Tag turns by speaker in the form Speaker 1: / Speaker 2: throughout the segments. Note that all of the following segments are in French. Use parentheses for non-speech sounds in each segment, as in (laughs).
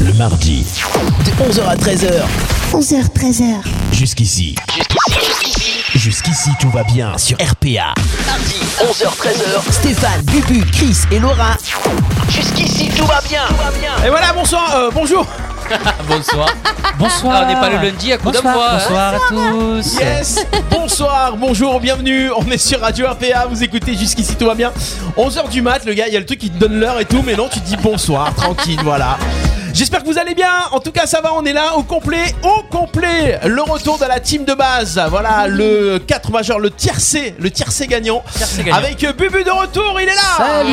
Speaker 1: le mardi.
Speaker 2: De 11h à 13h.
Speaker 3: 11h, 13h.
Speaker 1: Jusqu'ici. Jusqu'ici, tout va bien sur RPA.
Speaker 2: Mardi,
Speaker 4: (laughs)
Speaker 2: 11h-13h. Stéphane, Bubu, Chris et Laura. Jusqu'ici, tout va bien. Tout va bien.
Speaker 4: Et voilà, bonsoir, euh, bonjour
Speaker 5: Bonsoir.
Speaker 6: (laughs) Bonsoir.
Speaker 5: Ah, on n'est pas le lundi à coup hein.
Speaker 6: Bonsoir,
Speaker 5: d'envoi.
Speaker 6: bonsoir à tous.
Speaker 4: Yes Bonsoir, bonjour, bienvenue, on est sur Radio RPA, vous écoutez jusqu'ici, tout va bien 11h du mat, le gars, il y a le truc qui te donne l'heure et tout, mais non, tu te dis bonsoir, (laughs) tranquille, voilà. J'espère que vous allez bien, en tout cas ça va, on est là au complet, au complet Le retour de la team de base, voilà, le 4 majeur, le tiercé, le tiercé gagnant,
Speaker 5: Tiercé gagnant.
Speaker 4: Avec euh, Bubu de retour, il est là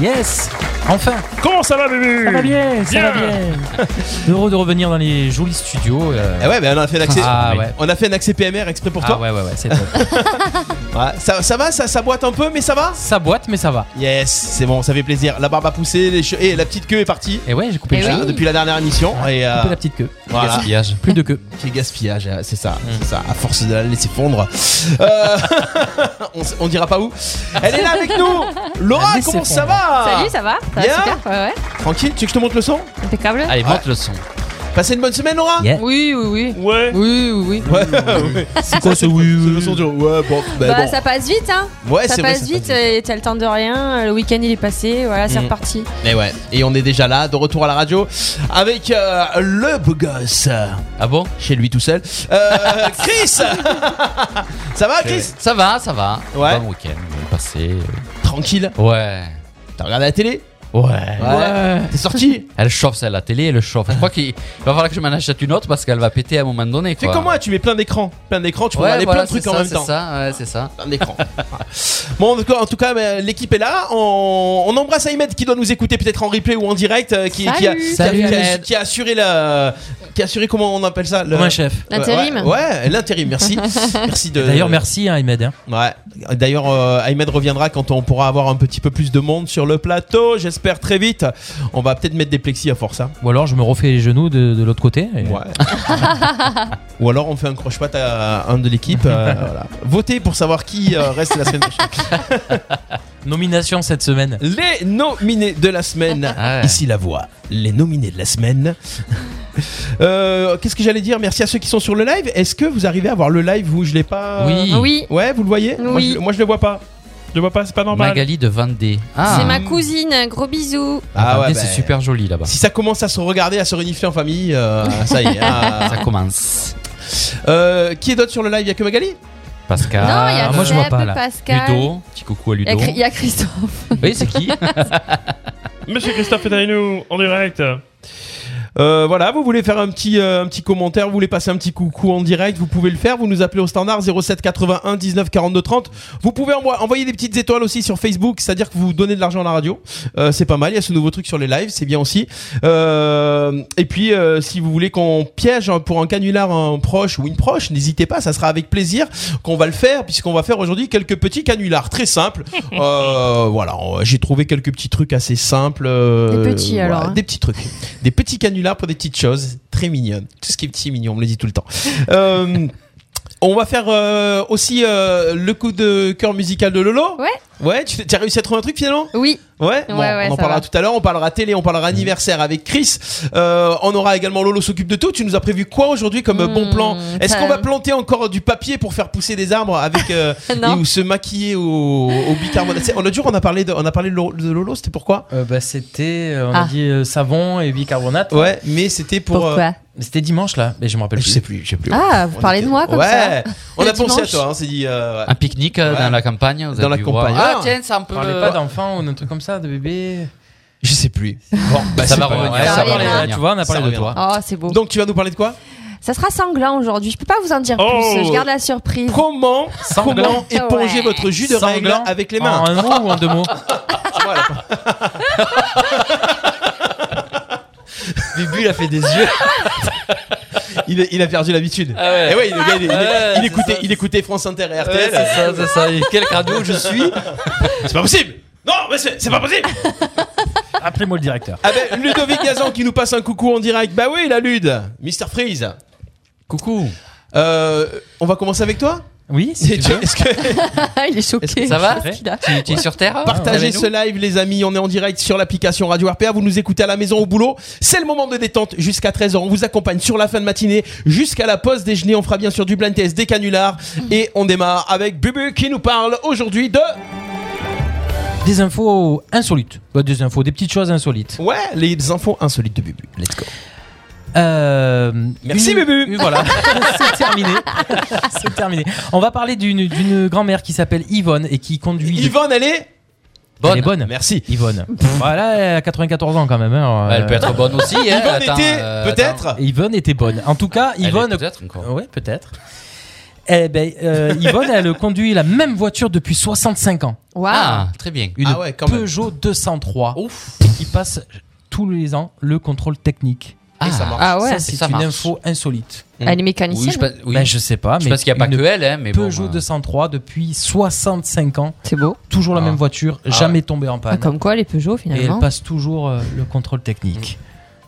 Speaker 6: Yeah.
Speaker 7: Yes Enfin
Speaker 4: Comment ça va Bubu
Speaker 7: Ça va bien, ça va bien (laughs) Heureux de revenir dans les jolis studios. euh,
Speaker 4: Eh ouais, ben on a fait un accès,
Speaker 7: Ah ouais.
Speaker 4: on a fait un accès PMR exprès pour
Speaker 7: ah
Speaker 4: toi.
Speaker 7: ouais, ouais, ouais,
Speaker 4: (laughs)
Speaker 7: c'est top.
Speaker 4: Ouais, ça, ça va, ça, ça boite un peu, mais ça va
Speaker 7: ça boite, mais ça va.
Speaker 4: Yes, c'est bon, ça fait plaisir. La barbe a poussé, les cheveux- et la petite queue est partie
Speaker 7: Et ouais, j'ai coupé
Speaker 6: Eh
Speaker 7: le
Speaker 6: oui.
Speaker 7: chat.
Speaker 4: hein, depuis la dernière émission. Et euh,
Speaker 7: Coupé la petite queue.
Speaker 4: voilà.
Speaker 5: Gaspillage.
Speaker 7: Plus de queue. Mm.
Speaker 4: Quel gaspillage, euh, c'est ça, c'est ça, à force de la laisser fondre. Euh, (laughs) on, s- on dira pas où. Elle est là avec nous Laura,
Speaker 7: La laisser
Speaker 4: comment ça
Speaker 7: fondre.
Speaker 4: va
Speaker 6: Salut, ça va Ça
Speaker 4: Bien.
Speaker 6: va super Ouais, ouais.
Speaker 4: Tranquille, tu veux que je te montre le son
Speaker 6: Impeccable.
Speaker 5: Allez, monte le son.
Speaker 4: Passez une bonne semaine, Laura
Speaker 7: Yeah.
Speaker 6: Oui, oui, oui.
Speaker 4: Ouais
Speaker 6: Oui, oui, oui.
Speaker 4: Ouais, (laughs) ouais. C'est quoi ce oui le son du Ouais, bon, bah,
Speaker 6: Bah,
Speaker 4: bon.
Speaker 6: ça passe vite, hein.
Speaker 4: Ouais,
Speaker 6: ça
Speaker 4: c'est vrai,
Speaker 6: passe vite, euh, t'as le temps de rien. euh, Le week-end il est passé, voilà, c'est
Speaker 4: Mm.
Speaker 6: reparti.
Speaker 4: Et ouais, et on est déjà là, de retour à la radio, avec euh, le beau gosse, euh,
Speaker 5: Ah bon
Speaker 4: chez lui tout seul, Euh, Chris Ça va Chris
Speaker 5: Ça va, ça va.
Speaker 4: Ouais.
Speaker 5: Bon week-end passé. euh,
Speaker 4: Tranquille,
Speaker 5: Ouais.
Speaker 4: t'as regardé la télé
Speaker 5: Ouais.
Speaker 4: T'es sorti
Speaker 5: Elle chauffe celle la télé, elle chauffe. Je crois qu'il va falloir que je m'en achète une autre parce qu'elle va péter à un moment donné.
Speaker 4: Fais
Speaker 5: Quoi.
Speaker 4: comme moi, tu mets plein d'écrans, plein d'écrans, tu peux
Speaker 5: Ouais,
Speaker 4: regarder
Speaker 5: voilà,
Speaker 4: plein de trucs
Speaker 5: c'est
Speaker 4: en
Speaker 5: ça,
Speaker 4: même temps.
Speaker 5: C'est ça, ouais, c'est ça.
Speaker 4: Plein d'écrans. bon, en tout cas- en tout cas, mais l'équipe est là. On, on embrasse Ahmed qui doit nous écouter peut-être en replay ou en direct, euh, qui, qui a,
Speaker 6: Salut.
Speaker 4: qui a-
Speaker 7: Salut,
Speaker 4: qui a-
Speaker 7: Ahmed.
Speaker 4: qui a assuré la, qui a assuré comment on appelle ça, le,
Speaker 7: Comme un chef.
Speaker 6: L'intérim.
Speaker 4: Ouais, ouais,
Speaker 8: (laughs)
Speaker 4: l'intérim.
Speaker 6: (laughs)
Speaker 4: Merci, merci de.
Speaker 7: D'ailleurs, merci, hein, Ahmed. hein.
Speaker 4: Ouais. D'ailleurs, euh, Ahmed reviendra quand on pourra avoir un petit peu plus de monde sur le plateau. J'espère très vite. On va peut-être mettre des plexis à force. Hein.
Speaker 7: Ou alors, je me refais les genoux de, de l'autre côté. et-
Speaker 4: Ouais. Ou alors on fait un croche-patte à un de l'équipe.
Speaker 5: (laughs)
Speaker 4: euh, voilà. Votez pour savoir qui euh, reste la semaine prochaine.
Speaker 5: (laughs)
Speaker 7: Nomination cette semaine.
Speaker 4: Les nominés de la semaine.
Speaker 5: Ah ouais.
Speaker 4: Ici la voix. Les nominés de la semaine. Euh, Qu'est-ce que j'allais dire Merci à ceux qui sont sur le live. Est-ce que vous arrivez à voir le live où je l'ai pas euh,
Speaker 7: Oui.
Speaker 6: Ah Oui.
Speaker 4: Ouais, vous le voyez moi,
Speaker 6: Oui.
Speaker 4: je, moi, je le vois pas. Je le vois pas, c'est pas normal.
Speaker 5: Magali de Vendée. Hein
Speaker 6: C'est ma cousine, gros bisous.
Speaker 4: Ah
Speaker 5: Vendée,
Speaker 4: ouais,
Speaker 5: c'est
Speaker 4: bah,
Speaker 5: super joli là-bas.
Speaker 4: Si ça commence à se regarder, à se réunifier en famille, euh, ça
Speaker 5: (laughs)
Speaker 4: y est. hein.
Speaker 5: Ça commence.
Speaker 4: Euh, qui est d'autre sur le live Il y a que Magali
Speaker 5: Pascal.
Speaker 6: non, il y a
Speaker 7: Ah, moi, je vois
Speaker 6: Seb,
Speaker 7: pas, là.
Speaker 6: Pascal.
Speaker 5: Ludo. Petit coucou à
Speaker 6: Il y a
Speaker 5: Ludo.
Speaker 6: Cri- il y, a Christophe.
Speaker 5: Oui, c'est
Speaker 6: (laughs)
Speaker 5: qui
Speaker 8: Monsieur Christophe Etainou, en direct.
Speaker 4: Euh, voilà, vous voulez faire un petit, euh, un petit commentaire, vous voulez passer un petit coucou en direct, vous pouvez le faire. Vous nous appelez au standard 07 81 19 42 30. Vous pouvez envo- envoyer des petites étoiles aussi sur Facebook, c'est-à-dire que vous donnez de l'argent à la radio. Euh, c'est pas mal. Il y a ce nouveau truc sur les lives, c'est bien aussi. Euh, et puis, euh, si vous voulez qu'on piège hein, pour un canular un proche ou une proche, n'hésitez pas, ça sera avec plaisir qu'on va le faire, puisqu'on va faire aujourd'hui quelques petits canulars très simples.
Speaker 6: (laughs)
Speaker 4: Euh, voilà, on- j'ai trouvé quelques petits trucs assez simples. euh,
Speaker 6: Des petits,
Speaker 4: voilà,
Speaker 6: alors, hein.
Speaker 4: Des petits trucs. Des petits canulars pour des petites choses très mignonnes. Tout ce qui est petit, mignon, on me le dit tout le
Speaker 6: (laughs)
Speaker 4: temps. Euh, on va faire euh, aussi euh, le coup de cœur musical de Lolo.
Speaker 6: Ouais.
Speaker 4: Ouais, tu as réussi à trouver un truc finalement
Speaker 6: Oui.
Speaker 4: Ouais, bon,
Speaker 6: ouais,
Speaker 4: on en
Speaker 6: ça
Speaker 4: parlera
Speaker 6: va.
Speaker 4: tout à l'heure. On parlera télé, on parlera anniversaire avec Chris. Euh, on aura également Lolo s'occupe de tout. Tu nous as prévu quoi aujourd'hui comme euh,
Speaker 6: Mmh,
Speaker 4: bon plan Est-ce
Speaker 6: ça-
Speaker 4: qu'on va planter encore du papier pour faire pousser des arbres avec euh,
Speaker 6: (laughs) Non.
Speaker 4: et- ou se maquiller au, au bicarbonate C'est- On a dur, on a parlé de, on a parlé de Lo- de Lolo. C'était pourquoi
Speaker 7: Euh, bah, c'était, euh, on
Speaker 6: Ah.
Speaker 7: a dit euh, savon et bicarbonate.
Speaker 4: Ouais, mais c'était pour. euh,
Speaker 6: Pourquoi
Speaker 7: C'était dimanche là, mais je me rappelle
Speaker 4: je
Speaker 7: plus.
Speaker 4: sais plus, je sais plus.
Speaker 6: Ah, vous
Speaker 4: On
Speaker 6: parlez
Speaker 4: était-
Speaker 6: de moi comme
Speaker 4: ouais.
Speaker 6: ça
Speaker 4: On
Speaker 6: Le
Speaker 4: a pensé à
Speaker 6: dimanche.
Speaker 4: toi. hein, On s'est dit. euh, ouais.
Speaker 5: Un pique-nique euh,
Speaker 4: Ouais.
Speaker 5: dans la campagne. vous
Speaker 4: Dans
Speaker 5: avez
Speaker 4: la
Speaker 5: dû voir.
Speaker 4: campagne.
Speaker 5: Ah,
Speaker 4: Ah.
Speaker 5: tiens, ça un
Speaker 7: On
Speaker 5: peu.
Speaker 7: parlait pas d'enfant ou d'un truc comme ça, de bébé.
Speaker 4: Je sais plus.
Speaker 5: Bah, ça va
Speaker 7: Ouais,
Speaker 5: revenir.
Speaker 6: grave.
Speaker 5: ça
Speaker 7: ça
Speaker 5: va
Speaker 6: parlait
Speaker 7: parlait-
Speaker 6: reviendra.
Speaker 5: revenir.
Speaker 7: tu vois, on a
Speaker 4: Ça
Speaker 7: parlé de
Speaker 4: reviendra.
Speaker 7: toi.
Speaker 6: Oh, c'est beau.
Speaker 4: Donc tu vas nous parler de quoi
Speaker 6: Ça sera sanglant aujourd'hui. Je peux pas vous en dire plus.
Speaker 8: Oh.
Speaker 6: Je garde la surprise.
Speaker 4: Comment comment
Speaker 7: Sanglant.
Speaker 4: éponger
Speaker 6: Ouais.
Speaker 4: votre jus de règle
Speaker 7: Sanglant.
Speaker 4: avec les mains
Speaker 7: En un mot ou en deux mots
Speaker 4: (laughs) Voilà.
Speaker 5: Bubu, il a fait des yeux.
Speaker 4: (laughs) Il, il a perdu l'habitude.
Speaker 5: Ah ouais.
Speaker 4: Et ouais, le gars, il, il-
Speaker 5: Ouais,
Speaker 4: il
Speaker 5: c'est
Speaker 4: écoutait,
Speaker 5: ça.
Speaker 4: il écoutait France Inter et
Speaker 5: Ouais,
Speaker 4: RTL.
Speaker 5: c'est ça, c'est ça. Et Quel crado je suis
Speaker 4: c'est pas possible Non, mais c'est c'est pas possible
Speaker 7: Appelez-moi le directeur.
Speaker 4: Ah ben, Ludovic Gazan qui nous passe un coucou en direct. Bah oui, la Lude Mister Freeze
Speaker 5: Coucou.
Speaker 4: Euh, On va commencer avec toi
Speaker 7: Oui,
Speaker 4: Et
Speaker 7: si tu
Speaker 4: tu-
Speaker 7: veux.
Speaker 4: Est-ce que
Speaker 5: (laughs)
Speaker 6: Il est choqué.
Speaker 5: Ça va
Speaker 6: Qu'est-ce qu'il a
Speaker 5: Tu, tu es sur Terre
Speaker 4: partagez
Speaker 5: avec nous
Speaker 4: ce live, les amis On est en direct sur l'application Radio RPA. Vous nous écoutez à la maison, au boulot. C'est le moment de détente jusqu'à 13h. On vous accompagne sur la fin de matinée jusqu'à la pause déjeuner. On fera bien sûr du blind test, des canulars. Et on démarre avec Bubu qui nous parle aujourd'hui de.
Speaker 7: Des infos insolites. Bah, Des infos, des petites choses insolites.
Speaker 4: Ouais, les infos insolites de Bubu. Let's go.
Speaker 7: Euh,
Speaker 4: Merci,
Speaker 7: une-
Speaker 4: Bubu.
Speaker 7: une- Voilà, (laughs) c'est terminé. c'est terminé. On va parler d'une- d'une grand-mère qui s'appelle Yvonne et qui conduit. de-
Speaker 4: Yvonne, elle est.
Speaker 7: Elle est bonne.
Speaker 4: Merci.
Speaker 7: Yvonne. voilà, Bah, elle a 94 ans quand même. hein. Alors,
Speaker 5: Ouais, Bah, Elle peut
Speaker 7: euh,
Speaker 5: être bonne
Speaker 7: (laughs)
Speaker 5: aussi. hein,
Speaker 4: Yvonne
Speaker 5: attends,
Speaker 4: était
Speaker 5: euh, attends.
Speaker 4: peut-être.
Speaker 7: Yvonne était bonne. En tout cas,
Speaker 5: Elle est
Speaker 7: Yvonne.
Speaker 5: Peut-être encore.
Speaker 7: Oui, peut-être. Eh ben, euh, Yvonne, elle conduit la même voiture depuis 65 ans.
Speaker 6: Waouh.
Speaker 5: Ah, très bien.
Speaker 7: Une
Speaker 4: Ah ouais, quand même.
Speaker 7: Peugeot 203
Speaker 5: Ouf.
Speaker 7: qui passe tous les ans le contrôle technique.
Speaker 5: Ah,
Speaker 4: ça marche.
Speaker 6: Ah ouais.
Speaker 7: ça,
Speaker 6: Ah,
Speaker 7: c'est
Speaker 5: ça
Speaker 7: une
Speaker 5: marche.
Speaker 7: info insolite.
Speaker 6: Elle est
Speaker 5: Oui,
Speaker 6: mécanicienne.
Speaker 5: je pense, oui.
Speaker 7: Ben, je sais pas,
Speaker 5: Je
Speaker 7: mais
Speaker 5: pense qu'il n'y a pas
Speaker 7: une
Speaker 5: que elle, hein, mais bon.
Speaker 7: Peugeot
Speaker 5: euh,
Speaker 7: 203 depuis 65 ans,
Speaker 6: C'est beau.
Speaker 7: toujours la
Speaker 5: Ah.
Speaker 7: même voiture,
Speaker 5: Ah
Speaker 7: jamais tombée en
Speaker 6: Ah,
Speaker 7: panne.
Speaker 6: comme quoi, les Peugeot
Speaker 7: et elle
Speaker 6: finalement.
Speaker 7: passe toujours euh, le contrôle technique.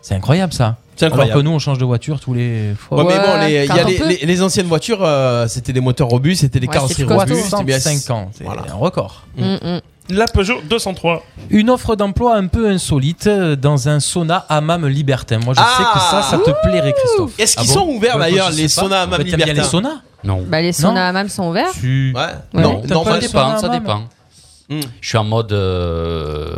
Speaker 7: C'est incroyable ça.
Speaker 4: C'est incroyable.
Speaker 7: Alors que nous, on change de voiture tous les fois.
Speaker 4: Ouais, mais bon,
Speaker 6: Ouais,
Speaker 4: les, il y a
Speaker 6: quand on
Speaker 4: les-
Speaker 6: peut.
Speaker 4: les- les anciennes voitures, euh, c'était des moteurs robustes, c'était des
Speaker 6: Ouais,
Speaker 4: carrosseries
Speaker 6: c'est plus costaud.
Speaker 4: robustes. c'était bien-
Speaker 7: 65 ans, c'est
Speaker 4: Voilà.
Speaker 7: un record.
Speaker 6: Mm, mm.
Speaker 8: La Peugeot 203.
Speaker 7: Une offre d'emploi un peu insolite euh, dans un sauna hammam libertin. Moi, je sais que ça, ça te plairait, Christophe.
Speaker 4: Est-ce qu'ils
Speaker 7: Ah bon
Speaker 4: sont ouverts
Speaker 7: Bah,
Speaker 4: d'ailleurs
Speaker 7: je sais
Speaker 4: les
Speaker 7: pas.
Speaker 4: saunas à
Speaker 7: Bah,
Speaker 4: Mamie
Speaker 7: t'aimes bien les saunas
Speaker 5: Non.
Speaker 6: Bah, les
Speaker 7: Non.
Speaker 6: saunas à mâmes sont ouverts.
Speaker 7: Tu-
Speaker 4: Ouais.
Speaker 6: Ouais.
Speaker 4: Non,
Speaker 7: T'as
Speaker 4: non,
Speaker 7: pas
Speaker 4: pas
Speaker 5: Ça
Speaker 7: le
Speaker 4: les
Speaker 7: temps.
Speaker 5: dépend,
Speaker 7: sauna,
Speaker 5: ça
Speaker 7: maman.
Speaker 5: dépend.
Speaker 4: Hmm.
Speaker 5: Je suis en mode. euh,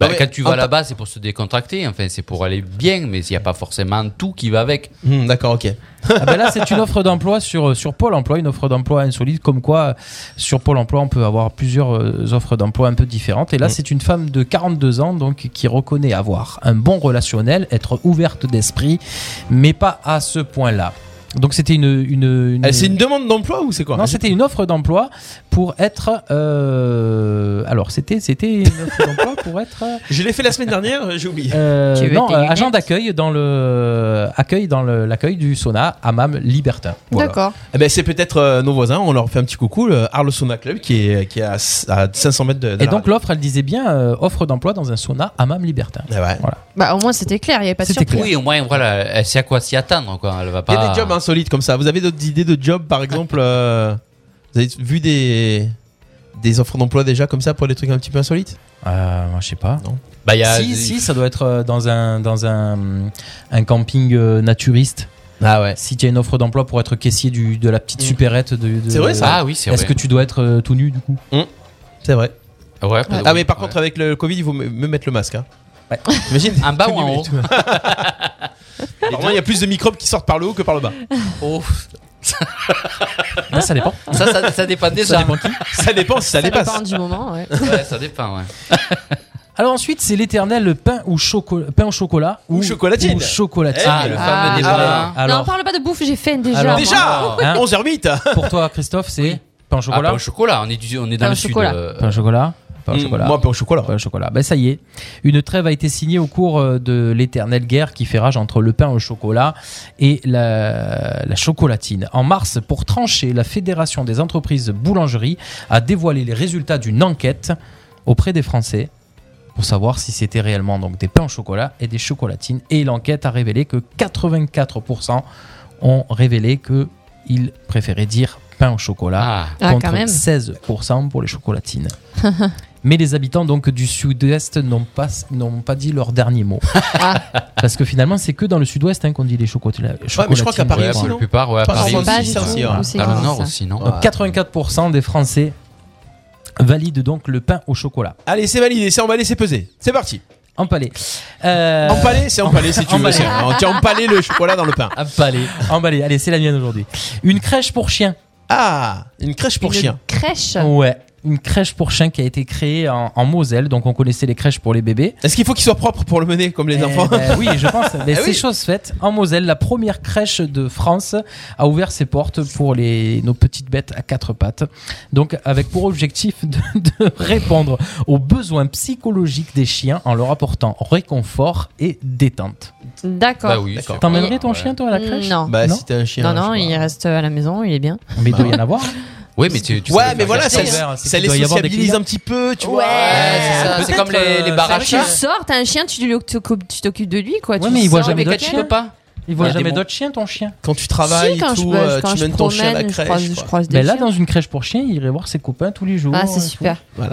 Speaker 5: bah,
Speaker 4: mais
Speaker 5: quand tu
Speaker 4: en
Speaker 5: vas
Speaker 4: ta-
Speaker 5: là-bas, c'est pour se décontracter. Enfin, c'est pour aller bien, mais il n'y a pas forcément tout qui va avec.
Speaker 4: Hmm, D'accord, ok.
Speaker 7: Ah ben là,
Speaker 4: (laughs)
Speaker 7: c'est une offre d'emploi sur, euh, sur Pôle emploi, une offre d'emploi insolite, comme quoi euh, sur Pôle emploi, on peut avoir plusieurs euh, offres d'emploi un peu différentes. Et
Speaker 4: Mm.
Speaker 7: là, c'est une femme de 42 ans donc qui reconnaît avoir un bon relationnel, être ouverte d'esprit, mais pas à ce point-là. Donc c'était une, une, une-
Speaker 4: Eh, C'est une demande d'emploi ou c'est quoi
Speaker 7: Non, c'était une offre d'emploi pour être. euh, Alors, c'était c'était
Speaker 4: (laughs)
Speaker 7: une offre d'emploi pour être.
Speaker 4: Je l'ai fait la semaine dernière, j'ai oublié.
Speaker 7: euh,
Speaker 6: Tu veux
Speaker 7: non,
Speaker 6: tes
Speaker 7: euh,
Speaker 6: lunettes
Speaker 7: agent d'accueil dans le euh, accueil dans le- l'accueil du sauna Amam Libertin. Voilà.
Speaker 6: D'accord.
Speaker 4: Eh ben, c'est peut-être euh, nos voisins, on leur fait un petit coucou, le Arles Sauna Club qui est, qui est à, s- à 500 mètres de, de
Speaker 7: Et
Speaker 4: la
Speaker 7: donc
Speaker 4: radio.
Speaker 7: l'offre, elle disait bien euh, offre d'emploi dans un sauna Amam Libertin.
Speaker 4: Eh ouais.
Speaker 6: Bah, au moins, c'était clair. Il n'y avait pas de
Speaker 7: C'était
Speaker 6: surprise.
Speaker 5: Oui, au moins, voilà, elle sait à quoi s'y attendre. Quoi. Elle va
Speaker 4: Il y
Speaker 5: pas.
Speaker 4: a des jobs insolites comme ça. Vous avez d'autres idées de jobs, par exemple euh, Vous avez vu des, des offres d'emploi déjà comme ça pour des trucs un petit peu insolites
Speaker 7: Euh, moi, je sais pas.
Speaker 5: Bah, il y a
Speaker 7: si, si, ça doit être euh, dans un dans un, un camping euh, naturiste.
Speaker 4: Ah ouais.
Speaker 7: Si tu as une offre d'emploi pour être caissier du, de la petite
Speaker 4: Mm.
Speaker 7: supérette de. de-
Speaker 4: C'est vrai, ça Mm.
Speaker 5: Ah oui, c'est
Speaker 7: Est-ce
Speaker 5: vrai.
Speaker 7: que tu dois être euh, tout nu du coup
Speaker 4: C'est vrai.
Speaker 5: Ouais, peut-
Speaker 4: Ah mais par
Speaker 5: ouais.
Speaker 4: contre avec le Covid il faut me me mettre le masque. Hein.
Speaker 7: Ouais.
Speaker 4: (laughs) Imagine.
Speaker 5: En bas
Speaker 4: tout
Speaker 5: ou en
Speaker 4: nu, (laughs)
Speaker 5: haut
Speaker 4: tout. Apparemment, il y a plus de microbes qui sortent par le haut que par le bas.
Speaker 5: Oh,
Speaker 7: Ah, Ça dépend.
Speaker 5: (laughs) Ça, ça, ça dépend déjà.
Speaker 7: Ça dépend qui.
Speaker 4: Ça dépend si ça,
Speaker 6: Ça
Speaker 4: dépasse.
Speaker 6: dépend du
Speaker 4: (laughs)
Speaker 6: moment. ouais.
Speaker 5: Ouais, ça dépend, ouais.
Speaker 7: Alors ensuite, c'est l'éternel pain ou chocolat, pain au chocolat
Speaker 4: Ou chocolatine.
Speaker 7: Ou chocolatine. ah,
Speaker 5: Ah,
Speaker 4: Eh,
Speaker 5: le
Speaker 4: le
Speaker 5: fameux
Speaker 6: fameux
Speaker 5: débat.
Speaker 7: Alors,
Speaker 6: non, parle pas de bouffe, j'ai faim déjà.
Speaker 7: Alors-
Speaker 6: moi.
Speaker 4: Déjà
Speaker 7: Hein
Speaker 4: 11h08
Speaker 7: pour toi, Christophe, c'est pain au
Speaker 5: Ah,
Speaker 7: chocolat.
Speaker 5: pain au chocolat, on est, du- on est dans
Speaker 6: Pain
Speaker 5: le
Speaker 6: au
Speaker 5: sud.
Speaker 6: chocolat.
Speaker 5: euh,
Speaker 7: pain au chocolat. Mm. Pain au
Speaker 4: Mmh,
Speaker 7: chocolat.
Speaker 4: Moi, pain au chocolat.
Speaker 7: Pain au chocolat. Ben ça y est, une trêve a été signée au cours euh, de l'éternelle guerre qui fait rage entre le pain au chocolat et la, la chocolatine. En mars, pour trancher, la Fédération des entreprises de boulangerie a dévoilé les résultats d'une enquête auprès des Français pour savoir si c'était réellement donc des pains au chocolat et des chocolatines. Et l'enquête a révélé que 84% ont révélé que ils préféraient dire pain au chocolat
Speaker 5: Ah,
Speaker 6: Ah,
Speaker 7: contre
Speaker 6: quand même.
Speaker 7: 16% pour les
Speaker 6: (laughs)
Speaker 7: chocolatines. Mais les habitants donc du sud-est n'ont pas, n'ont pas dit leur dernier mot.
Speaker 6: Ah.
Speaker 7: Parce que finalement, c'est que dans le sud-ouest hein, qu'on dit les chocolatines.
Speaker 4: mais je crois qu'à Paris
Speaker 5: ouais,
Speaker 4: aussi,
Speaker 5: pour
Speaker 4: non
Speaker 5: la plupart, ouais, à
Speaker 4: Pas
Speaker 5: Paris
Speaker 4: dans
Speaker 5: aussi.
Speaker 4: le
Speaker 6: Pas
Speaker 4: aussi,
Speaker 6: du
Speaker 4: ça
Speaker 6: tout.
Speaker 4: aussi, hein.
Speaker 6: Où c'est
Speaker 5: Dans
Speaker 6: grand,
Speaker 5: le nord
Speaker 6: ça.
Speaker 5: aussi, non
Speaker 7: Donc 84% des Français valident donc le pain au chocolat.
Speaker 4: Allez, c'est validé, c'est emballé, c'est pesé. C'est parti.
Speaker 7: Empalé. Euh,
Speaker 4: Empalé, c'est empalé si tu veux.
Speaker 7: Empalé.
Speaker 4: c'est- hein, Tu as empalé le chocolat dans le pain.
Speaker 5: Empalé.
Speaker 7: Emballé. Allez, c'est la mienne aujourd'hui. Une crèche pour chiens.
Speaker 4: Ah, une crèche pour
Speaker 6: Une
Speaker 4: chien.
Speaker 6: Crèche.
Speaker 7: Ouais. Une crèche pour chiens qui a été créée en, en Moselle. Donc on connaissait les crèches pour les bébés.
Speaker 4: Est-ce qu'il faut qu'il soit propre pour le mener comme les
Speaker 7: Eh
Speaker 4: enfants
Speaker 7: ben oui,
Speaker 4: (laughs)
Speaker 7: je pense. Mais
Speaker 4: Eh
Speaker 7: c'est
Speaker 4: oui.
Speaker 7: chose faite. En Moselle, la première crèche de France a ouvert ses portes pour les, nos petites bêtes à quatre pattes. Donc, avec pour objectif de, de répondre aux besoins psychologiques des chiens en leur apportant réconfort et détente.
Speaker 5: Bah
Speaker 6: D'accord.
Speaker 5: oui,
Speaker 4: D'accord.
Speaker 5: c'est-
Speaker 7: T'emmènerais ton
Speaker 5: Ouais.
Speaker 7: chien, toi, à la crèche
Speaker 6: Non.
Speaker 4: Bah, si t'es un chien.
Speaker 6: Non,
Speaker 4: je sais
Speaker 6: non,
Speaker 4: pas. Bah
Speaker 6: il reste à la maison, il est bien.
Speaker 7: Mais il doit y en avoir.
Speaker 5: Bah
Speaker 7: hein.
Speaker 5: Oui, mais tu, tu
Speaker 4: Ouais,
Speaker 5: sais
Speaker 4: mais
Speaker 5: pas
Speaker 4: voilà,
Speaker 5: faire hein.
Speaker 4: ça,
Speaker 7: c'est ouvert, c'est
Speaker 4: ça
Speaker 7: qu'il
Speaker 4: les
Speaker 7: doit y avoir des
Speaker 4: sociabilise
Speaker 7: clients.
Speaker 4: un petit peu, tu
Speaker 6: Ouais.
Speaker 4: vois.
Speaker 5: Ouais, c'est ça, c'est
Speaker 7: Peut-être,
Speaker 5: comme les, les
Speaker 7: euh,
Speaker 5: barres à
Speaker 7: c'est
Speaker 6: Tu
Speaker 7: chien.
Speaker 5: chats.
Speaker 6: sors, t'as un chien, tu lui- tu t'occupes tu t'occupes de lui, quoi.
Speaker 7: Ouais,
Speaker 6: tu
Speaker 7: mais il
Speaker 6: le
Speaker 7: voit
Speaker 6: sors
Speaker 7: jamais
Speaker 6: avec
Speaker 7: d'autres
Speaker 6: elle.
Speaker 7: chiens.
Speaker 5: pas
Speaker 7: Il voit
Speaker 4: Il y a
Speaker 7: jamais
Speaker 4: des
Speaker 7: d'autres chiens, ton chien
Speaker 4: Quand tu travailles
Speaker 6: Si, quand
Speaker 4: et
Speaker 6: je
Speaker 4: tout,
Speaker 6: bosse,
Speaker 4: euh,
Speaker 6: quand
Speaker 4: tu
Speaker 6: je
Speaker 4: mènes ton chien à la
Speaker 6: promène, je
Speaker 4: crèche.
Speaker 6: croise- je
Speaker 4: quoi.
Speaker 6: croise des
Speaker 7: Ben là,
Speaker 6: chiens.
Speaker 7: dans une crèche pour chiens, il irait voir ses copains tous les jours. hein,
Speaker 6: Ah, c'est
Speaker 7: et
Speaker 6: super.
Speaker 4: (laughs) Voilà.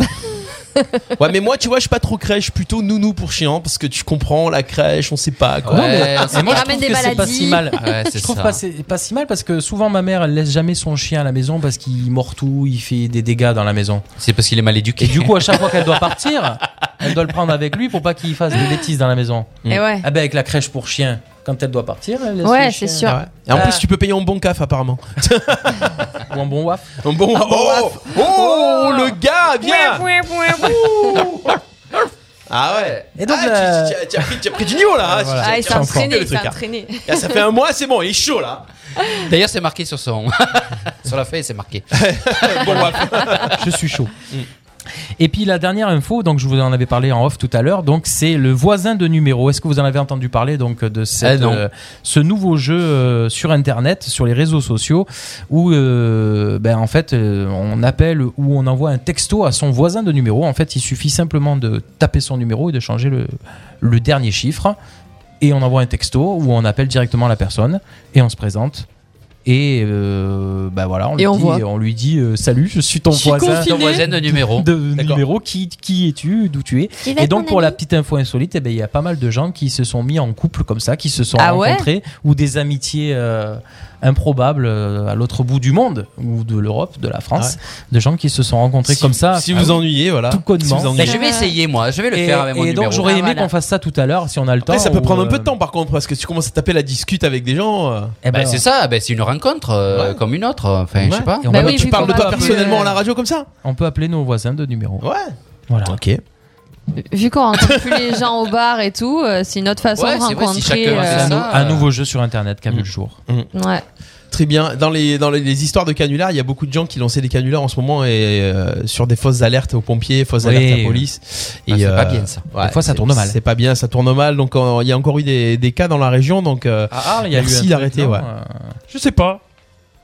Speaker 4: ouais, mais moi, tu vois, je suis pas trop crèche, plutôt nounou pour chien, parce que tu comprends la crèche, on sait pas quoi.
Speaker 7: Ouais, mais-
Speaker 5: on
Speaker 7: mais moi, je
Speaker 6: ramène
Speaker 7: trouve
Speaker 6: des
Speaker 7: que c'est pas
Speaker 6: maladies.
Speaker 7: si mal.
Speaker 5: Ouais, c'est
Speaker 7: Je trouve
Speaker 5: ça.
Speaker 7: pas, c'est pas si mal parce que souvent ma mère elle laisse jamais son chien à la maison parce qu'il mord tout, il fait des dégâts dans la maison.
Speaker 5: C'est parce qu'il est mal éduqué.
Speaker 7: Et du coup à chaque fois qu'elle doit partir, elle doit le prendre avec lui pour pas qu'il fasse des bêtises dans la maison.
Speaker 6: Et ouais.
Speaker 7: Ah ben avec la crèche pour chien, quand elle doit partir, elle laisse
Speaker 6: Ouais,
Speaker 7: le chien.
Speaker 6: c'est sûr.
Speaker 4: Ah ouais. Et en
Speaker 7: Ah.
Speaker 4: plus, tu peux payer en bon caf, apparemment.
Speaker 7: Ou un bon waf.
Speaker 4: En bon. Oh, oh, le gars, bien
Speaker 6: (laughs)
Speaker 4: Ah ouais.
Speaker 7: Et donc,
Speaker 4: Ah, tu-
Speaker 7: euh,
Speaker 4: tu, tu as- tu as pris, tu as pris du niveau là. hein,
Speaker 7: Voilà.
Speaker 4: tu-
Speaker 6: Ah, il
Speaker 4: tu
Speaker 6: s'est
Speaker 4: as-
Speaker 6: entraîné,
Speaker 4: le
Speaker 6: il s'est
Speaker 4: truc, hein.
Speaker 6: entraîné.
Speaker 4: (laughs) Ah, ça fait un mois, c'est bon, il est chaud là.
Speaker 5: D'ailleurs, c'est marqué sur son. (laughs) sur la feuille, c'est marqué.
Speaker 4: Bon, ouais.
Speaker 7: (laughs) je suis chaud.
Speaker 5: Mm.
Speaker 7: Et puis la dernière info, donc je vous en avais parlé en off tout à l'heure, donc c'est le voisin de numéro. Est-ce que vous en avez entendu parler donc de cette, euh,
Speaker 5: Eh non.
Speaker 7: ce nouveau jeu euh, sur internet, sur les réseaux sociaux, où euh, ben, en fait euh, on appelle ou on envoie un texto à son voisin de numéro. En fait, il suffit simplement de taper son numéro et de changer le, le dernier chiffre, et on envoie un texto ou on appelle directement la personne et on se présente. Et euh, ben voilà, on, lui
Speaker 6: Et on
Speaker 7: dit-
Speaker 6: voit.
Speaker 7: on lui dit euh, salut, je suis ton
Speaker 6: Chico
Speaker 7: voisin
Speaker 5: Ton voisin de numéro.
Speaker 7: de
Speaker 4: D'accord.
Speaker 7: numéro qui, qui es-tu, d'où tu es. Et donc pour la petite info insolite, eh ben, il y a pas mal de gens qui se sont mis en couple comme ça, qui se sont
Speaker 6: Ah ouais
Speaker 7: rencontrés, ou des amitiés euh, improbables euh, à l'autre bout du monde, ou de l'Europe, de la France, de gens qui se sont rencontrés comme ça. ah
Speaker 4: Si vous ennuyez, voilà.
Speaker 7: Tout connement.
Speaker 4: Si vous
Speaker 5: Mais
Speaker 4: ennuyez.
Speaker 5: je vais essayer, moi. Je vais le
Speaker 7: et,
Speaker 5: faire avec mon
Speaker 7: et
Speaker 5: numéro.
Speaker 7: donc j'aurais
Speaker 6: Ah,
Speaker 7: aimé
Speaker 6: voilà.
Speaker 7: qu'on fasse ça tout à l'heure si on a le temps.
Speaker 4: Après, ça peut
Speaker 7: ou,
Speaker 4: prendre un peu
Speaker 7: euh,
Speaker 4: de temps par contre, parce que tu commences à taper la discute avec des gens. euh,
Speaker 7: eh ben,
Speaker 5: Bah, c'est ça, bah, c'est une rencontre euh,
Speaker 4: Ouais.
Speaker 5: comme une autre. Enfin, je
Speaker 4: Ouais.
Speaker 5: sais pas.
Speaker 7: Et on,
Speaker 6: Bah
Speaker 7: peut,
Speaker 6: oui,
Speaker 4: tu
Speaker 6: vu
Speaker 4: parles
Speaker 6: qu'on
Speaker 4: de toi
Speaker 6: va-
Speaker 4: personnellement
Speaker 6: euh,
Speaker 4: à la radio comme ça
Speaker 7: on peut appeler nos voisins de numéro.
Speaker 4: Ouais.
Speaker 7: Voilà.
Speaker 4: Ok.
Speaker 6: Vu qu'on rencontre plus les gens au bar et tout, euh, c'est une autre façon
Speaker 5: Ouais,
Speaker 6: de
Speaker 5: c'est vrai, si
Speaker 6: rencontrer.
Speaker 5: chacun
Speaker 7: C'est
Speaker 5: fait
Speaker 7: un, nou-
Speaker 5: ça,
Speaker 7: un
Speaker 5: euh,
Speaker 7: nouveau jeu sur internet qui a vu
Speaker 5: Mm.
Speaker 7: le jour.
Speaker 6: Ouais.
Speaker 4: Très bien. Dans les, dans les, les histoires de canulars, il y a beaucoup de gens qui lançaient des canulars en ce moment et euh, sur des fausses alertes aux pompiers, fausses
Speaker 7: Oui.
Speaker 4: alertes à la police.
Speaker 5: Ah,
Speaker 4: Et, euh,
Speaker 5: c'est pas bien, ça.
Speaker 4: ouais,
Speaker 7: Des fois, ça
Speaker 4: c'est-
Speaker 7: tourne mal.
Speaker 4: C'est pas bien, ça tourne mal. Donc on- il y a encore eu des, des cas dans la région. Donc euh,
Speaker 7: Ah, il
Speaker 4: y a eu un truc, non
Speaker 8: Je sais pas.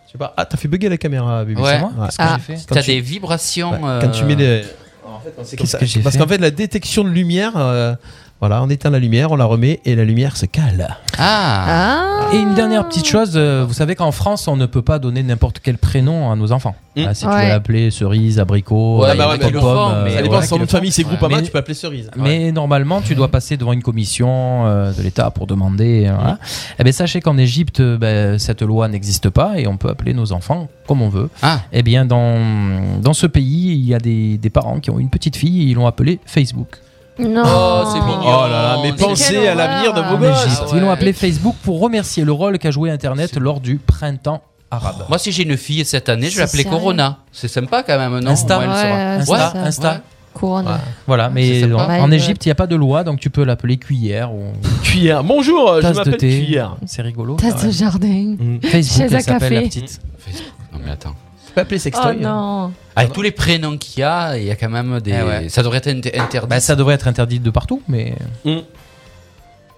Speaker 4: je sais pas. Ah t'as fait bugger la caméra, bébé.
Speaker 5: Ouais.
Speaker 4: c'est moi
Speaker 7: Qu'est-ce que
Speaker 6: Ah.
Speaker 7: j'ai fait
Speaker 4: Quand
Speaker 5: T'as
Speaker 4: tu-
Speaker 5: des vibrations.
Speaker 4: Ouais, Quand tu
Speaker 5: euh,
Speaker 4: mets les. En fait, quand c'est comme
Speaker 7: Qu'est-ce
Speaker 4: ça-
Speaker 7: que j'ai
Speaker 4: Parce
Speaker 7: fait
Speaker 4: qu'en fait, la détection de lumière, euh, voilà, on éteint la lumière, on la remet et la lumière se cale.
Speaker 5: Ah,
Speaker 6: Ah.
Speaker 7: Et une dernière petite chose, euh, vous savez qu'en France, on ne peut pas donner n'importe quel prénom à nos enfants.
Speaker 4: Mm.
Speaker 7: Ah, si tu
Speaker 6: Ouais.
Speaker 7: veux l'appeler cerise, abricot,
Speaker 5: Ouais,
Speaker 7: euh,
Speaker 4: bah ouais, mais
Speaker 7: pomme,
Speaker 5: le
Speaker 7: pomme,
Speaker 5: fort, mais
Speaker 7: euh,
Speaker 4: ça
Speaker 5: ouais,
Speaker 4: dépend si
Speaker 7: voilà.
Speaker 4: ton nom de famille, c'est
Speaker 5: Ouais.
Speaker 4: Groupama,
Speaker 7: Mais-
Speaker 4: tu peux appeler Cerise.
Speaker 7: Mais normalement, tu dois passer devant une commission euh, de l'État pour demander. euh,
Speaker 4: Mm.
Speaker 7: voilà. Eh bien, sachez qu'en Égypte, euh, ben, cette loi n'existe pas et on peut appeler nos enfants comme on veut.
Speaker 5: Ah.
Speaker 7: Eh bien, dans, dans ce pays, il y a des, des parents qui ont une petite fille et ils l'ont appelée Facebook.
Speaker 6: Non.
Speaker 5: Oh, c'est mignon.
Speaker 4: Oh là là, mais
Speaker 5: Mais
Speaker 4: pensez
Speaker 6: quelle
Speaker 4: à l'avenir de
Speaker 6: horreur.
Speaker 4: vos
Speaker 7: En
Speaker 4: gosses.
Speaker 7: Égypte,
Speaker 5: Ah ouais.
Speaker 7: ils l'ont appelée Facebook pour remercier le rôle qu'a joué Internet lors du printemps arabe.
Speaker 5: moi si j'ai une fille cette année, je vais
Speaker 6: C'est
Speaker 5: l'appeler
Speaker 6: sérieux.
Speaker 5: Corona. C'est sympa quand même, non
Speaker 7: Insta.
Speaker 5: Ouais, elle saura.
Speaker 6: Ouais,
Speaker 7: Insta,
Speaker 5: ouais,
Speaker 6: c'est ça.
Speaker 7: Insta.
Speaker 6: Couronne.
Speaker 4: Ouais.
Speaker 7: Voilà,
Speaker 5: c'est
Speaker 7: mais
Speaker 5: sympa.
Speaker 7: en,
Speaker 6: Ouais,
Speaker 7: en
Speaker 6: ouais.
Speaker 7: Égypte, il n'y a pas de loi, donc tu peux l'appeler cuillère. Ou...
Speaker 4: (laughs) Cuillère. Bonjour, euh, je
Speaker 7: Tasse de
Speaker 4: m'appelle
Speaker 7: thé.
Speaker 4: Cuillère.
Speaker 7: C'est rigolo.
Speaker 6: Tasse
Speaker 7: ça,
Speaker 6: de
Speaker 7: ouais.
Speaker 6: jardin.
Speaker 9: Mm.
Speaker 7: Facebook,
Speaker 6: Chaise à
Speaker 7: elle s'appelle
Speaker 6: café.
Speaker 7: la petite.
Speaker 5: Facebook. Non mais attends.
Speaker 4: Tu peux appeler
Speaker 6: Oh
Speaker 4: sextoy. hein.
Speaker 6: non.
Speaker 5: Avec tous les prénoms qu'il y a, il y a quand même des.
Speaker 7: Eh ouais.
Speaker 5: Ça devrait être inter- interdit.
Speaker 7: Bah, ça devrait être interdit de partout, mais
Speaker 4: Hum.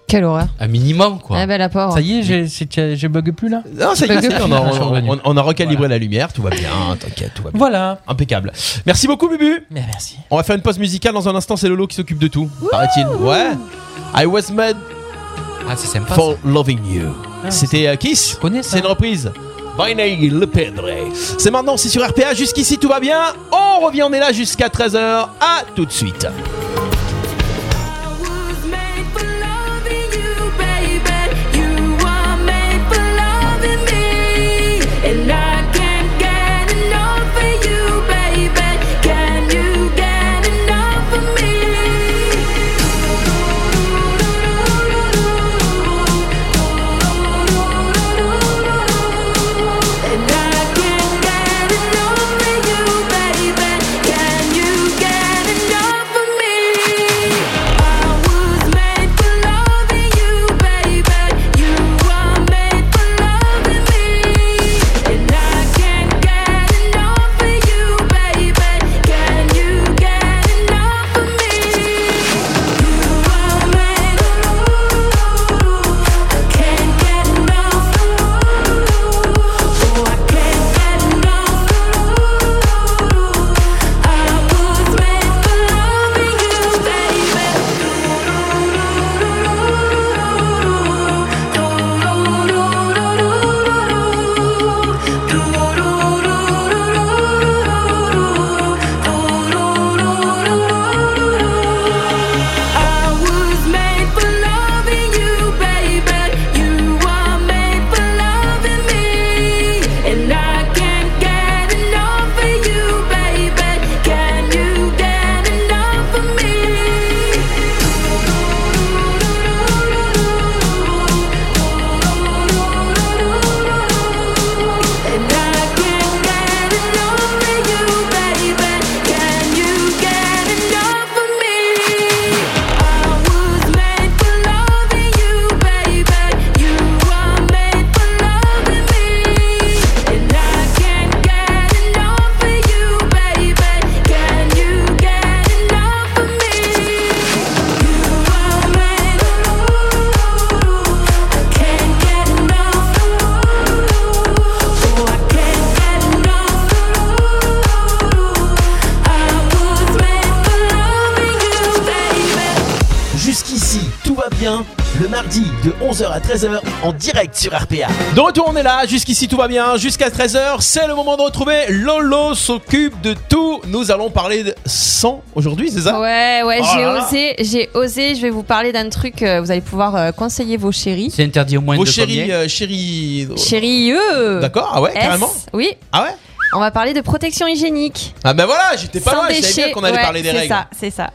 Speaker 6: Quelle horreur.
Speaker 5: Un minimum quoi.
Speaker 6: Eh ben la pauvre.
Speaker 7: ça y est, j'ai- c'est- j'ai bugué plus là.
Speaker 4: (laughs) Non, ça y est,
Speaker 6: Bug
Speaker 4: ça y est, on a,
Speaker 7: Je suis revenu.
Speaker 4: on- on- on a recalibré la lumière, tout va bien, hein, t'inquiète, tout va bien.
Speaker 7: Voilà.
Speaker 4: Impeccable. Merci beaucoup, Bubu.
Speaker 7: Mais merci.
Speaker 4: On va faire une pause musicale dans un instant, c'est Lolo qui s'occupe de tout, paraît-il. Ouais. I was made
Speaker 5: Ah c'est sympa.
Speaker 4: for loving you.
Speaker 7: Ah,
Speaker 4: C'était euh, Kiss.
Speaker 7: Tu connais ça
Speaker 4: C'est une reprise. Vinay Le Pedre. C'est maintenant, c'est sur RPA. Jusqu'ici, tout va bien. On revient, on est là jusqu'à 13h. À tout de suite.
Speaker 3: Can you get enough of me?
Speaker 2: le mardi de 11h à 13h en direct sur RPA.
Speaker 4: De retour, on est là. Jusqu'ici, tout va bien. Jusqu'à 13h, c'est le moment de retrouver Lolo s'occupe de tout. Nous allons parler de sang aujourd'hui, c'est ça
Speaker 6: Ouais, ouais,
Speaker 4: Oh
Speaker 6: j'ai
Speaker 4: là là.
Speaker 6: osé, j'ai osé. Je vais vous parler d'un truc. euh, vous allez pouvoir euh, conseiller vos chéris.
Speaker 5: C'est interdit au moins
Speaker 4: Vos
Speaker 5: de
Speaker 4: chéris,
Speaker 5: combien
Speaker 4: euh, chéris.
Speaker 6: Chéris, eux.
Speaker 4: D'accord, ah ouais,
Speaker 6: euh, S,
Speaker 4: carrément.
Speaker 6: Oui.
Speaker 4: Ah ouais
Speaker 6: On va parler de protection hygiénique.
Speaker 4: Ah ben voilà, j'étais pas
Speaker 6: sans
Speaker 4: loin, je savais bien
Speaker 6: déchets.
Speaker 4: qu'on allait
Speaker 6: Ouais,
Speaker 4: parler des
Speaker 6: C'est
Speaker 4: règles.
Speaker 6: ça, c'est ça.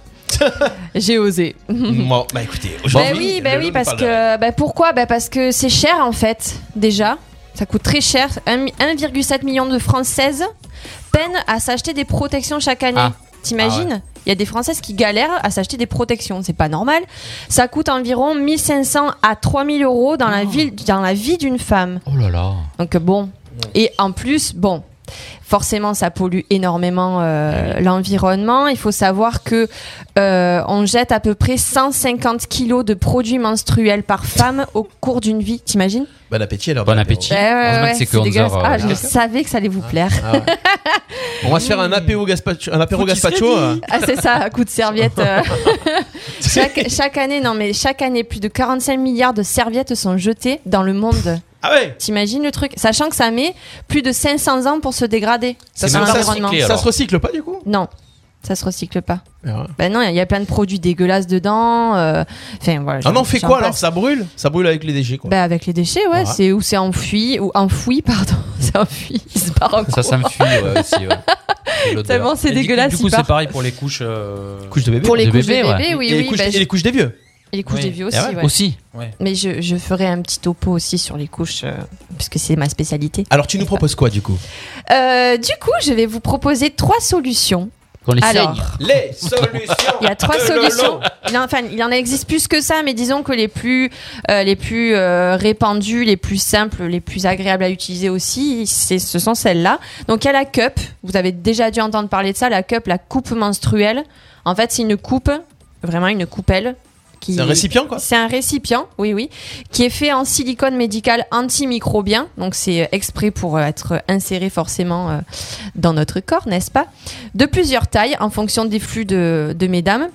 Speaker 6: j'ai osé.
Speaker 4: (laughs) Bon, bah écoutez,
Speaker 6: Bah
Speaker 4: aujourd'hui.
Speaker 6: oui, bah
Speaker 4: Lolo
Speaker 6: oui,
Speaker 4: nous
Speaker 6: parce
Speaker 4: parle des règles.
Speaker 6: que bah pourquoi Bah parce que c'est cher en fait déjà. Ça coûte très cher. Un- 1,7 million de Françaises peinent à s'acheter des protections chaque année.
Speaker 5: Ah.
Speaker 6: T'imagines Il y a des Françaises qui galèrent à s'acheter des protections. C'est pas normal. Ça coûte environ 1500 à 3000 euros dans
Speaker 4: Oh.
Speaker 6: la ville, dans la vie d'une femme.
Speaker 5: Oh là là.
Speaker 6: Donc bon. Et en plus, bon, forcément, ça pollue énormément euh, l'environnement. Il faut savoir que euh, on jette à peu près 150 kilos de produits menstruels par femme au cours d'une vie. T'imagines
Speaker 4: Bon appétit alors.
Speaker 5: Bon
Speaker 4: Lolo.
Speaker 5: appétit.
Speaker 6: Ben Ouais, ouais,
Speaker 5: heureusement
Speaker 6: ouais,
Speaker 5: que c'est que 11
Speaker 6: dégueulasse.
Speaker 5: heures, euh,
Speaker 6: Ah, je
Speaker 5: là.
Speaker 6: savais que ça allait vous plaire.
Speaker 4: Ah ouais. On va se faire un apéro gazpacho. Un apéro gazpacho. euh.
Speaker 5: hein.
Speaker 6: Ah, c'est
Speaker 4: (laughs)
Speaker 6: ça, à coup de
Speaker 5: (laughs)
Speaker 6: serviette. euh. chaque, chaque année, non mais chaque année, plus de 45 milliards de serviettes sont jetées dans le monde.
Speaker 4: Ah ouais
Speaker 6: T'imagines le truc Sachant que ça met plus de 500 ans pour se dégrader.
Speaker 4: ça se,
Speaker 6: dans
Speaker 5: même
Speaker 4: ça se-
Speaker 6: l'environnement.
Speaker 5: recyclé,
Speaker 4: ça
Speaker 5: alors.
Speaker 4: se recycle pas du coup
Speaker 6: Non, ça se recycle pas.
Speaker 4: Ah
Speaker 6: Ben non, il y a plein de produits dégueulasses dedans. euh, Enfin voilà.
Speaker 4: Ah non, on
Speaker 6: j'en-
Speaker 4: fait
Speaker 6: j'en
Speaker 4: quoi
Speaker 6: passe.
Speaker 4: alors Ça brûle Ça brûle avec les déchets quoi.
Speaker 6: Ben avec les déchets, ouais,
Speaker 4: Ouais.
Speaker 6: c'est ou c'est enfoui ou enfoui, pardon, (laughs) c'est enfui. Il se part en
Speaker 5: Ça, ça me fuit ouais, aussi. ouais. L'odeur.
Speaker 6: Tellement c'est
Speaker 7: Et du-
Speaker 6: dégueulasse.
Speaker 7: Du coup,
Speaker 6: il part.
Speaker 7: c'est pareil pour les couches. euh,
Speaker 4: Couche de bébé.
Speaker 6: pour les
Speaker 5: de
Speaker 6: couches
Speaker 5: bébé,
Speaker 6: de
Speaker 5: ouais.
Speaker 6: bébé, oui,
Speaker 4: et, les
Speaker 6: oui.
Speaker 4: couches,
Speaker 6: ben,
Speaker 4: et les couches des vieux.
Speaker 6: je- les couches
Speaker 7: Oui.
Speaker 6: des vieux
Speaker 7: Eh
Speaker 6: aussi,
Speaker 7: ouais.
Speaker 6: ouais.
Speaker 5: Aussi.
Speaker 6: Mais je, je ferai un petit topo aussi sur les couches, euh, puisque c'est ma spécialité.
Speaker 4: Alors tu nous proposes quoi du coup
Speaker 6: Euh, du coup, je vais vous proposer trois solutions.
Speaker 5: Qu'on les
Speaker 6: Alors,
Speaker 5: saigne.
Speaker 4: Les solutions
Speaker 6: Il y a trois solutions. Il en, enfin, il en existe plus que ça, mais disons que les plus, euh, les plus euh, répandues, les plus simples, les plus agréables à utiliser aussi, c'est, ce sont celles-là. Donc il y a la cup. Vous avez déjà dû entendre parler de ça, la cup, la coupe menstruelle. En fait, c'est une coupe, vraiment une coupelle. Qui,
Speaker 4: C'est un récipient quoi
Speaker 6: c'est un récipient, oui, oui, qui est fait en silicone médical antimicrobien. Donc, c'est exprès pour euh, être inséré forcément euh, dans notre corps, n'est-ce pas De plusieurs tailles en fonction des flux de, de mesdames.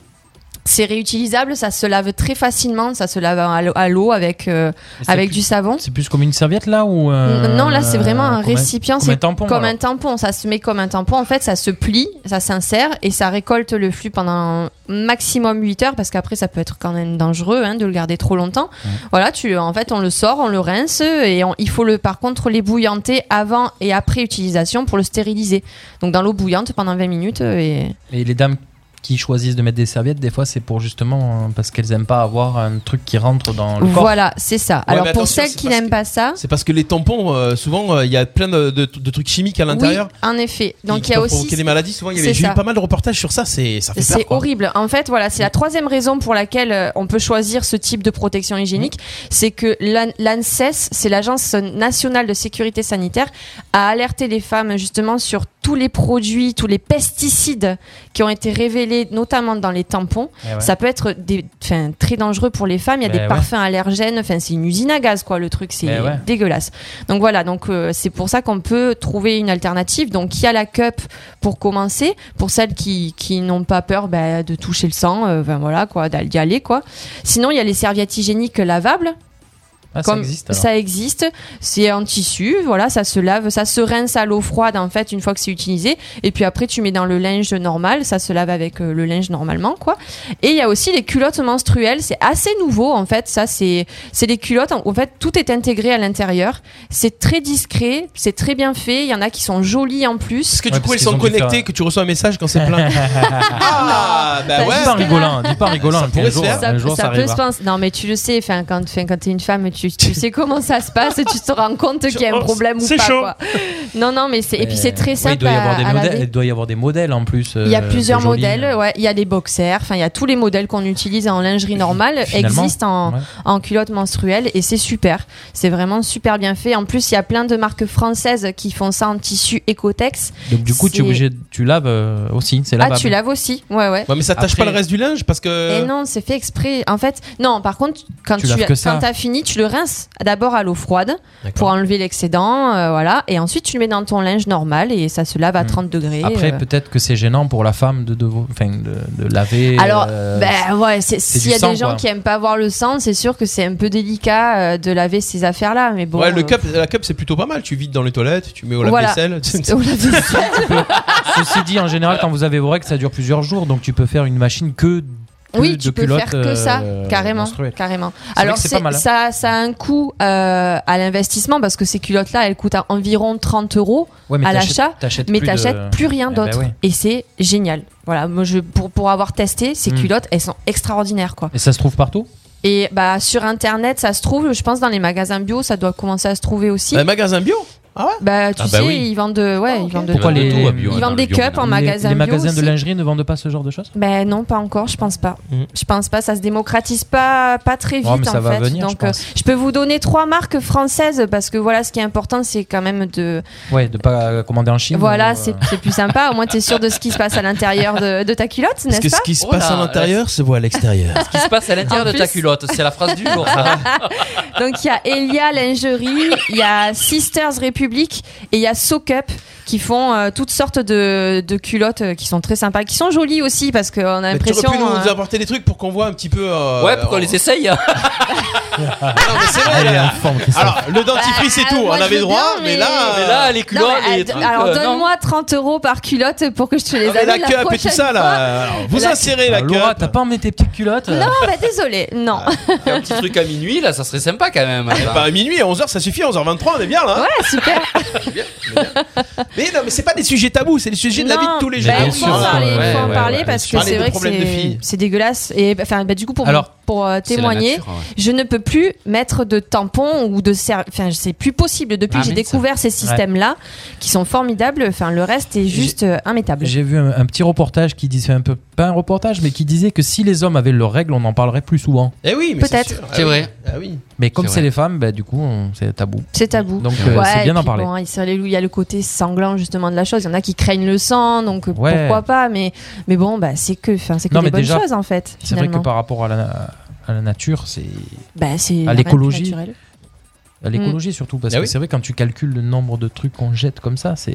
Speaker 6: C'est réutilisable, ça se lave très facilement, ça se lave à l'eau- à l'eau avec, euh,
Speaker 7: c'est
Speaker 6: avec
Speaker 7: plus-
Speaker 6: du savon.
Speaker 7: C'est plus comme une serviette là ou euh,
Speaker 6: non, là, c'est vraiment un
Speaker 7: comme
Speaker 6: récipient,
Speaker 7: Comme un
Speaker 6: c'est
Speaker 7: tampon.
Speaker 6: comme
Speaker 7: alors.
Speaker 6: un tampon, ça se met comme un tampon. En fait, ça se plie, ça s'insère et ça récolte le flux pendant maximum 8 heures parce qu'après, ça peut être quand même dangereux hein, de le garder trop longtemps. Voilà, tu, en fait, on le sort, on le rince et on- il faut le, par contre, l'ébouillanter avant et après utilisation pour le stériliser. Donc, dans l'eau bouillante pendant 20 minutes et.
Speaker 7: Et les dames qui choisissent de mettre des serviettes, des fois, c'est pour justement euh, parce qu'elles aiment pas avoir un truc qui rentre dans le corps.
Speaker 6: Voilà, c'est ça.
Speaker 4: Ouais, mais
Speaker 6: Alors, pour
Speaker 4: attention,
Speaker 6: celles
Speaker 4: c'est
Speaker 6: qui
Speaker 4: parce
Speaker 6: n'aiment
Speaker 4: que-
Speaker 6: pas ça.
Speaker 4: C'est parce que les tampons, euh, souvent, euh, il y a plein de, de- de trucs chimiques à l'intérieur.
Speaker 6: Oui, en effet.
Speaker 4: qui-
Speaker 6: Donc,
Speaker 4: qui
Speaker 6: il y a
Speaker 4: peuvent
Speaker 6: aussi.
Speaker 4: provoquer des maladies. Souvent, il y avait-
Speaker 6: c'est
Speaker 4: j'ai eu
Speaker 6: ça.
Speaker 4: pas mal de reportages sur ça. C'est ça fait peur.
Speaker 6: C'est
Speaker 4: quoi. Mm.
Speaker 6: horrible. En fait, voilà, c'est la troisième raison pour laquelle euh, on peut choisir ce type de protection hygiénique,
Speaker 4: Mm.
Speaker 6: c'est que l'An- l'ANSES, c'est l'Agence nationale de sécurité sanitaire, a alerté les femmes justement sur tous les produits, tous les pesticides qui ont été révélés, notamment dans les tampons.
Speaker 7: Eh ouais.
Speaker 6: Ça peut être des, enfin, très dangereux pour les
Speaker 4: Eh
Speaker 6: femmes. Il y a
Speaker 7: Ben
Speaker 6: des
Speaker 7: ouais.
Speaker 6: parfums allergènes. Enfin, c'est une usine à gaz, quoi. Le truc, c'est
Speaker 7: Ben ouais.
Speaker 6: dégueulasse. Donc voilà. Donc euh, c'est pour ça qu'on peut trouver une alternative. Donc il y a la cup pour commencer, pour celles qui, qui n'ont pas peur ben, de toucher le sang. euh, ben voilà, quoi, d'y aller, quoi. Sinon, il y a les serviettes hygiéniques lavables.
Speaker 7: Ah, ça
Speaker 6: Comme
Speaker 7: existe. alors.
Speaker 6: ça existe, c'est en tissu, voilà, ça se lave, ça se rince à l'eau froide en fait une fois que c'est utilisé, et puis après tu mets dans le linge normal, ça se lave avec euh, le linge normalement quoi. Et il y a aussi les culottes menstruelles, c'est assez nouveau en fait, ça c'est c'est les culottes en en fait tout est intégré à l'intérieur, c'est très discret, c'est très bien fait, il y en a qui sont jolies en plus.
Speaker 4: Parce que du
Speaker 7: Ouais,
Speaker 4: coup,
Speaker 7: parce
Speaker 4: elles
Speaker 7: qu'ils ont
Speaker 4: sont
Speaker 7: dû
Speaker 4: connectées,
Speaker 7: faire-
Speaker 4: que tu reçois un message quand
Speaker 6: (laughs)
Speaker 4: c'est plein. ah, bah
Speaker 6: Bah,
Speaker 4: ouais.
Speaker 7: Dis pas en rigolant, dis pas en rigolant.
Speaker 4: Ça
Speaker 7: puis
Speaker 4: pourrait
Speaker 7: un
Speaker 4: se
Speaker 7: jour,
Speaker 4: faire.
Speaker 7: un jour, ça,
Speaker 6: peut
Speaker 7: arrivera.
Speaker 6: se penser. Non, mais tu le sais, enfin, quand, enfin, quand t'es une femme, tu,
Speaker 4: (laughs)
Speaker 6: tu sais comment ça se passe et tu te rends compte qu'il y a un
Speaker 8: Oh,
Speaker 6: problème ou
Speaker 8: c'est
Speaker 6: pas.
Speaker 8: chaud.
Speaker 6: quoi. Non, non, mais c'est. Et puis c'est
Speaker 7: Ouais,
Speaker 6: très
Speaker 7: il
Speaker 6: simple
Speaker 7: doit y avoir
Speaker 6: à-
Speaker 7: des
Speaker 6: à laver.
Speaker 7: modèles- Il doit y avoir des modèles en plus.
Speaker 6: Il y a
Speaker 7: euh,
Speaker 6: plusieurs
Speaker 7: plus jolis.
Speaker 6: modèles, ouais. il y a les boxers, enfin il y a tous les modèles qu'on utilise en lingerie normale
Speaker 7: Finalement,
Speaker 6: existent en,
Speaker 7: ouais.
Speaker 6: en culotte menstruelle et c'est super. C'est vraiment super bien fait. En plus, il y a plein de marques françaises qui font ça en tissu écotex.
Speaker 7: Donc du coup, tu es
Speaker 6: C'est-
Speaker 7: obligé, de- tu laves euh, aussi, c'est
Speaker 6: Ah,
Speaker 7: lavable.
Speaker 6: tu laves aussi Ouais, ouais.
Speaker 4: Ouais, mais ça tâche
Speaker 7: Après-
Speaker 6: Eh
Speaker 4: pas le reste du linge parce que.
Speaker 6: Et non, c'est fait exprès. En fait, non, par contre, quand
Speaker 7: Euh, Tu
Speaker 6: tu,
Speaker 7: laves que ça.
Speaker 6: quand as fini, tu le rinces d'abord à l'eau froide pour enlever l'excédent, euh, voilà. Et ensuite, tu le mets dans ton linge normal et ça se lave à 30 degrés.
Speaker 7: Hmm. Après,
Speaker 6: euh.
Speaker 7: peut-être que c'est gênant pour la femme de, devoir- enfin, de, de laver.
Speaker 6: Alors,
Speaker 7: euh,
Speaker 6: ben ouais, c'est-
Speaker 7: c'est
Speaker 6: s'il y
Speaker 7: du
Speaker 6: a
Speaker 7: sang,
Speaker 6: des gens
Speaker 7: quoi.
Speaker 6: qui aiment pas voir le sang, c'est sûr que c'est un peu délicat euh, de laver ces affaires-là, mais bon.
Speaker 4: ouais, le
Speaker 6: euh,
Speaker 4: cup, la cup c'est plutôt pas mal. Tu vides dans les toilettes, tu mets au
Speaker 6: Voilà. (laughs)
Speaker 4: lave-vaisselle.
Speaker 7: (laughs)
Speaker 6: au lave-vaisselle.
Speaker 7: Ceci dit, en général, quand vous avez vos règles, ça dure plusieurs jours, donc tu peux faire une machine que. que
Speaker 6: Oui,
Speaker 7: de
Speaker 6: tu peux
Speaker 7: culottes,
Speaker 6: faire que ça,
Speaker 7: euh,
Speaker 6: carrément,
Speaker 7: menstruelles.
Speaker 6: carrément.
Speaker 7: vrai
Speaker 6: Alors
Speaker 7: que c'est
Speaker 6: c'est-
Speaker 7: pas mal, hein.
Speaker 6: ça, ça a un coût euh, à l'investissement parce que ces culottes-là, elles coûtent à environ 30 euros
Speaker 7: Ouais, mais
Speaker 6: à
Speaker 7: t'achètes-
Speaker 6: l'achat,
Speaker 7: t'achètes
Speaker 6: mais
Speaker 7: plus
Speaker 6: t'achètes
Speaker 7: de-
Speaker 6: plus rien
Speaker 7: Eh ben
Speaker 6: d'autre.
Speaker 7: ouais.
Speaker 6: Et c'est génial. Voilà, moi je pour pour avoir testé ces
Speaker 7: Mm.
Speaker 6: culottes, elles sont extraordinaires quoi.
Speaker 7: Et ça se trouve partout
Speaker 6: Et bah sur internet, ça se trouve, je pense dans les magasins bio, ça doit commencer à se trouver aussi.
Speaker 4: Bah, magasin bio.
Speaker 6: Bah, tu
Speaker 5: Ah bah
Speaker 6: sais,
Speaker 5: oui.
Speaker 6: ils vendent de, ouais, ils vendent de
Speaker 7: Pourquoi
Speaker 6: tout.
Speaker 7: les-
Speaker 6: Ils vendent des cups en
Speaker 7: Les-
Speaker 6: magasin
Speaker 7: Les
Speaker 6: bio
Speaker 7: magasins de
Speaker 6: aussi.
Speaker 7: lingerie ne vendent pas ce genre de choses
Speaker 6: Ben non, pas encore, je pense pas.
Speaker 4: Mm.
Speaker 6: Je pense pas, ça se démocratise pas, pas très vite
Speaker 7: Ouais, mais ça
Speaker 6: en
Speaker 7: va
Speaker 6: fait.
Speaker 7: venir, je
Speaker 6: Donc euh,
Speaker 7: pense.
Speaker 6: je peux vous donner trois marques françaises parce que voilà, ce qui est important, c'est quand même de,
Speaker 7: Ouais, de pas commander en Chine.
Speaker 6: voilà,
Speaker 7: ou, euh,
Speaker 6: c'est c'est plus sympa. Au moins, t'es sûr de ce qui se passe à l'intérieur de, de ta culotte,
Speaker 4: Parce que
Speaker 6: n'est-ce
Speaker 4: ce
Speaker 6: pas
Speaker 4: qui se
Speaker 5: Oh là,
Speaker 4: passe à l'intérieur se voit
Speaker 7: (laughs)
Speaker 4: à l'extérieur.
Speaker 5: Ce qui se passe à l'intérieur
Speaker 6: En
Speaker 5: de ta
Speaker 6: plus-
Speaker 5: culotte, c'est la phrase du jour. ça.
Speaker 6: (laughs) Donc il y a Elia Lingerie, il y a Sisters Republic et il y a So Cup qui font euh, toutes sortes de, de culottes euh, qui sont très sympas, qui sont jolies aussi parce qu'on a
Speaker 4: Mais tu aurais
Speaker 6: l'impression.
Speaker 4: pu nous,
Speaker 6: euh,
Speaker 4: nous apporter des trucs pour qu'on voit un petit peu. euh,
Speaker 5: ouais, pour qu'on
Speaker 4: euh,
Speaker 5: les
Speaker 4: (laughs)
Speaker 5: essaye. hein.
Speaker 4: Non, mais c'est vrai,
Speaker 7: Elle est
Speaker 4: là.
Speaker 7: en forme, Christophe.
Speaker 4: Alors, le dentifrice
Speaker 6: Bah,
Speaker 4: et tout,
Speaker 6: moi,
Speaker 4: on
Speaker 6: je
Speaker 4: avait
Speaker 6: veux
Speaker 4: droit,
Speaker 6: bien,
Speaker 4: mais
Speaker 6: mais-
Speaker 4: là.
Speaker 5: Mais
Speaker 4: euh,
Speaker 5: là, les
Speaker 6: Non,
Speaker 5: culottes,
Speaker 6: mais,
Speaker 5: les
Speaker 6: ad-
Speaker 5: trucs,
Speaker 6: alors
Speaker 5: euh, non.
Speaker 6: donne-moi 30 euros par culotte pour que je te les
Speaker 4: non, mais
Speaker 6: amène
Speaker 4: la cup et tout
Speaker 6: prochaine
Speaker 4: ça
Speaker 6: fois.
Speaker 4: là. Alors, Vous
Speaker 6: La-
Speaker 4: insérez la
Speaker 7: Ah, Laura, t'as
Speaker 4: cup.
Speaker 7: pas emmené tes petites culottes euh.
Speaker 6: Non, bah désolé, non.
Speaker 5: Un petit truc à minuit, là, ça serait sympa quand même.
Speaker 4: Eh ben, à minuit, à 11h, ça suffit, 11h23, on est bien là. hein
Speaker 6: Ouais,
Speaker 4: (laughs)
Speaker 6: super.
Speaker 4: Mais non, mais c'est pas des sujets tabous, c'est les sujets de la vie de
Speaker 6: Non,
Speaker 4: tous les
Speaker 6: bah,
Speaker 4: jours.
Speaker 7: bien
Speaker 6: Il faut
Speaker 7: sûr.
Speaker 6: en parler,
Speaker 7: Ouais,
Speaker 6: il faut en
Speaker 7: ouais,
Speaker 6: parler
Speaker 7: ouais,
Speaker 6: parce
Speaker 7: bien
Speaker 6: que
Speaker 4: sûr. Parler
Speaker 6: c'est vrai
Speaker 4: des
Speaker 6: que
Speaker 4: problèmes de filles.
Speaker 6: c'est- c'est dégueulasse. Et bah, enfin, bah, du coup, pour,
Speaker 7: Alors,
Speaker 6: pour euh,
Speaker 5: C'est la
Speaker 6: témoigner,
Speaker 5: nature, ouais.
Speaker 6: je ne peux plus mettre de tampons ou de ser- Enfin, c'est plus possible. Depuis
Speaker 5: Ah,
Speaker 6: que j'ai
Speaker 5: mince.
Speaker 6: découvert ces systèmes-là qui sont formidables, enfin, le reste est juste euh, immétable.
Speaker 7: Ah, J'ai vu un, un petit reportage qui disait un peu pas un reportage, mais qui disait que si les hommes avaient leurs règles, on en parlerait plus souvent.
Speaker 4: Eh oui, mais
Speaker 6: Peut-être.
Speaker 4: c'est sûr. Ah
Speaker 5: C'est
Speaker 4: oui.
Speaker 5: vrai.
Speaker 4: Ah oui.
Speaker 7: Mais comme
Speaker 5: C'est
Speaker 7: c'est les femmes, bah, du coup, on- c'est tabou.
Speaker 6: C'est tabou.
Speaker 7: Donc euh,
Speaker 5: Ouais,
Speaker 7: c'est
Speaker 6: et
Speaker 7: bien d'en
Speaker 6: puis
Speaker 7: parler.
Speaker 6: bon, il se- il y a le côté sanglant justement de la chose. Il y en a qui craignent le sang, donc euh,
Speaker 7: Ouais.
Speaker 6: pourquoi pas. Mais, mais bon, bah, c'est que, enfin, c'est que
Speaker 7: Non,
Speaker 6: des
Speaker 7: mais
Speaker 6: bonnes
Speaker 7: déjà,
Speaker 6: choses en fait.
Speaker 7: c'est vrai que
Speaker 6: finalement.
Speaker 7: par rapport à la, à la nature, c'est
Speaker 6: Bah, c'est
Speaker 7: à
Speaker 6: la
Speaker 7: l'écologie.
Speaker 6: reine naturelle.
Speaker 7: à l'écologie surtout parce
Speaker 4: Ah
Speaker 7: que
Speaker 4: oui.
Speaker 7: c'est vrai quand tu calcules le nombre de trucs qu'on jette comme ça, c'est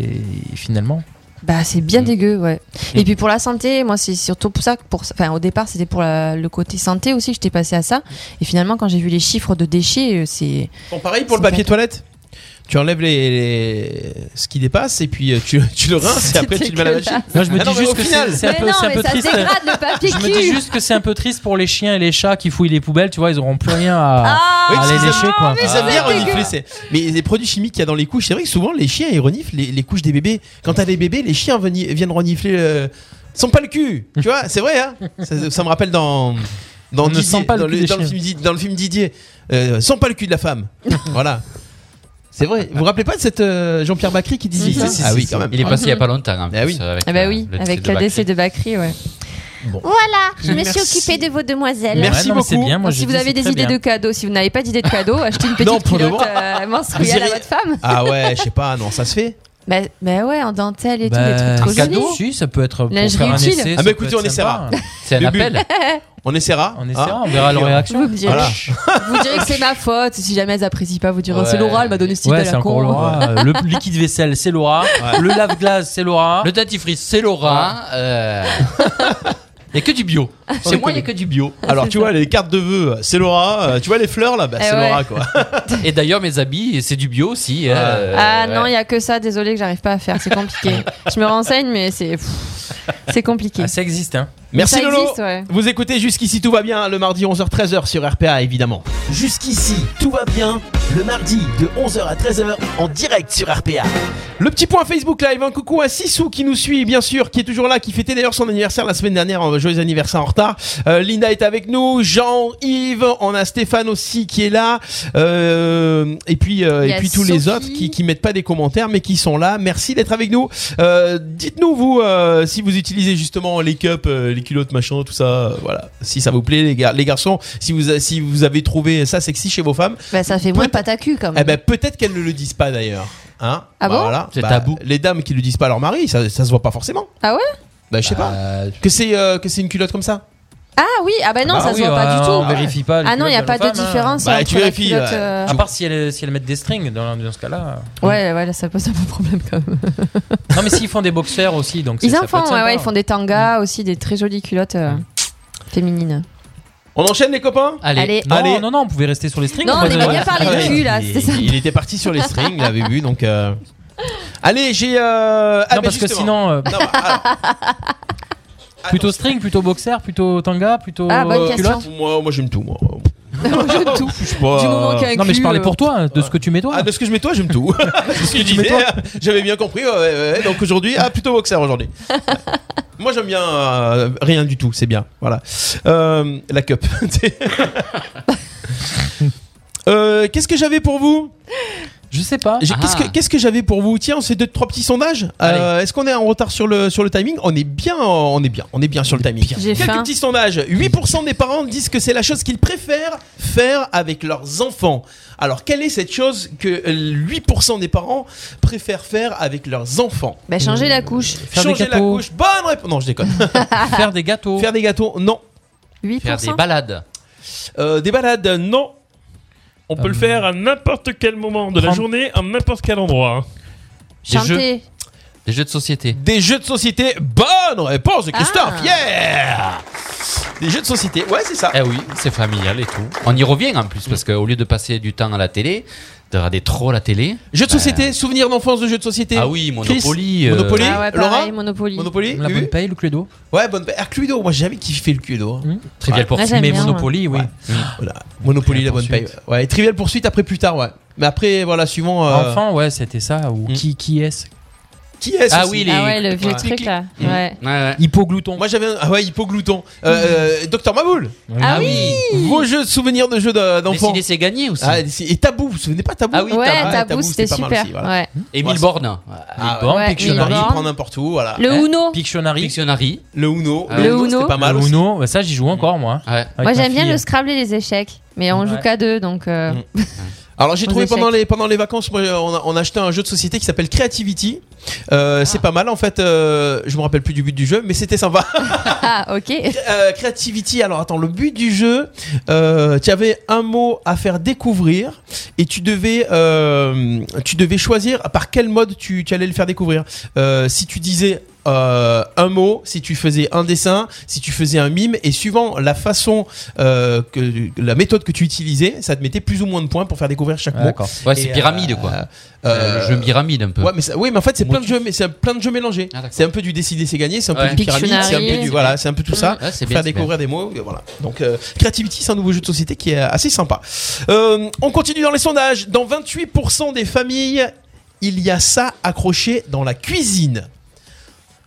Speaker 7: finalement.
Speaker 6: Bah, c'est bien
Speaker 5: Mm.
Speaker 6: dégueu, ouais.
Speaker 7: Mm.
Speaker 6: Et puis pour la santé, moi, c'est surtout pour ça que pour, enfin, au départ, c'était pour la- le côté santé aussi que j'étais passé à ça. Et finalement, quand j'ai vu les chiffres de déchets, euh, c'est
Speaker 4: Bon, pareil pour le
Speaker 6: C'est
Speaker 4: papier toilette. Tu enlèves les, les- ce qui dépasse et puis euh, tu, tu le rinces et
Speaker 6: (laughs) C'est
Speaker 4: après tu le mets à la machine.
Speaker 7: Non, je me
Speaker 4: Ah
Speaker 7: dis
Speaker 4: non, mais
Speaker 7: juste
Speaker 4: au
Speaker 7: que
Speaker 4: final-
Speaker 7: c'est c'est un
Speaker 6: Mais
Speaker 7: peu,
Speaker 6: non,
Speaker 7: c'est un
Speaker 6: mais
Speaker 7: peu
Speaker 6: ça
Speaker 7: triste.
Speaker 6: dégrade le papier
Speaker 7: Je me dis juste que c'est un peu triste pour les chiens et les chats qui fouillent les poubelles, tu vois, ils auront plus rien à,
Speaker 6: Ah,
Speaker 4: Oui,
Speaker 7: à
Speaker 4: parce
Speaker 7: les
Speaker 4: qu'ils
Speaker 7: lécher quoi.
Speaker 4: Ils aiment bien renifler. c'est- Mais les produits chimiques qu'il y a dans les couches, c'est vrai que souvent les chiens ils reniflent les, les couches des bébés. Quand t'as des bébés, les chiens veni- viennent renifler. euh, Ils sont pas le cul, tu vois, c'est
Speaker 7: (laughs)
Speaker 4: vrai, hein ça, ça me rappelle dans. Dans,
Speaker 7: On ne
Speaker 4: Didier,
Speaker 7: sent pas le
Speaker 4: dans,
Speaker 7: cul des
Speaker 4: dans le
Speaker 7: chiens.
Speaker 4: film, Didi- dans le film Didier, euh, sent pas le cul de
Speaker 7: (laughs)
Speaker 4: la femme. voilà. C'est vrai. Vous vous rappelez pas de cette euh, Jean-Pierre Bacry qui disait
Speaker 6: Si,
Speaker 4: ça
Speaker 6: si, si,
Speaker 4: Ah oui, quand même.
Speaker 5: Il est passé il y a pas longtemps.
Speaker 7: hein,
Speaker 5: en
Speaker 4: Ah
Speaker 5: plus,
Speaker 4: oui.
Speaker 5: euh, Avec,
Speaker 6: Ah bah
Speaker 5: euh,
Speaker 6: oui,
Speaker 5: le
Speaker 6: avec
Speaker 5: décès
Speaker 6: la
Speaker 5: de
Speaker 6: décès
Speaker 5: Bacri.
Speaker 6: de Bacri, ouais.
Speaker 4: Bon.
Speaker 6: Voilà, je me
Speaker 4: Merci.
Speaker 6: suis occupée de vos demoiselles.
Speaker 4: Merci
Speaker 7: Ouais, non, mais c'est
Speaker 4: beaucoup.
Speaker 7: bien, moi,
Speaker 6: Donc,
Speaker 7: je
Speaker 6: si vous
Speaker 7: dis,
Speaker 6: avez
Speaker 7: c'est
Speaker 6: des
Speaker 7: très
Speaker 6: idées
Speaker 7: bien.
Speaker 6: de cadeaux, si vous n'avez pas d'idées de cadeaux, achetez une
Speaker 4: (laughs)
Speaker 6: petite
Speaker 4: Non, pour le
Speaker 6: culotte euh, menstruelle
Speaker 4: Vous irez-
Speaker 6: à votre femme.
Speaker 4: Ah ouais, je sais pas, non, ça se fait.
Speaker 6: Bah, bah ouais, en dentelle et
Speaker 7: Bah,
Speaker 6: tout, des trucs trop
Speaker 5: cadeau.
Speaker 6: jolis.
Speaker 7: Si, ça peut être pour
Speaker 6: Lingerie
Speaker 7: faire un
Speaker 6: utile.
Speaker 7: essai.
Speaker 4: Ah,
Speaker 7: ça
Speaker 4: mais
Speaker 7: peut
Speaker 4: écoutez,
Speaker 7: être
Speaker 4: on essaiera.
Speaker 7: sympa.
Speaker 5: C'est un
Speaker 4: Bubu.
Speaker 6: (laughs)
Speaker 5: appel.
Speaker 4: On essaiera.
Speaker 7: On
Speaker 4: hein.
Speaker 7: essaiera, on verra leur réaction.
Speaker 6: Vous me direz.
Speaker 4: Voilà.
Speaker 6: (laughs) Vous direz que c'est ma faute. Si jamais elles apprécient pas, vous direz
Speaker 5: Ouais.
Speaker 6: c'est Laura, elle m'a donné ce titre
Speaker 7: Ouais,
Speaker 6: à
Speaker 7: c'est
Speaker 6: la
Speaker 7: encore
Speaker 6: con.
Speaker 7: Laura. Euh, (laughs) Le liquide vaisselle, c'est Laura. Le lave-glace, c'est Laura. Ah.
Speaker 5: Le dentifrice, c'est Laura.
Speaker 4: (laughs)
Speaker 5: euh, Il n'y a que du bio. C'est moi, il n'y a que du
Speaker 6: Ah,
Speaker 5: bio.
Speaker 4: Alors, tu vois, les cartes de vœux, c'est Laura. Euh, Tu vois, les fleurs là, bah,
Speaker 6: Eh
Speaker 4: c'est
Speaker 6: ouais.
Speaker 4: Laura quoi.
Speaker 5: (laughs) Et d'ailleurs, mes habits, c'est du bio aussi. euh,
Speaker 6: (laughs) (laughs) Ah non,
Speaker 5: ouais.
Speaker 6: il y a que ça. Désolé que j'arrive pas à faire. C'est compliqué.
Speaker 7: (laughs)
Speaker 6: Je me renseigne, mais c'est pff, c'est compliqué.
Speaker 7: Ah, ça existe, hein.
Speaker 4: Merci
Speaker 6: ça
Speaker 4: Lolo.
Speaker 6: existe, ouais.
Speaker 4: Vous écoutez jusqu'ici tout va bien le mardi 11h-13h sur RPA évidemment.
Speaker 2: Jusqu'ici, tout va
Speaker 6: (laughs)
Speaker 2: bien. Le mardi de 11h à 13h en direct sur RPA.
Speaker 4: Le petit point Facebook Live, un coucou à Sissou qui nous suit bien sûr, qui est toujours là, qui fêtait d'ailleurs son anniversaire la semaine dernière, euh, joyeux anniversaire en retard. Euh, Linda est avec nous, Jean-Yves, on a Stéphane aussi qui est là, euh, et puis euh,
Speaker 6: Il y
Speaker 4: et
Speaker 6: a
Speaker 4: puis tous les
Speaker 6: Sophie.
Speaker 4: autres qui qui mettent pas des commentaires mais qui sont là. Merci d'être avec nous. Euh, Dites-nous vous euh, si vous utilisez justement les cups, euh, les culottes, machin, tout ça, euh, voilà. Si ça vous plaît les, gar- les garçons, si vous si vous avez trouvé ça sexy chez vos femmes.
Speaker 6: Bah, ça fait moins de pâte à cul quand même.
Speaker 4: Eh ben peut-être qu'elles ne le disent pas d'ailleurs. Hein
Speaker 6: Ah bon
Speaker 4: voilà.
Speaker 5: C'est tabou.
Speaker 4: Les dames qui le
Speaker 7: ben-
Speaker 4: disent pas à leur mari, ça, ça se voit pas forcément.
Speaker 6: Ah ouais
Speaker 4: Bah je sais pas.
Speaker 5: Euh,
Speaker 4: Que c'est euh, que c'est une culotte comme ça.
Speaker 6: Ah oui, ah bah non,
Speaker 7: Bah
Speaker 6: ça se
Speaker 7: oui,
Speaker 6: voit pas
Speaker 7: bah,
Speaker 6: du tout.
Speaker 7: On vérifie pas. les
Speaker 6: Ah non, il n'y a
Speaker 7: culottes
Speaker 6: pas de
Speaker 7: nos femmes, hein.
Speaker 6: différence.
Speaker 4: Bah,
Speaker 6: entre
Speaker 4: tu
Speaker 6: la
Speaker 4: vérifies,
Speaker 6: culotte,
Speaker 4: ouais.
Speaker 6: euh,
Speaker 7: À part si elles, si elles mettent des strings dans, dans ce cas-là.
Speaker 6: Ouais, ouais, là, ça pose un peu problème quand même.
Speaker 7: Non, mais s'ils font des boxers aussi, donc c'est-
Speaker 6: Ils
Speaker 7: ça
Speaker 6: en
Speaker 7: peut
Speaker 6: font,
Speaker 7: être
Speaker 6: ouais,
Speaker 7: sympa. hein.
Speaker 6: ouais, ils font des tangas aussi, des très jolies culottes euh, Mm. féminines.
Speaker 4: On enchaîne les copains
Speaker 5: Allez.
Speaker 6: Allez.
Speaker 7: Non,
Speaker 4: Allez.
Speaker 7: non, non, on pouvait rester sur les strings.
Speaker 6: Non,
Speaker 7: on
Speaker 6: on
Speaker 7: va-
Speaker 6: aimait bien parler
Speaker 4: Ouais.
Speaker 6: de cul là,
Speaker 4: il,
Speaker 6: c'est ça.
Speaker 4: il était parti sur les strings, il avait vu donc. euh, Allez, j'ai. euh, ah,
Speaker 7: Non,
Speaker 4: bah,
Speaker 7: parce que
Speaker 4: justement.
Speaker 7: sinon, euh,
Speaker 4: Non, bah, ah.
Speaker 7: plutôt string, plutôt boxer, plutôt tanga, plutôt
Speaker 6: (laughs) Ah, bonne
Speaker 7: euh,
Speaker 6: question.
Speaker 7: culotte.
Speaker 4: Moi, moi j'aime tout, moi.
Speaker 6: J'aime tout.
Speaker 4: Je sais pas.
Speaker 6: Du moment qu'il y a un
Speaker 7: Non, mais je
Speaker 6: cul,
Speaker 7: parlais
Speaker 6: euh,
Speaker 7: pour toi, hein, de ce que tu mets toi.
Speaker 4: Ah, de ce que je mets toi, j'aime
Speaker 7: (laughs)
Speaker 4: tout. C'est ce que je disais, J'avais bien compris. ouais, ouais, ouais. Donc aujourd'hui, ah, plutôt boxer aujourd'hui. Ouais. Moi, j'aime bien euh, rien du tout, c'est bien. Voilà. Euh, la cup. (laughs) Euh, qu'est-ce que j'avais pour vous
Speaker 7: Je sais pas.
Speaker 4: J'ai-
Speaker 5: Ah.
Speaker 4: Qu'est-ce que, qu'est-ce que j'avais pour vous Tiens, c'est deux trois petits sondages. Euh, Est-ce qu'on est en retard sur le, sur le timing On est bien, on est bien, on est bien sur le timing.
Speaker 6: J'ai
Speaker 4: Quelques
Speaker 6: faim.
Speaker 4: petits sondages. 8% des parents disent que c'est la chose qu'ils préfèrent faire avec leurs enfants. Alors, quelle est cette chose que euh, 8% des parents préfèrent faire avec leurs enfants
Speaker 6: Bah, changer la couche.
Speaker 7: Faire des
Speaker 4: Changer la
Speaker 7: gâteaux.
Speaker 4: couche. Bonne réponse. Non, je
Speaker 7: (laughs)
Speaker 4: déconne.
Speaker 7: Faire des gâteaux.
Speaker 4: Faire des gâteaux Non.
Speaker 5: Faire des
Speaker 6: 8%.
Speaker 5: balades.
Speaker 4: Euh, des balades Non.
Speaker 8: On
Speaker 10: Euh,
Speaker 8: peut le faire à n'importe quel moment de la
Speaker 7: prendre-
Speaker 8: journée, à n'importe quel endroit. hein.
Speaker 6: Chanter.
Speaker 5: Des jeux de société.
Speaker 4: Des jeux de société Eh, Bonne réponse, de Christophe.
Speaker 6: Ah.
Speaker 4: Yeah Des jeux de société. Ouais, c'est ça.
Speaker 5: Eh oui, c'est familial et tout. On y revient en plus parce qu'au lieu de passer du temps à la télé, de regarder trop la télé.
Speaker 4: Jeux de
Speaker 5: bah,
Speaker 4: société, souvenirs d'enfance de jeux de société.
Speaker 5: Ah oui,
Speaker 4: Chris,
Speaker 5: Monopoly. euh,
Speaker 4: Monopoly.
Speaker 6: Ah ouais,
Speaker 4: Laura
Speaker 6: pareil, Monopoly.
Speaker 4: Monopoly
Speaker 7: La
Speaker 4: oui.
Speaker 7: bonne paye, le cluedo. Hum.
Speaker 4: Ouais, bonne paire. Cluedo, moi j'avais kiffé le Cluedo. hein.
Speaker 5: Trivial pour
Speaker 6: Ouais, j'aime
Speaker 7: Mais
Speaker 6: bien,
Speaker 7: Monopoly, oui.
Speaker 4: Ouais. Ah, Voilà. Monopoly, la bonne paye.
Speaker 7: Poursuite.
Speaker 4: Ouais, et Trivial Poursuite après plus tard, ouais. Mais après, voilà, suivant. euh,
Speaker 7: Enfant, ouais, c'était ça. Ou
Speaker 4: Hmm.
Speaker 7: qui, qui est-ce
Speaker 4: Qui est
Speaker 5: Ah
Speaker 4: aussi
Speaker 5: oui, les-
Speaker 6: Ah ouais, le vieux
Speaker 4: Ouais. Mm.
Speaker 6: truc là. Ouais.
Speaker 5: Ouais, ouais.
Speaker 7: Hypoglouton.
Speaker 4: Moi j'avais. un- Ah ouais, Hypoglouton. Euh, euh, Docteur Maboul.
Speaker 6: Ah
Speaker 5: oui.
Speaker 4: Vos jeux de souvenirs de jeux de- d'enfants.
Speaker 5: Décider, c'est gagné aussi.
Speaker 4: Ah, c'est- et Tabou, vous vous souvenez pas Tabou
Speaker 5: Ah oui,
Speaker 6: ouais,
Speaker 5: Tabou,
Speaker 6: Tabou, c'était
Speaker 4: pas mal
Speaker 6: super.
Speaker 4: aussi, voilà.
Speaker 6: ouais.
Speaker 5: Et mille
Speaker 4: Ouais.
Speaker 5: bornes.
Speaker 4: Ah,
Speaker 7: Bon,
Speaker 6: Ouais,
Speaker 4: Pictionary,
Speaker 7: Pictionary. Hein?
Speaker 6: Mille bornes.
Speaker 4: prends n'importe où, voilà. Eh.
Speaker 6: Le Uno.
Speaker 7: Pictionary.
Speaker 5: Dictionary.
Speaker 4: Le Uno.
Speaker 5: Le
Speaker 4: C'était
Speaker 6: Uno.
Speaker 4: pas mal
Speaker 7: le
Speaker 4: aussi.
Speaker 7: Uno. Bah, ça, j'y joue encore, moi.
Speaker 5: Ouais.
Speaker 7: avec
Speaker 6: Moi
Speaker 7: ma
Speaker 6: j'aime bien
Speaker 7: fille.
Speaker 6: le Scrabble et les échecs, mais on joue
Speaker 7: Ouais.
Speaker 6: qu'à deux donc. euh,
Speaker 4: Mm. Alors j'ai
Speaker 6: Aux
Speaker 4: trouvé
Speaker 6: échecs.
Speaker 4: pendant les pendant les vacances, moi, on, a, on a acheté un jeu de société qui s'appelle Creativity. Euh,
Speaker 6: Ah.
Speaker 4: C'est pas mal en fait. euh, je me rappelle plus du but du jeu, mais c'était sympa.
Speaker 6: (laughs) Ah ok.
Speaker 4: Euh, Creativity. Alors attends, le but du jeu, euh, tu avais un mot à faire découvrir et tu devais euh, tu devais choisir par quel mode tu, tu allais le faire découvrir. Euh, si tu disais euh, un mot, si tu faisais un dessin, si tu faisais un mime, et suivant la façon, euh, que, la méthode que tu utilisais, ça te mettait plus ou moins de points pour faire découvrir chaque
Speaker 7: Ah,
Speaker 4: mot.
Speaker 7: D'accord.
Speaker 5: Ouais,
Speaker 4: Et,
Speaker 5: c'est
Speaker 4: euh,
Speaker 5: pyramide quoi.
Speaker 4: Euh,
Speaker 5: Euh, le jeu pyramide un peu.
Speaker 4: Ouais, mais ça- oui, mais en fait, c'est plein de jeux, mais c'est plein de jeux mélangés.
Speaker 5: Ah, d'accord.
Speaker 4: c'est un peu du décider, c'est gagner, c'est un peu
Speaker 5: Ouais.
Speaker 4: du pyramide, c'est un peu
Speaker 6: Pictionary.
Speaker 4: du voilà, c'est un peu tout ça.
Speaker 5: Ouais, c'est bien,
Speaker 4: Faire
Speaker 5: c'est
Speaker 4: découvrir des mots, et voilà. Donc, euh, Creativity, c'est un nouveau jeu de société qui est assez sympa. Euh, on continue dans les sondages. Dans 28% des familles, il y a ça accroché dans la cuisine.
Speaker 5: bien.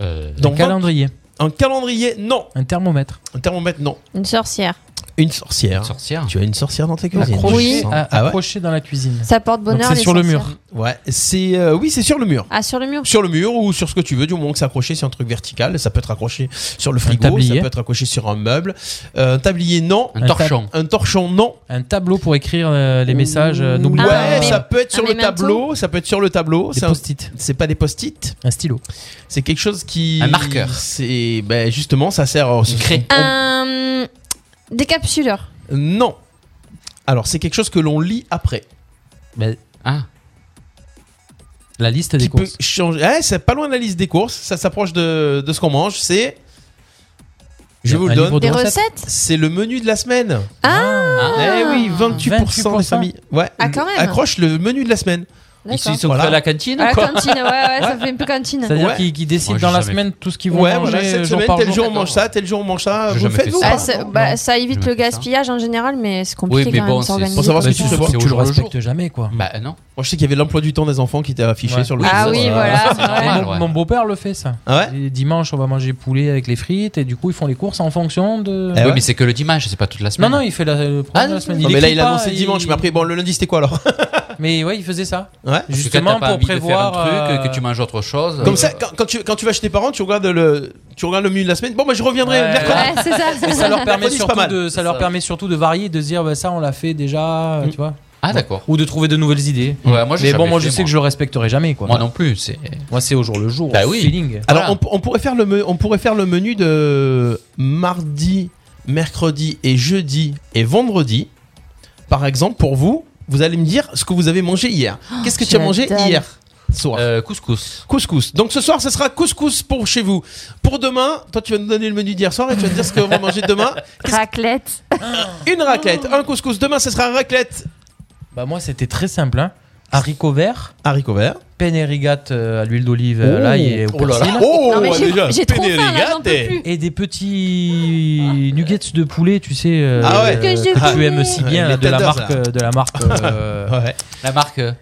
Speaker 5: Euh,
Speaker 4: Dans
Speaker 7: Un
Speaker 4: 20
Speaker 7: calendrier.
Speaker 4: un calendrier, non.
Speaker 7: Un thermomètre.
Speaker 4: Un thermomètre, non.
Speaker 6: Une sorcière.
Speaker 4: Une sorcière.
Speaker 5: une sorcière.
Speaker 4: Tu as une sorcière dans ta cuisine.
Speaker 7: Accroché,
Speaker 6: Oui.
Speaker 7: à-
Speaker 4: Ah ouais.
Speaker 7: accroché dans la cuisine.
Speaker 6: Ça porte
Speaker 7: Donc
Speaker 6: bonheur.
Speaker 7: c'est
Speaker 6: les
Speaker 7: sur le
Speaker 6: sorcières.
Speaker 7: mur.
Speaker 4: Ouais, c'est euh, oui, c'est sur le mur.
Speaker 6: Ah sur le mur.
Speaker 4: sur le mur ou sur ce que tu veux, du moment que c'est accroché sur un truc vertical. Ça peut être accroché sur le frigo,
Speaker 7: tablier.
Speaker 4: ça peut être accroché sur un meuble. Euh, un tablier, non.
Speaker 5: Un
Speaker 7: Un
Speaker 5: torchon.
Speaker 4: Un torchon, non.
Speaker 7: Un tableau pour écrire euh, les messages. euh, N'oublie
Speaker 4: Ouais,
Speaker 7: pas.
Speaker 6: Ah, un
Speaker 4: ça
Speaker 6: mé-
Speaker 4: peut être sur
Speaker 6: un
Speaker 4: le
Speaker 6: memento.
Speaker 4: tableau, ça peut être sur le tableau.
Speaker 7: Des
Speaker 4: C'est un-
Speaker 7: post-it.
Speaker 4: C'est pas des post-it,
Speaker 7: Un stylo.
Speaker 4: c'est quelque chose qui.
Speaker 5: Un marqueur.
Speaker 4: C'est. Ben justement, ça sert. au-
Speaker 5: Une craie.
Speaker 6: Un décapsuleur.
Speaker 4: Non. Alors, c'est quelque chose que l'on lit après.
Speaker 5: Ah.
Speaker 7: La liste des
Speaker 4: Qui peut
Speaker 7: courses.
Speaker 4: changer. Eh, c'est pas loin de la liste des courses, ça s'approche de, de ce qu'on mange. C'est. Je vous
Speaker 7: Un
Speaker 4: le
Speaker 7: livre
Speaker 4: donne.
Speaker 7: de
Speaker 6: Des
Speaker 7: recettes.
Speaker 6: recettes.
Speaker 4: C'est le menu de la semaine.
Speaker 5: Ah.
Speaker 4: Eh oui, 28%, des
Speaker 7: 28%.
Speaker 4: familles. Ouais.
Speaker 6: Ah, quand même.
Speaker 4: Accroche le menu de la semaine.
Speaker 5: Ils sont
Speaker 6: D'accord.
Speaker 5: ils sont
Speaker 4: Voilà.
Speaker 5: à la cantine
Speaker 6: À
Speaker 5: ou
Speaker 6: la
Speaker 5: quoi
Speaker 6: Ah, cantine, ouais, ouais, ça fait un peu cantine.
Speaker 7: C'est-à-dire
Speaker 4: Ouais.
Speaker 7: qu'ils qu'ils décident
Speaker 5: Moi, j'ai
Speaker 7: dans la
Speaker 5: jamais
Speaker 7: semaine tout ce qu'ils vont
Speaker 4: Ouais,
Speaker 7: manger
Speaker 4: voilà, cette
Speaker 7: jour
Speaker 4: semaine,
Speaker 7: par
Speaker 4: tel
Speaker 7: jour.
Speaker 4: jour on mange ça, tel jour on mange ça.
Speaker 5: J'ai
Speaker 4: Vous le
Speaker 5: jamais fait
Speaker 4: faites vous hein.
Speaker 5: ça.
Speaker 4: pas
Speaker 6: Ah, ça, bah, ça évite
Speaker 5: Je
Speaker 6: le
Speaker 5: me fais ça.
Speaker 6: gaspillage en général, mais c'est compliqué
Speaker 5: Oui, mais
Speaker 6: quand
Speaker 5: bon,
Speaker 6: même de
Speaker 5: c'est-
Speaker 6: s'organiser
Speaker 4: Pour savoir
Speaker 6: comme
Speaker 4: ce que tu
Speaker 6: ça.
Speaker 4: fais, bon.
Speaker 5: C'est au
Speaker 7: Tu le
Speaker 5: jour le jour.
Speaker 7: respectes jamais, quoi.
Speaker 5: Bah non.
Speaker 4: euh, Moi, je sais qu'il y avait l'emploi du temps des enfants qui était affiché
Speaker 7: Ouais.
Speaker 4: sur le
Speaker 5: Oui,
Speaker 6: Ah
Speaker 4: jour.
Speaker 6: oui,
Speaker 5: ça,
Speaker 6: voilà,
Speaker 5: c'est
Speaker 6: c'est vrai.
Speaker 5: normal.
Speaker 7: Mon,
Speaker 5: ouais.
Speaker 7: mon beau-père le fait ça.
Speaker 4: Ah ouais
Speaker 7: Et Dimanche, on va manger poulet avec les frites et du coup, ils font les courses en fonction de.
Speaker 4: Eh
Speaker 5: oui,
Speaker 4: ouais.
Speaker 5: mais c'est que le dimanche, c'est pas toute la semaine.
Speaker 7: Non, non, il fait la, le programme
Speaker 5: Ah,
Speaker 7: de la semaine.
Speaker 4: Non, mais là,
Speaker 7: écrit
Speaker 4: il
Speaker 7: pas,
Speaker 4: annonçait
Speaker 7: il-
Speaker 4: dimanche, mais après, bon, le lundi, c'était quoi alors
Speaker 7: (laughs) Mais ouais, il faisait ça.
Speaker 4: Ouais.
Speaker 5: Parce que
Speaker 7: Justement
Speaker 5: quand t'as pas
Speaker 7: pour
Speaker 5: envie de faire
Speaker 7: prévoir.
Speaker 5: un truc,
Speaker 7: euh,
Speaker 5: que tu manges autre chose.
Speaker 4: Comme
Speaker 5: euh,
Speaker 4: ça, quand, quand tu, quand tu vas chez tes parents, tu regardes le, tu regardes le menu de la semaine. Bon, bah, je reviendrai
Speaker 7: Ouais.
Speaker 4: mercredi.
Speaker 6: Ouais, c'est ça. c'est
Speaker 7: Mais ça
Speaker 6: ça.
Speaker 7: leur permet
Speaker 4: Mercredi, c'est pas
Speaker 7: surtout
Speaker 4: mal.
Speaker 7: de, ça leur
Speaker 5: Ça.
Speaker 7: permet surtout de varier, de se dire bah, ça on l'a fait déjà, euh,
Speaker 4: Mm.
Speaker 7: tu vois,
Speaker 5: Ah d'accord.
Speaker 7: ou de trouver de nouvelles idées.
Speaker 5: Ouais, moi, j'ai
Speaker 7: mais bon,
Speaker 5: jamais
Speaker 7: moi
Speaker 5: fait,
Speaker 7: je sais que je le respecterai jamais quoi.
Speaker 5: Moi non plus, c'est.
Speaker 7: Moi, c'est au jour le jour,
Speaker 5: Bah
Speaker 7: au
Speaker 5: oui.
Speaker 7: feeling.
Speaker 4: Alors,
Speaker 5: Voilà.
Speaker 4: on, on pourrait faire le, me- on pourrait faire le menu de mardi, mercredi et jeudi et vendredi, par exemple, pour vous, vous allez me dire ce que vous avez mangé hier.
Speaker 6: Oh,
Speaker 4: Qu'est-ce que
Speaker 5: j'ai
Speaker 4: tu as
Speaker 5: la
Speaker 4: mangé
Speaker 5: dalle.
Speaker 4: hier soir
Speaker 7: Euh,
Speaker 5: Couscous.
Speaker 4: Couscous. Donc ce soir, ce sera couscous pour chez vous. Pour demain, toi, tu vas nous donner le menu d'hier soir et tu vas nous dire ce qu'on va manger
Speaker 6: (laughs)
Speaker 4: demain.
Speaker 6: Ah, Raclette.
Speaker 4: Une raclette, un couscous. Demain, ce sera raclette.
Speaker 7: Bah moi c'était très simple. Hein. Haricots verts.
Speaker 4: Haricots verts.
Speaker 7: Penne rigate à l'huile d'olive,
Speaker 4: Oh.
Speaker 7: euh, l'ail et au
Speaker 4: Oh là là.
Speaker 7: persil.
Speaker 4: Oh, Non, mais j'ai- déjà, j'ai trop penne faim, là, j'en peux rigate. plus.
Speaker 7: Et des petits nuggets de poulet, tu sais, euh,
Speaker 5: Ah ouais. Que j'ai
Speaker 7: que tu
Speaker 5: trouvé.
Speaker 7: aimes si bien,
Speaker 5: Les
Speaker 7: là, de, la
Speaker 5: tenders,
Speaker 7: marque,
Speaker 5: là.
Speaker 7: euh, de la marque...
Speaker 4: (laughs)
Speaker 7: euh,
Speaker 5: La marque. euh,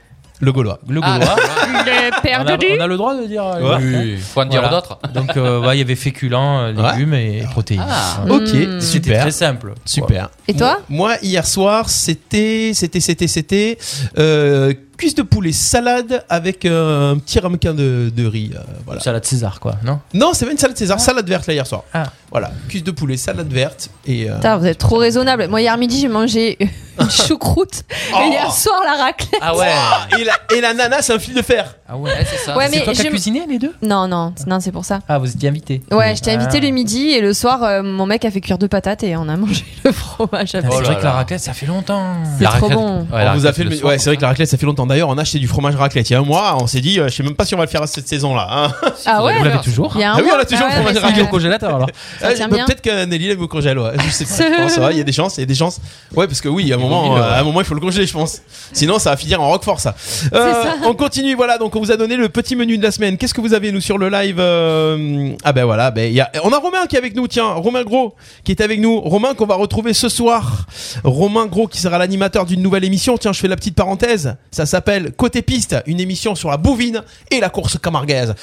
Speaker 4: Le Gaulois.
Speaker 7: Le
Speaker 5: Ah,
Speaker 7: Gaulois.
Speaker 6: Le
Speaker 7: on,
Speaker 6: père
Speaker 7: a,
Speaker 6: de du.
Speaker 7: on a le droit de dire... euh,
Speaker 4: (laughs)
Speaker 5: Ouais.
Speaker 7: les marques,
Speaker 5: Oui,
Speaker 7: hein.
Speaker 5: faut en dire
Speaker 7: Voilà.
Speaker 5: d'autres.
Speaker 7: (laughs) Donc, euh, ouais, il y avait féculents, euh, légumes et, et protéines.
Speaker 5: Ah.
Speaker 7: Voilà.
Speaker 4: Ok,
Speaker 7: C'était
Speaker 4: super.
Speaker 7: très simple.
Speaker 4: Super.
Speaker 6: Et toi
Speaker 4: moi, moi, hier soir, c'était, c'était, c'était, c'était euh, cuisse de poulet salade avec euh, un petit ramequin de, de riz. euh, voilà.
Speaker 7: Salade César, quoi, non
Speaker 4: Non, c'est pas une salade César, salade verte là hier soir.
Speaker 7: Ah.
Speaker 4: Voilà, cuisse de poulet, salade verte et. euh,
Speaker 6: Putain, vous êtes trop raisonnable. Moi, hier midi, j'ai mangé
Speaker 7: (laughs)
Speaker 6: une choucroute. Et
Speaker 7: Oh.
Speaker 6: hier soir, la raclette.
Speaker 5: Ah
Speaker 4: Ouah, (laughs) et, la, et l'ananas, c'est un fil de fer.
Speaker 7: Ah ouais,
Speaker 5: c'est ça.
Speaker 6: Ouais, mais je-
Speaker 7: les deux
Speaker 6: Non, non, non, c'est pour ça.
Speaker 7: Ah, vous étiez invité.
Speaker 6: Ouais, je t'ai invité
Speaker 7: Ah.
Speaker 6: le midi et le soir, euh, mon mec a fait cuire deux patates et on a mangé (laughs) le fromage
Speaker 7: Ah,
Speaker 6: avec.
Speaker 7: C'est vrai
Speaker 5: là
Speaker 7: que la
Speaker 5: là.
Speaker 7: raclette, ça fait longtemps.
Speaker 6: C'est trop bon.
Speaker 5: Ouais, la
Speaker 4: on vous a
Speaker 5: raclette
Speaker 4: fait
Speaker 5: le
Speaker 4: le-
Speaker 5: soir,
Speaker 4: ouais, c'est vrai que la raclette, ça fait longtemps. D'ailleurs, on a acheté du fromage raclette il y a un mois. On s'est dit, euh, je sais même pas si on va le faire cette saison-là. hein.
Speaker 6: Ah ouais
Speaker 7: Vous l'avez toujours
Speaker 6: Il y a un
Speaker 4: Ah oui, on
Speaker 6: mois.
Speaker 4: a toujours
Speaker 6: Ah ouais,
Speaker 4: le fromage
Speaker 6: mais ça-
Speaker 4: raclette.
Speaker 7: Au congélateur, alors
Speaker 6: (laughs) Ça
Speaker 4: Euh,
Speaker 6: tient
Speaker 4: bah,
Speaker 6: bien.
Speaker 4: Peut-être que Nelly l'aime au congélo. Je sais pas.
Speaker 6: (laughs)
Speaker 4: je pense, ouais, il y a des chances. Il y a des chances. Ouais, parce que oui, à un moment,
Speaker 7: mobile,
Speaker 4: euh, à un
Speaker 7: ouais.
Speaker 4: moment, il faut le congeler, je pense. Sinon, ça va finir en roquefort, ça. Euh,
Speaker 6: ça.
Speaker 4: On continue. Voilà. Donc, on vous a donné le petit menu de la semaine. Qu'est-ce que vous avez nous sur le live euh, Ah ben voilà. Ben il y a. On a Romain qui est avec nous. Tiens, Romain Gros qui est avec nous. Romain qu'on va retrouver ce soir. Romain Gros qui sera l'animateur d'une nouvelle émission. Tiens, je fais la petite parenthèse. Ça s'appelle Côté piste, une émission sur la bovine et la course camarguaise.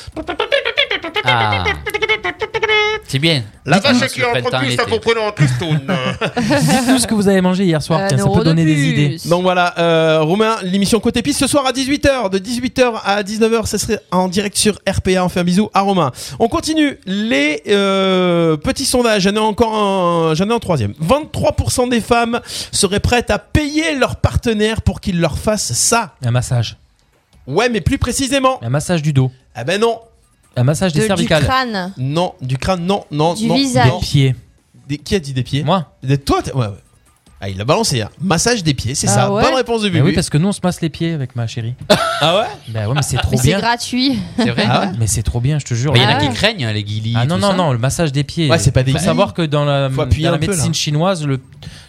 Speaker 5: Ah. C'est bien.
Speaker 4: La
Speaker 5: Dites-nous
Speaker 4: vache
Speaker 5: ce
Speaker 4: qui est en
Speaker 5: printemps,
Speaker 4: train de
Speaker 5: l'été.
Speaker 7: (laughs) Dites-nous ce que vous avez mangé hier soir,
Speaker 6: Un
Speaker 7: tiens, ça
Speaker 6: euro
Speaker 7: peut
Speaker 6: de
Speaker 7: donner des
Speaker 6: plus.
Speaker 7: idées.
Speaker 4: Donc voilà, euh, Romain, l'émission Côté Piste ce soir à 18h. De 18h à 19h, ce serait en direct sur RPA. On fait un bisou à Romain. On continue les euh, petits sondages. J'en ai encore un, j'en ai un troisième. 23% des femmes seraient prêtes à payer leur partenaire pour qu'il leur fasse ça.
Speaker 7: Un massage.
Speaker 4: Ouais, mais plus précisément.
Speaker 7: Un massage du dos.
Speaker 4: Ah ben non,
Speaker 7: Un massage des
Speaker 6: de- du
Speaker 7: cervicales.
Speaker 6: crâne.
Speaker 4: non, du crâne, non, non,
Speaker 6: Du
Speaker 4: non.
Speaker 6: visage.
Speaker 4: non.
Speaker 7: Des pieds.
Speaker 4: Des- qui a dit des pieds
Speaker 7: Moi
Speaker 4: Des- Toi, t'es- ouais, ouais. Ah, il l'a balancé. hein. Massage des pieds, c'est
Speaker 6: Ah
Speaker 4: ça.
Speaker 6: ouais
Speaker 4: Bonne réponse de
Speaker 7: Mais
Speaker 4: Bubu.
Speaker 7: oui, parce que nous, on se masse les pieds avec ma chérie.
Speaker 4: Ah ouais
Speaker 7: Bah ouais,
Speaker 5: (laughs)
Speaker 7: mais c'est trop
Speaker 6: Mais c'est
Speaker 7: bien.
Speaker 6: gratuit.
Speaker 5: C'est
Speaker 6: (laughs)
Speaker 5: vrai.
Speaker 4: Ah ouais
Speaker 7: Mais c'est trop bien, je te jure.
Speaker 5: Mais il y en a
Speaker 6: Ah
Speaker 5: qui
Speaker 6: ouais.
Speaker 5: craignent hein, les guilis.
Speaker 7: Ah non,
Speaker 5: tout
Speaker 7: non,
Speaker 5: ça.
Speaker 7: non, le massage des pieds. euh,
Speaker 4: Ouais, c'est pas des
Speaker 7: Faut
Speaker 4: guilis.
Speaker 7: savoir que dans la,
Speaker 4: Faut
Speaker 7: dans
Speaker 4: appuyer
Speaker 7: la
Speaker 4: un peu, là.
Speaker 7: médecine chinoise, le,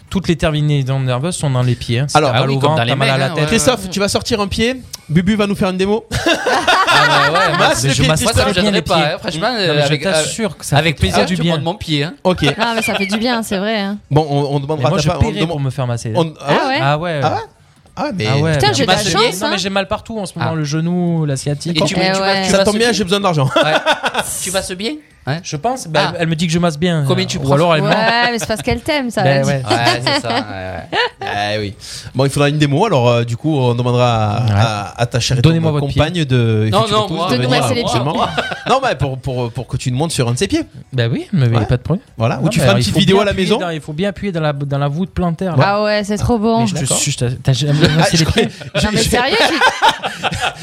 Speaker 7: toutes les terminaisons nerveuses sont dans les pieds. hein. Si
Speaker 4: Alors,
Speaker 7: t'as mal
Speaker 5: ah oui,
Speaker 7: au
Speaker 5: comme
Speaker 7: ventre,
Speaker 5: dans les
Speaker 7: t'as mal à la
Speaker 5: mecs, hein,
Speaker 7: tête.
Speaker 5: ouais.
Speaker 4: Christophe, tu vas sortir un pied. Bubu va nous faire
Speaker 5: (laughs)
Speaker 4: une démo.
Speaker 5: Ah ouais, ouais, moi,
Speaker 4: Masse
Speaker 7: mais
Speaker 4: les
Speaker 7: je
Speaker 4: pieds,
Speaker 7: masse
Speaker 4: tu
Speaker 5: moi,
Speaker 4: sais.
Speaker 5: ça me
Speaker 7: bien les
Speaker 5: gênerait
Speaker 7: pieds.
Speaker 5: pas. hein, Franchement, euh,
Speaker 7: Non, mais je
Speaker 5: avec,
Speaker 7: t'assure que ça
Speaker 5: avec
Speaker 7: fait très
Speaker 5: plaisir, tu
Speaker 7: bien.
Speaker 5: prends de mon pied. Hein.
Speaker 4: Ok.
Speaker 6: Ah, mais ça fait du bien, c'est vrai. hein.
Speaker 4: Bon, on, on
Speaker 7: Mais
Speaker 4: demandera
Speaker 7: moi,
Speaker 4: à
Speaker 7: je
Speaker 4: ta femme- on
Speaker 7: paierais pour
Speaker 4: demande-
Speaker 7: me faire masser.
Speaker 4: on- ah,
Speaker 6: Ah
Speaker 4: ouais
Speaker 6: ouais
Speaker 7: Ah ouais.
Speaker 4: Ah ouais Ah, mais.
Speaker 7: Ah ouais,
Speaker 6: Putain,
Speaker 7: mais
Speaker 6: j'ai de
Speaker 7: on
Speaker 6: la
Speaker 7: passe-
Speaker 6: chance,
Speaker 7: Non,
Speaker 6: hein.
Speaker 7: mais j'ai mal partout en ce moment,
Speaker 5: Ah.
Speaker 7: le genou, la sciatique.
Speaker 5: Et tu, tu,
Speaker 6: Eh ouais.
Speaker 5: tu
Speaker 4: Ça
Speaker 5: masses
Speaker 4: tombe bien,
Speaker 5: bien.
Speaker 4: j'ai besoin d'argent.
Speaker 5: Tu masses bien. Hein
Speaker 7: Je pense, bah,
Speaker 5: Ah.
Speaker 7: elle me dit que je masse bien.
Speaker 5: Combien tu
Speaker 7: Ou
Speaker 5: prends
Speaker 7: alors elle ment.
Speaker 6: Ouais, mais c'est parce qu'elle t'aime, ça.
Speaker 7: Ben
Speaker 6: elle dit.
Speaker 7: ouais.
Speaker 5: Ouais,
Speaker 7: (laughs)
Speaker 5: c'est ça. ouais, ouais.
Speaker 4: ah oui. Bon, il faudra une démo, alors euh, du coup, on demandera à,
Speaker 7: Ouais.
Speaker 4: à- à ta chère et
Speaker 7: Donnez-moi
Speaker 4: tendre
Speaker 7: votre
Speaker 4: compagne de.
Speaker 5: Non,
Speaker 4: que tu
Speaker 5: non,
Speaker 4: retrouves
Speaker 5: moi,
Speaker 6: De nous
Speaker 4: venir,
Speaker 6: masser les pieds.
Speaker 4: absolument. (laughs) Non, mais pour, pour, pour que tu nous montes sur un de ses pieds.
Speaker 7: Bah oui, mais il y a
Speaker 4: Ouais.
Speaker 7: pas de problème.
Speaker 4: Voilà. Ou
Speaker 7: Non,
Speaker 4: tu
Speaker 7: mais
Speaker 4: feras une
Speaker 7: alors, il
Speaker 4: petite
Speaker 7: faut
Speaker 4: vidéo
Speaker 7: bien
Speaker 4: à la
Speaker 7: appuyer
Speaker 4: maison.
Speaker 7: dans- il faut bien appuyer dans la, dans la voûte plantaire. là.
Speaker 6: Ah ouais, c'est trop bon.
Speaker 7: Mais je te
Speaker 4: D'accord.
Speaker 7: suis, t'as t'as jamais massé les pieds.
Speaker 6: Non, mais sérieux, j'ai-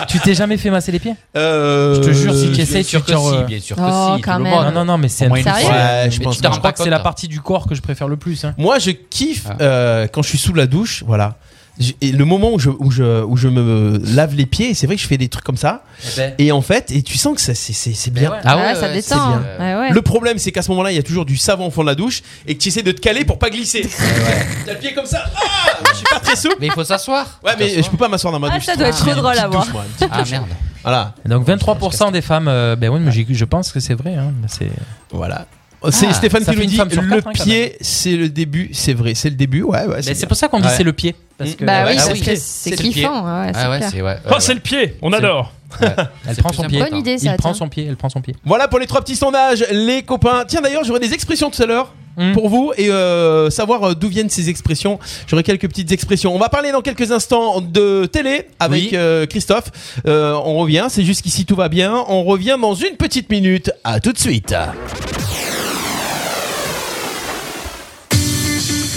Speaker 7: Tu t'es jamais fait masser les pieds
Speaker 4: Euh,
Speaker 7: Je te jure, si tu
Speaker 5: Bien
Speaker 7: essayes, tu
Speaker 5: sûr que
Speaker 7: tires,
Speaker 5: si,
Speaker 7: euh,
Speaker 5: bien sûr que
Speaker 6: Oh,
Speaker 5: si. tout
Speaker 6: quand
Speaker 5: le
Speaker 6: même.
Speaker 5: monde.
Speaker 7: Non, non, non, mais c'est
Speaker 5: Au moins
Speaker 7: un
Speaker 5: une
Speaker 7: truc-
Speaker 5: fois.
Speaker 4: Ouais, je
Speaker 5: Mais
Speaker 4: pense
Speaker 5: tu
Speaker 4: que-
Speaker 5: t'en
Speaker 7: Je
Speaker 5: rends pas
Speaker 7: crois que
Speaker 5: compte.
Speaker 7: c'est la partie du corps que je préfère le plus. hein.
Speaker 4: Moi, je kiffe
Speaker 5: Ah.
Speaker 4: euh, quand je suis sous la douche, voilà. J'ai- Et le moment où je, où je, où je me lave les pieds, c'est vrai que je fais des trucs comme ça. Et en fait, et tu sens que ça, c'est- c'est c'est bien.
Speaker 6: Ah
Speaker 5: Ah Eh ben. ouais,
Speaker 6: ouais, ça
Speaker 5: ouais,
Speaker 6: détend.
Speaker 5: c'est bien.
Speaker 6: Ouais, ouais.
Speaker 4: Le problème, c'est qu'à ce moment-là, il y a toujours du savon au fond de la douche et que tu essaies de te caler pour pas
Speaker 5: (laughs)
Speaker 4: glisser. T'as le pied comme ça. Ah je suis pas très souple.
Speaker 5: Mais il faut s'asseoir.
Speaker 4: Ouais, mais je peux pas m'asseoir dans ma
Speaker 6: Ah,
Speaker 4: douche.
Speaker 6: ça doit
Speaker 4: Je
Speaker 6: être
Speaker 4: fais
Speaker 6: trop
Speaker 4: une
Speaker 6: drôle
Speaker 4: petite
Speaker 6: à voir.
Speaker 4: douche, moi, une petite
Speaker 5: Ah
Speaker 4: douche.
Speaker 5: merde.
Speaker 4: Voilà.
Speaker 7: Donc 23% des femmes, euh, ben oui, mais j'ai- je pense que c'est vrai. hein, mais c'est-
Speaker 4: Voilà. Oh, C'est
Speaker 5: Ah,
Speaker 4: Stéphane
Speaker 7: ça fait
Speaker 4: qui nous
Speaker 7: une
Speaker 4: dit
Speaker 7: femme sur
Speaker 4: le
Speaker 7: quatre, hein, quand
Speaker 4: pied, c'est le début, c'est vrai, c'est le début, ouais, ouais.
Speaker 7: Mais
Speaker 4: c'est Mmh.
Speaker 7: C'est
Speaker 4: bien.
Speaker 7: pour ça qu'on dit
Speaker 4: Ouais.
Speaker 7: c'est le pied. Parce que
Speaker 6: Bah oui,
Speaker 5: Ah
Speaker 6: c'est
Speaker 5: oui,
Speaker 6: parce que
Speaker 5: c'est
Speaker 6: c'est
Speaker 5: le pied.
Speaker 6: kiffant. ouais, c'est
Speaker 5: Ah ouais,
Speaker 6: clair.
Speaker 5: c'est ouais. ouais,
Speaker 8: Oh,
Speaker 5: ouais.
Speaker 8: c'est le pied On adore
Speaker 5: Ouais.
Speaker 7: Elle
Speaker 5: C'est
Speaker 7: prend
Speaker 5: plus
Speaker 7: son
Speaker 5: important.
Speaker 7: pied.
Speaker 6: Bonne idée, ça.
Speaker 7: Il prend
Speaker 6: tiens.
Speaker 7: son pied, elle prend son pied.
Speaker 4: (laughs) Voilà pour les trois petits sondages, les copains. Tiens d'ailleurs, j'aurais des expressions tout à l'heure
Speaker 7: Mm.
Speaker 4: pour vous et euh, savoir euh, d'où viennent ces expressions. J'aurais quelques petites expressions. On va parler dans quelques instants de télé avec
Speaker 5: Oui.
Speaker 4: euh, Christophe. Euh, on revient, c'est jusqu'ici tout va bien. On revient dans une petite minute. À tout de suite.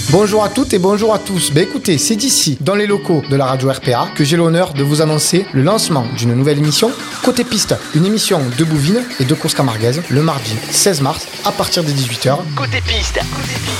Speaker 3: Bonjour à toutes et bonjour à tous. Ben écoutez, c'est d'ici, dans les locaux de la radio RPA, que j'ai l'honneur de vous annoncer le lancement d'une nouvelle émission Côté Piste. Une émission de Bouvines et de course camargaise le mardi 16 mars à partir des 18h.
Speaker 2: Côté piste.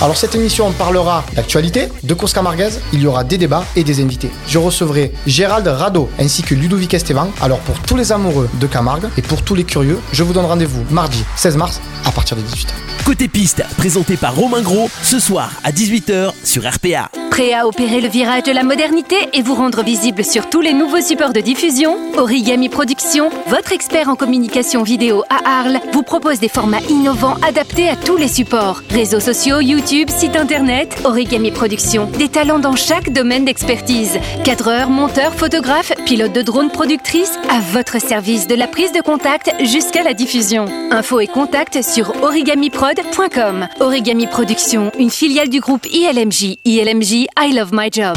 Speaker 3: Alors cette émission parlera d'actualité, de course camargaise, il y aura des débats et des invités. Je recevrai Gérald Rado ainsi que Ludovic Esteban. Alors pour tous les amoureux de Camargue et pour tous les curieux, je vous donne rendez-vous mardi 16 mars à partir des 18h.
Speaker 1: Côté piste, présenté par Romain Gros, ce soir à 18h sur RPA.
Speaker 11: Prêt à opérer le virage de la modernité et vous rendre visible sur tous les nouveaux supports de diffusion Origami Productions, votre expert en communication vidéo à Arles, vous propose des formats innovants adaptés à tous les supports. Réseaux sociaux, YouTube, site internet, Origami Productions, des talents dans chaque domaine d'expertise. Cadreur, monteur, photographe, pilote de drone, productrice, à votre service de la prise de contact jusqu'à la diffusion. Info et contact sur origamiprod.com. Origami Productions, une filiale du groupe ILMJ. ILMJ, I love my job.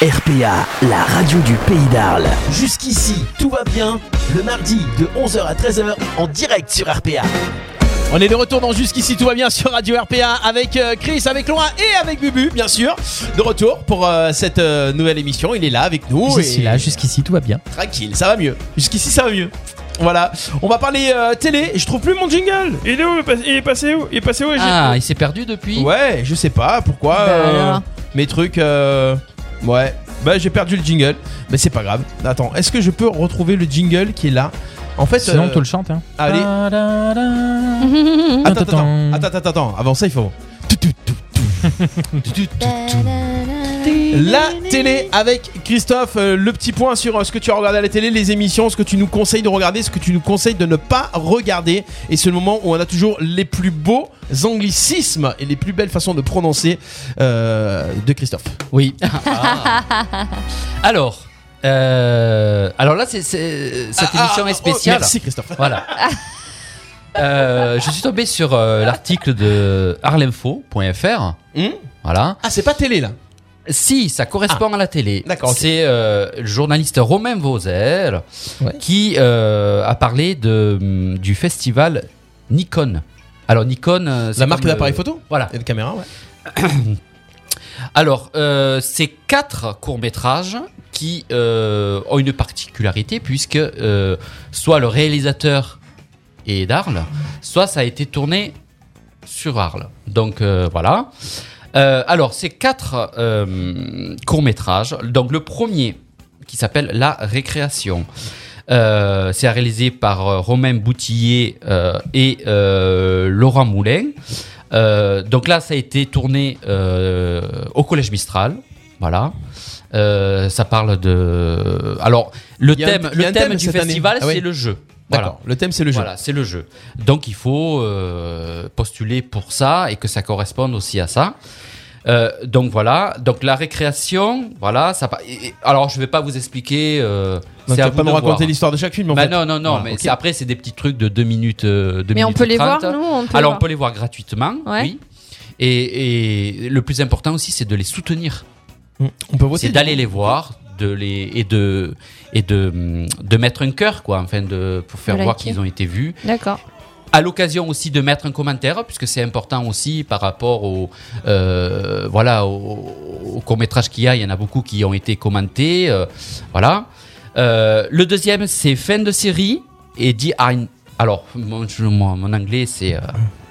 Speaker 1: RPA, la radio du pays d'Arles. Jusqu'ici, tout va bien. Le mardi de 11h à 13h en direct sur RPA.
Speaker 4: On est de retour dans Jusqu'ici tout va bien sur Radio RPA avec euh, Chris, avec Laura et avec Bubu bien sûr. De retour pour euh, cette euh, nouvelle émission, il est là avec nous.
Speaker 7: Jusqu'ici,
Speaker 4: et-
Speaker 7: là, jusqu'ici, tout va bien.
Speaker 4: Tranquille, ça va mieux. Jusqu'ici ça va mieux. Voilà, on va parler euh, télé, je trouve plus mon jingle.
Speaker 8: Il est où le pas- Il est passé où Il est passé où et j'ai-
Speaker 5: Ah, il s'est perdu depuis Bah
Speaker 4: Ouais, je sais pas pourquoi euh,
Speaker 6: alors.
Speaker 4: mes trucs euh, ouais. Bah j'ai perdu le jingle, mais c'est pas grave. Attends, est-ce que je peux retrouver le jingle qui est là En fait,
Speaker 7: Sinon,
Speaker 4: euh,
Speaker 7: on te le chante. Hein.
Speaker 4: allez.
Speaker 5: Ah.
Speaker 7: Ta-da-da.
Speaker 4: Attends, attends, attends, attends, attends, avant ça, il faut. Tout, tout, tout, tout. Tout, tout, tout, tout. La télé avec Christophe, euh, le petit point sur euh, ce que tu as regardé à la télé, les émissions, ce que tu nous conseilles de regarder, ce que tu nous conseilles de ne pas regarder. Et c'est le moment où on a toujours les plus beaux anglicismes et les plus belles façons de prononcer euh, de Christophe.
Speaker 5: Oui. (laughs) Ah. Alors, euh, alors là, c'est- c'est- cette émission
Speaker 4: Ah,
Speaker 5: est
Speaker 4: oh,
Speaker 5: spéciale.
Speaker 4: merci Christophe. (laughs)
Speaker 5: Voilà. Euh, je suis tombé sur euh, l'article de arlinfo.fr.
Speaker 4: Hmm
Speaker 5: Voilà.
Speaker 4: ah, c'est pas télé là. Ah.
Speaker 5: Si, ça correspond à la télé.
Speaker 4: D'accord, ok.
Speaker 5: C'est euh, le journaliste Romain Vauzer
Speaker 7: Ouais.
Speaker 5: qui euh, a parlé de, hum, du festival Nikon. Alors Nikon, euh, c'est
Speaker 4: La marque
Speaker 5: comme le-
Speaker 4: d'appareil photo
Speaker 5: Voilà.
Speaker 4: et de caméra, ouais.
Speaker 5: (clears throat) Alors, euh, c'est quatre courts-métrages qui euh, ont une particularité puisque euh, soit le réalisateur est d'Arles, soit ça a été tourné sur Arles. Donc euh, voilà. Euh, alors, c'est quatre euh, courts-métrages. Donc le premier qui s'appelle La Récréation. Euh, c'est réalisé par euh, Romain Boutillier euh, et euh, Laurent Moulin. Euh, donc là, ça a été tourné euh, au Collège Mistral. Voilà. Euh, ça parle de. Alors, le
Speaker 4: Il y a un-
Speaker 5: thème,
Speaker 4: il y a
Speaker 5: le
Speaker 4: un
Speaker 5: thème
Speaker 4: thème
Speaker 5: du
Speaker 4: cette année.
Speaker 5: festival,
Speaker 4: Ah oui.
Speaker 5: c'est le jeu. Voilà.
Speaker 4: D'accord. Le thème, c'est le jeu.
Speaker 5: Voilà, c'est le jeu. Donc il faut euh, postuler pour ça et que ça corresponde aussi à ça. Euh, donc voilà, donc la récréation, voilà, ça. pa- et- et- Alors je vais pas vous expliquer. Euh,
Speaker 4: Donc, tu
Speaker 5: à
Speaker 4: vas
Speaker 5: vous
Speaker 4: pas
Speaker 5: de
Speaker 4: nous
Speaker 5: voir.
Speaker 4: raconter l'histoire de chaque film en
Speaker 5: Bah
Speaker 4: fait.
Speaker 5: non, non, non,
Speaker 4: Ah,
Speaker 5: mais
Speaker 4: ok.
Speaker 5: c'est- après c'est des petits trucs de 2 minutes. euh, deux
Speaker 6: Mais on
Speaker 5: minutes
Speaker 6: peut les
Speaker 5: 30.
Speaker 6: voir, nous on peut
Speaker 5: Alors on
Speaker 6: les
Speaker 5: peut les voir gratuitement,
Speaker 6: Ouais.
Speaker 5: oui. Et, et le plus important aussi, c'est de les soutenir.
Speaker 4: On peut voter.
Speaker 5: C'est d'aller les voir, de les et de et de, hum, de mettre un cœur quoi, enfin de pour faire
Speaker 6: De
Speaker 5: voir
Speaker 6: liker.
Speaker 5: qu'ils ont été vus
Speaker 6: voir. D'accord.
Speaker 5: à l'occasion aussi de mettre un commentaire puisque c'est important aussi par rapport au euh, voilà au, au court métrage qu'il y a il y en a beaucoup qui ont été commentés euh, voilà Euh, le deuxième c'est fin de série et dit alors mon, je- mon- mon anglais c'est euh,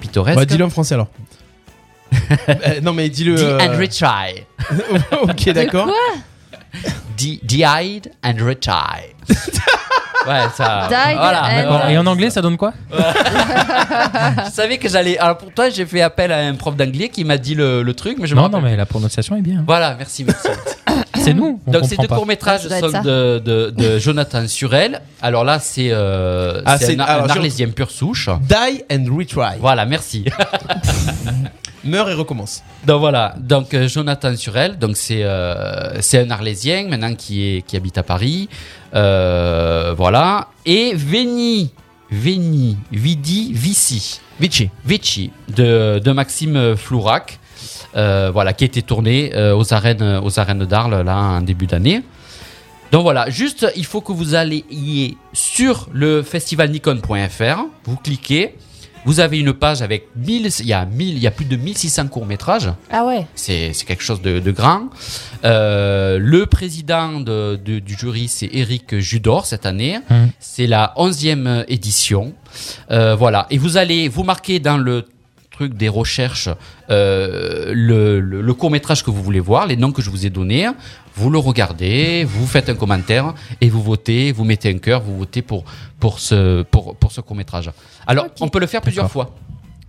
Speaker 5: pittoresque
Speaker 4: Bah, dis-le en français alors. Euh, non mais dis-le.
Speaker 5: Di
Speaker 4: euh,
Speaker 5: and retry
Speaker 4: (laughs) ok d'accord.
Speaker 5: Di- di-eyed and
Speaker 4: (laughs)
Speaker 5: retry ouais ça
Speaker 6: Died and-
Speaker 7: D'accord.
Speaker 6: Voilà.
Speaker 7: Et en anglais, ça donne quoi
Speaker 5: (laughs) je savais que j'allais alors pour toi j'ai fait appel à un prof d'anglais qui m'a dit le, le truc mais je me
Speaker 7: Non, non,
Speaker 5: rappelle
Speaker 7: mais la prononciation est bien.
Speaker 5: voilà merci merci
Speaker 7: C'est nous. on
Speaker 5: Donc ces
Speaker 7: comprend
Speaker 5: deux
Speaker 7: pas.
Speaker 5: courts-métrages
Speaker 6: Ça doit Ah, être
Speaker 5: sont
Speaker 6: ça.
Speaker 5: de, de-
Speaker 4: (laughs)
Speaker 5: de Jonathan Surel. Alors là, c'est euh,
Speaker 4: Ah,
Speaker 5: c'est
Speaker 4: c'est-
Speaker 5: un,
Speaker 4: alors,
Speaker 5: un
Speaker 4: sur-
Speaker 5: Arlésien pure souche.
Speaker 4: Die and retry.
Speaker 5: Voilà,
Speaker 4: (laughs)
Speaker 5: merci.
Speaker 4: Meurs et recommence.
Speaker 5: Donc voilà, donc euh, Jonathan Surel, donc c'est euh, c'est un Arlésien maintenant qui est qui habite à Paris, Euh, voilà. Et Veni, Veni, Vidi, Vici,
Speaker 4: Vichy.
Speaker 5: Vici de, de Maxime Flourac, euh, voilà, qui a été tourné euh, aux arènes aux arènes d'Arles là en début d'année. Donc voilà, juste il faut que vous alliez sur le festival nikon.fr, vous cliquez, Vous avez une page avec 1000, il y a 1000, il y a plus de 1600 courts-métrages.
Speaker 6: Ah ouais.
Speaker 5: C'est c'est quelque chose de, de grand. Euh, le président de- de- du jury, c'est Eric Judor cette année.
Speaker 7: Mhm.
Speaker 5: C'est la 11e édition. Euh, voilà. Et vous allez vous marquer dans le truc des recherches euh, le, le- le court-métrage que vous voulez voir, les noms que je vous ai donnés. Vous le regardez, vous faites un commentaire et vous votez, vous mettez un cœur, vous votez pour, pour ce, pour, pour ce court-métrage. Alors, on peut le faire plusieurs fois.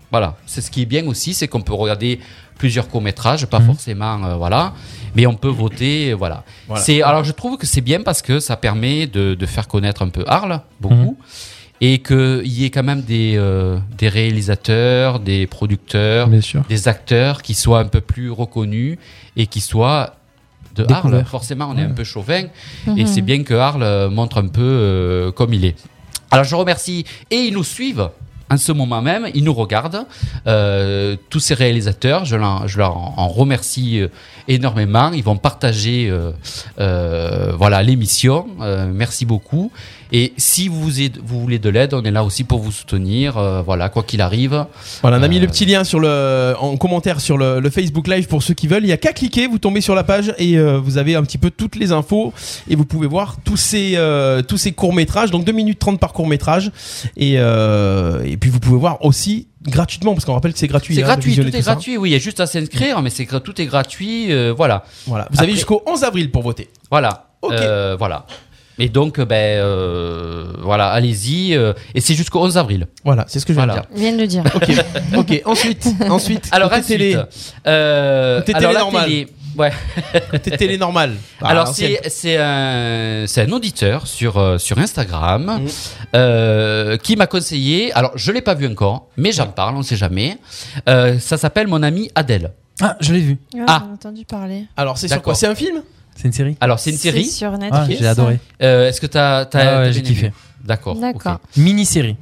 Speaker 5: Voilà, c'est ce qui est bien aussi, c'est qu'on peut regarder plusieurs courts-métrages,
Speaker 7: Mhm.
Speaker 5: pas forcément, euh, voilà, mais on peut voter, euh, voilà.
Speaker 4: Voilà.
Speaker 5: C'est alors je trouve que c'est bien parce que ça permet de, de faire connaître un peu Arles beaucoup
Speaker 7: Mhm.
Speaker 5: et qu'il y ait quand même des euh, des réalisateurs, des producteurs,
Speaker 7: Bien sûr.
Speaker 5: des acteurs qui soient un peu plus reconnus et qui soient de
Speaker 7: Découverts.
Speaker 5: Arles. Forcément, on est un
Speaker 7: Ouais.
Speaker 5: peu chauvin et
Speaker 6: Mhm.
Speaker 5: c'est bien que Arles euh, montre un peu euh, comme il est. Alors je remercie et ils nous suivent. En ce moment même, ils nous regardent, euh, tous ces réalisateurs, je, leur- je leur en en remercie euh, énormément. Ils vont partager euh, euh, voilà l'émission. Euh, merci beaucoup. Et si vous, aide- vous voulez de l'aide, on est là aussi pour vous soutenir. euh, voilà, quoi qu'il arrive.
Speaker 4: Voilà, on a mis
Speaker 5: Euh,
Speaker 4: le petit lien sur le, en commentaire sur le, le Facebook Live pour ceux qui veulent. Il n'y a qu'à cliquer, vous tombez sur la page et euh, vous avez un petit peu toutes les infos et vous pouvez voir tous ces, euh, tous ces courts-métrages. Donc 2 minutes 30 par court-métrage. Et, euh, et puis vous pouvez voir aussi gratuitement, parce qu'on rappelle que c'est gratuit.
Speaker 5: C'est
Speaker 4: hein, de
Speaker 5: gratuit, tout
Speaker 4: visionner
Speaker 5: est
Speaker 4: ça.
Speaker 5: gratuit. Oui, il y a juste à s'inscrire, mais c'est gra- tout est gratuit. euh, voilà,
Speaker 4: Voilà, vous avez
Speaker 5: Après-
Speaker 4: jusqu'au 11 avril pour voter.
Speaker 5: voilà,
Speaker 4: Ok.
Speaker 5: Euh, voilà. Et donc, ben, euh, voilà, allez-y. euh, et c'est jusqu'au 11 avril.
Speaker 4: Voilà, c'est ce que je viens de
Speaker 5: Voilà.
Speaker 4: dire.
Speaker 6: Ils viennent de dire.
Speaker 5: (laughs)
Speaker 4: Ok, ensuite, ensuite,
Speaker 5: Alors,
Speaker 4: côté
Speaker 5: ensuite,
Speaker 4: télé,
Speaker 5: euh,
Speaker 4: Côté
Speaker 5: alors
Speaker 4: télé
Speaker 5: la
Speaker 4: normale.
Speaker 5: télé, ouais.
Speaker 4: côté télé normale. Bah,
Speaker 5: Alors
Speaker 4: l'ancienne.
Speaker 5: c'est c'est un c'est un auditeur sur euh, sur Instagram
Speaker 4: Mhm.
Speaker 5: euh, qui m'a conseillé. Alors je l'ai pas vu encore, mais j'en parle, on sait jamais. Euh, ça s'appelle mon ami Adèle.
Speaker 7: Ah, je l'ai vu.
Speaker 5: Ah.
Speaker 6: J'ai entendu parler.
Speaker 4: Alors c'est sur
Speaker 5: D'accord.
Speaker 4: quoi C'est un film
Speaker 7: C'est une série.
Speaker 5: Alors c'est une série.
Speaker 6: sur
Speaker 7: Ah,
Speaker 6: Netflix.
Speaker 7: j'ai adoré.
Speaker 5: Euh, Est-ce que t'as t'as
Speaker 7: Ah ouais,
Speaker 5: t'as bien
Speaker 7: j'ai
Speaker 5: aimé
Speaker 7: kiffé.
Speaker 5: D'accord.
Speaker 6: D'accord.
Speaker 5: ok.
Speaker 7: Mini série.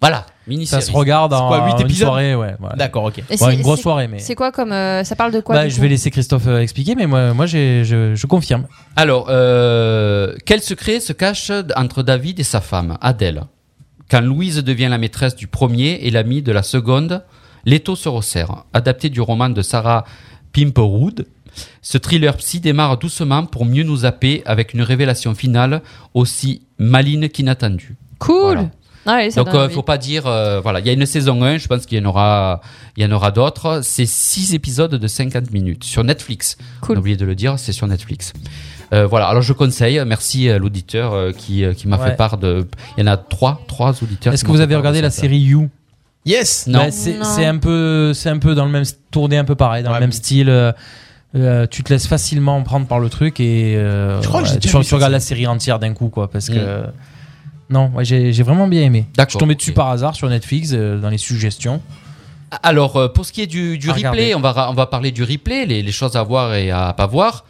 Speaker 5: Voilà. Mini
Speaker 7: Ça se regarde
Speaker 4: C'est
Speaker 7: en
Speaker 4: quoi, huit
Speaker 7: une
Speaker 4: épisodes
Speaker 7: soirée, ouais. voilà.
Speaker 4: D'accord, ok.
Speaker 6: Et
Speaker 7: Ouais,
Speaker 6: c'est-
Speaker 7: une grosse
Speaker 6: c'est-
Speaker 7: soirée, mais.
Speaker 6: C'est quoi comme. euh, ça parle de quoi
Speaker 7: Bah,
Speaker 6: du
Speaker 7: je
Speaker 6: coup
Speaker 7: vais laisser Christophe euh, expliquer, mais moi, moi j'ai- je, je confirme.
Speaker 5: Alors euh, quel secret se cache entre David et sa femme Adèle quand Louise devient la maîtresse du premier et l'amie de la seconde, L'étau se resserre. Adapté du roman de Sarah Pimperwood, ce thriller psy démarre doucement pour mieux nous zapper avec une révélation finale aussi maligne qu'inattendue.
Speaker 6: Cool.
Speaker 5: Voilà.
Speaker 6: Ah ouais, ça
Speaker 5: Donc,
Speaker 6: donne
Speaker 5: il ne
Speaker 6: envie.
Speaker 5: faut pas dire. euh, voilà, il y a une saison 1, je pense qu'il y en aura, il y en aura d'autres. C'est 6 épisodes de 50 minutes sur Netflix. On
Speaker 6: Cool.
Speaker 5: a oublié de le dire, c'est sur Netflix. Euh, voilà, alors je conseille, merci à l'auditeur euh, qui, euh, qui m'a
Speaker 7: Ouais.
Speaker 5: fait part de. Il y en a 3, trois auditeurs.
Speaker 7: Est-ce
Speaker 5: qui
Speaker 7: que
Speaker 5: m'ont
Speaker 7: vous
Speaker 5: fait
Speaker 7: avez
Speaker 5: part de
Speaker 7: regardé la
Speaker 5: ça.
Speaker 7: série You
Speaker 4: Yes.
Speaker 5: Non.
Speaker 7: Bah, c'est
Speaker 6: Non.
Speaker 7: c'est un peu, c'est un peu dans le même tourné, un peu pareil, dans
Speaker 4: Ouais,
Speaker 7: le même
Speaker 4: mais-
Speaker 7: style. euh, euh, tu te laisses facilement prendre par le truc et euh,
Speaker 4: Je crois que j'ai
Speaker 7: tu,
Speaker 4: déjà vu
Speaker 7: tu
Speaker 4: ça,
Speaker 7: regardes
Speaker 4: ça.
Speaker 7: la série entière d'un coup, quoi, parce
Speaker 5: Mm.
Speaker 7: que. Non, ouais, j'ai j'ai vraiment bien aimé. Je
Speaker 5: D'accord,
Speaker 7: suis tombé dessus
Speaker 5: ok.
Speaker 7: par hasard sur Netflix, euh, dans les suggestions.
Speaker 5: Alors, euh, pour ce qui est du, du
Speaker 7: À
Speaker 5: replay,
Speaker 7: regarder.
Speaker 5: on va, ra- on va parler du replay, les, les choses à voir et à pas voir.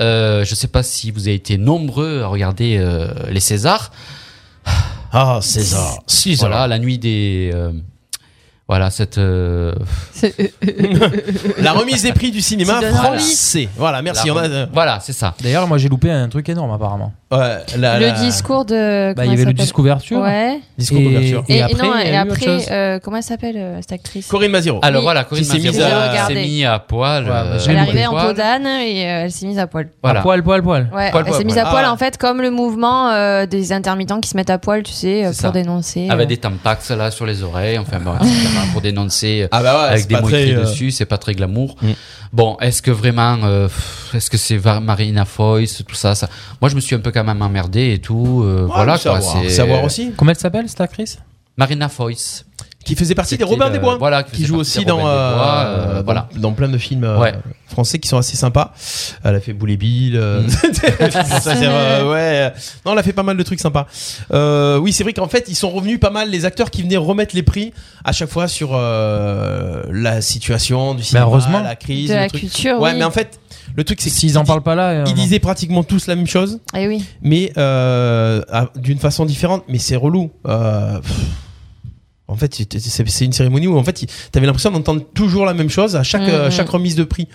Speaker 5: Euh, je sais pas si vous avez été nombreux à regarder euh, les Césars.
Speaker 1: Ah, César. César.
Speaker 5: Voilà, la nuit des... euh, voilà, cette... euh,
Speaker 6: C'est-
Speaker 4: La remise des prix du cinéma
Speaker 6: Tu donnes
Speaker 4: français. Voilà, merci.
Speaker 5: la-
Speaker 4: on a, euh,
Speaker 5: Voilà, c'est ça.
Speaker 7: D'ailleurs, moi j'ai loupé un truc énorme apparemment.
Speaker 4: ouais, la-
Speaker 6: le
Speaker 4: la-
Speaker 6: discours de.
Speaker 7: Bah,
Speaker 6: comment
Speaker 7: il y avait
Speaker 6: elle
Speaker 7: le
Speaker 6: s'appelle
Speaker 7: disque ouverture.
Speaker 6: Ouais.
Speaker 4: Discours
Speaker 7: Et-
Speaker 4: d'ouverture.
Speaker 7: Et
Speaker 6: Et, et
Speaker 7: après,
Speaker 6: non,
Speaker 7: il y a
Speaker 6: et
Speaker 7: eu
Speaker 6: après,
Speaker 7: autre chose.
Speaker 6: euh, comment elle s'appelle euh, cette actrice
Speaker 4: Corinne Maziro.
Speaker 5: Alors
Speaker 6: Oui.
Speaker 5: voilà, Corinne
Speaker 4: Qui s'est
Speaker 5: Maziro
Speaker 4: mise
Speaker 6: à-
Speaker 5: s'est mise à poil.
Speaker 7: Ouais,
Speaker 5: euh,
Speaker 7: j'ai
Speaker 6: Elle est
Speaker 7: loupé.
Speaker 6: arrivée en
Speaker 5: poil.
Speaker 6: peau d'âne et euh, elle s'est mise à poil.
Speaker 5: Voilà.
Speaker 7: À poil, poil, poil.
Speaker 6: Ouais,
Speaker 5: Poil,
Speaker 6: elle
Speaker 5: poil,
Speaker 6: s'est mise
Speaker 5: poil.
Speaker 6: à poil
Speaker 4: Ah.
Speaker 6: en fait, comme le mouvement euh, des intermittents qui se mettent à poil, tu sais, euh, pour
Speaker 5: C'est ça.
Speaker 6: dénoncer.
Speaker 5: Avec
Speaker 6: euh.
Speaker 5: des tampax là sur les oreilles, enfin bon, etc.,
Speaker 6: (laughs)
Speaker 5: pour dénoncer... euh,
Speaker 4: Ah bah ouais,
Speaker 5: avec
Speaker 4: c'est
Speaker 5: des
Speaker 4: pas
Speaker 5: mots
Speaker 4: très,
Speaker 5: écrits
Speaker 4: euh,
Speaker 5: dessus, c'est pas très glamour.
Speaker 4: Mm.
Speaker 5: Bon, est-ce que vraiment, euh, pff, est-ce que c'est va- Marina Foïs, tout ça, ça Moi, je me suis un peu quand même emmerdé et tout. euh,
Speaker 4: ouais,
Speaker 5: voilà, quoi,
Speaker 4: savoir,
Speaker 5: c'est-
Speaker 4: savoir aussi.
Speaker 7: Comment elle s'appelle cette actrice
Speaker 5: Marina Foïs.
Speaker 4: Qui faisait partie des
Speaker 5: C'était
Speaker 4: Robins
Speaker 5: le-
Speaker 4: des Bois.
Speaker 5: voilà, qui
Speaker 4: qui
Speaker 5: faisait
Speaker 4: joue
Speaker 5: partie
Speaker 4: aussi
Speaker 5: des
Speaker 4: dans,
Speaker 5: Robins des Bois, euh,
Speaker 4: dans- (laughs)
Speaker 5: voilà.
Speaker 4: dans plein de films euh,
Speaker 5: Ouais.
Speaker 4: français qui sont assez sympas. Elle a fait Boulet
Speaker 7: Mm.
Speaker 4: Bill. (laughs) euh, ça, c'est, euh, ouais. Non, elle a fait pas mal de trucs sympas. Euh, oui, c'est vrai qu'en fait, ils sont revenus pas mal les acteurs qui venaient remettre les prix à chaque fois sur euh, la situation du cinéma,
Speaker 7: heureusement.
Speaker 4: la crise,
Speaker 6: de
Speaker 4: le
Speaker 6: la
Speaker 4: truc.
Speaker 6: culture.
Speaker 4: Ouais,
Speaker 6: oui.
Speaker 4: mais en fait, le truc c'est
Speaker 7: S'ils en parlent pas là. euh,
Speaker 4: Ils disaient pratiquement tous la même chose
Speaker 6: Eh oui.
Speaker 4: mais euh, à- d'une façon différente. Mais c'est relou. Euh, pff. en fait, c'est- c'est c'est une cérémonie où en fait, il- t'avais l'impression d'entendre toujours la même chose à chaque
Speaker 6: Mhm.
Speaker 4: euh, chaque remise de prix.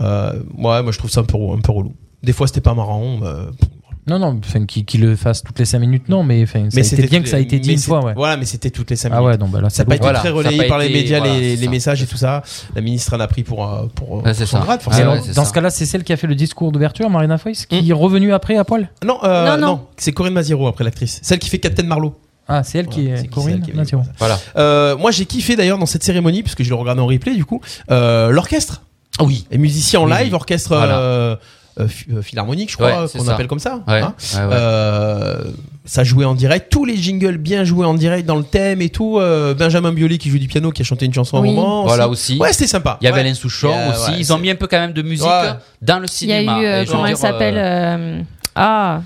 Speaker 4: Euh, ouais, moi je trouve ça un peu un peu relou. Des fois, c'était pas marrant. euh, pff,
Speaker 7: Non, non, enfin, qu'il qu'il le fasse toutes les 5 minutes, non, mais, enfin, ça a été
Speaker 4: c'était
Speaker 7: bien
Speaker 4: toutes
Speaker 7: que ça a
Speaker 4: les-
Speaker 7: été dit
Speaker 4: mais
Speaker 7: une
Speaker 4: c'était-
Speaker 7: fois, ouais.
Speaker 4: Voilà, mais c'était toutes les 5
Speaker 7: Ah
Speaker 4: minutes.
Speaker 7: ouais, donc bah là,
Speaker 4: ça n'a
Speaker 7: c'est
Speaker 4: pas été
Speaker 7: lourd.
Speaker 4: très
Speaker 5: Voilà, ça a
Speaker 4: relayé
Speaker 5: pas
Speaker 4: par les
Speaker 5: été-
Speaker 4: médias,
Speaker 5: voilà,
Speaker 4: les,
Speaker 5: c'est
Speaker 4: les
Speaker 5: ça.
Speaker 4: messages et tout ça. La ministre en a pris pour, euh, pour,
Speaker 5: Ouais, c'est
Speaker 4: pour son
Speaker 5: ça.
Speaker 4: grade,
Speaker 7: Mais
Speaker 4: forcément. Bah, Mm.
Speaker 7: alors,
Speaker 5: Ah, ouais, c'est
Speaker 7: dans
Speaker 5: ça.
Speaker 7: ce cas-là, c'est celle qui a fait le discours d'ouverture, Marina Foïs, qui est revenue après à poil.
Speaker 4: Non, euh,
Speaker 6: Non,
Speaker 4: non,
Speaker 6: non.
Speaker 4: c'est Corinne Maziro après l'actrice, celle qui fait Captain Marlowe.
Speaker 7: Ah, c'est elle qui
Speaker 4: Voilà,
Speaker 7: est
Speaker 4: c'est- c'est
Speaker 7: Corinne
Speaker 4: elle qui est venue,
Speaker 7: Mathieu.
Speaker 4: voilà.
Speaker 5: Voilà.
Speaker 4: Euh, moi j'ai kiffé d'ailleurs dans cette cérémonie, puisque je le regardais en replay du coup, euh, l'orchestre.
Speaker 5: Ah Oui.
Speaker 4: Les musiciens en
Speaker 5: Oui,
Speaker 4: live,
Speaker 5: oui.
Speaker 4: orchestre
Speaker 5: Voilà.
Speaker 4: euh, euh, ph- euh, philharmonique, je crois,
Speaker 5: Ouais, c'est
Speaker 4: qu'on
Speaker 5: ça.
Speaker 4: appelle comme ça.
Speaker 5: Ouais,
Speaker 4: hein.
Speaker 5: ouais, ouais.
Speaker 4: Euh, ça jouait en direct, tous les jingles bien joués en direct dans le thème et tout. Euh, Benjamin Biolay qui joue du piano, qui a chanté une chanson
Speaker 6: Oui.
Speaker 4: à un moment.
Speaker 5: Voilà
Speaker 4: aussi.
Speaker 5: aussi.
Speaker 4: Ouais, c'était sympa.
Speaker 5: Il y avait
Speaker 4: Ouais.
Speaker 5: Alain Souchon
Speaker 4: Yeah,
Speaker 5: aussi.
Speaker 4: ouais,
Speaker 5: Ils ont
Speaker 4: c'est-
Speaker 5: mis un peu quand même de musique
Speaker 4: Ouais.
Speaker 5: dans le
Speaker 6: Il y a eu,
Speaker 5: cinéma.
Speaker 6: euh,
Speaker 5: Et je veux
Speaker 6: comment elle
Speaker 5: dire,
Speaker 6: s'appelle
Speaker 5: euh,
Speaker 6: euh, Ah, euh,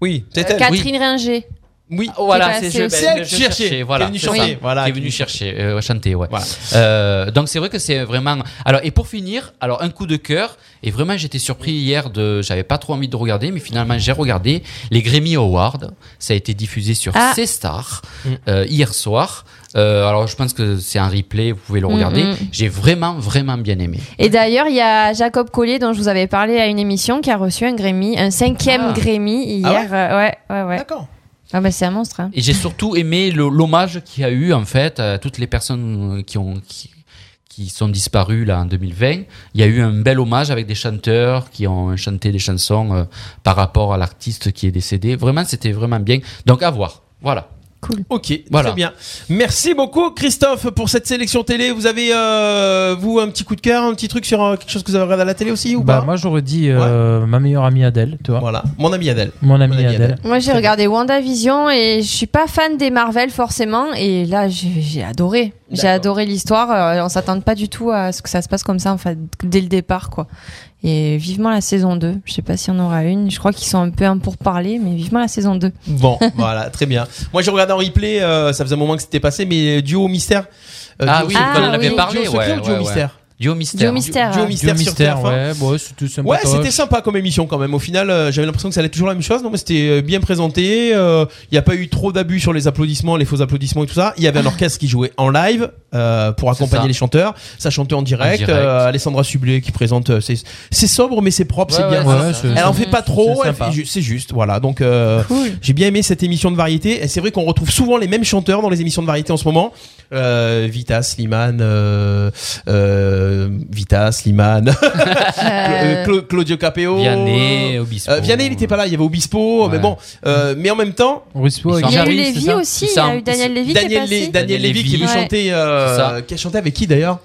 Speaker 4: Oui, c'est elle.
Speaker 6: Catherine Ringer.
Speaker 4: Oui.
Speaker 5: Voilà,
Speaker 6: Qui est
Speaker 5: c'est je-
Speaker 6: passée
Speaker 4: C'est elle
Speaker 5: je
Speaker 4: qui cherchait,
Speaker 5: cherchais,
Speaker 4: qui est
Speaker 5: Voilà,
Speaker 4: venue
Speaker 5: c'est ça.
Speaker 4: chanter, voilà,
Speaker 5: Qui est
Speaker 4: qui-
Speaker 5: venue chercher, euh, chanter, ouais.
Speaker 4: Voilà.
Speaker 5: Euh, donc c'est vrai que c'est vraiment. Alors et pour finir, alors un coup de cœur et vraiment j'étais surpris hier de, j'avais pas trop envie de regarder, mais finalement j'ai regardé les Grammy Awards. Ça a été diffusé sur
Speaker 6: Ah.
Speaker 5: C-Star
Speaker 4: Mm.
Speaker 5: euh, hier soir. Euh, alors je pense que c'est un replay, vous pouvez le
Speaker 6: Mm,
Speaker 5: regarder.
Speaker 6: mm.
Speaker 5: J'ai vraiment vraiment bien aimé.
Speaker 6: Et d'ailleurs, il y a Jacob Collier dont je vous avais parlé à une émission qui a reçu un Grammy, un cinquième
Speaker 5: Ah.
Speaker 6: Grammy hier. euh, ouais, ouais, ouais.
Speaker 4: D'accord.
Speaker 6: Ah bah c'est un monstre. hein.
Speaker 5: Et j'ai surtout aimé le- l'hommage qu'il y a eu en fait à toutes les personnes qui ont qui, qui sont disparues là en 2020. Il y a eu un bel hommage avec des chanteurs qui ont chanté des chansons euh, par rapport à l'artiste qui est décédé. Vraiment, c'était vraiment bien. Donc à voir. Voilà.
Speaker 4: Ok,
Speaker 5: Voilà.
Speaker 4: très bien. Merci beaucoup Christophe pour cette sélection télé. Vous avez euh, vous un petit coup de cœur, un petit truc sur euh, quelque chose que vous avez regardé à la télé aussi ou
Speaker 7: Bah,
Speaker 4: pas
Speaker 7: moi, j'aurais dit euh, ma meilleure amie Adèle, tu vois.
Speaker 4: Voilà, mon ami Adèle.
Speaker 7: Mon amie
Speaker 4: Mon amie
Speaker 7: Adèle.
Speaker 4: Adèle.
Speaker 6: Moi j'ai
Speaker 4: Très
Speaker 6: regardé WandaVision et je suis pas fan des Marvel forcément et là j'ai j'ai adoré. J'ai
Speaker 4: D'accord.
Speaker 6: adoré l'histoire, euh, on s'attend pas du tout à ce que ça se passe comme ça en fait dès le départ quoi. Et vivement la saison 2, je sais pas si on aura une, je crois qu'ils sont un peu un pour parler mais vivement la saison 2.
Speaker 4: Bon, (laughs) voilà, très bien. Moi j'ai regardé en replay, euh, ça faisait un moment que c'était passé, mais duo au mystère. Euh,
Speaker 5: Ah
Speaker 4: duo
Speaker 5: oui,
Speaker 4: secret,
Speaker 6: on en avait
Speaker 4: duo-
Speaker 5: parlé,
Speaker 4: duo secret
Speaker 5: ouais,
Speaker 4: ou duo
Speaker 5: ouais,
Speaker 4: mystère
Speaker 5: Duo mystère.
Speaker 6: Duo Mystère.
Speaker 4: Duo mystère,
Speaker 7: Dieu
Speaker 4: sur
Speaker 7: mystère,
Speaker 4: TF1.
Speaker 7: ouais, bon, c'est tout
Speaker 4: Ouais,
Speaker 7: sympatoche.
Speaker 4: c'était sympa comme émission quand même. Au final, euh, j'avais l'impression que ça allait toujours la même chose. Non, mais c'était euh, bien présenté. Il n'y a pas eu trop d'abus sur les applaudissements, les faux applaudissements et tout ça. Il y avait un orchestre qui jouait en live euh, pour
Speaker 5: C'est
Speaker 4: accompagner
Speaker 5: ça.
Speaker 4: les chanteurs. Ça chantait en direct.
Speaker 5: En direct.
Speaker 4: Euh, Alessandra Sublet qui présente. euh, c'est c'est sobre, mais c'est propre,
Speaker 5: Ouais,
Speaker 4: c'est bien.
Speaker 5: ouais,
Speaker 7: Ouais,
Speaker 5: c'est-
Speaker 7: c'est-
Speaker 4: Elle en fait pas trop,
Speaker 7: C'est
Speaker 4: elle
Speaker 7: sympa.
Speaker 4: fait ju- c'est juste, voilà. Donc euh,
Speaker 6: Cool.
Speaker 4: j'ai bien aimé cette émission de variété. Et c'est vrai qu'on retrouve souvent les mêmes chanteurs dans les émissions de variété en ce moment. Euh, Vita, Slimane, euh, euh, Vita, Slimane, (laughs)
Speaker 6: Euh,
Speaker 4: Cla- Claudio Capéo,
Speaker 5: Vianney, Obispo.
Speaker 4: euh, Vianney, il était pas là, il y avait Obispo,
Speaker 5: Ouais.
Speaker 4: mais bon, euh, mais en même temps,
Speaker 5: Ils
Speaker 7: Russo
Speaker 6: il y a eu
Speaker 5: Jean-Marie,
Speaker 6: Lévy
Speaker 7: c'est ça
Speaker 5: C'est
Speaker 6: aussi, il y a
Speaker 5: ça.
Speaker 6: eu Daniel Lévy qui est
Speaker 4: Daniel,
Speaker 6: passé.
Speaker 4: Lé- Daniel
Speaker 5: Daniel
Speaker 4: Lévy qui est venu
Speaker 6: Lévy. Ouais.
Speaker 4: chanter, euh,
Speaker 5: C'est ça.
Speaker 4: qui a chanté avec qui d'ailleurs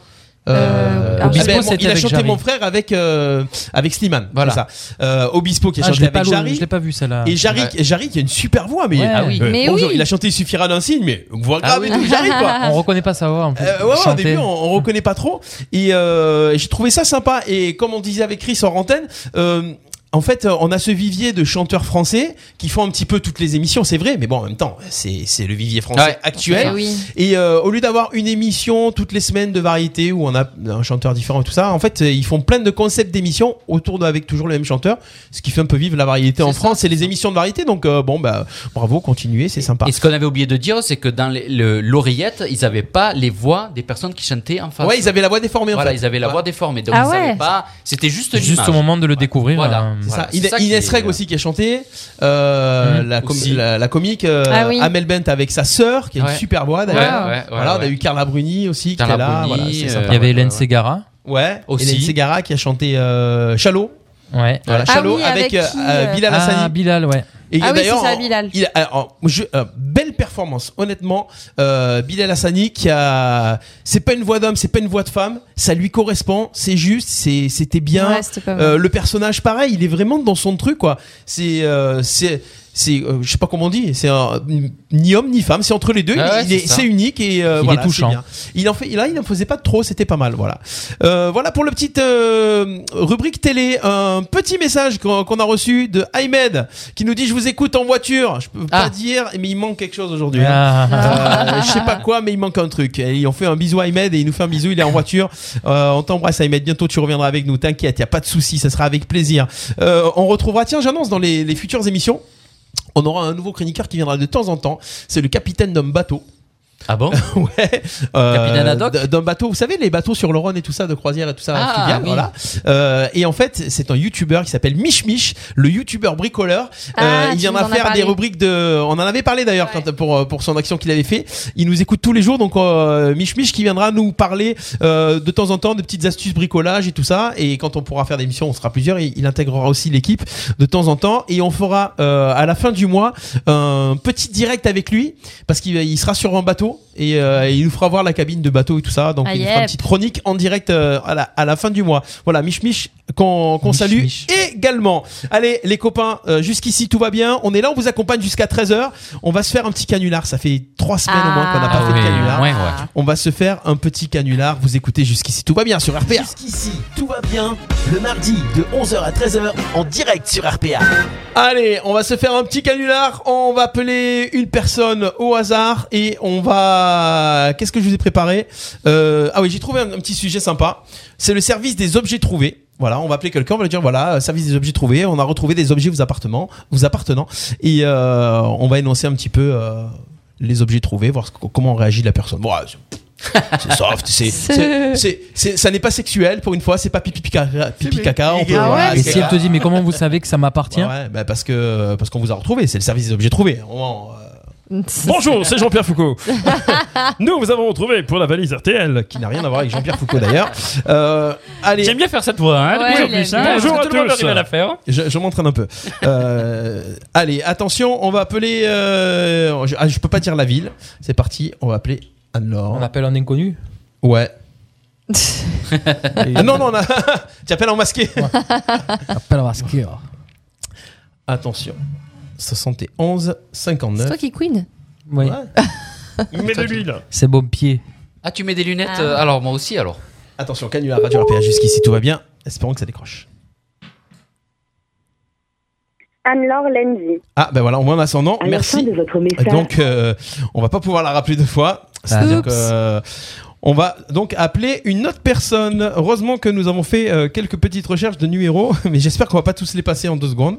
Speaker 6: Euh,
Speaker 4: ah
Speaker 7: Obispo,
Speaker 4: ben, bon,
Speaker 7: c'était
Speaker 4: il a
Speaker 7: avec
Speaker 4: chanté
Speaker 7: Jarry.
Speaker 4: mon frère avec euh, avec Slimane,
Speaker 5: Voilà.
Speaker 4: c'est ça. Euh, Obispo qui a
Speaker 7: Ah, je
Speaker 4: chanté
Speaker 7: l'ai pas,
Speaker 4: avec
Speaker 7: lo-
Speaker 4: Jarry.
Speaker 7: je l'ai pas vu celle-là.
Speaker 4: Et Jarry, et Jarry qui a une super voix, mais,
Speaker 7: Ouais. Ah
Speaker 5: oui.
Speaker 4: Euh,
Speaker 6: Mais
Speaker 4: bonjour,
Speaker 6: oui.
Speaker 4: il a chanté Il suffira d'un signe, mais voix grave
Speaker 5: Ah
Speaker 4: et tout, Jarry quoi.
Speaker 7: On reconnaît pas sa voix en plus.
Speaker 4: Euh, ouais, ouais, au
Speaker 7: Chanter.
Speaker 4: début, on, on reconnaît pas trop. Et euh, j'ai trouvé ça sympa. Et comme on disait avec Chris en antenne, euh, en fait, euh, on a ce vivier de chanteurs français qui font un petit peu toutes les émissions, c'est vrai, mais bon, en même temps, c'est c'est le vivier français
Speaker 5: Ouais.
Speaker 4: actuel.
Speaker 6: eh oui.
Speaker 4: Et euh, au lieu d'avoir une émission toutes les semaines de variété où on a un chanteur différent et tout ça, en fait, euh, ils font plein de concepts d'émissions autour de, avec toujours le même chanteur, ce qui fait un peu vivre la variété
Speaker 5: C'est
Speaker 4: en
Speaker 5: ça,
Speaker 4: France et les émissions de variété. Donc euh, bon, bah bravo, continuez, c'est sympa.
Speaker 5: Et ce qu'on avait oublié de dire, c'est que dans les- le- l'oreillette, ils avaient pas les voix des personnes qui chantaient en face.
Speaker 4: ouais, ils avaient la voix déformée.
Speaker 5: voilà,
Speaker 4: en fait.
Speaker 5: ils avaient la
Speaker 4: Ouais.
Speaker 5: voix déformée. Donc
Speaker 6: Ah
Speaker 5: ils
Speaker 6: ouais.
Speaker 5: savaient pas. C'était juste
Speaker 7: Juste au
Speaker 5: l'image.
Speaker 7: moment de le découvrir.
Speaker 5: Voilà.
Speaker 7: euh,
Speaker 4: C'est ça.
Speaker 5: Voilà, c'est
Speaker 4: Ina-
Speaker 5: ça qui
Speaker 4: Inès
Speaker 5: est- Mhm.
Speaker 4: Reg aussi qui a chanté, euh,
Speaker 7: Mmh.
Speaker 4: la, com-
Speaker 5: Aussi.
Speaker 4: la, la comique euh,
Speaker 6: Ah oui.
Speaker 4: Amel Bent avec sa sœur qui a une
Speaker 5: Ouais.
Speaker 4: super voix
Speaker 5: Ouais,
Speaker 4: d'ailleurs.
Speaker 5: ouais, ouais,
Speaker 4: voilà, on a
Speaker 5: ouais.
Speaker 4: eu Carla Bruni aussi
Speaker 5: Carla
Speaker 4: qui est là.
Speaker 5: Bruni,
Speaker 4: voilà, c'est sympa.
Speaker 5: euh,
Speaker 7: Il y avait
Speaker 5: ouais,
Speaker 7: Hélène
Speaker 5: ouais, ouais.
Speaker 7: Segara.
Speaker 4: Ouais,
Speaker 5: Aussi.
Speaker 4: Hélène Segara qui a chanté euh, Shallow.
Speaker 7: Ouais.
Speaker 4: Voilà,
Speaker 6: Ah
Speaker 4: Shallow
Speaker 6: oui,
Speaker 4: avec,
Speaker 6: avec
Speaker 4: euh,
Speaker 6: qui,
Speaker 4: euh,
Speaker 6: euh,
Speaker 4: Bilal Hassani.
Speaker 7: Ah, Bilal, ouais.
Speaker 4: Et
Speaker 6: Ah oui,
Speaker 4: d'ailleurs,
Speaker 6: c'est ça,
Speaker 4: en-
Speaker 6: Bilal.
Speaker 4: il a- alors, je- euh, belle performance, honnêtement. Euh, Bilal Hassani, qui a. C'est pas une voix d'homme, c'est pas une voix de femme. Ça lui correspond, c'est juste, c'est- c'était bien.
Speaker 6: Ouais, c'était pas mal.
Speaker 4: Euh, le personnage, pareil, il est vraiment dans son truc, quoi. C'est. euh, c'est c'est euh, je sais pas comment on dit c'est un- ni homme ni femme c'est entre les deux
Speaker 5: Ah ouais,
Speaker 4: il est-
Speaker 5: c'est ça.
Speaker 4: c'est unique et euh,
Speaker 7: Il est
Speaker 4: voilà, c'est
Speaker 7: touchant.
Speaker 4: bien. il en fait là il en faisait pas trop c'était pas mal voilà Euh, voilà pour le petit euh, rubrique télé un petit message qu'on qu'on a reçu de Ahmed qui nous dit je vous écoute en voiture je peux pas
Speaker 5: Ah.
Speaker 4: dire mais il manque quelque chose aujourd'hui hein.
Speaker 7: Ah.
Speaker 4: Euh, je sais pas quoi, mais il manque un truc. Et on fait un bisou à Ahmed et il nous fait un bisou. Il est en voiture. Euh, on t'embrasse, Ahmed. Bientôt, tu reviendras avec nous. T'inquiète, y a pas de souci. Ça sera avec plaisir. Euh, on retrouvera. Tiens, j'annonce dans les, les futures émissions. On aura un nouveau chroniqueur qui viendra de temps en temps. C'est le capitaine d'un bateau.
Speaker 5: Ah bon
Speaker 4: (laughs) Ouais. euh,
Speaker 5: Capitaine Haddock
Speaker 4: d- D'un bateau, vous savez, les bateaux sur le Rhône et tout ça, de croisière et tout ça,
Speaker 5: Ah,
Speaker 4: fluvial,
Speaker 5: oui.
Speaker 4: voilà. Euh, et en fait, c'est un youtubeur qui s'appelle Mich Mich, le youtubeur bricoleur.
Speaker 6: Ah,
Speaker 4: Euh, il
Speaker 6: tu
Speaker 4: vient
Speaker 6: nous en as
Speaker 4: faire des
Speaker 6: parlé.
Speaker 4: rubriques de. On en avait parlé d'ailleurs quand- pour, euh, pour son action qu'il avait fait. Il nous écoute tous les jours, donc euh, Mich Mich qui viendra nous parler euh, de temps en temps de petites astuces bricolage et tout ça. Et quand on pourra faire des missions, on sera plusieurs. Et il intégrera aussi l'équipe de temps en temps. Et on fera euh, à la fin du mois un petit direct avec lui parce qu'il il sera sur un bateau et euh, il nous fera voir la cabine de bateau et tout ça. Donc
Speaker 6: Ah,
Speaker 4: il nous
Speaker 6: yep.
Speaker 4: fera une petite chronique en direct euh, à, la, à la fin du mois. Voilà, Mich Mich qu'on qu'on
Speaker 7: Mich
Speaker 4: salue
Speaker 7: Mich.
Speaker 4: également. Allez les copains, euh, jusqu'ici tout va bien. On est là, on vous accompagne jusqu'à 13h. On va se faire un petit canular. Ça fait trois semaines au moins qu'on n'a pas
Speaker 5: Ah
Speaker 4: fait
Speaker 5: oui,
Speaker 4: de canular.
Speaker 5: ouais, ouais.
Speaker 4: On va se faire un petit canular. Vous écoutez jusqu'ici tout va bien sur RPA.
Speaker 1: Jusqu'ici, tout va bien. Le mardi de 11h à 13h en direct sur RPA.
Speaker 4: Allez, on va se faire un petit canular. On va appeler une personne au hasard et on va. Qu'est-ce que je vous ai préparé Euh, Ah oui, j'ai trouvé un, un petit sujet sympa. C'est le service des objets trouvés. Voilà, on va appeler quelqu'un, on va lui dire voilà, euh, service des objets trouvés. On a retrouvé des objets vous appartenant, vous appartenant, et euh, on va énoncer un petit peu euh, les objets trouvés, voir ce- comment réagit la personne. Bon, ouais, c'est- c'est
Speaker 7: (laughs)
Speaker 4: soft, c'est, c'est, c'est- c'est- ça n'est pas sexuel pour une fois, c'est pas pipi pica- pipi caca. On peut,
Speaker 6: Ah ouais,
Speaker 4: voilà,
Speaker 7: Et
Speaker 4: c'est-
Speaker 7: si elle te dit, mais comment vous savez que ça m'appartient
Speaker 4: Ouais, bah parce que parce qu'on vous a retrouvé, c'est le service des objets trouvés. On- euh,
Speaker 8: Bonjour, c'est Jean-Pierre
Speaker 6: (laughs)
Speaker 8: Foucault. Nous vous avons retrouvé pour la valise RTL.
Speaker 4: qui n'a rien à voir avec Jean-Pierre Foucault d'ailleurs. Euh, allez,
Speaker 10: J'aime bien faire cette voix, hein, de
Speaker 6: Ouais,
Speaker 10: plus en
Speaker 6: il aime
Speaker 10: plus. hein,
Speaker 6: bien.
Speaker 10: parce
Speaker 8: Bonjour
Speaker 10: que
Speaker 8: à
Speaker 10: tout le monde
Speaker 8: tous.
Speaker 10: arrive à la faire.
Speaker 4: je, je m'entraîne un peu. Euh, allez, attention, on va appeler. euh, je, ah, je peux pas dire la ville. C'est parti, on va appeler
Speaker 7: On
Speaker 4: Anne-Laure.
Speaker 7: appelle un inconnu
Speaker 6: (laughs)
Speaker 4: Ouais.
Speaker 6: Est-ce
Speaker 4: Ah, non, non, on a... (laughs) tu appelles en masqué. (laughs)
Speaker 7: On appelle un masqueur.
Speaker 4: Attention. 71 59.
Speaker 6: toi qui queen
Speaker 7: Oui.
Speaker 8: Mais de l'huile.
Speaker 7: C'est bon pied.
Speaker 5: Ah, tu mets des lunettes
Speaker 6: Ah.
Speaker 5: euh, Alors, moi aussi, alors.
Speaker 4: Attention, canular radio RPA jusqu'ici tout va bien. Espérons que ça décroche.
Speaker 9: (laughs) Anne-Laure Lenzi.
Speaker 4: Ah ben voilà, au moins on a son nom.
Speaker 9: À la fin
Speaker 4: Merci.
Speaker 9: de votre message,
Speaker 4: Donc, euh, on va pas pouvoir la rappeler deux fois. C'est-à-dire que, euh, on va donc appeler une autre personne. Heureusement que nous avons fait euh, quelques petites recherches de numéros, (laughs) mais j'espère qu'on va pas tous les passer en deux secondes.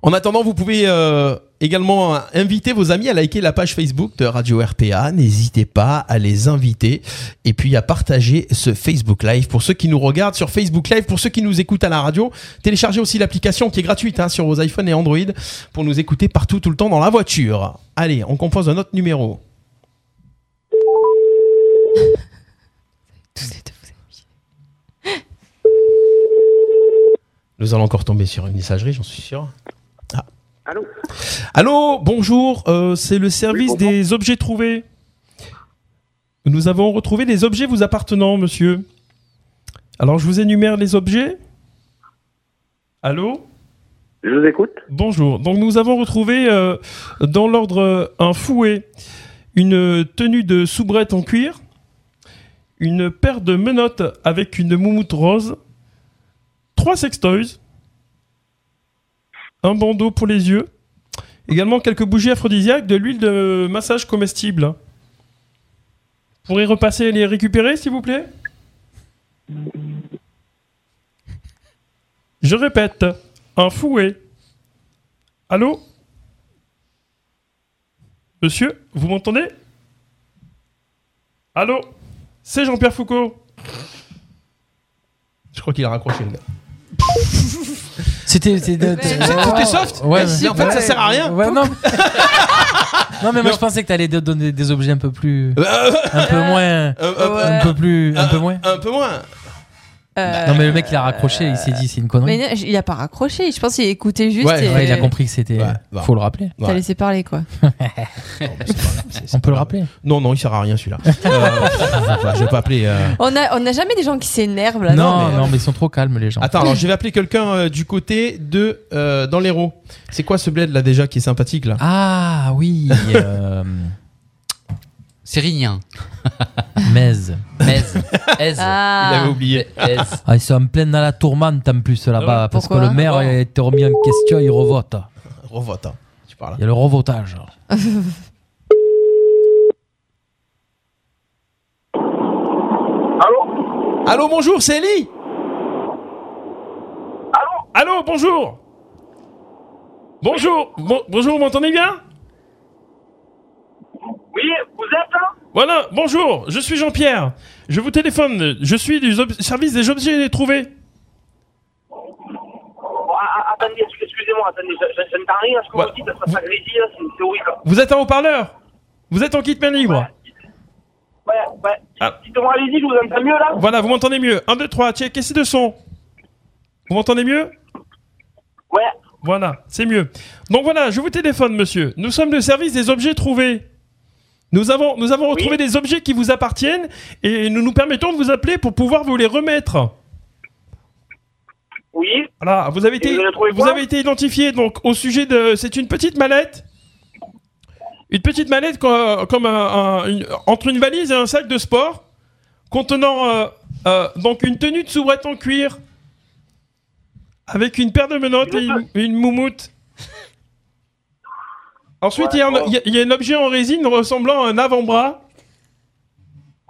Speaker 4: En attendant, vous pouvez euh, également euh, inviter vos amis à liker la page Facebook de Radio RPA. N'hésitez pas à les inviter et puis à partager ce Facebook Live. Pour ceux qui nous regardent sur Facebook Live, pour ceux qui nous écoutent à la radio, téléchargez aussi l'application qui est gratuite hein, sur vos iPhones et Android pour nous écouter partout, tout le temps dans la voiture. Allez, on compose un autre numéro. Nous allons encore tomber sur une messagerie, j'en suis sûr. Ah.
Speaker 9: Allô
Speaker 4: Allô, bonjour, euh, c'est le service
Speaker 9: Oui, bonjour.
Speaker 4: des objets trouvés. Nous avons retrouvé des objets vous appartenant, monsieur. Alors, je vous énumère les objets. Allô
Speaker 9: je vous écoute.
Speaker 8: Bonjour. Donc nous avons retrouvé euh, dans l'ordre euh, un fouet, une euh, tenue de soubrette en cuir, une paire de menottes avec une moumoute rose, trois sextoys, un bandeau pour les yeux, également quelques bougies aphrodisiaques, de l'huile de massage comestible. Vous pourrez repasser et les récupérer, s'il vous plaît Je répète, un fouet, Allô Monsieur, vous m'entendez Allô C'est Jean-Pierre Foucault
Speaker 4: Je crois qu'il a raccroché, le gars.
Speaker 7: (laughs) C'était. C'était
Speaker 4: Tout est soft
Speaker 7: Ouais,
Speaker 4: mais en fait, ça sert à rien.
Speaker 7: Ouais, non. non, mais moi, je pensais que t'allais de- donner des objets un peu plus.
Speaker 4: Euh,
Speaker 7: Un peu moins.
Speaker 4: euh, euh,
Speaker 7: Un peu plus. Un peu moins.
Speaker 4: Un peu moins.
Speaker 6: Euh,
Speaker 7: Non, mais le mec, il a raccroché, il s'est dit, c'est une connerie.
Speaker 6: mais non, il a pas raccroché, je pense qu'il écoutait juste
Speaker 4: Ouais,
Speaker 6: et
Speaker 7: Ouais, il a compris que c'était.
Speaker 4: Ouais, bah.
Speaker 7: Faut le rappeler.
Speaker 6: t'as
Speaker 4: Ouais.
Speaker 6: laissé
Speaker 7: (laughs)
Speaker 6: parler quoi.
Speaker 4: Non, mais c'est pas grave, c'est- c'est
Speaker 7: On peut
Speaker 4: pas
Speaker 7: le
Speaker 4: grave.
Speaker 7: rappeler.
Speaker 4: Non, non, il sert à
Speaker 7: (laughs)
Speaker 4: rien celui-là. Euh, je vais pas appeler. euh.
Speaker 6: On a, on a jamais des gens qui s'énervent là.
Speaker 7: non,
Speaker 4: mais- euh,
Speaker 7: non, mais ils sont trop calmes, les gens.
Speaker 4: Attends, alors je vais appeler quelqu'un euh, du côté de euh, dans l'héros. C'est quoi ce bled là déjà qui est sympathique là
Speaker 7: Ah oui,
Speaker 4: (laughs)
Speaker 7: euh, (laughs)
Speaker 5: C'est Rignan.
Speaker 7: Mez.
Speaker 5: Aise. Aise.
Speaker 6: Ah. Il avait
Speaker 5: oublié. (laughs) Aise.
Speaker 7: Ah, ils sont en plein dans la tourmente en plus là-bas, parce que
Speaker 6: Pourquoi
Speaker 7: le maire
Speaker 5: Ah bon
Speaker 7: a été remis en question, il revote.
Speaker 4: Revote. hein. Tu parles.
Speaker 7: Il y a le revotage.
Speaker 9: Allô
Speaker 4: Allô, bonjour, c'est Ellie.
Speaker 8: Allô, bonjour Bonjour Bon- Bonjour, vous m'entendez bien
Speaker 9: Oui,
Speaker 8: Voilà, bonjour, je suis Jean-Pierre. Je vous téléphone, je suis du ob- service des objets trouvés.
Speaker 10: Ah, attendez, excusez-moi, attendez, je- je- j'entends rien à ce que vous dites, ça s'agrédit, là, c'est c'est horrible.
Speaker 8: Vous êtes en haut-parleur Vous êtes en kit main libre
Speaker 10: Ouais, ouais,
Speaker 8: Ah,
Speaker 10: dites-moi, allez-y, je vous entends mieux là
Speaker 8: Voilà, vous m'entendez mieux. 1, 2, 3, check, essayez de son. Vous m'entendez mieux
Speaker 10: Ouais.
Speaker 8: Voilà, c'est mieux. Donc voilà, je vous téléphone, monsieur. Nous sommes le service des objets trouvés. Nous avons, nous avons retrouvé des objets qui vous appartiennent et nous nous permettons de vous appeler pour pouvoir vous les remettre.
Speaker 10: Oui.
Speaker 8: Voilà, vous avez
Speaker 10: Et
Speaker 8: été,
Speaker 10: vous avez trouvé
Speaker 8: vous
Speaker 10: quoi
Speaker 8: avez été identifié donc au sujet de. C'est une petite mallette. Une petite mallette co- comme un- un- une- entre une valise et un sac de sport contenant euh, euh, donc une tenue de soubrette en cuir avec une paire de menottes et une, une moumoute. Ensuite, il y a un- il y, a- il y a un objet en résine ressemblant à un avant-bras.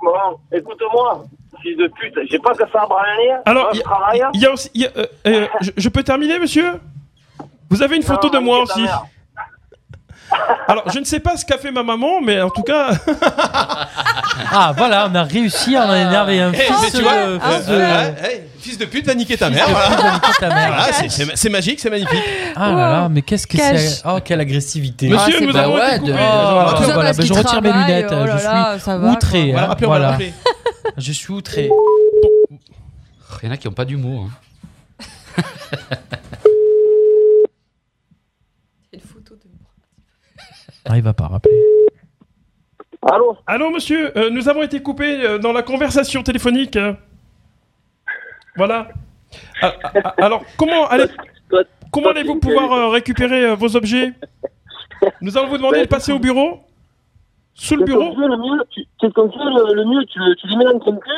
Speaker 10: Bon, écoute-moi, fils de pute, j'ai pas que ça à branler.
Speaker 8: Alors,
Speaker 10: moi,
Speaker 8: il
Speaker 10: je
Speaker 8: y,
Speaker 10: travaille. hein.
Speaker 8: a- il y a aussi. il y a, euh, euh, je, je peux terminer, monsieur Vous avez une
Speaker 10: Non,
Speaker 8: photo de
Speaker 10: nique
Speaker 8: moi
Speaker 10: ta
Speaker 8: aussi.
Speaker 10: mère.
Speaker 8: Alors, je ne sais pas ce qu'a fait ma maman, mais en tout cas.
Speaker 7: Ah voilà, on a réussi à en énerver un
Speaker 4: Eh, mais
Speaker 7: fils
Speaker 4: tu vois,
Speaker 7: de-
Speaker 4: euh,
Speaker 7: fils de-
Speaker 4: euh, eh, fils de pute va niquer ta mère.
Speaker 7: de
Speaker 4: voilà.
Speaker 7: pute va niquer ta mère.
Speaker 4: Voilà, c'est- c'est c'est magique, c'est magnifique.
Speaker 7: Ah là là, mais qu'est-ce que
Speaker 4: Cache.
Speaker 7: c'est Oh, quelle agressivité.
Speaker 4: Monsieur, Ah, c'est nous pas avons vrai, été coupés. de- Tout ça
Speaker 7: voilà,
Speaker 4: parce
Speaker 7: ben, je
Speaker 4: qu'il
Speaker 7: retire mes
Speaker 4: travaille,
Speaker 7: lunettes.
Speaker 4: oh là
Speaker 7: je suis
Speaker 4: là, ça va,
Speaker 7: outré.
Speaker 4: quoi. On va
Speaker 7: hein,
Speaker 4: le rappeler, Ah, on va le
Speaker 7: voilà.
Speaker 4: rappeler.
Speaker 7: Je suis outré.
Speaker 5: Il y en a qui n'ont pas d'humour. hein.
Speaker 7: Ah, il va pas rappeler.
Speaker 10: Allô
Speaker 8: Allô, monsieur, euh, nous avons été coupés euh, dans la conversation téléphonique. euh. Voilà. Ah, ah, Alors, comment allez, comment allez-vous pouvoir euh, récupérer euh, vos objets Nous allons vous demander de passer au bureau. Sous le bureau
Speaker 10: Quelqu'un veut le mieux, tu, quelqu'un veut le, le mieux, tu, le- tu les mets dans ton cul,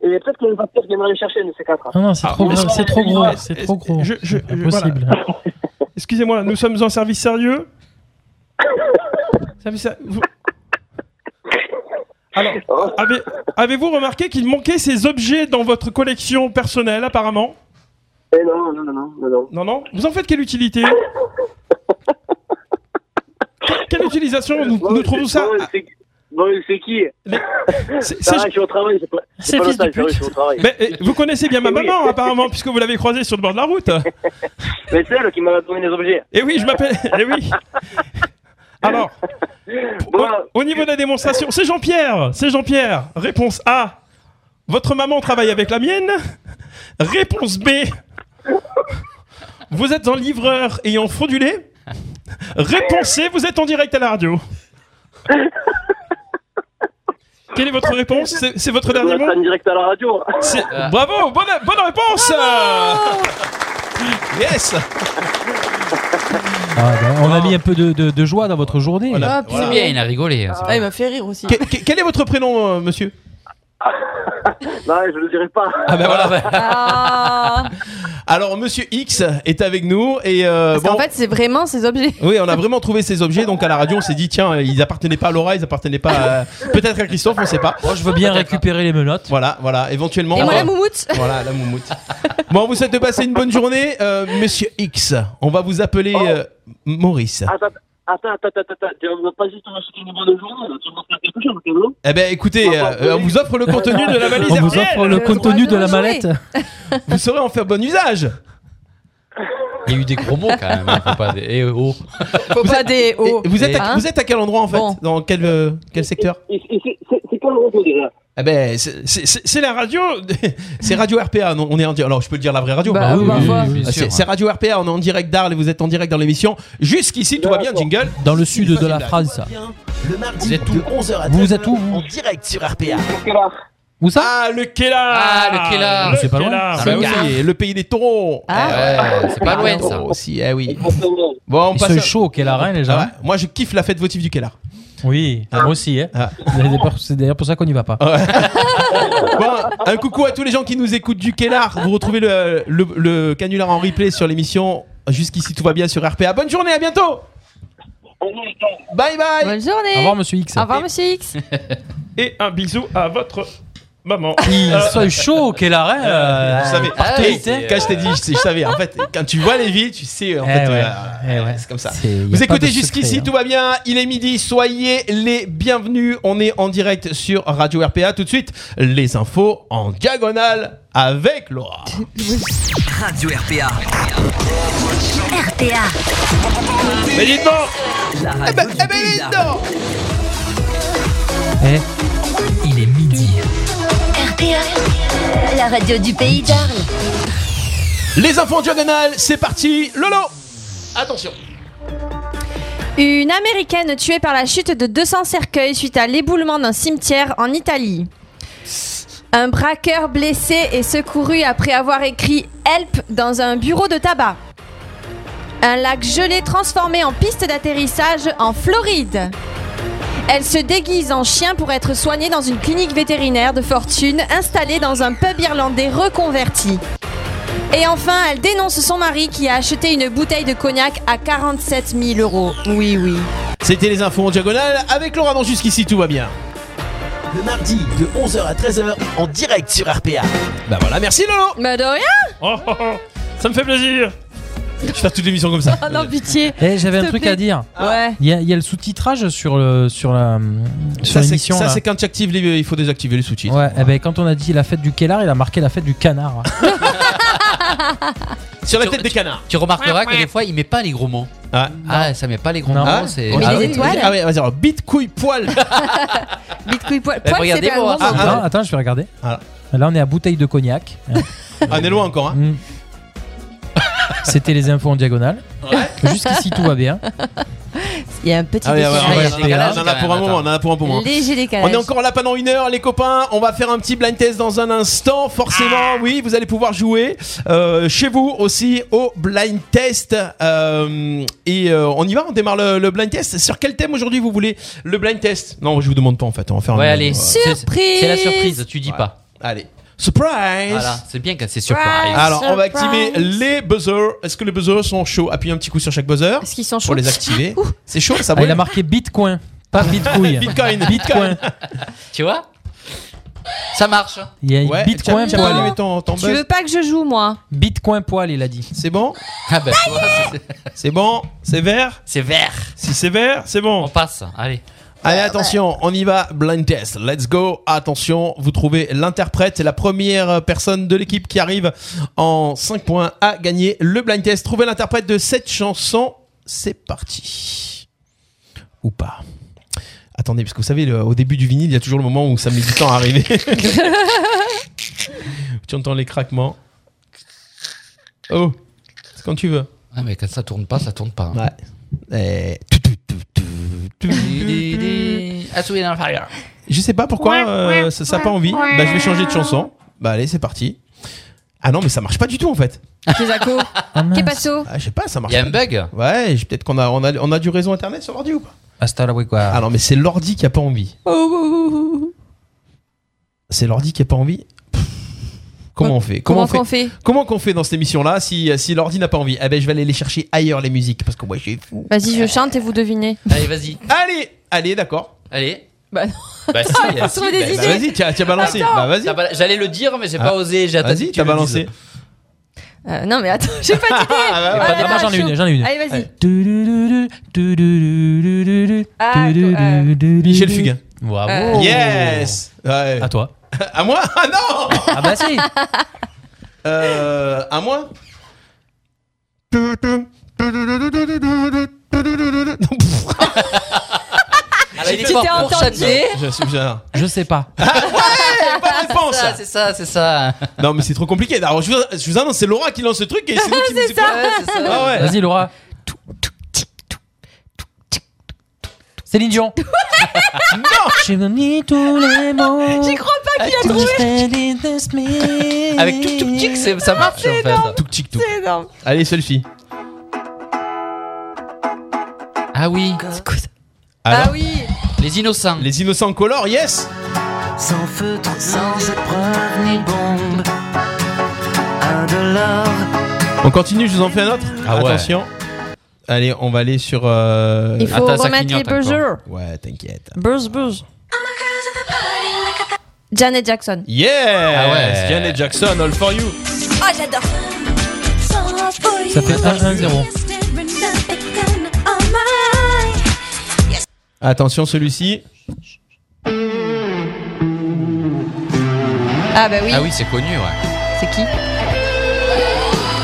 Speaker 10: et peut-être que le facteur viendra les chercher, un de ces quatre.
Speaker 7: Ah non, c'est trop gros, c'est trop gros, c'est trop gros.
Speaker 8: Je, je-
Speaker 7: C'est
Speaker 8: je- voilà.
Speaker 7: impossible.
Speaker 8: Excusez-moi, nous sommes en service sérieux. Service ser- vous- Alors, avez, avez-vous remarqué qu'il manquait ces objets dans votre collection personnelle, apparemment
Speaker 10: Eh non, non, non, non, non, non.
Speaker 8: Non, non Vous en faites quelle utilité
Speaker 10: (laughs)
Speaker 8: Que- Quelle utilisation nous, nous trouvons ça
Speaker 10: Bon, c'est- Bon, c'est qui (laughs)
Speaker 8: c'est-
Speaker 10: Ça
Speaker 8: c'est-
Speaker 10: va, je suis au travail, c'est pas,
Speaker 8: C'est
Speaker 10: c'est pas
Speaker 8: fils de
Speaker 10: l'otage, je
Speaker 8: pute.
Speaker 10: suis au travail.
Speaker 8: Mais, eh, Vous connaissez bien ma maman, apparemment, puisque vous l'avez croisée sur le bord de la route.
Speaker 10: (laughs) Mais c'est elle qui m'a donné les objets.
Speaker 8: Eh oui, je m'appelle.
Speaker 10: (laughs)
Speaker 8: Eh oui. Alors, au, au niveau de la démonstration, c'est Jean-Pierre. C'est Jean-Pierre. Réponse A. Votre maman travaille avec la mienne. Réponse B. Vous êtes un livreur ayant fraudulé. Réponse C. Vous êtes en direct à la radio. Quelle est votre réponse C'est- C'est votre dernier mot
Speaker 10: en direct à la radio.
Speaker 8: C'est- Bravo, bonne, bonne réponse Yes
Speaker 7: Ah, ben, on a mis un peu de, de- de joie dans votre journée.
Speaker 4: Voilà. Ah, puis c'est bien, il
Speaker 5: a rigolé. hein.
Speaker 4: Ah, il
Speaker 12: m'a fait rire aussi.
Speaker 4: Que- que- quel est votre prénom, euh, monsieur
Speaker 10: (laughs) Non, je le dirai pas.
Speaker 4: Ah ben voilà.
Speaker 6: Ah.
Speaker 4: Alors Monsieur X est avec nous et euh,
Speaker 6: Parce qu'en
Speaker 4: bon.
Speaker 6: fait, c'est vraiment ces objets.
Speaker 4: Oui, on a vraiment trouvé ces objets. Donc à la radio, on s'est dit tiens, ils appartenaient pas à Laura, ils appartenaient pas à- peut-être à Christophe, on sait pas.
Speaker 7: Moi, je veux bien récupérer les menottes.
Speaker 4: Voilà, voilà, éventuellement.
Speaker 6: Et moi,
Speaker 4: on va-
Speaker 6: la moumoute.
Speaker 4: Voilà, la moumoute. bon, on vous souhaite de passer une bonne journée, euh, Monsieur X. On va vous appeler euh, Maurice.
Speaker 9: bah.
Speaker 10: Attends, attends, attends, attends, attends. Tu vas pas juste me souhaiter une bonne journée, là. tu vas me faire quelque chose, quand même.
Speaker 4: Eh ben, écoutez, euh, euh, on vous offre le contenu de la valise.
Speaker 7: On vous
Speaker 4: RTL.
Speaker 7: offre le contenu de la mallette.
Speaker 4: Vous saurez en faire bon usage.
Speaker 5: Il y a eu des gros mots quand même. hein, faut pas des- Eh oh.
Speaker 6: Faut pas des
Speaker 7: Oh.
Speaker 6: hauts.
Speaker 4: Et Vous êtes, à,
Speaker 6: Hein
Speaker 4: vous êtes à quel endroit en fait Dans quel, euh, quel secteur
Speaker 10: Et, et c'est- c'est- c'est quoi le retour déjà
Speaker 4: Eh ben, c'est- c'est c'est- c'est la radio, (laughs) c'est Radio RPA. non, on est en di- Alors, je peux le dire la vraie radio.
Speaker 6: Bah, Bah oui, bah, oui, bah. oui,
Speaker 5: bien
Speaker 4: C'est
Speaker 5: sûr.
Speaker 4: c'est Radio RPA. On est en direct d'Arles et vous êtes en direct dans l'émission. Jusqu'ici, tout va bien, jingle.
Speaker 7: Dans le sud de la France.
Speaker 1: Le mardi
Speaker 4: Vous êtes
Speaker 1: de 11h à 13h
Speaker 7: Vous êtes où, vous
Speaker 1: en direct sur RPA.
Speaker 7: Où ça
Speaker 8: Ah, le Kélar
Speaker 5: Ah, le Kélar.
Speaker 7: C'est pas loin.
Speaker 8: Kélar.
Speaker 4: Ah bah oui, et le pays des taureaux. Eh
Speaker 5: Ah. Ouais, c'est pas loin, ça.
Speaker 4: Aussi, eh oui.
Speaker 10: Exactement.
Speaker 4: Bon, (laughs) on
Speaker 7: Ils
Speaker 4: passe.
Speaker 7: sont
Speaker 4: à-
Speaker 7: chauds, quelle arène, les gens.
Speaker 4: Ah ouais, Moi, je kiffe la fête votive du Kélar.
Speaker 7: Oui, moi aussi. Hein.
Speaker 4: Ah.
Speaker 7: (laughs) C'est d'ailleurs pour ça qu'on n'y va pas.
Speaker 4: Bon, un coucou à tous les gens qui nous écoutent du Kélar. Vous retrouvez le, le, le canular en replay sur l'émission. Jusqu'ici, tout va bien sur RPA. Bonne journée, à bientôt. Bye bye.
Speaker 6: Bonne
Speaker 7: Au
Speaker 6: journée.
Speaker 7: revoir, monsieur X.
Speaker 6: Au revoir, monsieur X.
Speaker 8: Et un bisou à votre Maman.
Speaker 7: Il
Speaker 8: Euh, Ah,
Speaker 7: soit chaud, quel arrêt euh,
Speaker 4: Je savais.
Speaker 7: partout,
Speaker 4: Hey,
Speaker 7: tu sais.
Speaker 4: Ah, quand je t'ai dit, je, sais- je savais. En fait, quand tu vois les villes, tu sais. En
Speaker 7: Eh
Speaker 4: fait,
Speaker 7: ouais,
Speaker 4: euh, c'est comme ça.
Speaker 7: y a
Speaker 4: Vous
Speaker 7: pas
Speaker 4: écoutez
Speaker 7: de
Speaker 4: jusqu'ici,
Speaker 7: secret, hein.
Speaker 4: tout va bien. Il est midi. Soyez les bienvenus. On est en direct sur Radio RPA. Tout de suite, les infos en diagonale avec Laura.
Speaker 2: Radio RPA.
Speaker 9: hein.
Speaker 11: RPA.
Speaker 4: Mais dites donc
Speaker 2: La radio
Speaker 9: Eh ben,
Speaker 2: du pays d'Arles.
Speaker 7: Eh,
Speaker 11: Il est midi. RPA. La radio du pays d'Arles.
Speaker 4: Les infos en diagonale, c'est parti. Lolo Attention
Speaker 6: (laughs) Une américaine tuée par la chute de 200 cercueils suite à l'éboulement d'un cimetière en Italie. Un braqueur blessé est secouru après avoir écrit Help dans un bureau de tabac. Un lac gelé transformé en piste d'atterrissage en Floride. Elle se déguise en chien pour être soignée dans une clinique vétérinaire de fortune installée dans un pub irlandais reconverti. Et enfin, elle dénonce son mari qui a acheté une bouteille de cognac à 47 000 euros. Oui, oui.
Speaker 4: C'était les infos en diagonale avec Laura. Donc jusqu'ici, tout va bien.
Speaker 1: Le mardi de 11h à 13h en direct sur RPA.
Speaker 4: Bah voilà, merci Lolo
Speaker 6: Mais de rien
Speaker 8: Oh, oh, oh, ça me fait plaisir.
Speaker 4: Je vais faire toute l'émission comme ça.
Speaker 6: Oh non, pitié
Speaker 7: Eh, j'avais un
Speaker 6: S'il te
Speaker 7: truc
Speaker 6: plaît. Ah.
Speaker 7: à dire.
Speaker 5: Ah.
Speaker 6: Ouais.
Speaker 7: Il y, a- il y a le sous-titrage sur, le, sur la euh, sur
Speaker 4: Ça, c'est-
Speaker 7: l'émission.
Speaker 4: ça,
Speaker 7: là.
Speaker 4: c'est quand tu actives les- il faut désactiver les sous-titres.
Speaker 7: Ouais, eh ben, quand on a dit la fête du Kellar, il a marqué la fête du canard.
Speaker 4: Sur la tête des canards.
Speaker 5: Tu remarqueras que des fois, il met pas les gros mots.
Speaker 4: Ah,
Speaker 5: ça met pas les gros
Speaker 7: Non.
Speaker 5: mots.
Speaker 7: Ah,
Speaker 5: c'est-
Speaker 4: ok.
Speaker 6: Mais
Speaker 5: Ah
Speaker 6: les
Speaker 5: oui.
Speaker 6: étoiles
Speaker 4: (laughs) Ah ouais,
Speaker 6: (laughs)
Speaker 4: vas-y, alors, bite, couille, poil.
Speaker 6: Bitcoin poil.
Speaker 5: Eh,
Speaker 6: Poil,
Speaker 5: regardez,
Speaker 6: c'était un
Speaker 5: moi,
Speaker 4: hein.
Speaker 6: bon
Speaker 5: ah,
Speaker 6: moment.
Speaker 7: attends, attends, je vais regarder.
Speaker 4: Voilà.
Speaker 7: Là, on est à bouteille de
Speaker 4: (laughs)
Speaker 7: cognac.
Speaker 4: Ah, on est loin encore. Hein.
Speaker 7: Mm. C'était les infos en diagonale. Jusqu'ici, tout va bien.
Speaker 6: Il y a un petit
Speaker 4: Ah ouais,
Speaker 5: ouais,
Speaker 4: ouais, ouais, on en
Speaker 6: décalage.
Speaker 4: a-
Speaker 5: décalage
Speaker 4: on en a
Speaker 5: quand
Speaker 4: pour un
Speaker 5: même,
Speaker 4: moment, on en a pour un moment.
Speaker 6: Léger décalage.
Speaker 4: On est encore là pendant une heure, les copains. On va faire un petit blind test dans un instant.
Speaker 6: Ah.
Speaker 4: Forcément, oui, vous allez pouvoir jouer euh, chez vous aussi au blind test. Euh, et euh, on y va, on démarre le, le blind test. Sur quel thème aujourd'hui vous voulez le blind test Non, je vous demande pas en fait. On va faire.
Speaker 5: Ouais,
Speaker 4: un-
Speaker 5: allez.
Speaker 4: Ouais.
Speaker 5: c'est-
Speaker 6: Surprise
Speaker 5: C'est la surprise, tu dis
Speaker 4: Ouais.
Speaker 5: pas.
Speaker 4: allez. Surprise.
Speaker 5: Voilà, c'est bien quand c'est surprise.
Speaker 4: Alors, on va
Speaker 6: Surprise.
Speaker 4: activer les buzzers. Est-ce que les buzzers sont chauds Appuyez un petit coup sur chaque buzzer
Speaker 6: Est-ce qu'ils sont chauds
Speaker 4: pour les activer. C'est chaud, ça
Speaker 7: Ah, il a
Speaker 4: brûle.
Speaker 7: marqué Bitcoin, pas (laughs) Bitcoin.
Speaker 4: Bitcoin,
Speaker 7: Bitcoin.
Speaker 5: Tu vois Ça marche. hein.
Speaker 7: Il y a
Speaker 4: Ouais,
Speaker 7: Bitcoin
Speaker 4: tiens, tiens,
Speaker 7: poil.
Speaker 6: Non.
Speaker 4: mets ton- ton
Speaker 6: Tu
Speaker 4: buzz.
Speaker 6: veux pas que je joue, moi
Speaker 7: Bitcoin poil, il a dit.
Speaker 4: C'est bon
Speaker 5: Ah
Speaker 7: ben,
Speaker 5: bah, tu vois, c'est-
Speaker 4: C'est bon C'est vert
Speaker 5: c'est vert.
Speaker 8: Si c'est vert, c'est
Speaker 5: On
Speaker 8: bon.
Speaker 5: passe. Allez.
Speaker 4: Allez, attention, on y va, blind test. Let's go. Attention, vous trouvez l'interprète. C'est la première personne de l'équipe qui arrive en 5 points à gagner le blind test. Trouvez l'interprète de cette chanson. C'est parti. Ou pas. Attendez, parce que vous savez, le- au début du vinyle, il y a toujours le moment où ça met du temps à arriver. tu entends les craquements. Oh, c'est quand tu veux.
Speaker 5: Ah, mais quand ça tourne pas, ça tourne pas. hein.
Speaker 4: Ouais. Et-
Speaker 5: À souris dans le fire.
Speaker 4: Je sais pas pourquoi euh, ça n'a pas envie. Bah, je vais changer de chanson. Bah, allez, c'est parti. Ah non, mais ça marche pas du tout en fait.
Speaker 6: Kézako
Speaker 7: Ah, mince.
Speaker 6: Kepasso
Speaker 4: (laughs) Ah, je sais pas, ça
Speaker 5: Il
Speaker 4: marche
Speaker 5: y a
Speaker 4: pas.
Speaker 5: un bug
Speaker 4: Ouais, je- peut-être qu'on a on, a, on a du réseau internet sur l'ordi ou pas
Speaker 7: Hasta la
Speaker 4: Ah
Speaker 7: wegua.
Speaker 4: non, mais c'est l'ordi qui a pas envie.
Speaker 6: Oh,
Speaker 4: C'est l'ordi qui a pas envie. Pff, Comment on fait
Speaker 6: Comment
Speaker 4: on fait
Speaker 6: qu'on fait
Speaker 4: Comment qu'on fait dans cette émission-là si, euh, si l'ordi n'a pas envie Eh ben, je vais aller les chercher ailleurs les musiques parce que moi je suis fou.
Speaker 6: Vas-y, je chante et vous devinez.
Speaker 5: Allez, vas-y.
Speaker 4: Allez, allez, d'accord.
Speaker 5: Allez.
Speaker 6: Bah non.
Speaker 5: Bah si,
Speaker 6: faut
Speaker 5: si,
Speaker 6: trouver
Speaker 5: bah,
Speaker 6: des
Speaker 5: bah,
Speaker 4: Bah,
Speaker 6: idées.
Speaker 4: vas-y, tiens, tiens, balancé. Bah vas-y,
Speaker 5: T'as bal- J'allais le dire, mais j'ai pas osé. J'ai attendu
Speaker 4: vas-y,
Speaker 5: que tu
Speaker 4: t'as
Speaker 5: le dises.
Speaker 4: balancé.
Speaker 6: Euh, non, mais attends, j'ai pas
Speaker 4: (laughs)
Speaker 6: d'idée
Speaker 7: Pas
Speaker 4: Ah,
Speaker 6: Ouais,
Speaker 7: de-
Speaker 6: là,
Speaker 7: j'en ai
Speaker 6: chaud.
Speaker 7: une, j'en ai une.
Speaker 6: Allez, vas-y.
Speaker 7: Du-du-du-du, du-du-du-du-du,
Speaker 6: Ah, euh,
Speaker 7: du-du-du-du-du.
Speaker 4: Michel Fugain.
Speaker 5: Euh,
Speaker 7: Bravo.
Speaker 4: Yes. Ouais.
Speaker 7: À toi.
Speaker 4: (laughs) À moi Ah non
Speaker 7: Ah bah si.
Speaker 4: (laughs) euh, À moi
Speaker 5: Ah, bah,
Speaker 4: Non, pff,
Speaker 5: Alors, il est
Speaker 6: Tu
Speaker 5: fort
Speaker 6: t'es
Speaker 5: pour
Speaker 6: entendu.
Speaker 5: châtier.
Speaker 4: je suis bien.
Speaker 7: Je sais pas.
Speaker 4: Eh, pas de réponse
Speaker 5: Ça, C'est ça, c'est ça. Ouais,
Speaker 4: (laughs) Non mais c'est trop compliqué. Alors je vous, je vous annonce, c'est Laura qui lance ce truc et c'est nous qui nous y prenons.
Speaker 5: (laughs) c'est ça.
Speaker 4: Ah ouais.
Speaker 7: Vas-y Laura. Céline
Speaker 4: (laughs)
Speaker 7: Dion. J'ai donné tous les mots. J'y crois pas qu'il a trouvé.
Speaker 5: Avec tout tout tic, c'est- ça marche en fait.
Speaker 4: Touk tic touk.
Speaker 6: C'est énorme.
Speaker 4: Allez selfie.
Speaker 5: Ah oui,
Speaker 4: Alors,
Speaker 6: Ah oui
Speaker 5: les innocents.
Speaker 4: Les innocents color, yes
Speaker 2: Sans feutre, sans épreuve ni bombe. Un dollar.
Speaker 4: On continue, je vous en fais un autre.
Speaker 5: Ah ouais.
Speaker 4: Attention. Allez, on va aller sur... euh,
Speaker 6: Il faut
Speaker 5: Attends, ça
Speaker 6: remettre les
Speaker 5: clignote encore.
Speaker 6: buzzers.
Speaker 4: Ouais, t'inquiète.
Speaker 6: Buzz, buzz. Janet Jackson.
Speaker 4: Yeah
Speaker 5: Ah ouais.
Speaker 4: Janet Jackson, all for you.
Speaker 6: Oh, j'adore.
Speaker 4: Ça fait 1-1-0. Attention celui-ci.
Speaker 6: Ah bah oui.
Speaker 5: Ah oui, c'est connu, ouais.
Speaker 6: C'est qui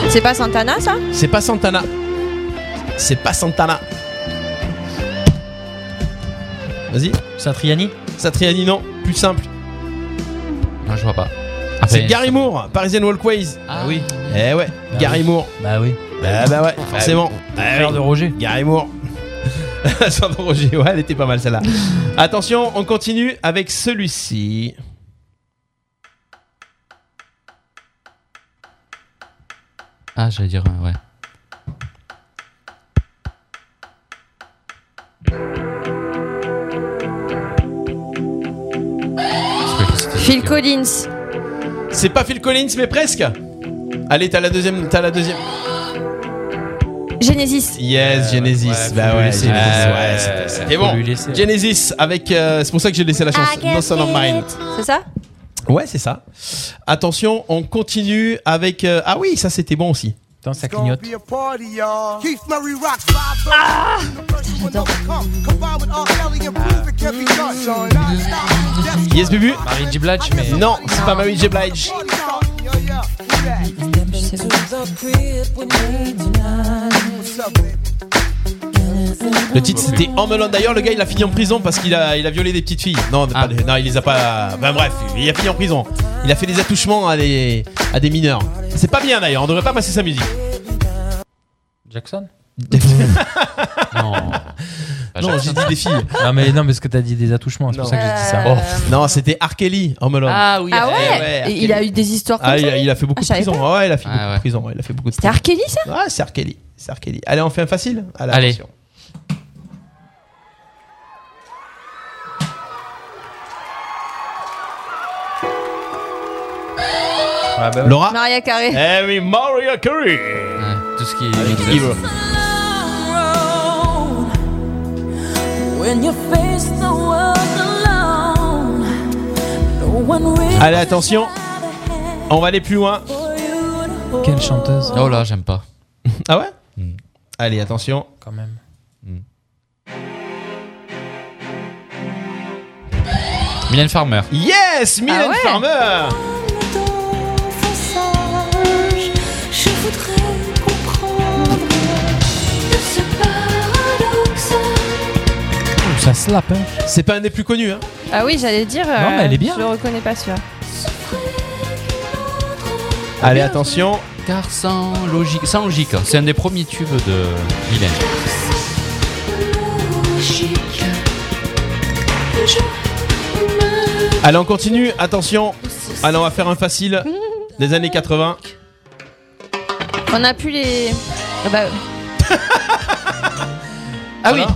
Speaker 6: C'est pas Santana ça
Speaker 4: C'est pas Santana. C'est pas Santana. Vas-y.
Speaker 7: Satriani
Speaker 4: Satriani, non. Plus simple.
Speaker 5: Non, je vois pas.
Speaker 4: Ah, c'est Gary Moore, Parisian Walkways.
Speaker 5: Ah oui.
Speaker 4: Eh ouais, Gary
Speaker 7: oui.
Speaker 4: Moore.
Speaker 7: Bah oui.
Speaker 4: Bah, bah ouais, forcément. Bah
Speaker 7: frère de Roger.
Speaker 4: Gary Moore. (laughs) Sœur de Roger, ouais, elle était pas mal celle-là. Attention, on continue avec celui-ci.
Speaker 5: Ah, j'allais dire, euh, ouais.
Speaker 6: Phil Collins.
Speaker 4: C'est pas Phil Collins, mais presque. Allez, t'as la deuxième, t'as la deuxième.
Speaker 6: Genesis.
Speaker 4: Yes, Genesis.
Speaker 7: Euh, faut
Speaker 4: bah
Speaker 7: lui
Speaker 4: ouais,
Speaker 7: laisser,
Speaker 4: ouais,
Speaker 7: Genesis,
Speaker 4: ouais,
Speaker 7: ouais.
Speaker 4: c'était- c'était
Speaker 7: Faut
Speaker 4: bon.
Speaker 7: lui laisser.
Speaker 4: Genesis avec. euh, c'est pour ça que j'ai laissé la chanson. No Son of Mine.
Speaker 6: C'est ça
Speaker 4: Ouais, c'est ça. Attention, on continue avec. euh, ah oui, ça c'était bon aussi.
Speaker 7: Attends, ça clignote.
Speaker 4: Yes, Bubu
Speaker 7: Marie J. Blige, mais.
Speaker 4: Non, c'est pas Mary J. Blige. Le titre c'était Melon D'ailleurs, le gars il a fini en prison parce qu'il a, il a violé des petites filles. Non,
Speaker 7: Ah.
Speaker 4: pas des- non, il les a pas. Ben bref, il a fini en prison. Il a fait des attouchements à des, à des mineurs. C'est pas bien d'ailleurs, on devrait pas passer sa musique.
Speaker 7: Jackson
Speaker 5: Non. Pas
Speaker 4: non, j'ai
Speaker 5: Jackson.
Speaker 4: dit des filles.
Speaker 7: Bah, Non, mais non, parce que t'as dit des attouchements, c'est pour
Speaker 4: Non.
Speaker 7: ça que j'ai dit ça.
Speaker 6: Euh,
Speaker 4: Non, c'était Arkeli, Melon.
Speaker 5: Ah oui.
Speaker 6: Ah ouais,
Speaker 4: ouais, R.
Speaker 6: Et Il a eu des histoires comme
Speaker 4: Ah, il
Speaker 6: ça.
Speaker 4: a, il a fait beaucoup
Speaker 6: Ah, je
Speaker 4: de
Speaker 6: savais
Speaker 4: prison. Ah ouais, il a fait
Speaker 5: Ah
Speaker 4: beaucoup
Speaker 5: ouais.
Speaker 4: de prison. ouais, Il a fait beaucoup de
Speaker 6: C'était
Speaker 4: prison.
Speaker 6: Arkeli ça
Speaker 4: Ah, c'est Arkeli. C'est Arkeli. Allez, on fait un facile.
Speaker 5: Allez.
Speaker 4: attention.
Speaker 7: Ah bah ouais.
Speaker 4: Laura.
Speaker 6: Maria Carré.
Speaker 4: Eh oui, Maria Curry.
Speaker 5: Ouais, Tout ce qui
Speaker 4: Evil. Allez, attention. On va aller plus loin.
Speaker 7: Quelle chanteuse
Speaker 5: Oh là, j'aime pas.
Speaker 4: (laughs)
Speaker 5: Mm.
Speaker 4: Ah ouais Allez, attention.
Speaker 7: Quand même.
Speaker 5: Mylène Farmer.
Speaker 4: Yes, Mylène
Speaker 6: Ah ouais
Speaker 4: Farmer.
Speaker 7: Ça slappe, hein
Speaker 4: C'est pas un des plus connus, hein
Speaker 6: Ah oui, j'allais dire. euh,
Speaker 7: Non, mais elle est bien.
Speaker 6: Je le reconnais pas sûr.
Speaker 4: Allez, attention.
Speaker 5: Car sans logique. Sans logique. hein. C'est un des premiers tubes de Mylène.
Speaker 4: Allez, on continue. Attention. Allez, on va faire un facile des années 80.
Speaker 6: On a plus les. Ah bah,
Speaker 5: Ah
Speaker 4: Voilà.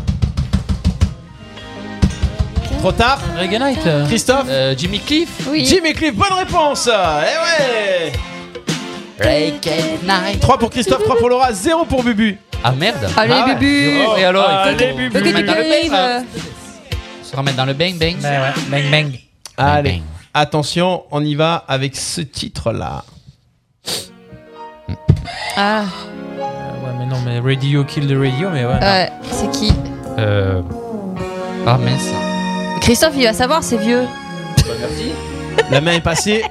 Speaker 4: Trop tard.
Speaker 7: Reaganite
Speaker 4: Christophe
Speaker 5: Euh, Jimmy Cliff.
Speaker 6: oui.
Speaker 4: Jim et Cliff, bonne réponse Eh ouais 3 pour Christophe, 3 pour Laura, 0 pour Bubu.
Speaker 5: Ah merde.
Speaker 6: Allez,
Speaker 4: Ah ouais.
Speaker 6: Bubu.
Speaker 5: Et alors il
Speaker 8: Allez,
Speaker 5: faut se
Speaker 8: Bubu.
Speaker 6: Look at
Speaker 5: remettre
Speaker 6: the
Speaker 5: dans le bang,
Speaker 6: game.
Speaker 5: hein. se remettre dans le bang bang.
Speaker 7: Bah ouais, bang bang.
Speaker 4: Allez,
Speaker 5: bang.
Speaker 4: attention, on y va avec ce titre-là.
Speaker 6: Ah,
Speaker 7: Ouais, mais non, mais Radio Kill the Radio, mais ouais.
Speaker 6: ouais. C'est qui
Speaker 5: Euh... Ah mince.
Speaker 6: Christophe, il va savoir, c'est vieux.
Speaker 4: Ah. La main est passée.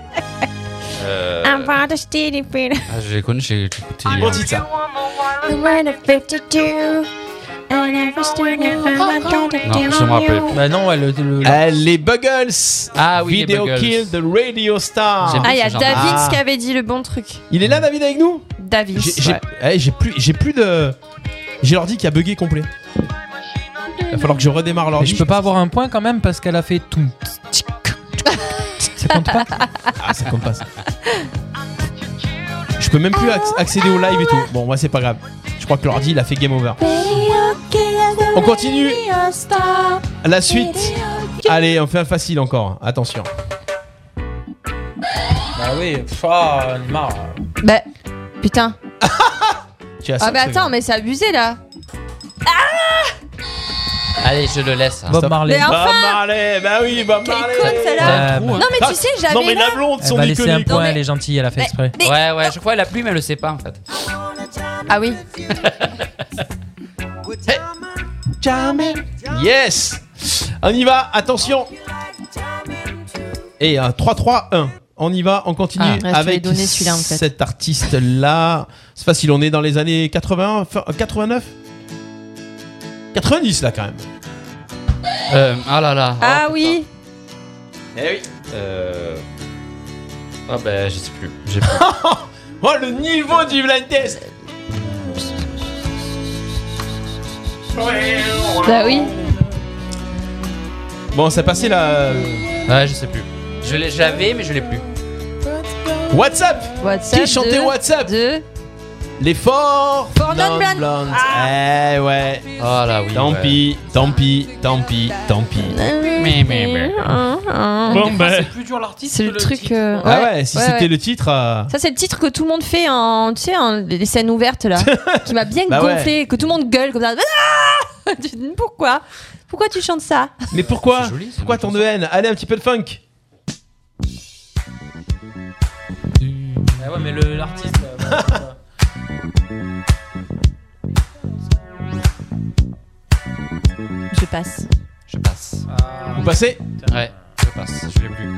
Speaker 5: Euh... (laughs) Ah, je les connais, j'ai écouté. euh.
Speaker 4: Bon titre, ça.
Speaker 5: Non, je me rappelle. plus.
Speaker 7: Bah non, ouais, le. le- le-
Speaker 4: Euh, les Buggles.
Speaker 5: Ah oui, les
Speaker 4: Video
Speaker 5: Buggles.
Speaker 4: Kill the Radio Star.
Speaker 5: J'aime-
Speaker 6: Ah, il y a
Speaker 5: ce genre.
Speaker 6: David
Speaker 4: Ah.
Speaker 6: qui avait dit le bon truc.
Speaker 4: Il est là, David, avec nous
Speaker 6: David.
Speaker 4: J'ai j'ai- eh, j'ai plus, j'ai plus de. J'ai l'ordi qui a bugué complet. Il va falloir que je redémarre
Speaker 7: Mais
Speaker 4: l'ordi.
Speaker 7: je peux pas avoir un point quand même parce qu'elle a fait tout. Ça compte pas
Speaker 4: (laughs)
Speaker 7: Bah
Speaker 4: Ah, ça compte pas. ça. Je peux même plus acc- accéder au live et tout. Bon, moi, c'est pas grave. Je crois que l'ordi, il a fait game over. On continue. La suite.
Speaker 9: Ah.
Speaker 4: Allez, on fait un facile encore. Attention.
Speaker 7: Bah oui, pff, ah, on est marre.
Speaker 6: Bah, putain.
Speaker 4: Tu as
Speaker 6: Ah,
Speaker 4: cinq
Speaker 6: bah attends,
Speaker 4: secondes.
Speaker 6: mais c'est abusé là.
Speaker 5: Ah, Allez, je le laisse. hein.
Speaker 7: Bob Marley.
Speaker 6: Mais enfin
Speaker 4: Bob Marley, bah oui, Bob Marley.
Speaker 6: celle-là.
Speaker 5: bah.
Speaker 7: Ah, bon.
Speaker 6: Non, mais tu sais, j'avais.
Speaker 4: Non, mais
Speaker 6: là-
Speaker 4: la blonde,
Speaker 7: Elle
Speaker 4: son
Speaker 7: va laisser un
Speaker 4: déconner.
Speaker 7: point,
Speaker 6: mais-
Speaker 7: elle est gentille, elle a fait
Speaker 6: Mais-
Speaker 7: exprès.
Speaker 6: mais-
Speaker 5: Ouais, ouais, je crois la plume, elle le sait pas en fait.
Speaker 4: (laughs)
Speaker 6: Ah oui.
Speaker 4: Yes On y va, attention Et un 3-3-1. On y va, on continue
Speaker 6: Ah, ouais, je te l'ai
Speaker 4: avec
Speaker 6: donné, celui-là, en fait.
Speaker 4: cet artiste-là. C'est facile, on est dans les années 80, fin- 89 90 là quand même.
Speaker 5: Euh, ah là là.
Speaker 6: Ah
Speaker 5: oh,
Speaker 6: oui.
Speaker 5: putain. Eh oui. Euh... Ah ben, je sais plus. J'ai plus.
Speaker 4: (laughs) Oh le niveau du blind test
Speaker 6: Bah oui.
Speaker 4: Bon, c'est passé là.
Speaker 5: ouais, je sais plus. Je l'ai- j'avais, mais je l'ai plus.
Speaker 4: WhatsApp
Speaker 6: WhatsApp.
Speaker 4: Qui chantait
Speaker 6: de-
Speaker 4: WhatsApp
Speaker 6: de- Ah.
Speaker 4: L'effort
Speaker 6: For non blonde.
Speaker 4: Eh ouais.
Speaker 5: Oh là oui.
Speaker 4: Tant
Speaker 5: ouais.
Speaker 4: pis, tant pis, tant pis, tant pis.
Speaker 5: Mais, mais,
Speaker 6: (laughs)
Speaker 5: mais.
Speaker 6: Hein, hein.
Speaker 8: Bon, ben,
Speaker 5: plus dur l'artiste.
Speaker 6: C'est le truc. euh,
Speaker 4: bah. Ah ouais, si
Speaker 6: ouais,
Speaker 4: c'était
Speaker 6: ouais.
Speaker 4: le titre. euh,
Speaker 6: Ça, c'est le titre que tout le monde fait en, tu sais, en- les scènes
Speaker 4: (laughs)
Speaker 6: ouvertes là, qui m'a bien
Speaker 4: Bah ouais.
Speaker 6: gonflé, que tout le monde gueule comme ça. Ah (laughs) Tu te dis, Pourquoi Pourquoi tu chantes ça
Speaker 4: Mais pourquoi
Speaker 5: C'est joli, c'est
Speaker 4: Pourquoi
Speaker 5: une
Speaker 4: tant
Speaker 5: bonne
Speaker 4: de haine Allez, un petit peu de funk.
Speaker 7: Ah ouais, mais le- l'artiste. euh,
Speaker 4: (laughs)
Speaker 6: Je passe.
Speaker 5: Je passe.
Speaker 7: ah,
Speaker 4: Vous passez
Speaker 5: Ouais, je passe. Je l'ai plus.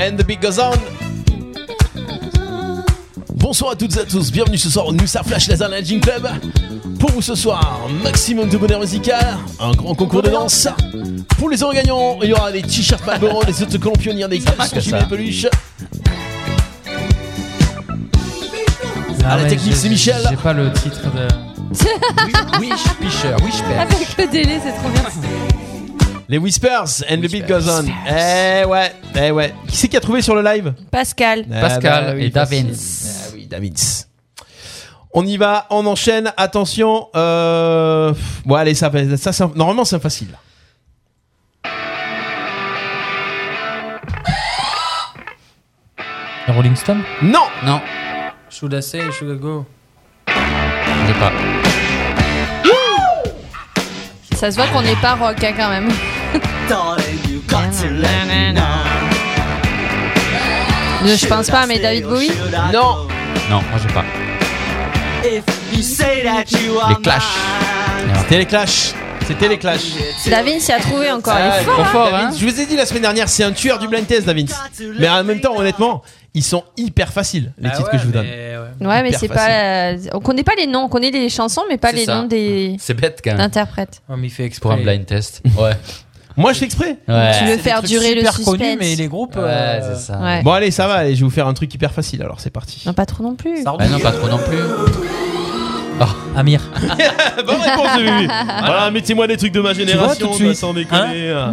Speaker 4: And the beat goes on.
Speaker 1: Bonsoir à toutes et à tous, bienvenue ce soir au Nusa Flash Laser Lighting Club. Pour vous ce soir, maximum de bonheur musical, un grand concours de danse. Pour les heureux gagnants, il y aura des t-shirts
Speaker 4: (laughs)
Speaker 1: Marlboro, des autocollants pionniers, des
Speaker 4: marque,
Speaker 1: casques,
Speaker 4: ça.
Speaker 1: des peluches.
Speaker 7: ah
Speaker 1: la
Speaker 7: ouais,
Speaker 1: technique,
Speaker 7: j'ai-
Speaker 1: c'est Michel.
Speaker 7: J'ai pas le titre de.
Speaker 5: Wish, Fisher, Wish, Bear.
Speaker 6: Avec le délai, c'est trop bien.
Speaker 4: Les Whispers and the beat
Speaker 5: Whispers.
Speaker 4: goes on. Eh ouais, eh ouais. Qui c'est qui a trouvé sur le live
Speaker 6: Pascal.
Speaker 4: Ah
Speaker 5: Pascal et
Speaker 4: facile.
Speaker 5: Davins.
Speaker 4: bah Ah oui, Davins. On y va, on enchaîne. Attention. Euh... Bon, allez, ça, va- ça c'est un- normalement c'est un facile. là.
Speaker 7: Rolling Stone
Speaker 4: Non,
Speaker 5: Non,
Speaker 7: Should I say, should I go
Speaker 5: j'ai pas.
Speaker 6: Ça se voit qu'on n'est pas rock hein, quand même. Je je pense pas, mais David Bowie.
Speaker 4: non.
Speaker 5: Non, moi j'ai pas. Les Clash.
Speaker 7: Ah.
Speaker 4: C'était les Clash. C'était les Clash.
Speaker 6: Davin s'y a trouvé encore.
Speaker 4: Ah,
Speaker 6: Il est
Speaker 4: il est trop
Speaker 6: fort. hein.
Speaker 5: fort,
Speaker 4: Davins.
Speaker 5: hein.
Speaker 4: Je vous ai dit la semaine dernière, c'est un tueur du blind test, Davins. Mais en même temps, honnêtement, ils sont hyper faciles
Speaker 7: Ah
Speaker 4: les titres que je vous donne.
Speaker 7: eh
Speaker 6: Ouais, mais
Speaker 4: Hyper
Speaker 6: c'est pas. la- On connaît pas les noms, on connaît les chansons, mais pas
Speaker 5: C'est
Speaker 6: les
Speaker 5: ça.
Speaker 6: noms des
Speaker 5: C'est bête quand même.
Speaker 6: interprètes.
Speaker 7: Oh, mais il fait exprès.
Speaker 5: Pour un blind test. Ouais.
Speaker 4: Moi, je fais exprès.
Speaker 5: ouais.
Speaker 6: Tu veux
Speaker 7: Des
Speaker 6: faire
Speaker 7: trucs
Speaker 6: durer le
Speaker 7: super
Speaker 6: suspense
Speaker 7: connus, mais les groupes.
Speaker 5: Ouais,
Speaker 7: euh,
Speaker 5: c'est ça.
Speaker 6: Ouais.
Speaker 4: Bon allez, ça va, allez, je vais vous faire un truc hyper facile, alors c'est parti.
Speaker 6: Non, pas trop non plus.
Speaker 7: ça
Speaker 5: Bah non,
Speaker 7: roule.
Speaker 5: pas trop non plus. Ah,
Speaker 7: Amir.
Speaker 4: Bonne réponse de
Speaker 6: (laughs)
Speaker 4: Vivi. (laughs) Voilà, mettez-moi des trucs de ma
Speaker 7: tout
Speaker 4: génération,
Speaker 7: de
Speaker 4: toi,
Speaker 7: suite.
Speaker 4: sans déconner.
Speaker 5: hein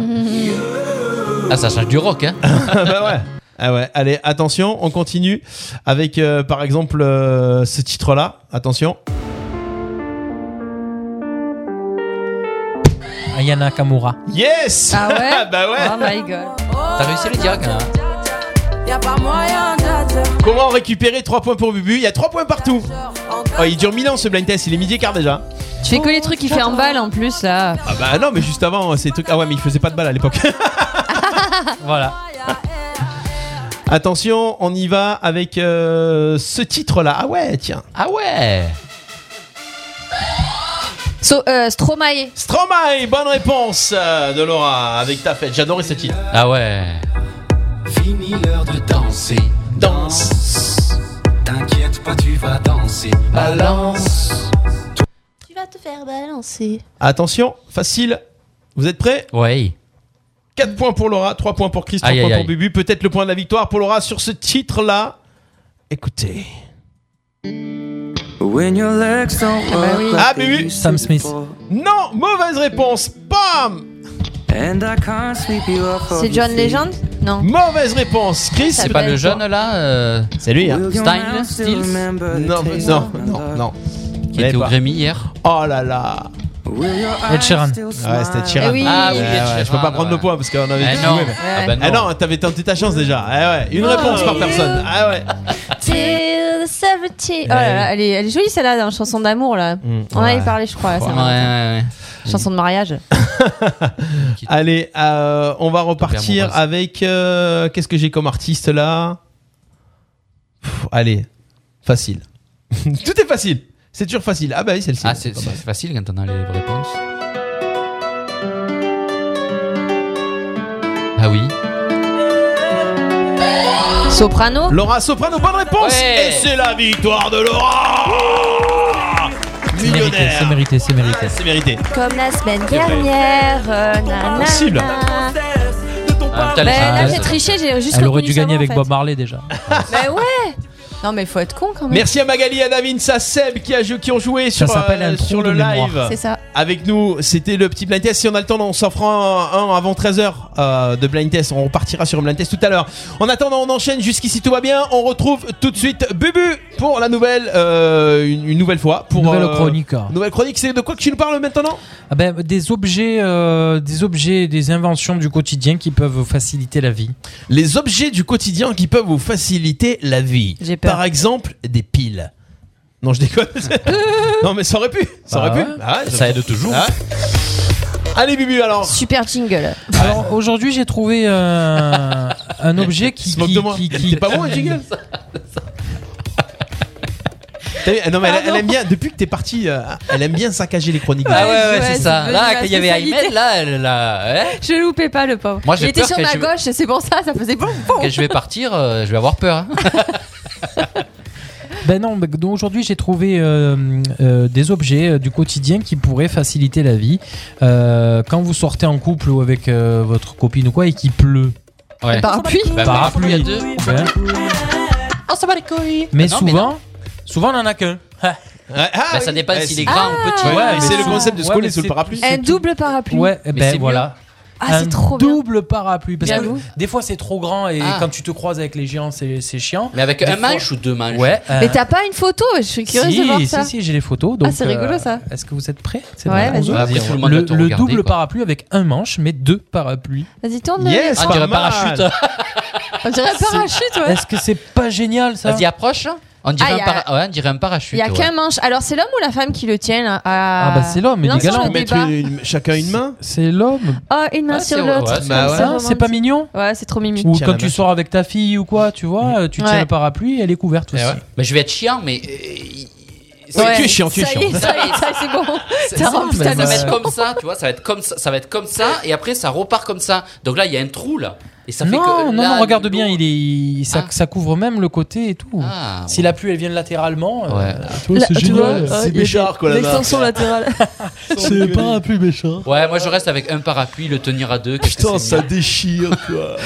Speaker 5: Ah, ça change du rock, hein.
Speaker 4: (laughs) Ah bah ouais. Ah ouais, allez, attention, on continue avec euh, par exemple euh, ce titre-là. Attention.
Speaker 7: Ayana Kamura.
Speaker 4: Yes
Speaker 9: (laughs)
Speaker 6: Ah ouais
Speaker 4: Bah ouais
Speaker 6: Oh my god.
Speaker 5: T'as réussi hein. le dire, quand même.
Speaker 4: Comment récupérer 3 points pour Bubu Il y a 3 points partout. Oh, il dure 1000 ans ce blind test, il est midi et quart déjà.
Speaker 6: Tu fais que les trucs qui fait en balle en plus là.
Speaker 4: Ah bah non, mais juste avant, ces trucs. Ah ouais, mais il faisait pas de balle à l'époque. (laughs)
Speaker 7: Voilà.
Speaker 4: attention, on y va avec euh, ce titre-là. Ah ouais, tiens.
Speaker 5: Ah ouais.
Speaker 6: So, euh, Stromae.
Speaker 4: Stromae, bonne réponse euh, de Laura avec ta fête. J'adorais ce titre.
Speaker 5: Ah ouais.
Speaker 12: Fini l'heure de danser. Danse. T'inquiète pas, tu vas danser. Balance.
Speaker 6: Tu vas te faire balancer.
Speaker 4: Attention, facile. Vous êtes prêts
Speaker 5: Ouais.
Speaker 4: 4 points pour Laura, 3 points pour Chris, 3
Speaker 5: Aïe,
Speaker 4: points
Speaker 5: aïe,
Speaker 4: pour
Speaker 5: aïe.
Speaker 4: Bubu. Peut-être le point de la victoire pour Laura sur ce titre-là. Écoutez.
Speaker 12: When your legs don't
Speaker 6: Ah bah
Speaker 12: work
Speaker 6: oui.
Speaker 12: like
Speaker 4: Ah,
Speaker 12: they
Speaker 4: mais oui.
Speaker 12: used
Speaker 7: Sam
Speaker 12: to
Speaker 7: Smith.
Speaker 12: before.
Speaker 4: Non, mauvaise réponse. Bam
Speaker 12: And I can't sweep you off of
Speaker 6: C'est
Speaker 12: your
Speaker 6: John
Speaker 12: feet.
Speaker 6: Legend Non.
Speaker 4: Mauvaise réponse. Chris,
Speaker 5: C'est pas le jeune là euh,
Speaker 4: C'est lui, hein
Speaker 12: Will your
Speaker 5: Stein,
Speaker 12: mouth still
Speaker 5: Stills
Speaker 12: remember the
Speaker 4: Non, mais
Speaker 12: taste
Speaker 4: non,
Speaker 12: of my
Speaker 4: non,
Speaker 12: love?
Speaker 4: non.
Speaker 5: qui était au Grammy hier.
Speaker 4: Oh là là.
Speaker 12: Will your
Speaker 7: Ed
Speaker 12: eyes
Speaker 7: Sheeran.
Speaker 12: still
Speaker 4: Ouais, c'était
Speaker 12: smile?
Speaker 4: Chiran.
Speaker 6: Eh oui.
Speaker 5: Ah
Speaker 4: Ouais,
Speaker 5: oui,
Speaker 4: ouais,
Speaker 5: Ed Sheeran,
Speaker 4: je peux pas prendre
Speaker 5: ouais.
Speaker 4: le point parce qu'on avait
Speaker 5: Eh
Speaker 4: dit
Speaker 5: non.
Speaker 4: oui, mais-
Speaker 5: Ah bah non.
Speaker 4: Eh non, t'avais tenté ta chance déjà. Eh ouais, une
Speaker 9: Ah
Speaker 6: Oh,
Speaker 4: réponse par
Speaker 6: oui.
Speaker 4: personne. Ah ouais.
Speaker 6: Till the 70. Oh là là, elle est, elle est jolie celle-là dans chanson d'amour là.
Speaker 4: Mm,
Speaker 6: On en avait
Speaker 4: ouais.
Speaker 6: parlé, je crois. là, ça
Speaker 5: Ouais,
Speaker 6: va.
Speaker 5: ouais, ouais.
Speaker 6: Chanson de mariage.
Speaker 4: Allez, euh, on va repartir
Speaker 6: Amoureuse.
Speaker 4: avec. euh, Qu'est-ce que j'ai comme artiste là Pff, Allez, facile. Tout est facile. C'est toujours facile. Ah bah oui, celle-ci.
Speaker 5: Ah, c'est c'est facile quand on a les réponses. Ah oui.
Speaker 6: Soprano.
Speaker 4: Laura Soprano, bonne réponse.
Speaker 6: Ouais.
Speaker 4: Et c'est la victoire de Laura.
Speaker 7: C'est mérité,
Speaker 4: Millionnaire.
Speaker 7: c'est mérité, c'est mérité.
Speaker 4: C'est mérité.
Speaker 6: Comme la semaine
Speaker 4: C'est vrai.
Speaker 6: dernière. euh, na, na,
Speaker 4: Possible.
Speaker 6: na.
Speaker 7: elle
Speaker 6: Mais Bah, là,
Speaker 7: est-
Speaker 6: j'ai triché, j'ai juste
Speaker 7: Elle aurait
Speaker 6: retenu
Speaker 7: dû
Speaker 6: ça
Speaker 7: gagner
Speaker 6: avant, en
Speaker 7: avec
Speaker 6: fait.
Speaker 7: Bob Marley déjà.
Speaker 6: Mais ouais Non, mais faut être con quand même.
Speaker 4: Merci à Magali, à David, à Seb qui, a joué, qui ont joué
Speaker 7: Ça
Speaker 4: sur, euh,
Speaker 7: s'appelle un trou
Speaker 4: sur le
Speaker 7: de mémoire.
Speaker 4: live.
Speaker 6: C'est ça.
Speaker 4: Avec nous, c'était le petit blind test. Si on a le temps, on s'en fera un, un avant 13h de blind test. On repartira sur un blind test tout à l'heure. En attendant, on enchaîne. Jusqu'ici, tout va bien. On retrouve tout de suite Bubu pour la nouvelle, euh, une, une nouvelle fois. Pour, euh,
Speaker 7: Nouvelle chronique.
Speaker 4: Nouvelle chronique, c'est de quoi que tu nous parles maintenant
Speaker 7: Ah ben, des objets, euh, des objets, des inventions du quotidien qui peuvent vous faciliter la vie.
Speaker 4: Les objets du quotidien qui peuvent vous faciliter la vie. Par exemple, des piles. Non,
Speaker 7: (laughs)
Speaker 4: je déconne. non, mais ça aurait pu. Ça
Speaker 7: Bah
Speaker 4: aurait pu.
Speaker 7: ouais.
Speaker 4: Ah ouais,
Speaker 7: Ça aide toujours.
Speaker 4: Ah. Allez, Bubu, alors.
Speaker 6: Super jingle.
Speaker 7: Alors aujourd'hui, j'ai trouvé
Speaker 4: (laughs)
Speaker 7: euh, un objet qui. qui, qui, qui-
Speaker 4: T'es
Speaker 7: (laughs)
Speaker 4: pas bon, le jingle T'as vu, Non mais elle, elle aime bien, depuis que t'es parti, euh, elle aime bien saccager les chroniques.
Speaker 5: Ah ouais, ouais, c'est ça.
Speaker 6: devenu
Speaker 5: Là,
Speaker 6: ma
Speaker 5: quand il y avait
Speaker 6: spécialité.
Speaker 5: Ahmed, là, elle, là, hein
Speaker 6: Je loupais pas le pauvre.
Speaker 5: Moi, j'ai
Speaker 6: Il était
Speaker 5: peur
Speaker 6: sur
Speaker 5: que
Speaker 6: ma
Speaker 5: je-
Speaker 6: gauche et c'est pour ça, ça faisait bon.
Speaker 5: quand je vais partir, euh, je vais avoir peur. hein.
Speaker 7: Ben non, ben, donc aujourd'hui j'ai trouvé euh, euh, des objets euh, du quotidien qui pourraient faciliter la vie Euh, quand vous sortez en couple ou avec euh, votre copine ou quoi et qu'il pleut. Ben,
Speaker 5: Ouais. Le parapluie Bah,
Speaker 7: Parapluie.
Speaker 5: parapluie à deux.
Speaker 7: Ouais.
Speaker 6: On s'en bat Oh, les couilles.
Speaker 7: Mais
Speaker 5: Ah Non, mais
Speaker 7: souvent, souvent on en a
Speaker 4: (laughs)
Speaker 7: qu'un.
Speaker 5: Bah, ça dépend
Speaker 4: Ah,
Speaker 5: s'il
Speaker 4: c'est-
Speaker 5: est grand ou petit.
Speaker 7: Ouais, mais
Speaker 4: c'est le
Speaker 7: souvent-
Speaker 4: concept de se
Speaker 7: ouais,
Speaker 4: coller
Speaker 7: mais
Speaker 4: sous le
Speaker 7: c'est-
Speaker 4: parapluie.
Speaker 7: c'est
Speaker 6: Un
Speaker 7: tout.
Speaker 6: double parapluie.
Speaker 7: Ouais, eh
Speaker 5: Mais c'est
Speaker 7: ben voilà.
Speaker 6: Ah, c'est
Speaker 7: un
Speaker 6: trop bien.
Speaker 7: double parapluie parce que
Speaker 6: J'avoue.
Speaker 7: des fois c'est trop grand et
Speaker 5: Ah.
Speaker 7: quand tu te croises avec les géants c'est c'est chiant.
Speaker 5: Mais avec
Speaker 7: Des
Speaker 5: un
Speaker 7: fois-
Speaker 5: manche ou deux manches
Speaker 7: Ouais. euh,
Speaker 6: Mais t'as pas une photo Je suis curieuse
Speaker 7: si,
Speaker 6: de voir
Speaker 7: si,
Speaker 6: ça. Ah,
Speaker 7: si, j'ai les photos. Donc,
Speaker 6: c'est rigolo, ça.
Speaker 5: Ah,
Speaker 7: Est-ce que vous êtes prêts C'est
Speaker 6: Ouais,
Speaker 7: dans la
Speaker 6: vas-y.
Speaker 7: zone.
Speaker 5: Après, tout le monde
Speaker 7: le,
Speaker 5: doit te
Speaker 7: le
Speaker 5: regarder,
Speaker 7: double
Speaker 5: quoi.
Speaker 7: parapluie avec un manche, mais deux parapluis.
Speaker 6: Vas-y, tourne.
Speaker 4: Yes,
Speaker 5: Ah, on
Speaker 4: pas
Speaker 5: dirait
Speaker 4: mal.
Speaker 5: parachute.
Speaker 6: (laughs) On dirait un parachute, ouais.
Speaker 7: Est-ce que c'est pas génial
Speaker 4: Hein
Speaker 7: ça
Speaker 5: Vas-y, approche. On dirait,
Speaker 6: Ah, y
Speaker 5: un
Speaker 6: a-
Speaker 5: para- ouais, on dirait un parachute.
Speaker 6: Il y a
Speaker 5: ouais.
Speaker 6: qu'un manche. Alors, c'est l'homme ou la femme qui le tient là,
Speaker 7: Ah bah c'est l'homme, mais
Speaker 6: Lançons
Speaker 7: les gars,
Speaker 6: le
Speaker 7: là,
Speaker 4: On peut mettre
Speaker 6: débat.
Speaker 4: une- une- chacun une main.
Speaker 7: C'est l'homme.
Speaker 6: Oh, une main
Speaker 5: Ah,
Speaker 6: sur
Speaker 5: c'est-
Speaker 6: l'autre.
Speaker 5: ouais,
Speaker 6: comme
Speaker 4: bah ouais.
Speaker 6: ça,
Speaker 7: Ça, c'est pas mignon
Speaker 6: Ouais, c'est trop mimi.
Speaker 7: Ou
Speaker 4: tiens
Speaker 7: quand
Speaker 4: la
Speaker 7: tu
Speaker 4: vache.
Speaker 7: sors avec ta fille ou quoi, tu vois, tu tiens
Speaker 6: Ouais.
Speaker 7: le parapluie et elle est couverte
Speaker 5: Mm. Eh
Speaker 7: aussi.
Speaker 5: ouais. Bah, je vais être chiant, mais. euh,
Speaker 4: Ouais. Tu es chiant, tu es
Speaker 6: ça
Speaker 4: chiant.
Speaker 6: Y est, ça y est, ça, c'est bon. T'as rempli
Speaker 7: mais
Speaker 6: ta
Speaker 5: ça va
Speaker 7: bah,
Speaker 6: mission.
Speaker 5: être comme ça, tu vois, ça va être comme ça, ça va être comme ça, et après ça repart comme ça. Donc là, il y a un trou là, et ça fait
Speaker 7: non,
Speaker 5: que
Speaker 7: non,
Speaker 5: là,
Speaker 7: non, regarde
Speaker 5: l'eau-
Speaker 7: bien, il est, il- ça,
Speaker 5: Ah.
Speaker 7: ça couvre même le côté et tout.
Speaker 5: Ah,
Speaker 7: Si la pluie elle vient latéralement, euh,
Speaker 5: Ouais.
Speaker 7: tu vois,
Speaker 6: Là,
Speaker 7: c'est
Speaker 6: tu vois,
Speaker 7: génial.
Speaker 6: euh, il y a
Speaker 4: Béchard,
Speaker 6: des-
Speaker 4: quoi,
Speaker 5: (laughs)
Speaker 4: là-bas.
Speaker 6: L'extension latérale.
Speaker 7: C'est pas un plus méchant.
Speaker 5: ouais, moi je reste avec un parapluie, le tenir à deux. qu'est-ce que
Speaker 4: Putain,
Speaker 5: c'est
Speaker 4: ça
Speaker 5: mieux.
Speaker 4: déchire quoi.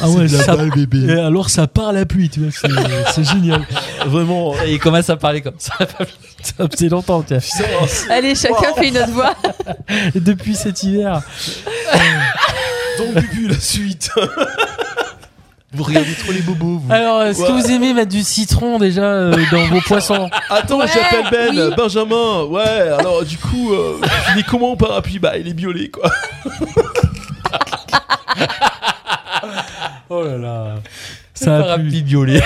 Speaker 13: Ah ouais, ça bébé. Et alors ça part la pluie, tu vois,
Speaker 4: (laughs)
Speaker 13: c'est- c'est génial.
Speaker 4: Vraiment.
Speaker 7: Et il commence à parler comme ça.
Speaker 13: Ça faisait longtemps, tu vois.
Speaker 6: Allez, chacun fait une autre voix.
Speaker 13: Depuis cet hiver.
Speaker 4: Donc Bubu, la
Speaker 7: (laughs)
Speaker 4: suite. Vous regardez trop les bobos. Vous.
Speaker 7: Alors, est-ce que
Speaker 4: Ouais.
Speaker 7: vous aimez mettre du citron déjà euh, dans vos poissons
Speaker 4: Attends,
Speaker 6: Ouais,
Speaker 4: j'appelle Ben,
Speaker 6: oui.
Speaker 4: Benjamin. Ouais, alors du coup, euh, il est comment au parapluie Bah, il est violé quoi. (laughs)
Speaker 7: Oh là là.
Speaker 13: Ça a plu.
Speaker 7: Parapluie violet.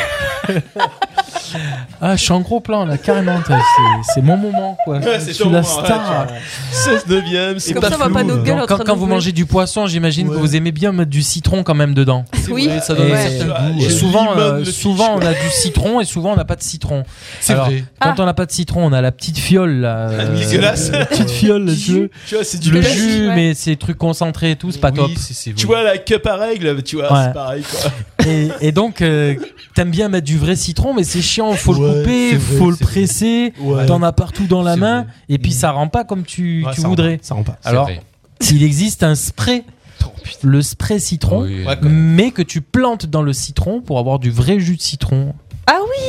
Speaker 7: ah, je suis en gros plan là, carrément. t'as- C'est, c'est mon moment quoi.
Speaker 4: Ouais, c'est
Speaker 7: je
Speaker 4: ton
Speaker 7: suis la
Speaker 4: moment, ouais,
Speaker 7: star.
Speaker 4: 16 9ème, hein. c'est
Speaker 6: Comme
Speaker 4: pas
Speaker 6: ça, on voit
Speaker 4: flou.
Speaker 6: pas nos gueules en
Speaker 7: Donc, quand,
Speaker 6: train de
Speaker 7: quand vous
Speaker 6: jouer.
Speaker 7: mangez du poisson, j'imagine
Speaker 13: Ouais.
Speaker 7: que vous aimez bien mettre du citron quand même dedans.
Speaker 6: (laughs) Oui.
Speaker 7: Ça
Speaker 13: donne
Speaker 7: et,
Speaker 13: un certain goût,
Speaker 7: et
Speaker 13: ouais.
Speaker 7: souvent,
Speaker 4: Limone,
Speaker 7: euh,
Speaker 4: le
Speaker 7: souvent on a du citron et souvent on n'a pas de citron.
Speaker 13: C'est
Speaker 7: Alors,
Speaker 13: vrai.
Speaker 7: Quand
Speaker 6: Ah.
Speaker 7: on n'a pas de citron, on a la petite fiole là. euh,
Speaker 4: Dégueulasse.
Speaker 13: Petite fiole, le jeu.
Speaker 4: Tu vois, c'est du
Speaker 7: le
Speaker 4: plastique.
Speaker 7: jus,
Speaker 6: ouais.
Speaker 7: mais c'est trucs concentrés et tout, c'est pas top.
Speaker 4: Tu vois la cup à règles, tu vois,
Speaker 7: Ouais.
Speaker 4: Bah, c'est pareil quoi.
Speaker 7: (laughs) Et, et donc, euh, t'aimes bien mettre du vrai citron, mais c'est chiant, faut
Speaker 13: Ouais,
Speaker 7: le couper,
Speaker 13: c'est vrai,
Speaker 7: faut le
Speaker 13: c'est vrai.
Speaker 7: presser,
Speaker 13: Ouais.
Speaker 7: t'en as partout dans la
Speaker 13: C'est
Speaker 7: main,
Speaker 13: vrai.
Speaker 7: et puis
Speaker 13: Mm.
Speaker 7: ça rend pas comme tu,
Speaker 4: Ouais,
Speaker 7: tu
Speaker 4: ça
Speaker 7: voudrais.
Speaker 4: rend- Ça rend pas.
Speaker 5: C'est
Speaker 7: Alors,
Speaker 5: vrai.
Speaker 7: il existe un spray,
Speaker 4: Oh,
Speaker 7: le spray citron,
Speaker 5: Oui.
Speaker 4: Ouais, quoi.
Speaker 7: mais que tu plantes dans le citron pour avoir du vrai jus de citron.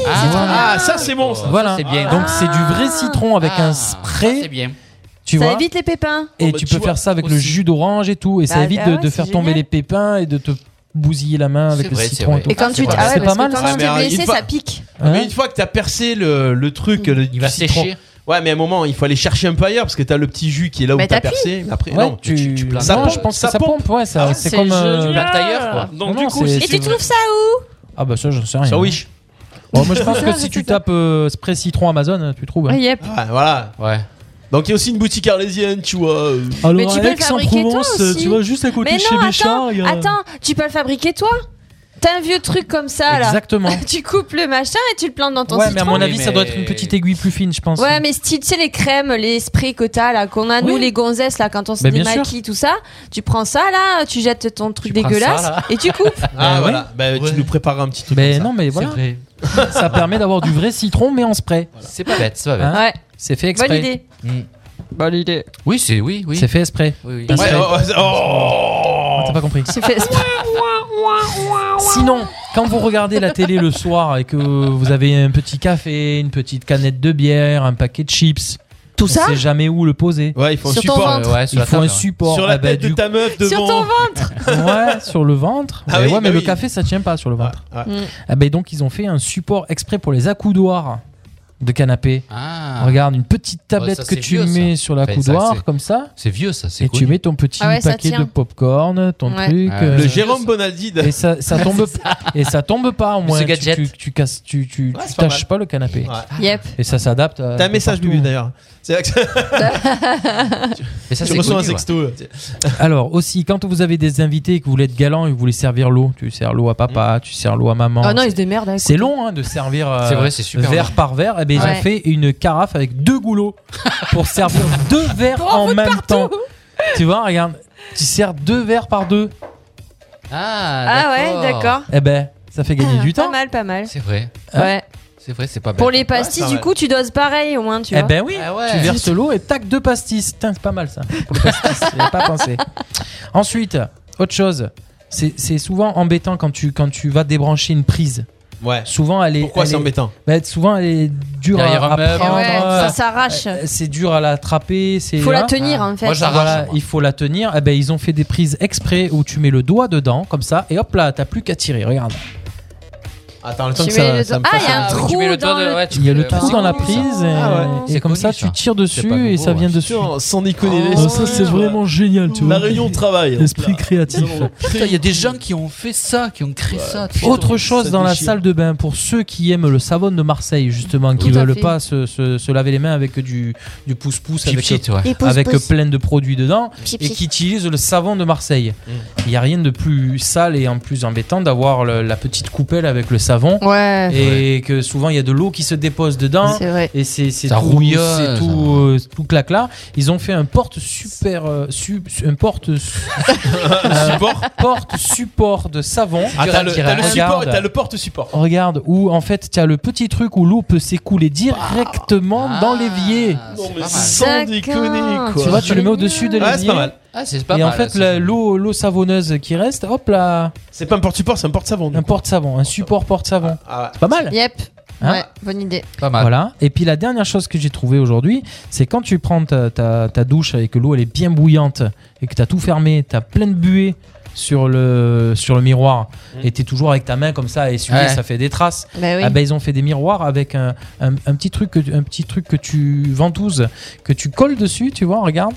Speaker 4: Ah, ça c'est bon ça.
Speaker 7: voilà,
Speaker 5: c'est bien.
Speaker 7: donc c'est du vrai citron avec
Speaker 5: Ah,
Speaker 7: un
Speaker 5: ça, c'est
Speaker 7: spray,
Speaker 5: bien.
Speaker 7: tu
Speaker 6: Ça
Speaker 7: vois.
Speaker 6: évite les pépins.
Speaker 7: Et
Speaker 4: Oh, bah,
Speaker 7: tu
Speaker 4: tu
Speaker 7: peux
Speaker 4: vois,
Speaker 7: faire ça avec le
Speaker 5: aussi.
Speaker 7: jus d'orange et tout, et ça
Speaker 6: Bah,
Speaker 7: évite
Speaker 6: bah
Speaker 7: de-
Speaker 6: ouais,
Speaker 7: de
Speaker 6: c'est
Speaker 7: faire tomber
Speaker 6: génial.
Speaker 7: les pépins et de te bousiller la main avec
Speaker 5: C'est
Speaker 7: le
Speaker 5: vrai,
Speaker 7: citron
Speaker 5: c'est
Speaker 7: et tout.
Speaker 5: vrai.
Speaker 6: Et quand tu
Speaker 5: C'est
Speaker 6: t-
Speaker 5: vrai.
Speaker 6: ah ouais,
Speaker 7: C'est
Speaker 6: parce
Speaker 7: pas mal,
Speaker 6: que
Speaker 7: ça.
Speaker 6: quand tu
Speaker 4: Mais
Speaker 6: t'es
Speaker 4: alors,
Speaker 6: blessé,
Speaker 4: une fois-
Speaker 6: ça pique.
Speaker 7: Hein
Speaker 4: Mais une fois que t'as percé le, le truc, le,
Speaker 5: Il va
Speaker 4: citron-
Speaker 5: sécher.
Speaker 4: Ouais, mais à un moment, il faut aller chercher un peu ailleurs parce que t'as le petit jus qui est là où
Speaker 6: Mais
Speaker 4: Bah, t'as
Speaker 6: t'appuies.
Speaker 4: percé. mais Après,
Speaker 7: Ouais,
Speaker 4: non,
Speaker 7: tu,
Speaker 5: tu- tu places
Speaker 7: non,
Speaker 5: ça
Speaker 7: je pense que
Speaker 4: pompe.
Speaker 7: ça pompe, ouais, ça,
Speaker 6: Ah,
Speaker 7: c'est
Speaker 6: c'est
Speaker 7: comme. euh,
Speaker 5: Tu vas tailleur,
Speaker 9: Ah,
Speaker 5: quoi.
Speaker 7: non,
Speaker 4: Donc du
Speaker 7: non,
Speaker 4: coup,
Speaker 7: c'est-
Speaker 6: Et
Speaker 7: c'est-
Speaker 6: tu trouves ça où
Speaker 7: Ah bah ça, j'en sais rien.
Speaker 4: sur Wish.
Speaker 7: Bon, moi, je pense que
Speaker 6: Ça,
Speaker 7: si
Speaker 6: c'est
Speaker 7: tu
Speaker 6: ça.
Speaker 7: tapes euh, spray citron Amazon, tu trouves. hein.
Speaker 6: Ah, Yep.
Speaker 4: Ah, voilà.
Speaker 5: Ouais.
Speaker 1: Donc il y a aussi une boutique arlésienne, tu vois. euh.
Speaker 7: Ah,
Speaker 13: Alors,
Speaker 6: Mais tu peux le fabriquer toi
Speaker 7: euh,
Speaker 6: aussi. Mais non, attends,
Speaker 13: il y a-
Speaker 6: Attends, tu peux le fabriquer toi T'as un vieux truc comme ça là.
Speaker 7: Exactement.
Speaker 6: (laughs) tu coupes le machin et tu le plantes dans ton
Speaker 7: Ouais, mais à
Speaker 6: citron.
Speaker 7: mon avis, ça doit être une petite hein. aiguille plus fine, je pense.
Speaker 6: Ouais, mais style, tu sais, les crèmes, les sprays que t'as là, qu'on a nous, les gonzesses là, quand on se
Speaker 7: Bah, bien sûr.
Speaker 6: démaquille, tout ça, tu prends ça là, tu jettes ton truc
Speaker 7: prends ça,
Speaker 6: dégueulasse
Speaker 7: là.
Speaker 6: et tu
Speaker 7: (laughs)
Speaker 6: coupes.
Speaker 1: Ah, voilà, bah, tu nous prépares un petit truc.
Speaker 7: Mais
Speaker 1: comme ça.
Speaker 7: Ben non, mais voilà. ça permet d'avoir du vrai citron, mais en spray.
Speaker 5: C'est pas bête, c'est pas bête.
Speaker 7: Hein
Speaker 5: Ouais.
Speaker 7: C'est fait exprès.
Speaker 5: Bonne idée.
Speaker 1: Hmm.
Speaker 6: Bonne idée.
Speaker 5: Oui, c'est oui, oui.
Speaker 7: C'est fait exprès.
Speaker 5: Oui, oui.
Speaker 7: Un
Speaker 5: Ouais,
Speaker 7: spray.
Speaker 5: oh,
Speaker 7: Ah, T'as pas compris.
Speaker 6: C'est fait exprès.
Speaker 7: Sinon, quand vous regardez la télé le soir et que vous avez un petit café, une petite canette de bière, un paquet de chips, tout
Speaker 6: ça
Speaker 7: on sait jamais où le poser.
Speaker 1: Ouais, il
Speaker 6: faut un Sur ton support. ventre.
Speaker 7: il faut un support.
Speaker 1: Sur la
Speaker 7: Ah bah,
Speaker 1: tête de
Speaker 7: du
Speaker 1: ta meuf
Speaker 6: Sur
Speaker 1: devant.
Speaker 6: ton ventre
Speaker 7: ouais, sur le ventre.
Speaker 1: Ah
Speaker 7: mais
Speaker 1: oui,
Speaker 7: ouais, mais
Speaker 1: bah
Speaker 7: le
Speaker 1: oui.
Speaker 7: café, ça tient pas sur le ventre.
Speaker 1: ouais. Mm.
Speaker 7: Ah ben donc ils ont fait un support exprès pour les accoudoirs de canapé.
Speaker 5: Ah.
Speaker 7: Regarde une petite tablette
Speaker 5: Ouais, ça,
Speaker 7: que
Speaker 5: c'est
Speaker 7: tu
Speaker 5: vieux, ça.
Speaker 7: mets sur
Speaker 5: Enfin, ça,
Speaker 7: l'accoudoir
Speaker 5: c'est-
Speaker 7: comme ça.
Speaker 5: C'est vieux ça, c'est
Speaker 7: Et tu
Speaker 5: connu.
Speaker 7: mets ton petit
Speaker 5: Ah ouais, ça
Speaker 7: paquet
Speaker 5: tient.
Speaker 7: de popcorn, ton
Speaker 5: Ouais.
Speaker 7: truc.
Speaker 5: Ah ouais.
Speaker 7: euh,
Speaker 1: Le Jérôme Bonaldi. de-
Speaker 7: Et ça, ça
Speaker 1: (laughs)
Speaker 7: tombe et ça tombe pas au
Speaker 1: Mais
Speaker 7: moins.
Speaker 1: ce
Speaker 7: Tu-
Speaker 1: gadget.
Speaker 7: Tu, tu casses, tu, tu, tu
Speaker 1: c'est pas
Speaker 7: tâches
Speaker 1: mal.
Speaker 7: pas le canapé.
Speaker 1: Ouais.
Speaker 6: Yep.
Speaker 7: Et ça s'adapte. à-
Speaker 1: T'as un message
Speaker 7: partout.
Speaker 1: Bubu d'ailleurs.
Speaker 5: (laughs)
Speaker 1: C'est vrai que
Speaker 5: Mais ça,
Speaker 1: Je
Speaker 5: c'est connu,
Speaker 1: reçois un
Speaker 5: ouais.
Speaker 1: sexto. là.
Speaker 7: (laughs) Alors aussi, quand vous avez des invités et que vous voulez être galant et que vous voulez servir l'eau, tu sers l'eau à papa, tu sers l'eau à maman.
Speaker 6: Oh non, ils se démerdent. hein,
Speaker 7: C'est
Speaker 6: écoute.
Speaker 7: long hein, de servir euh,
Speaker 5: Mm. C'est vrai, c'est super
Speaker 7: verre
Speaker 5: long.
Speaker 7: par verre. Et ben, Ils
Speaker 6: Ouais.
Speaker 7: ont fait une carafe avec deux goulots
Speaker 5: (laughs)
Speaker 7: pour servir deux verres en même temps. Tu vois, regarde, tu sers deux verres par deux.
Speaker 5: Ah,
Speaker 6: Ah ouais, d'accord.
Speaker 7: Eh ben, ça fait
Speaker 6: (laughs)
Speaker 7: gagner du
Speaker 6: Pas
Speaker 7: temps. Hein
Speaker 6: mal, pas mal.
Speaker 5: C'est vrai.
Speaker 6: Ouais.
Speaker 5: C'est vrai, c'est pas bête.
Speaker 6: Pour les pastilles,
Speaker 5: Ouais,
Speaker 6: du
Speaker 5: c'est pas Ah
Speaker 6: coup, tu doses pareil au moins, tu
Speaker 7: Eh
Speaker 6: vois.
Speaker 7: ben oui,
Speaker 5: ouais.
Speaker 7: tu verses l'eau et tac, deux pastis. Putain, c'est pas mal ça. Pour le pastis, j'y avais
Speaker 6: (laughs)
Speaker 7: pas pensé. Ensuite, autre chose, c'est c'est souvent embêtant quand tu, quand tu vas débrancher une prise.
Speaker 1: Ouais.
Speaker 7: Souvent, elle est.
Speaker 1: Pourquoi
Speaker 7: elle
Speaker 1: c'est
Speaker 7: est-
Speaker 1: embêtant
Speaker 7: bah, Souvent, elle est dure à,
Speaker 5: Derrière un
Speaker 7: à
Speaker 5: meuble.
Speaker 7: prendre.
Speaker 6: Ah Ouais, ça s'arrache.
Speaker 7: Euh, C'est dur à l'attraper. c'est-
Speaker 6: Faut la
Speaker 7: voilà.
Speaker 6: tenir, en fait. Moi, j'arrache,
Speaker 7: Voilà, il faut la tenir. Eh ben, ils ont fait des prises exprès où tu mets le doigt dedans, comme ça, et hop là, t'as plus qu'à tirer. Regarde.
Speaker 1: Attends, le temps
Speaker 7: Tu
Speaker 1: que
Speaker 7: mets
Speaker 1: ça,
Speaker 7: le
Speaker 1: ça me
Speaker 7: doigt-
Speaker 1: fasse
Speaker 7: Ah, il y a un
Speaker 1: un-
Speaker 7: trou
Speaker 5: Tu mets le doigt
Speaker 7: dans
Speaker 5: de-
Speaker 7: le-
Speaker 5: ouais, tu-
Speaker 7: Il y a le
Speaker 5: euh,
Speaker 7: trou
Speaker 5: c'est
Speaker 7: dans la
Speaker 5: connu, ça.
Speaker 7: prise, et,
Speaker 1: Ah
Speaker 7: et comme ça, tu tires dessus et
Speaker 5: hein.
Speaker 7: ça vient dessus.
Speaker 1: Putain, sans déconner.
Speaker 7: Oh,
Speaker 1: l'esprit,
Speaker 7: ça, c'est
Speaker 1: tu
Speaker 7: vraiment
Speaker 1: vois.
Speaker 7: génial, tu
Speaker 1: La
Speaker 7: vois.
Speaker 1: réunion travail. hein.
Speaker 7: Esprit créatif.
Speaker 5: Putain, il y a des gens qui ont fait ça, qui ont créé ça. putain.
Speaker 7: Autre chose dans la
Speaker 5: déchire.
Speaker 7: salle de bain, pour ceux qui aiment le savon de Marseille, justement, qui
Speaker 5: Tout à
Speaker 7: veulent
Speaker 5: fait.
Speaker 7: pas se, se- se laver les mains avec du, du pouce-pouce, avec,
Speaker 5: Pchit-pchit, ouais. Et pouce-pouce.
Speaker 7: avec plein de produits dedans,
Speaker 5: Pchit-pchit.
Speaker 7: et qui utilisent le savon de Marseille.
Speaker 5: Mm.
Speaker 7: Il n'y a rien de plus sale et en plus embêtant d'avoir le- la petite coupelle avec le savon.
Speaker 6: Ouais.
Speaker 7: Et que souvent il y a de l'eau qui se dépose dedans.
Speaker 6: C'est vrai.
Speaker 7: Et c'est c'est
Speaker 5: Ça
Speaker 7: tout,
Speaker 5: rouille,
Speaker 7: c'est
Speaker 5: ça.
Speaker 7: tout, euh, tout clac-là. Ils ont fait un porte super. euh, sup- un
Speaker 1: (laughs)
Speaker 7: porte. euh,
Speaker 1: support
Speaker 7: porte support de savon.
Speaker 1: Ah, t'as le, t'as le support et
Speaker 7: Regarde.
Speaker 1: t'as le porte-support.
Speaker 7: Regarde, où en fait tu as le petit truc où l'eau peut s'écouler
Speaker 5: Bah,
Speaker 7: directement
Speaker 5: ah,
Speaker 7: dans l'évier.
Speaker 1: Non, mais sans déconner, quoi.
Speaker 7: Ah, Tu vois, tu le mets au-dessus de l'évier.
Speaker 1: Ouais, c'est pas mal.
Speaker 5: Ah, c'est pas
Speaker 7: Et en
Speaker 5: mal,
Speaker 7: fait,
Speaker 5: ça,
Speaker 7: la- l'eau l'eau savonneuse qui reste, hop là.
Speaker 1: C'est pas un porte-support, c'est un porte-savon.
Speaker 7: Un porte-savon, un support porte-savon.
Speaker 1: Ah,
Speaker 7: C'est pas mal.
Speaker 6: Yep.
Speaker 7: Hein
Speaker 6: ouais, bonne idée.
Speaker 7: Voilà. Et puis la dernière chose que j'ai trouvée aujourd'hui, c'est quand tu prends ta, ta- ta douche et que l'eau elle est bien bouillante et que tu as tout fermé, tu as plein de buée sur le, sur le miroir
Speaker 6: Mm.
Speaker 7: et tu es toujours avec ta main comme ça à essuyer,
Speaker 5: Ouais.
Speaker 7: ça fait des traces.
Speaker 5: Bah oui.
Speaker 7: Ah ben, ils ont fait des miroirs avec un, un- un petit truc que, tu- un petit truc que tu ventouses, que tu colles dessus, tu vois, regarde.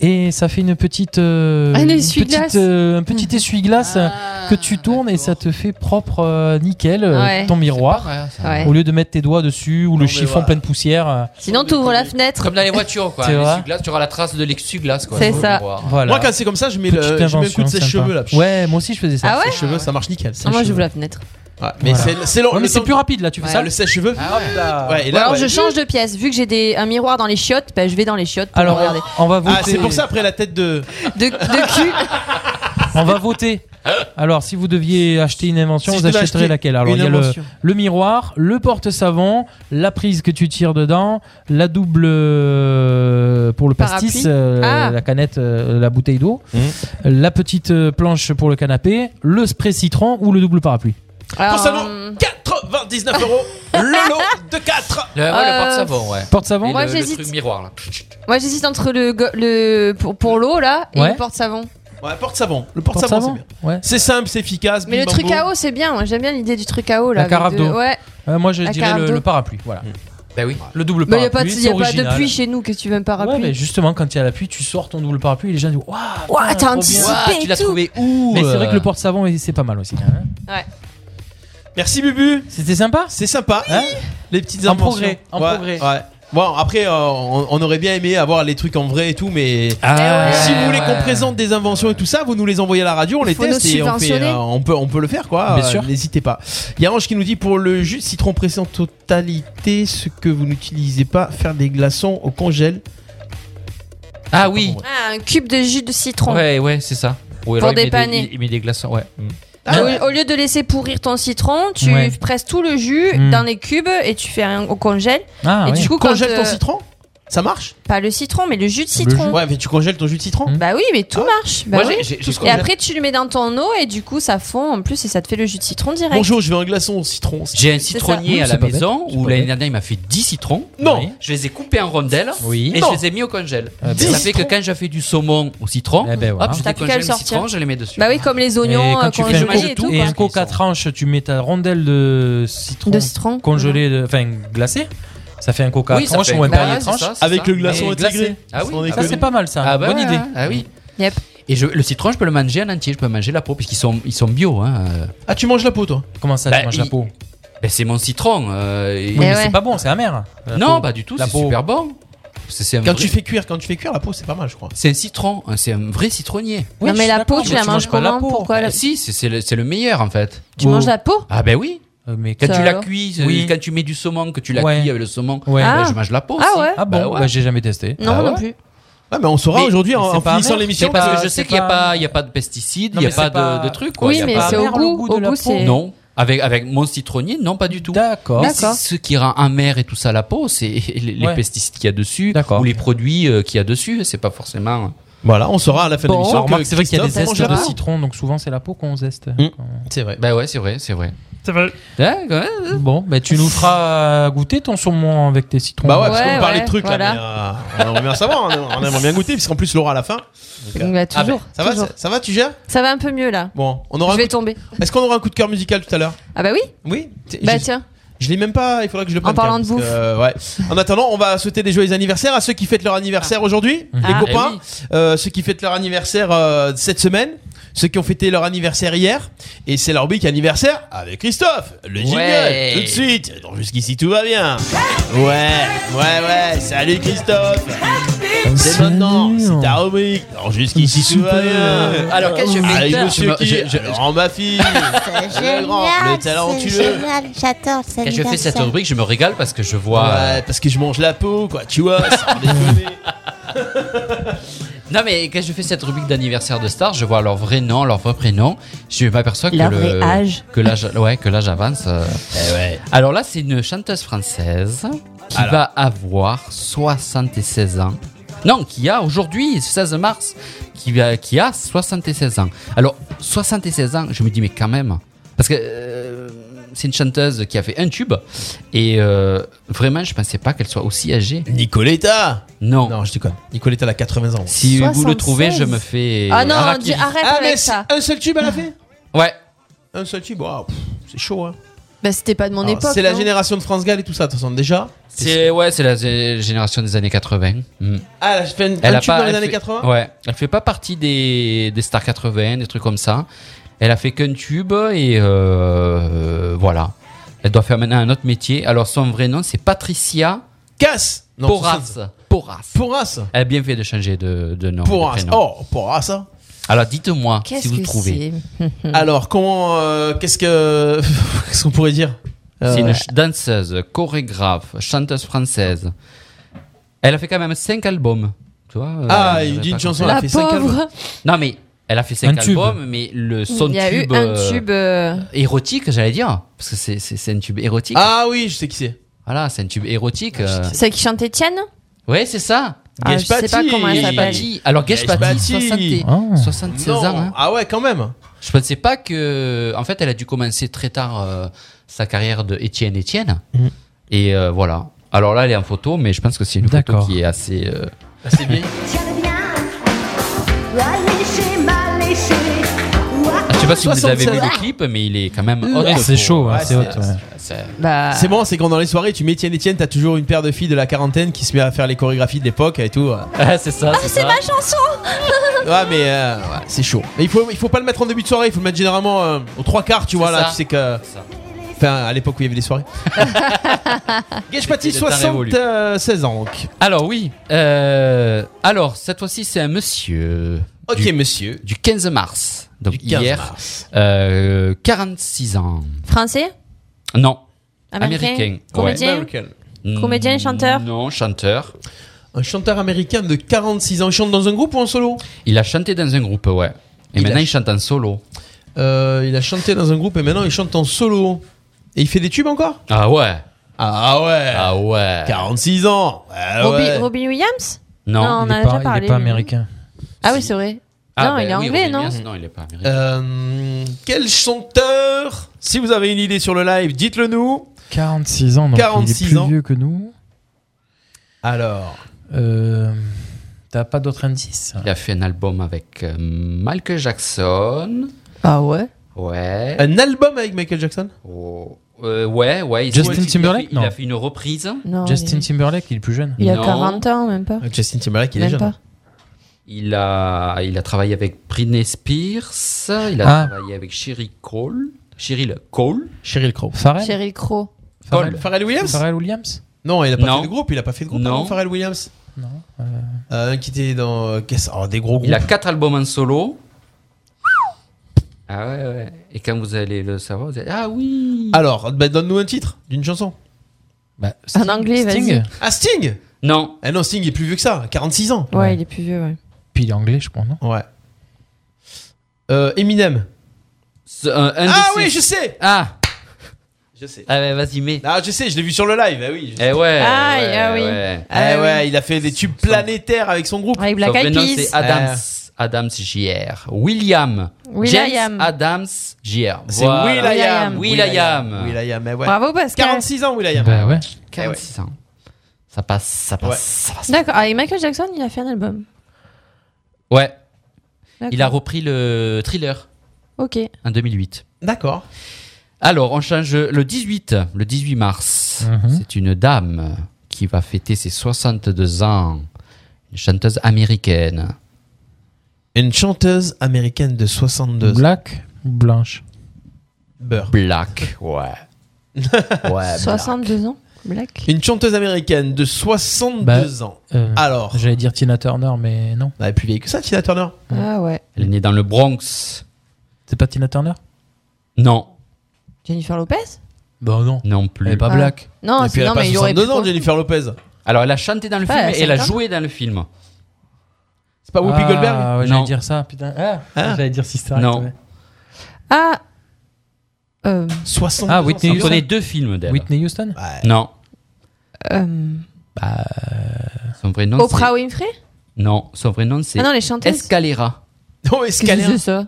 Speaker 7: Et ça fait une petite, euh,
Speaker 6: Un
Speaker 7: une
Speaker 6: essuie-glace.
Speaker 7: petite, euh, un petit essuie-glace euh,
Speaker 6: Ah,
Speaker 7: que tu tournes et ça te fait propre euh, nickel euh,
Speaker 6: Ouais.
Speaker 7: ton miroir
Speaker 6: C'est pas vrai, ça.
Speaker 7: au lieu de mettre tes doigts dessus ou le chiffon
Speaker 5: voilà.
Speaker 7: plein de poussière. euh,
Speaker 6: Sinon, tu ouvres la fenêtre.
Speaker 5: Comme dans les voitures, quoi.
Speaker 7: (laughs) Tu vois
Speaker 5: L'essuie-glace, tu auras la trace de l'exuglace, quoi.
Speaker 6: C'est
Speaker 5: Faut
Speaker 6: ça.
Speaker 5: le voir.
Speaker 7: Voilà.
Speaker 1: Moi, quand c'est comme ça, je mets,
Speaker 7: Petite
Speaker 1: le, je mets un coup
Speaker 7: invention
Speaker 1: de sèche-cheveux là.
Speaker 7: sympa. Ouais, moi aussi je faisais ça.
Speaker 6: Ah ouais
Speaker 1: Sèche-cheveux, ça marche nickel.
Speaker 6: Ah, moi, j'ouvre la fenêtre.
Speaker 1: Ouais, mais
Speaker 7: Voilà.
Speaker 1: c'est- c'est long.
Speaker 7: Ouais, mais
Speaker 1: le
Speaker 7: c'est
Speaker 1: temps-
Speaker 7: plus rapide, là, tu fais
Speaker 1: Ouais. Ah,
Speaker 7: ça
Speaker 1: Le sèche-cheveux. Ouais, et
Speaker 6: Ou
Speaker 1: là,
Speaker 6: alors
Speaker 1: ouais.
Speaker 6: je change de pièce. Vu que j'ai des- un miroir dans les chiottes, ben, je vais dans les chiottes pour
Speaker 7: Alors,
Speaker 6: regarder.
Speaker 7: on va voter.
Speaker 1: Ah, c'est pour ça après la tête de.
Speaker 6: De,
Speaker 1: (laughs)
Speaker 6: de cul.
Speaker 7: On va voter. Alors, si vous deviez acheter une invention,
Speaker 1: Si je
Speaker 7: vous
Speaker 1: devais
Speaker 7: achèteriez
Speaker 1: acheter
Speaker 7: laquelle Alors,
Speaker 1: une
Speaker 7: il y a le,
Speaker 1: invention.
Speaker 7: le miroir, le porte-savon, la prise que tu tires dedans, la double euh, pour le pastis,
Speaker 6: Parapluie.
Speaker 7: euh,
Speaker 6: Ah.
Speaker 7: la canette, euh, la bouteille d'eau,
Speaker 1: Mmh.
Speaker 7: la petite euh, planche pour le canapé, le spray citron ou le double parapluie.
Speaker 6: Euh,
Speaker 1: Pour seulement 99 euros, le lot de 4.
Speaker 5: Le, ouais,
Speaker 6: Euh,
Speaker 5: le porte-savon, ouais.
Speaker 7: Porte-savon
Speaker 5: Et
Speaker 6: Moi,
Speaker 5: le, le
Speaker 6: j'hésite.
Speaker 5: truc miroir, là.
Speaker 6: Moi j'hésite entre le, go- le pour, pour l'eau là et
Speaker 1: Ouais.
Speaker 6: le porte-savon.
Speaker 1: Ouais, porte-savon. Le porte-savon,
Speaker 7: Porte-savon,
Speaker 1: c'est bien. C'est simple, c'est efficace.
Speaker 6: Mais
Speaker 1: bim,
Speaker 6: le
Speaker 1: bam,
Speaker 6: truc
Speaker 1: boum.
Speaker 6: à eau c'est bien. Moi j'aime bien l'idée du truc à eau Oh
Speaker 7: la
Speaker 6: là. avec
Speaker 7: carafe
Speaker 6: de-
Speaker 7: d'eau.
Speaker 6: Ouais.
Speaker 7: Euh, moi, je
Speaker 6: La
Speaker 7: dirais
Speaker 6: carafe
Speaker 7: le,
Speaker 6: d'eau.
Speaker 7: le parapluie. Voilà.
Speaker 1: Mmh.
Speaker 5: Bah oui.
Speaker 7: Le double
Speaker 6: Mais y a pas, de-
Speaker 7: parapluie.
Speaker 6: y
Speaker 7: c'est
Speaker 6: a pas de
Speaker 7: original.
Speaker 6: pluie chez nous que tu veux me
Speaker 7: Ouais,
Speaker 6: parapluie.
Speaker 7: mais justement, quand il y a la pluie, tu sors ton double parapluie et les gens disent Waouh,
Speaker 6: Ouah,
Speaker 7: putain,
Speaker 6: t'as
Speaker 7: Ah, trop
Speaker 6: anticipé
Speaker 7: bien.
Speaker 6: et tout.
Speaker 7: Mais c'est
Speaker 5: euh,
Speaker 7: vrai que le porte-savon, c'est pas mal aussi. hein.
Speaker 6: Ouais.
Speaker 1: Merci Bubu.
Speaker 7: C'était sympa
Speaker 1: C'est sympa. Hein les petites
Speaker 7: En
Speaker 1: inventions.
Speaker 7: progrès, en
Speaker 1: Ouais,
Speaker 7: progrès.
Speaker 1: ouais.
Speaker 4: Bon, après, euh, on, on aurait bien aimé avoir les trucs en vrai et tout, mais
Speaker 7: Ah ouais.
Speaker 4: si vous voulez
Speaker 7: ouais.
Speaker 4: qu'on présente des inventions et tout ça, vous nous les envoyez à la radio, on les
Speaker 7: Faut nous
Speaker 4: teste et on, fait,
Speaker 7: subventionner.
Speaker 4: euh, on peut, on peut le faire, quoi.
Speaker 7: Bien
Speaker 4: Euh,
Speaker 7: sûr.
Speaker 4: N'hésitez pas. Il y a Ange qui nous dit pour le jus de citron pressé en totalité, ce que vous n'utilisez pas, faire des glaçons au congèle.
Speaker 5: Ah oui.
Speaker 6: Ah, un cube de jus de citron.
Speaker 5: Ouais, ouais, c'est ça. Ou
Speaker 6: Pour
Speaker 5: alors il met des-
Speaker 6: dépanner.
Speaker 5: il- il met des glaçons, ouais. Mm.
Speaker 6: Ah, au- au, lieu de laisser pourrir ton citron, tu
Speaker 5: Ouais.
Speaker 6: presses tout le jus
Speaker 5: Mm.
Speaker 6: dans les cubes et tu fais un au congèle.
Speaker 7: Hmm. Ah,
Speaker 6: et
Speaker 7: ouais.
Speaker 6: du coup,
Speaker 4: Congèle
Speaker 6: quand, euh,
Speaker 4: ton citron Ça marche
Speaker 6: Pas le citron, mais le jus de citron.
Speaker 4: Ouais, mais tu congèles ton jus de citron
Speaker 7: Hmm.
Speaker 6: Bah oui, mais tout marche. Bah
Speaker 4: Ah. Moi,
Speaker 6: oui.
Speaker 4: j'ai- j'ai- j'ai ce
Speaker 6: Et
Speaker 4: congèle.
Speaker 6: après, tu le mets dans ton eau et du coup, ça fond en plus et ça te fait le jus de citron direct.
Speaker 4: Bonjour, je veux un glaçon au citron.
Speaker 5: J'ai un citronnier à la maison où l'année dernière il m'a fait 10 citrons.
Speaker 4: Non.
Speaker 5: Je les ai coupés en rondelles
Speaker 4: Oui.
Speaker 5: et
Speaker 4: Non.
Speaker 5: je les ai mis au congèle.
Speaker 4: Ah ben.
Speaker 5: ça
Speaker 4: 10
Speaker 5: fait que quand je fais du saumon au citron,
Speaker 7: Eh ben voilà.
Speaker 5: hop, je
Speaker 6: T'as plus qu'à
Speaker 5: Ah. décongèle
Speaker 6: le
Speaker 5: mes
Speaker 6: sortir.
Speaker 5: citrons, je les mets dessus.
Speaker 6: Bah oui, comme les oignons
Speaker 7: et
Speaker 6: euh,
Speaker 7: quand tu fais un,
Speaker 6: congelés et tout.
Speaker 7: et
Speaker 6: quoi.
Speaker 7: un coca tranche, tu mets ta rondelle de citron,
Speaker 6: De citron.
Speaker 7: congelé, de- enfin glacé. Ça fait un coca
Speaker 5: Oui, ça
Speaker 7: tranche
Speaker 5: fait
Speaker 7: ou un
Speaker 5: un coca,
Speaker 7: perrier
Speaker 5: c'est
Speaker 7: tranche.
Speaker 5: ça, c'est Avec ça. le glaçon
Speaker 7: Mais
Speaker 5: intégré.
Speaker 7: glacé.
Speaker 5: Ah oui, ah
Speaker 7: Sans déconner.
Speaker 5: bah.
Speaker 7: ça c'est pas mal ça.
Speaker 5: Ah, bonne
Speaker 7: Ouais,
Speaker 5: idée.
Speaker 7: ouais.
Speaker 5: Ah oui.
Speaker 6: Yep.
Speaker 5: Et je- le citron, je peux le manger en entier, je peux manger la peau, puisqu'ils sont, ils sont bio. hein. Bah,
Speaker 4: Ah, tu manges la peau, toi
Speaker 7: Comment ça, tu manges la peau
Speaker 5: ben, C'est mon citron. euh, et-
Speaker 6: Eh
Speaker 7: Oui, mais c'est pas bon, c'est amer. La
Speaker 5: Non,
Speaker 7: peau.
Speaker 5: pas du tout,
Speaker 7: La
Speaker 5: c'est
Speaker 7: peau.
Speaker 5: super bon. C'est- c'est un
Speaker 4: Quand
Speaker 5: vrai-
Speaker 4: tu fais cuire, quand tu fais cuire la peau, c'est pas mal, je crois.
Speaker 5: C'est un citron, hein, c'est un vrai citronnier.
Speaker 6: Non, mais la peau, tu la manges
Speaker 5: pas la
Speaker 6: comment Pourquoi la-
Speaker 5: Ah, si, c'est- c'est le, c'est le meilleur en fait.
Speaker 6: Tu manges la peau
Speaker 5: Ah ben oui.
Speaker 7: Euh, mais
Speaker 5: quand
Speaker 6: Ça
Speaker 5: tu la
Speaker 6: alors
Speaker 5: cuis,
Speaker 7: Oui.
Speaker 5: euh, quand tu mets du saumon, que tu la
Speaker 7: Ouais.
Speaker 5: cuis avec le saumon,
Speaker 7: Ouais.
Speaker 5: ben,
Speaker 7: Ah.
Speaker 5: je mange la peau.
Speaker 7: Ah
Speaker 5: aussi.
Speaker 7: ouais. Ah bon,
Speaker 5: Bah ouais.
Speaker 7: bah, j'ai jamais testé.
Speaker 6: Non,
Speaker 5: Ah
Speaker 6: non
Speaker 5: ouais.
Speaker 6: plus.
Speaker 4: Ah, mais on saura
Speaker 5: Mais-
Speaker 4: aujourd'hui en,
Speaker 5: mais c'est
Speaker 4: en
Speaker 5: pas
Speaker 4: finissant
Speaker 5: amer.
Speaker 4: l'émission.
Speaker 5: C'est pas-
Speaker 4: parce que
Speaker 5: je sais qu'il n'y a, pas- il y a pas de pesticides, il
Speaker 4: Non,
Speaker 5: n'y a
Speaker 4: mais
Speaker 5: pas,
Speaker 4: c'est pas-
Speaker 5: de, de trucs. Quoi.
Speaker 6: Oui,
Speaker 5: Il y a
Speaker 6: mais
Speaker 5: pas-
Speaker 6: c'est au
Speaker 7: amer, le
Speaker 6: goût.
Speaker 7: goût de
Speaker 6: Au
Speaker 7: la
Speaker 6: goût,
Speaker 7: peau.
Speaker 6: c'est.
Speaker 5: Non. Avec, avec mon citronnier, non, pas du tout.
Speaker 7: D'accord.
Speaker 5: Mais
Speaker 6: D'accord.
Speaker 5: c'est Ce qui rend amer et tout ça la peau, c'est (laughs) les, les
Speaker 7: Ouais.
Speaker 5: pesticides qu'il y a dessus ou les produits euh, qu'il y a dessus. C'est pas forcément. euh.
Speaker 4: Voilà, on saura à la fin de l'émission.
Speaker 7: Alors, remarque,
Speaker 4: que
Speaker 7: c'est vrai qu'il y a des
Speaker 4: Christophe
Speaker 7: zestes
Speaker 4: mange Mm. la
Speaker 7: de
Speaker 4: peau.
Speaker 7: citron, donc souvent c'est la peau qu'on zeste.
Speaker 4: C'est vrai.
Speaker 5: Bah ouais, c'est vrai, c'est vrai.
Speaker 8: C'est vrai.
Speaker 7: Bon, bah tu nous feras goûter ton saumon avec tes citrons.
Speaker 4: Bah ouais, parce qu'on parle des trucs
Speaker 6: voilà.
Speaker 4: là, mais euh, on aimerait bien savoir, on on aimerait bien goûter, puisqu'en plus Laura à la fin. Donc, euh,
Speaker 6: Bah, toujours,
Speaker 4: ça, va,
Speaker 6: toujours.
Speaker 4: ça, ça va, tu gères
Speaker 6: Ça va un peu mieux là.
Speaker 4: Bon, on aura.
Speaker 6: Je
Speaker 4: un
Speaker 6: vais
Speaker 4: coup de-
Speaker 6: tomber.
Speaker 4: Est-ce qu'on aura un coup de cœur musical tout à l'heure
Speaker 6: Ah bah oui
Speaker 4: Oui T-
Speaker 6: Bah
Speaker 4: j'ai-
Speaker 6: tiens.
Speaker 4: Je l'ai même pas, il faudra que je le
Speaker 6: En
Speaker 4: prenne.
Speaker 6: parlant
Speaker 4: tiens,
Speaker 6: de
Speaker 4: parce que, euh, ouais. En attendant, on va souhaiter des joyeux anniversaires à ceux qui fêtent leur anniversaire aujourd'hui, les
Speaker 5: Ah.
Speaker 4: copains,
Speaker 5: Eh oui.
Speaker 4: euh, ceux qui fêtent leur anniversaire euh, cette semaine, ceux qui ont fêté leur anniversaire hier, et c'est leur week anniversaire avec Christophe, le jingle,
Speaker 5: Ouais.
Speaker 4: tout de suite. Donc jusqu'ici tout va bien. Ouais, ouais, ouais, salut Christophe. C'est maintenant, c'est ta rubrique. Alors jusqu'ici tout va bien.
Speaker 5: Euh, Alors, qu'est-ce que je vais
Speaker 4: Avec
Speaker 5: faire
Speaker 4: monsieur qui,
Speaker 5: Je- je- je-
Speaker 4: Laurent ma fille, le grand, le talentueux.
Speaker 14: J'adore
Speaker 5: Quand Bah, je fais cette rubrique, je me régale parce que je vois. euh,
Speaker 4: Ouais, parce que je mange la peau, quoi,
Speaker 5: (laughs)
Speaker 4: tu vois, sans déconner.
Speaker 5: Non, mais quand je fais cette rubrique d'anniversaire de star, je vois leur vrai nom, leur vrai prénom. Je m'aperçois que
Speaker 6: Leur
Speaker 5: le-
Speaker 6: vrai âge.
Speaker 5: que l'âge, ouais, que l'âge avance. euh.
Speaker 4: Eh
Speaker 5: Alors là, c'est une chanteuse française qui
Speaker 7: Alors.
Speaker 5: va avoir 76 ans. Non, qui a aujourd'hui, 16 mars, qui, va- qui a 76 ans. Alors, 76 ans, je me dis, mais quand même. Parce que euh, c'est une chanteuse qui a fait un tube. Et euh, vraiment, je pensais pas qu'elle soit aussi âgée.
Speaker 4: Nicoletta
Speaker 5: Non.
Speaker 4: Non, je déconne. Nicoletta, elle a 80 ans.
Speaker 5: Si vous le trouvez, je me fais.
Speaker 6: Ah non,
Speaker 5: harakiri.
Speaker 6: dis- arrête
Speaker 4: Ah, mais
Speaker 6: avec ça.
Speaker 4: Un seul tube à la fin
Speaker 5: Ouais.
Speaker 4: Un seul tube, waouh, pff, c'est chaud, hein.
Speaker 6: Bah c'était pas de mon
Speaker 4: Alors,
Speaker 6: époque.
Speaker 4: C'est la
Speaker 6: non
Speaker 4: génération de France Gall et tout ça, de toute façon, déjà.
Speaker 5: C'est ouais, c'est la zé- génération des années 80. Mm.
Speaker 4: Ah, elle a fait un, un
Speaker 5: a
Speaker 4: tube dans les
Speaker 5: elle
Speaker 4: années
Speaker 5: fait-
Speaker 4: 80
Speaker 5: Ouais, elle fait pas partie des, des stars 80, des trucs comme ça. Elle a fait qu'un tube et euh, voilà. Elle doit faire maintenant un autre métier. Alors son vrai nom c'est Patricia
Speaker 4: Casse Non,
Speaker 5: Porras.
Speaker 4: c'est-
Speaker 5: Porras.
Speaker 4: Porras.
Speaker 5: Elle a bien fait de changer de, de nom. de
Speaker 4: Porras.
Speaker 5: prénom.
Speaker 4: Oh, Porras, hein.
Speaker 5: Alors dites-moi
Speaker 4: Qu'est-ce
Speaker 5: si vous
Speaker 4: que
Speaker 5: trouvez.
Speaker 6: (laughs)
Speaker 4: Alors, comment. euh, Qu'est-ce que. (laughs) Qu'est-ce qu'on pourrait dire
Speaker 5: C'est
Speaker 4: Euh,
Speaker 5: une ch- danseuse, chorégraphe, chanteuse française. Elle a fait quand même 5 albums. Tu vois, euh,
Speaker 4: Ah,
Speaker 5: j'avais
Speaker 4: il dit
Speaker 5: pas
Speaker 4: une
Speaker 5: compris.
Speaker 4: chanson, elle a La fait cinq pauvre. albums.
Speaker 5: Non, mais elle a fait
Speaker 4: Un
Speaker 5: 5
Speaker 4: tube.
Speaker 5: albums, mais le son
Speaker 6: Il y a eu
Speaker 5: tube,
Speaker 6: un
Speaker 5: euh,
Speaker 6: tube. euh,
Speaker 5: érotique, j'allais dire. Parce que c'est- c'est c'est un tube érotique.
Speaker 4: Ah oui, je sais qui c'est.
Speaker 5: Voilà, c'est un tube érotique. euh.
Speaker 6: Ah, C'est qui chante Étienne
Speaker 5: Ouais, c'est ça.
Speaker 6: Ah, je sais
Speaker 5: Gage
Speaker 6: pas
Speaker 5: Patti.
Speaker 6: comment elle
Speaker 5: Gage
Speaker 6: s'appelle.
Speaker 5: Patti. Alors, Gage
Speaker 4: Gage
Speaker 5: Patti,
Speaker 4: Patti.
Speaker 5: 60 et-
Speaker 4: Oh.
Speaker 5: 76
Speaker 4: Non.
Speaker 5: ans. hein.
Speaker 4: Ah ouais, quand même.
Speaker 5: Je pensais pas que. En fait, elle a dû commencer très tard euh, sa carrière de Étienne Étienne.
Speaker 7: Mhm.
Speaker 5: Et euh, voilà. Alors là, elle est en photo, mais je pense que c'est une photo qui est assez. euh,
Speaker 4: Assez bien.
Speaker 5: Ah, je sais pas si vous avez vu
Speaker 4: 76.
Speaker 5: le clip, mais il est quand même hot.
Speaker 7: Ouais, c'est
Speaker 5: pour-
Speaker 7: chaud, hein,
Speaker 5: ouais,
Speaker 7: c'est hot, ouais.
Speaker 5: c'est-
Speaker 6: Bah.
Speaker 4: C'est bon, c'est quand dans les soirées, tu mets Étienne Étienne, t'as toujours une paire de filles de la quarantaine qui se met à faire les chorégraphies de l'époque et tout.
Speaker 5: Ah, (laughs) c'est ça.
Speaker 6: Ah, c'est ma chanson
Speaker 4: (laughs) Ouais, mais euh, ouais, c'est chaud. Mais il faut, il faut pas le mettre en début de soirée, il faut le mettre généralement euh, aux trois quarts, tu vois.
Speaker 5: C'est
Speaker 4: Là,
Speaker 5: ça.
Speaker 4: tu sais que.
Speaker 5: C'est ça.
Speaker 4: Enfin, Enfin, à l'époque où il y avait
Speaker 5: (laughs)
Speaker 4: des soirées. Gage Patti,
Speaker 5: C'était le taré évolué.
Speaker 4: 76 ans. donc.
Speaker 5: Alors oui. euh, alors cette fois-ci c'est un monsieur.
Speaker 4: Ok monsieur.
Speaker 5: Du 15 mars. Donc
Speaker 6: Du 15
Speaker 5: hier.
Speaker 6: mars.
Speaker 5: euh, 46 ans.
Speaker 6: Français
Speaker 5: Non.
Speaker 6: Américain
Speaker 5: Américain.
Speaker 6: Comédien
Speaker 5: ouais.
Speaker 6: Américain. Comédien, chanteur
Speaker 5: Non, chanteur.
Speaker 4: Un chanteur américain de 46 ans. Il chante dans un groupe ou en solo
Speaker 5: Il a chanté dans un groupe, ouais. Et maintenant il chante en solo.
Speaker 4: Euh, il a chanté dans un groupe et maintenant il chante en solo. Et il fait des tubes encore
Speaker 5: Ah ouais.
Speaker 4: Ah ouais.
Speaker 5: Ah ouais.
Speaker 4: 46 ans. Ah
Speaker 6: Robbie-
Speaker 4: ouais.
Speaker 6: Robin Williams
Speaker 4: Non,
Speaker 6: on en
Speaker 4: il est pas-
Speaker 6: a
Speaker 4: il
Speaker 6: déjà
Speaker 4: est
Speaker 6: parlé.
Speaker 4: pas
Speaker 6: lui.
Speaker 4: américain.
Speaker 6: Ah oui, c'est vrai.
Speaker 5: Ah,
Speaker 6: non,
Speaker 5: bah
Speaker 6: il est
Speaker 5: oui,
Speaker 6: anglais,
Speaker 5: Robin
Speaker 6: non
Speaker 5: Williams, Non, il est pas américain.
Speaker 4: Euh, quel chanteur Si vous avez une idée sur le live, dites-le nous.
Speaker 13: 46 ans, donc
Speaker 4: 46
Speaker 13: il est plus
Speaker 4: ans.
Speaker 13: vieux que nous.
Speaker 4: Alors.
Speaker 13: Euh, T'as pas d'autres indices
Speaker 5: Il a fait un album avec euh, Michael Jackson.
Speaker 6: Ah ouais
Speaker 5: Ouais.
Speaker 4: Un album avec Michael Jackson
Speaker 5: Oh, euh, ouais, ouais. il-
Speaker 13: Justin
Speaker 5: il a fait-
Speaker 13: Timberlake,
Speaker 5: Il a
Speaker 13: non.
Speaker 5: fait une reprise.
Speaker 6: Non,
Speaker 13: Justin
Speaker 6: il-
Speaker 13: Timberlake, il est plus jeune.
Speaker 6: Il a
Speaker 5: Non.
Speaker 6: 40 ans, même
Speaker 5: Ah,
Speaker 6: pas.
Speaker 4: Justin Timberlake,
Speaker 6: il est Même jeune. pas.
Speaker 5: Il a, il a travaillé avec Britney Spears. Il a
Speaker 13: Ah.
Speaker 5: travaillé avec Cheryl Cole. Cheryl Cole.
Speaker 4: Cheryl Crow.
Speaker 13: Pharrell
Speaker 6: Cheryl Crow.
Speaker 4: Pharrell. Pharrell Williams
Speaker 13: Pharrell Williams
Speaker 4: Non, il a pas
Speaker 5: Non.
Speaker 4: fait de groupe. Il a pas fait de groupe.
Speaker 5: Non.
Speaker 4: pardon, Pharrell Williams.
Speaker 13: Non.
Speaker 4: Euh, qui était dans euh, qu'est-ce- oh, des gros groupes.
Speaker 5: Il a quatre albums en solo. Ah ouais, ouais. Et quand vous allez le savoir, vous allez ah oui.
Speaker 4: Alors, bah, donne-nous un titre d'une chanson.
Speaker 6: En anglais, vas-y.
Speaker 4: Ah, Sting
Speaker 5: Non.
Speaker 4: Ah non, Sting il est plus vieux que ça, 46 ans.
Speaker 6: Ouais, il est plus vieux, ouais.
Speaker 13: Puis il est anglais, je crois, non
Speaker 4: Ouais. Euh, Eminem.
Speaker 5: C'est un- euh, un
Speaker 4: ah
Speaker 5: des
Speaker 4: oui,
Speaker 5: six.
Speaker 4: je sais
Speaker 5: Ah
Speaker 4: Je sais.
Speaker 5: Ah ouais, vas-y, mets.
Speaker 4: Ah, je sais, je l'ai vu sur le live. Ah oui.
Speaker 5: Eh ouais.
Speaker 4: Ah,
Speaker 5: ouais,
Speaker 4: ah oui.
Speaker 5: ouais.
Speaker 4: Ah ouais, il a fait des tubes planétaires avec son groupe.
Speaker 6: Ah,
Speaker 4: Ah.
Speaker 6: Avec Black
Speaker 5: Sauf que
Speaker 6: Eyed
Speaker 5: non,
Speaker 6: Peas.
Speaker 5: c'est Adams. Adams JR. William.
Speaker 6: Will.i.am.
Speaker 5: James Adams JR.
Speaker 4: C'est Will.i.am.
Speaker 5: Will.i.am.
Speaker 4: Will.i.am, mais ouais.
Speaker 6: Bravo, Pascal.
Speaker 4: 46 ans, Will.i.am.
Speaker 13: Bah
Speaker 5: Ben
Speaker 13: ouais.
Speaker 5: 46 ans. Ça passe, ça passe,
Speaker 4: Ouais.
Speaker 5: ça passe.
Speaker 6: D'accord, avec Michael Jackson, il a fait un album.
Speaker 5: Ouais.
Speaker 6: D'accord.
Speaker 5: Il a repris le thriller
Speaker 6: Ok.
Speaker 5: en 2008.
Speaker 4: D'accord.
Speaker 5: Alors, on change le 18, le 18 mars.
Speaker 4: Mhm.
Speaker 5: C'est une dame qui va fêter ses 62 ans. Une chanteuse américaine.
Speaker 4: Une chanteuse américaine de 62 ans.
Speaker 13: Black ou blanche
Speaker 4: Beurre.
Speaker 5: Black, ouais.
Speaker 4: (laughs)
Speaker 5: ouais,
Speaker 6: 62 ans Black.
Speaker 4: Une chanteuse américaine de 62
Speaker 13: Bah,
Speaker 4: ans. Ah.
Speaker 13: euh,
Speaker 4: Alors,
Speaker 13: J'allais dire Tina Turner, mais non.
Speaker 4: elle est plus vieille que ça, Tina Turner.
Speaker 6: Ah ouais.
Speaker 5: Elle est née dans le Bronx.
Speaker 13: C'est pas Tina Turner
Speaker 5: Non,
Speaker 6: Jennifer Lopez
Speaker 13: Bah non.
Speaker 5: non plus.
Speaker 13: Elle est pas black.
Speaker 6: Ah. Non,
Speaker 4: Et puis
Speaker 6: c'est
Speaker 4: elle
Speaker 6: non,
Speaker 4: a pas
Speaker 6: mais il aurait
Speaker 4: 62
Speaker 6: pu
Speaker 4: ans,
Speaker 6: trop-
Speaker 4: Jennifer Lopez.
Speaker 5: Alors, elle a chanté dans le
Speaker 6: Ouais,
Speaker 5: film et elle a
Speaker 6: cinquante.
Speaker 5: joué dans le film.
Speaker 4: C'est pas Whoopi
Speaker 13: ah,
Speaker 4: Goldberg
Speaker 13: ouais,
Speaker 5: Non.
Speaker 13: j'allais dire ça, putain. Ah,
Speaker 4: Hein
Speaker 13: J'allais dire Sister
Speaker 5: Non.
Speaker 13: Act, ouais.
Speaker 6: Ah euh,
Speaker 4: 62
Speaker 13: Ah,
Speaker 4: ans,
Speaker 13: Whitney
Speaker 4: ça
Speaker 5: On
Speaker 13: Houston.
Speaker 5: connaît deux films d'elle.
Speaker 13: Whitney Houston
Speaker 5: Non,
Speaker 6: euh,
Speaker 5: son vrai nom.
Speaker 6: Oprah Winfrey
Speaker 5: c'est- Non, son vrai nom c'est
Speaker 6: Ah non, les chanteuses.
Speaker 5: Escalera.
Speaker 4: Non, Escalera.
Speaker 6: Qu'est-ce que c'est ça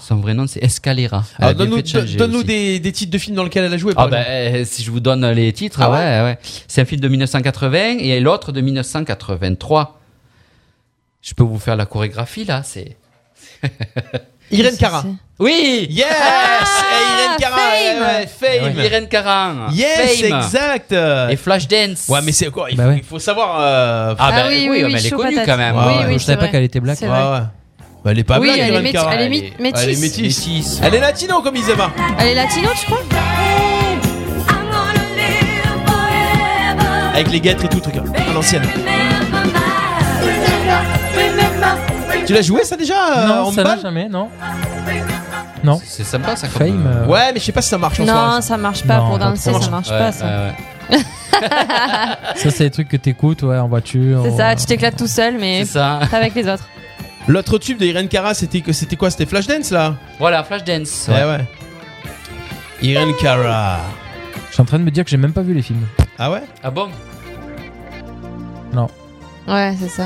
Speaker 5: Son vrai nom c'est Escalera. Ah, Elle
Speaker 4: Alors,
Speaker 5: a bien
Speaker 4: donne-nous
Speaker 5: fait de changer
Speaker 4: donne-nous
Speaker 5: aussi.
Speaker 4: des, des titres de films dans lesquels elle a joué. par
Speaker 5: Ah ben,
Speaker 4: exemple.
Speaker 5: euh, si je vous donne les titres,
Speaker 4: Ah
Speaker 5: ouais, ouais, C'est un film de 1980 et l'autre de 1983. Je peux vous faire la chorégraphie là, c'est.
Speaker 4: Irene Cara.
Speaker 5: Oui,
Speaker 4: Ah. Yes Eh,
Speaker 9: Ah,
Speaker 4: Irene Cara
Speaker 6: Ah, Fame
Speaker 4: ouais, ouais, Fame
Speaker 5: Irene Caran.
Speaker 4: Ah Yes,
Speaker 5: Fame.
Speaker 4: exact
Speaker 5: Et Flashdance.
Speaker 4: Ouais, mais c'est quoi il,
Speaker 13: Bah
Speaker 4: faut-
Speaker 13: ouais.
Speaker 4: il faut savoir. euh,
Speaker 5: Ah,
Speaker 6: Ah
Speaker 5: ben,
Speaker 6: oui,
Speaker 5: oui,
Speaker 6: oui,
Speaker 5: mais
Speaker 6: oui,
Speaker 5: elle est
Speaker 6: chaud
Speaker 5: connue
Speaker 6: patate.
Speaker 5: quand même.
Speaker 6: Oui,
Speaker 5: Ouais,
Speaker 6: oui,
Speaker 13: Je savais
Speaker 6: c'est
Speaker 13: pas
Speaker 6: vrai.
Speaker 13: qu'elle était black.
Speaker 6: C'est
Speaker 4: ouais,
Speaker 6: vrai.
Speaker 4: ouais. Bah, elle est pas
Speaker 6: Oui,
Speaker 4: blague,
Speaker 6: elle est
Speaker 4: Irene
Speaker 6: mét-
Speaker 4: Cara.
Speaker 6: elle est mé- métisse.
Speaker 4: Elle est métisse.
Speaker 5: Métisse.
Speaker 4: Elle est latino, comme ils aiment.
Speaker 6: Elle est latino, tu crois
Speaker 4: Avec les guêtres et tout, truc. hein, À l'ancienne. Tu l'as joué ça déjà euh,
Speaker 13: Non,
Speaker 4: en
Speaker 13: ça n'a
Speaker 4: balle
Speaker 13: jamais, non. Non.
Speaker 5: C'est sympa ça comme.
Speaker 13: Fame. euh,
Speaker 4: Ouais, mais je sais pas si ça marche en
Speaker 6: Non,
Speaker 4: soirée.
Speaker 6: ça marche pas
Speaker 13: Non,
Speaker 6: pour
Speaker 13: pas
Speaker 6: danser,
Speaker 13: trop.
Speaker 6: ça marche
Speaker 5: Ouais,
Speaker 6: pas ça.
Speaker 5: ouais, ouais.
Speaker 13: (laughs) Ça, c'est les trucs que t'écoutes, ouais, en voiture.
Speaker 6: C'est
Speaker 13: ou-
Speaker 6: ça, tu t'éclates tout seul, mais
Speaker 5: C'est ça.
Speaker 6: pas avec les autres.
Speaker 4: L'autre tube de Irene Cara, c'était que- c'était quoi C'était Flashdance là
Speaker 5: Voilà, Flashdance.
Speaker 4: Eh Ouais, ouais. Irene Cara.
Speaker 13: Je suis en train de me dire que j'ai même pas vu les films.
Speaker 4: Ah ouais
Speaker 5: Ah bon
Speaker 6: Ouais, c'est ça.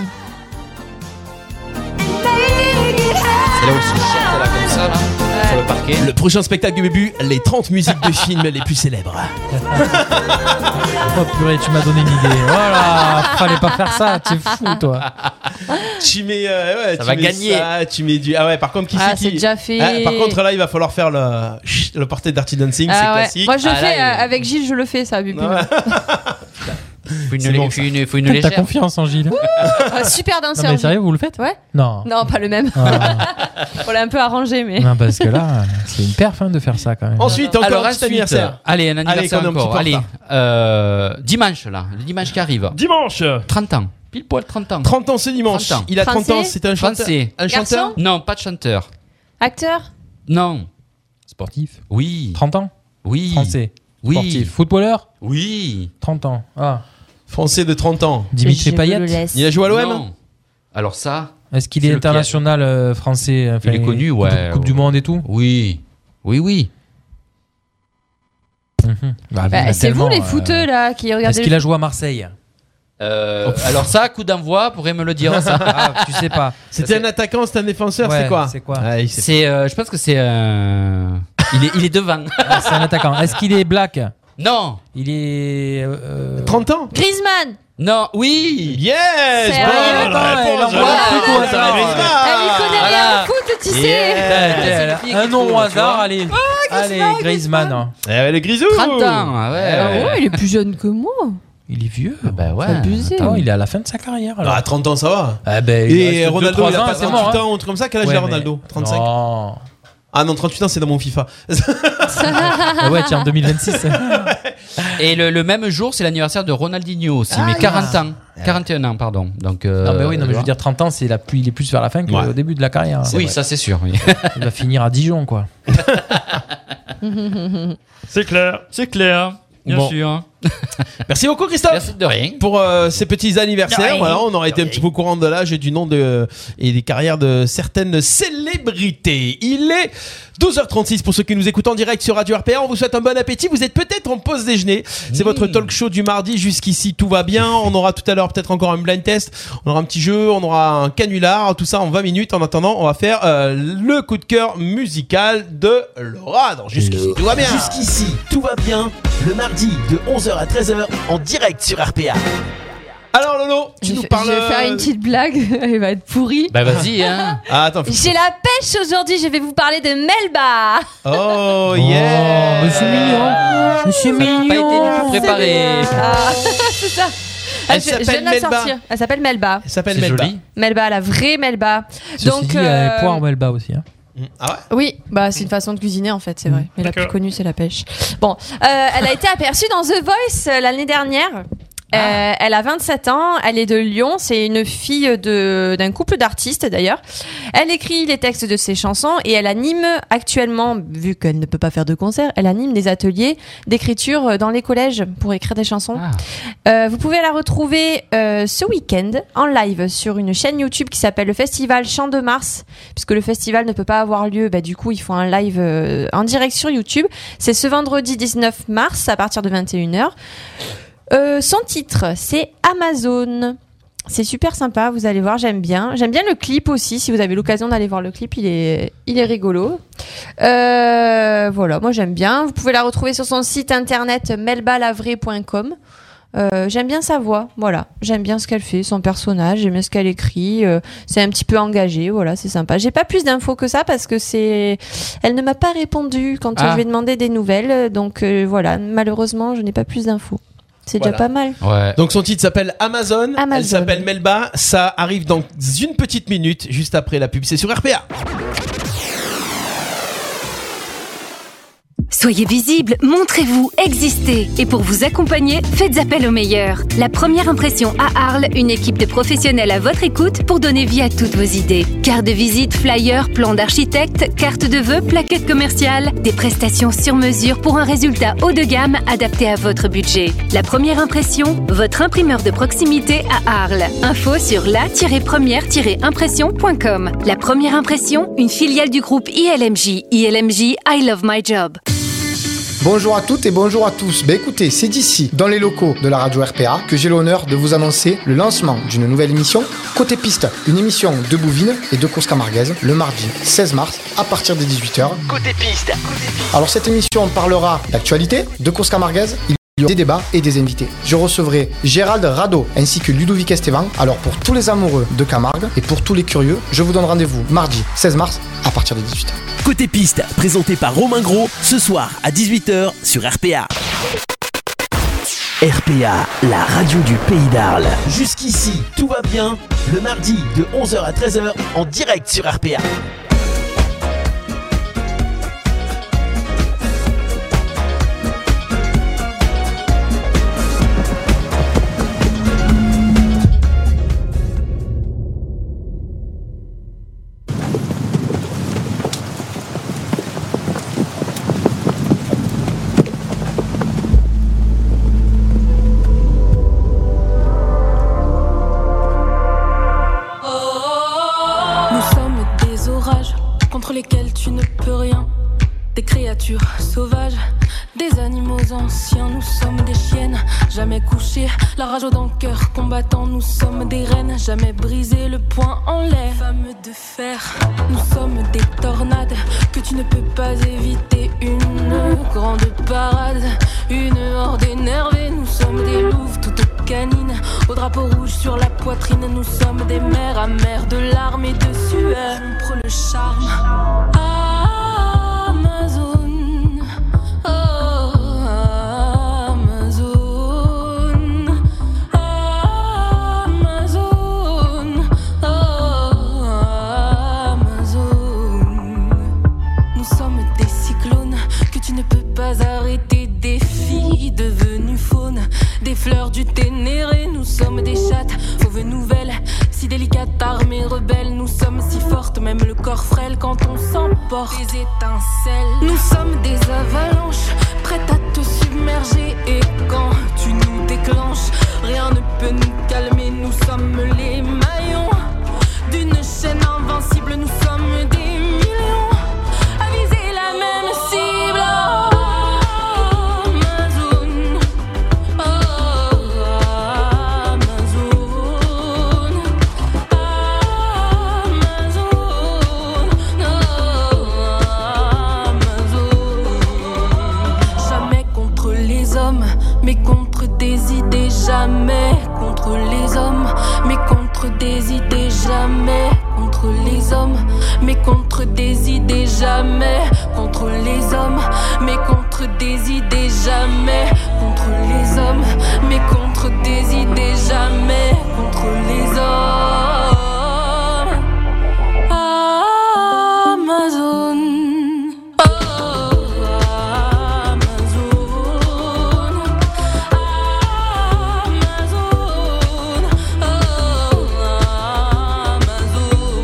Speaker 5: C'est là où se chante là comme ça là, sur le parquet.
Speaker 4: Le prochain spectacle du début, les 30 musiques de films les plus célèbres.
Speaker 13: (laughs) Oh purée, tu m'as donné une idée. Voilà, Oh fallait pas faire ça, t'es fou, toi.
Speaker 4: Tu mets. euh, ouais,
Speaker 5: Ça
Speaker 4: tu
Speaker 5: va
Speaker 4: mets
Speaker 5: gagner.
Speaker 4: ça, tu mets du. Ah ouais, par contre, qui
Speaker 6: Ah,
Speaker 4: c'est
Speaker 6: c'est
Speaker 4: qui
Speaker 6: déjà fait.
Speaker 4: Ah, Par contre, là, il va falloir faire le, chut, le porté d'Arty Dancing, c'est
Speaker 6: Ah ouais.
Speaker 4: classique.
Speaker 6: Moi je le
Speaker 5: Ah,
Speaker 6: fais,
Speaker 5: là,
Speaker 6: euh,
Speaker 5: il-
Speaker 6: avec Gilles je le fais ça, Bubu.
Speaker 5: Faut une,
Speaker 7: C'est
Speaker 5: lé-
Speaker 7: bon,
Speaker 5: faut
Speaker 7: ça.
Speaker 5: une- faut une
Speaker 7: T'as
Speaker 5: légère.
Speaker 7: confiance en Gilles
Speaker 6: (laughs) Ah, super danseur.
Speaker 7: Non, mais sérieux,
Speaker 6: Gilles.
Speaker 7: vous le faites
Speaker 6: Ouais.
Speaker 5: (laughs)
Speaker 4: Ah.
Speaker 7: Non.
Speaker 6: Non, pas le même. (laughs) On l'a un peu arrangé, mais.
Speaker 7: Non, parce que là, c'est une perf hein, de faire ça quand même.
Speaker 4: Ensuite, encore
Speaker 5: Alors,
Speaker 4: un petit
Speaker 5: ensuite,
Speaker 4: anniversaire.
Speaker 5: Allez, un anniversaire
Speaker 4: Allez, qu'on est un
Speaker 5: encore.
Speaker 4: petit peu en
Speaker 5: Allez, euh, dimanche, là. Le dimanche qui arrive.
Speaker 8: Dimanche
Speaker 5: 30 ans. Pile poil 30 ans.
Speaker 4: 30 ans ce dimanche. Il a 30 ans, c'est un chanteur.
Speaker 5: Français.
Speaker 4: Un chanteur Garçon
Speaker 5: Non, pas de chanteur.
Speaker 6: (laughs) Acteur
Speaker 5: Non.
Speaker 7: Sportif
Speaker 5: Oui.
Speaker 7: 30 ans
Speaker 5: Oui.
Speaker 7: Français.
Speaker 5: Oui.
Speaker 7: Sportif. Footballeur
Speaker 5: Oui.
Speaker 7: 30 ans. Ah.
Speaker 4: Français de 30 ans.
Speaker 7: Dimitri
Speaker 5: Je le
Speaker 7: Payet
Speaker 5: laisse. Il a joué à l'OM
Speaker 4: hein.
Speaker 5: Non. Alors ça.
Speaker 7: Est-ce qu'il est,
Speaker 5: C'est le
Speaker 7: international euh, français enfin,
Speaker 5: Il est connu,
Speaker 7: Coupe-
Speaker 5: ouais.
Speaker 7: Coupe du Monde et tout
Speaker 5: Oui. Oui, oui.
Speaker 7: Bah,
Speaker 6: Bah,
Speaker 7: il y en a
Speaker 6: c'est vous
Speaker 7: tellement,
Speaker 6: les
Speaker 7: euh,
Speaker 6: fouteux là qui regardez.
Speaker 7: Est-ce qu'il a joué à Marseille
Speaker 5: Euh, alors ça, coup d'envoi, pourrait me le dire ça.
Speaker 7: (laughs) Ah, tu sais
Speaker 4: (laughs)
Speaker 7: pas.
Speaker 5: Ça,
Speaker 4: C'était un attaquant, c'était un défenseur,
Speaker 5: Ouais,
Speaker 4: c'est quoi
Speaker 5: c'est
Speaker 7: quoi Ah,
Speaker 4: Ouais, il sait
Speaker 5: C'est, euh, je pense que c'est. euh, il est, il est
Speaker 7: (laughs)
Speaker 5: devant.
Speaker 7: Ah, C'est un attaquant. Est-ce qu'il est black
Speaker 5: Non.
Speaker 7: Il est. euh,
Speaker 4: 30 ans
Speaker 6: Griezman
Speaker 5: Non, oui
Speaker 4: Yes
Speaker 6: Sérieux
Speaker 4: bonne réponse.
Speaker 9: Ah,
Speaker 6: Elle connaît rien au foot, tu
Speaker 9: (laughs)
Speaker 6: sais.
Speaker 7: Un nom au hasard, allez.
Speaker 6: Oh,
Speaker 7: allez, Griezmann.
Speaker 4: le Grisou
Speaker 5: 30 ans, ouais.
Speaker 6: Ah ouais, il est plus jeune que moi.
Speaker 7: Il est vieux.
Speaker 5: bah ouais.
Speaker 6: abusé.
Speaker 7: Attends, il est à la fin de sa carrière.
Speaker 4: Ah,
Speaker 7: Alors.
Speaker 4: à 30 ans, ça va.
Speaker 7: ben, il reste
Speaker 4: Et
Speaker 7: deux,
Speaker 4: Ronaldo,
Speaker 7: trois
Speaker 4: il
Speaker 7: ans,
Speaker 4: a pas
Speaker 7: c'est mort,
Speaker 4: 38
Speaker 7: hein.
Speaker 4: ans, un truc comme ça. Quel âge
Speaker 7: Ouais,
Speaker 4: il a
Speaker 7: mais-
Speaker 4: Ronaldo 35
Speaker 7: Non.
Speaker 4: Ah non, 38 ans, c'est dans mon FIFA.
Speaker 7: Ah ouais, tiens, en
Speaker 4: (laughs)
Speaker 7: 2026.
Speaker 5: Et le, le même jour, c'est l'anniversaire de Ronaldinho aussi,
Speaker 4: Ah,
Speaker 5: mais 40 ans.
Speaker 4: Eh
Speaker 5: 41 ans, pardon. Donc, euh,
Speaker 7: non, mais Ah, bah oui, non,
Speaker 5: tu
Speaker 7: mais je veux
Speaker 5: vois.
Speaker 7: dire, 30 ans, c'est la, il est plus vers la fin qu'au
Speaker 5: Ouais.
Speaker 7: début de la carrière.
Speaker 5: Oui, ça c'est sûr. oui.
Speaker 7: Il va finir à Dijon, quoi.
Speaker 8: C'est clair.
Speaker 5: C'est clair.
Speaker 4: (laughs)
Speaker 5: Bien sûr.
Speaker 4: Merci beaucoup Christophe.
Speaker 5: de rien.
Speaker 4: Pour euh, ces petits
Speaker 5: De
Speaker 4: anniversaires,
Speaker 5: rien.
Speaker 4: voilà, on aurait été un petit peu au courant de l'âge et du nom de et des carrières de certaines célébrités. Il est 12h36 pour ceux qui nous écoutent en direct sur Radio RPA. On vous souhaite un bon appétit. Vous êtes peut-être en pause déjeuner. C'est votre talk show du mardi. Jusqu'ici, tout va
Speaker 1: (laughs)
Speaker 4: bien. On aura tout à l'heure peut-être encore un blind test. On aura un petit jeu. On aura un canular. Tout ça en 20 minutes. En attendant, on va faire euh, le coup de cœur musical de Laura. Donc, Jusqu'ici, tout va bien.
Speaker 1: Jusqu'ici, tout va bien. Le mardi de 11h à 13h en direct sur RPA.
Speaker 4: Alors Lolo,
Speaker 6: Je vais je vais
Speaker 4: euh,
Speaker 6: faire une petite blague, (laughs) elle va être pourrie.
Speaker 5: Bah vas-y, hein.
Speaker 4: Ah, attends.
Speaker 6: (laughs) J'ai la pêche aujourd'hui, je vais vous parler de Melba.
Speaker 4: Oh yeah
Speaker 7: Mais c'est mignon Monsieur mignon
Speaker 5: Pas été du tout préparé.
Speaker 6: Ah, (laughs) c'est ça. Ah,
Speaker 4: Elle
Speaker 6: je- je
Speaker 4: s'appelle
Speaker 6: viens de la
Speaker 4: Melba.
Speaker 6: sortir. Elle s'appelle Melba.
Speaker 4: Elle s'appelle
Speaker 7: C'est
Speaker 4: Melba.
Speaker 7: joli.
Speaker 6: Melba, la vraie Melba.
Speaker 7: Donc, dit,
Speaker 6: euh,
Speaker 7: euh... poire Melba aussi. Hein.
Speaker 4: Ah ouais
Speaker 6: Oui, bah c'est une façon de cuisiner en fait, c'est vrai. Mais la plus connue, c'est la pêche. Bon, euh, elle a été aperçue dans The Voice euh, l'année dernière. Euh, elle a 27 ans, elle est de Lyon, c'est une fille de- d'un couple d'artistes d'ailleurs. Elle écrit les textes de ses chansons et elle anime actuellement, vu qu'elle ne peut pas faire de concert, elle anime des ateliers d'écriture euh, dans les collèges pour écrire des chansons. Euh, vous pouvez la retrouver euh, ce week-end en live sur une chaîne YouTube qui s'appelle le Festival Chant de Mars, puisque le festival ne peut pas avoir lieu, bah, du coup ils font un live euh, en direct sur YouTube. C'est ce vendredi 19 mars à partir de 21h. Euh, son titre, c'est Amazon. C'est super sympa, vous allez voir, j'aime bien. J'aime bien le clip aussi, si vous avez l'occasion d'aller voir le clip, il est, il est rigolo. Euh, voilà, moi j'aime bien. Vous pouvez la retrouver sur son site internet melbalavray.com. Euh, j'aime bien sa voix, voilà. J'aime bien ce qu'elle fait, son personnage, j'aime bien ce qu'elle écrit. euh, c'est un petit peu engagé, voilà, c'est sympa. J'ai pas plus d'infos que ça parce que c'est. Elle ne m'a pas répondu quand
Speaker 5: Ah.
Speaker 6: je lui ai demandé des nouvelles, donc euh, voilà, malheureusement, je n'ai pas plus d'infos. C'est déjà
Speaker 4: Voilà.
Speaker 6: pas mal.
Speaker 5: Ouais.
Speaker 4: Donc son titre s'appelle Amazon, elle
Speaker 6: Amazon.
Speaker 4: s'appelle Melba, ça arrive dans une petite minute, juste après la pub, c'est sur RPA.
Speaker 11: Soyez visible, montrez-vous, existez. Et pour vous accompagner, faites appel au meilleur. La première impression à Arles, une équipe de professionnels à votre écoute pour donner vie à toutes vos idées. Cartes de visite, flyers, plans d'architecte, cartes de vœux, plaquettes commerciales, des prestations sur mesure pour un résultat haut de gamme adapté à votre budget. La première impression, votre imprimeur de proximité à Arles. Info sur la-première-impression.com. La première impression, une filiale du groupe ILMJ. ILMJ, I love my job.
Speaker 3: Bonjour à toutes et bonjour à tous. Ben écoutez, c'est d'ici, dans les locaux de la radio RPA, que j'ai l'honneur de vous annoncer le lancement d'une nouvelle émission Côté Piste, une émission de Bouvines et de Course Camarguaise le mardi 16 mars à partir des 18h.
Speaker 1: Côté piste.
Speaker 3: Alors cette émission parlera d'actualité, de Course Camarguaise, il y aura des débats et des invités. Je recevrai Gérald Rado ainsi que Ludovic Estevan. Alors pour tous les amoureux de Camargue et pour tous les curieux, je vous donne rendez-vous mardi 16 mars à partir des 18h.
Speaker 1: Côté piste, présenté par Romain Gros, ce soir à 18h sur RPA. RPA, la radio du pays d'Arles.
Speaker 4: Jusqu'ici, tout va bien. Le mardi de 11h à 13h en direct sur RPA.
Speaker 14: Nous sommes des orages contre lesquels tu ne peux rien. Des créatures sauvages, des animaux anciens. Nous sommes des chiennes, jamais couchées. La rage au dents, cœur combattant. Nous sommes des reines, jamais brisées. Le poing en l'air. Femmes de fer, nous sommes des tornades que tu ne peux pas éviter. Une grande parade, une horde énervée. Nous sommes des louves toutes canines. Au drapeau rouge sur la poitrine, nous sommes des mères amères de larmes et de sueur. Rompre le charme. Ah, Amazon, oh Amazon, Amazon, oh Amazon. Nous sommes des cyclones que tu ne peux pas arrêter, des filles devenues faunes, des fleurs du Ténéré. Nous sommes des chattes, fauves nouvelles, si délicates, armées rebelles. Nous sommes si fortes, même le corps frêle quand on s'emporte. Des étincelles, nous sommes des avalanches, prêtes à te submerger. Et quand tu nous déclenches, rien ne peut nous calmer. Nous sommes les maillons d'une chaîne invincible. Nous sommes des millions à viser la même cible. Oh, Amazon, oh, Amazon, Amazon, oh, Amazon. Jamais contre les hommes, mais contre des idées. Jamais contre les hommes, mais contre des idées. Jamais contre les hommes, mais contre des idées. Jamais contre les hommes, mais contre des idées. Jamais contre les hommes, mais contre des idées. Jamais contre les hommes. Amazon. Oh, Amazon. Amazon. Oh, Amazon.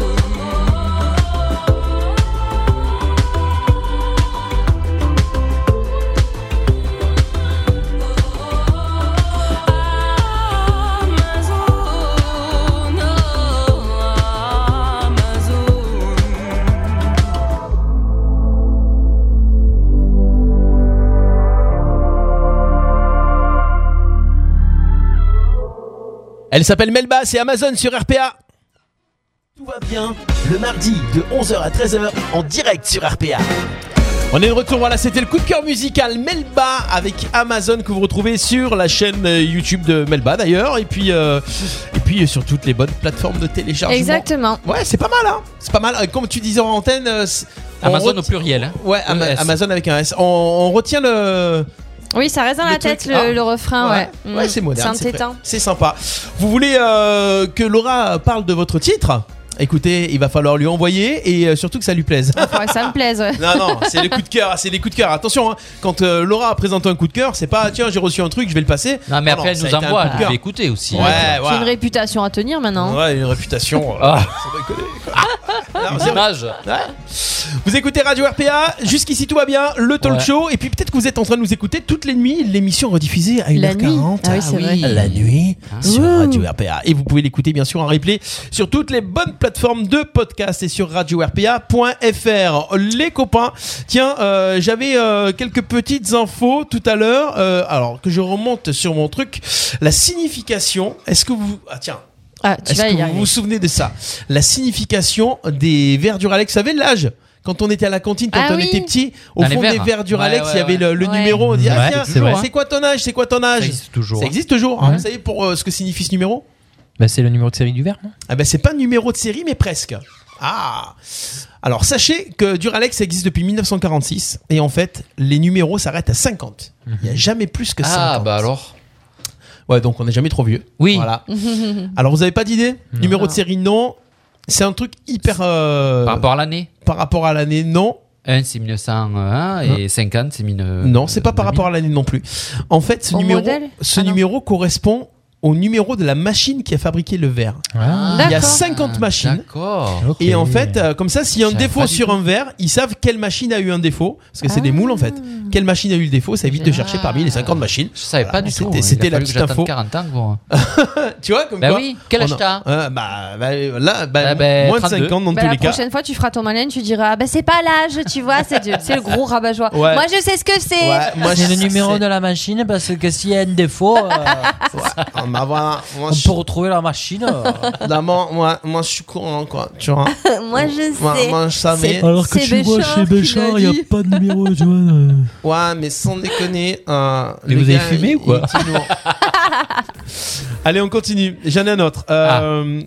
Speaker 14: Amazon. Oh, Amazon.
Speaker 4: Elle s'appelle Melba, c'est Amazon sur RPA. Tout va bien. Le mardi de 11h à 13h en direct sur RPA. On est de retour, voilà, c'était le coup de cœur musical Melba avec Amazon que vous retrouvez sur la chaîne euh, YouTube de Melba d'ailleurs et puis euh, et puis sur toutes les bonnes plateformes de téléchargement.
Speaker 6: Exactement.
Speaker 4: Ouais, c'est pas mal hein. C'est pas mal. Euh, Comme tu disais en antenne, euh, c'est- on
Speaker 5: Amazon
Speaker 4: ret-
Speaker 5: au pluriel. hein.
Speaker 4: Ouais, Ama-
Speaker 5: ES.
Speaker 4: Amazon avec un S. On, on retient le
Speaker 6: Oui, ça reste dans la tête
Speaker 4: truc,
Speaker 6: le,
Speaker 4: ah.
Speaker 6: le refrain, ouais.
Speaker 4: Ouais, Hmm.
Speaker 6: Mm.
Speaker 4: c'est moderne.
Speaker 6: C'est
Speaker 4: c'est
Speaker 6: entêtant.
Speaker 4: frais. C'est sympa. Vous voulez euh, que Laura parle de votre titre Écoutez, il va falloir lui envoyer et euh, surtout que ça lui plaise. (laughs)
Speaker 6: Faudrait que ça me plaise, ouais.
Speaker 4: Non, non, c'est
Speaker 6: (laughs)
Speaker 4: les coups de cœur, c'est les coups de cœur. Attention, hein, quand euh, Laura présente un coup de cœur, c'est pas tiens, j'ai reçu un truc, je vais le passer.
Speaker 5: Non, Ah, mais après, elle
Speaker 4: ça a
Speaker 5: nous
Speaker 4: été un
Speaker 5: envoie,
Speaker 4: coup de
Speaker 5: elle
Speaker 4: cœur.
Speaker 5: peut écouter aussi.
Speaker 4: Ouais,
Speaker 5: Ouais.
Speaker 6: J'ai une
Speaker 4: voilà.
Speaker 6: réputation à tenir maintenant.
Speaker 4: Ouais, une réputation. euh, sans déconner.
Speaker 14: oh,
Speaker 4: Ah, c'est vrai. Ouais. Vous écoutez Radio RPA, jusqu'ici tout va bien, le talk
Speaker 8: Ouais.
Speaker 4: show, et puis peut-être que vous êtes en train de nous écouter toutes les nuits, l'émission rediffusée à
Speaker 8: La
Speaker 4: 1h40.
Speaker 8: nuit. Ah oui, c'est vrai.
Speaker 4: La nuit
Speaker 8: Ah.
Speaker 4: sur
Speaker 8: Ouh.
Speaker 4: Radio RPA. Et vous pouvez l'écouter bien sûr en replay sur toutes les bonnes plateformes de podcast et sur radio-rpa.fr. Les copains, tiens, euh, j'avais euh, quelques petites infos tout à l'heure, euh, alors que je remonte sur mon truc. La signification, est-ce que vous... Ah tiens.
Speaker 6: Ah, tu
Speaker 4: Est-ce
Speaker 6: vas
Speaker 4: que
Speaker 6: y
Speaker 4: vous
Speaker 6: arriver.
Speaker 4: vous souvenez de ça La signification des verres du Ralex. Vous savez l'âge quand on était à la cantine, quand
Speaker 8: Ah
Speaker 4: on
Speaker 8: oui.
Speaker 4: était petit, au
Speaker 8: Dans les
Speaker 4: fond
Speaker 8: verres.
Speaker 4: des verres du
Speaker 8: Ouais,
Speaker 4: Ralex,
Speaker 8: ouais,
Speaker 4: il y avait le, le
Speaker 8: ouais.
Speaker 4: numéro. On dit ah,
Speaker 8: Ouais,
Speaker 4: tiens,
Speaker 8: c'est toujours,
Speaker 4: c'est quoi ton âge C'est quoi ton âge Ça existe
Speaker 7: toujours.
Speaker 4: Ça existe toujours. hein.
Speaker 7: Ouais.
Speaker 4: Vous savez pour euh, ce que signifie ce numéro
Speaker 7: Bah, c'est le numéro de série du verre, non
Speaker 4: Ah ben c'est pas un numéro de série, mais presque. Ah Alors sachez que Duralex existe depuis 1946 et en fait les numéros s'arrêtent à 50. Il n'y a jamais plus que 50.
Speaker 5: Ah, bah alors.
Speaker 4: Ouais, donc on n'est jamais trop vieux.
Speaker 5: Oui.
Speaker 4: Voilà. Alors vous avez pas d'idée Numéro de série non. C'est un truc hyper. euh,
Speaker 5: Par rapport à l'année
Speaker 4: Par rapport à l'année, non.
Speaker 5: 1, c'est 1901 et 50, c'est 19.
Speaker 4: Non, c'est pas par rapport à l'année non plus. En fait, ce
Speaker 5: Au
Speaker 4: numéro,
Speaker 5: modèle
Speaker 4: ce numéro correspond au numéro de la machine qui a fabriqué le verre. Ah. Il y a
Speaker 5: D'accord.
Speaker 4: 50 machines.
Speaker 5: D'accord.
Speaker 4: Et en fait, euh, comme ça, s'il y a un
Speaker 5: Je savais
Speaker 4: défaut
Speaker 5: pas du
Speaker 4: sur
Speaker 5: tout.
Speaker 4: un verre, ils savent quelle machine a eu un défaut, parce que c'est des moules en fait. Quelle machine a eu le défaut, ça évite de chercher parmi les 50 machines. Je savais
Speaker 5: pas du tout. Il a
Speaker 4: C'était la
Speaker 5: fallu que
Speaker 4: petite
Speaker 5: j'attende
Speaker 4: info.
Speaker 5: 40 ans
Speaker 4: (laughs)
Speaker 5: pour.
Speaker 4: Tu vois, comme
Speaker 5: Bah
Speaker 4: quoi,
Speaker 5: oui, quel
Speaker 4: on
Speaker 5: âge
Speaker 4: a-
Speaker 5: t'as
Speaker 4: Euh, bah, bah, là, bah,
Speaker 5: Ah ben,
Speaker 4: moins de
Speaker 5: 32.
Speaker 4: 50 dans
Speaker 6: Bah,
Speaker 4: tous
Speaker 6: la
Speaker 4: les cas.
Speaker 6: prochaine fois, tu feras ton malin, tu diras bah, c'est pas l'âge, tu vois, c'est du- c'est le gros rabat-joie.
Speaker 4: Ouais.
Speaker 6: Moi, je sais ce que c'est.
Speaker 13: c'est le numéro de la machine parce que s'il y a un défaut,
Speaker 4: (laughs)
Speaker 13: euh,
Speaker 4: on, peut
Speaker 13: retrouver la machine. euh.
Speaker 4: (laughs) D'abord, moi, moi, je suis courant, quoi. Tu vois.
Speaker 6: (laughs) Moi, je
Speaker 4: Moi-
Speaker 6: sais.
Speaker 4: moi, je savais.
Speaker 13: Alors que
Speaker 4: C'est
Speaker 13: tu vois,
Speaker 4: Béchard
Speaker 13: chez
Speaker 4: qui l'a
Speaker 13: Béchard, il n'y
Speaker 4: dit.
Speaker 13: a pas de numéro, tu vois. euh.
Speaker 4: Ouais, mais sans déconner. Euh,
Speaker 13: Mais
Speaker 4: les
Speaker 13: vous avez
Speaker 4: gars,
Speaker 13: fumé ou quoi
Speaker 4: ils- ils nous- (laughs) Allez, on continue. J'en ai un autre. Euh,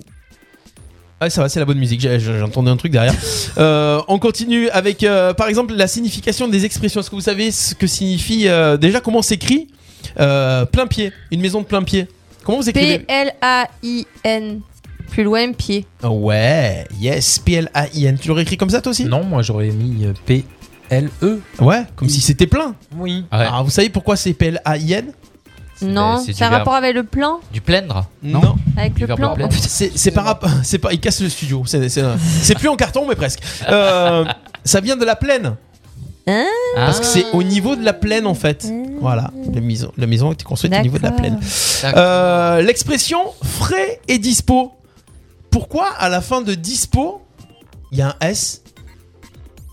Speaker 4: Ouais, ça va, c'est la bonne musique. J'ai- j'ai- J'entendais un truc (laughs) derrière. Euh, on continue avec, euh, par exemple, la signification des expressions. Est-ce que vous savez ce que signifie euh, déjà comment s'écrit euh, plein pied Une maison de plein pied. Comment vous écrivez
Speaker 6: P-L-A-I-N. Plus loin, pied.
Speaker 4: Ah Ouais, yes, P-L-A-I-N. Tu l'aurais écrit comme ça toi aussi
Speaker 7: Non, moi j'aurais mis euh, E. P-L-E.
Speaker 4: Ouais, comme si c'était plein.
Speaker 7: Oui.
Speaker 4: Alors, vous savez pourquoi c'est P-L-A-I-N
Speaker 6: Non,
Speaker 4: c'est du
Speaker 6: c'est un
Speaker 4: verbe.
Speaker 6: rapport avec le plan
Speaker 5: Du plaindre
Speaker 4: Non.
Speaker 6: Avec le plan
Speaker 4: Oh, putain, c'est c'est par rapport. (laughs) C'est pas. Il casse le studio. C'est c'est- euh, c'est plus en carton, mais presque. Euh, ça vient de la plaine.
Speaker 5: Ah.
Speaker 6: Hein
Speaker 4: Parce que c'est au niveau de la plaine en fait. Voilà, la maison, la maison a été construite au niveau de la plaine. Euh, L'expression frais et dispo. Pourquoi à la fin de dispo, il y a un S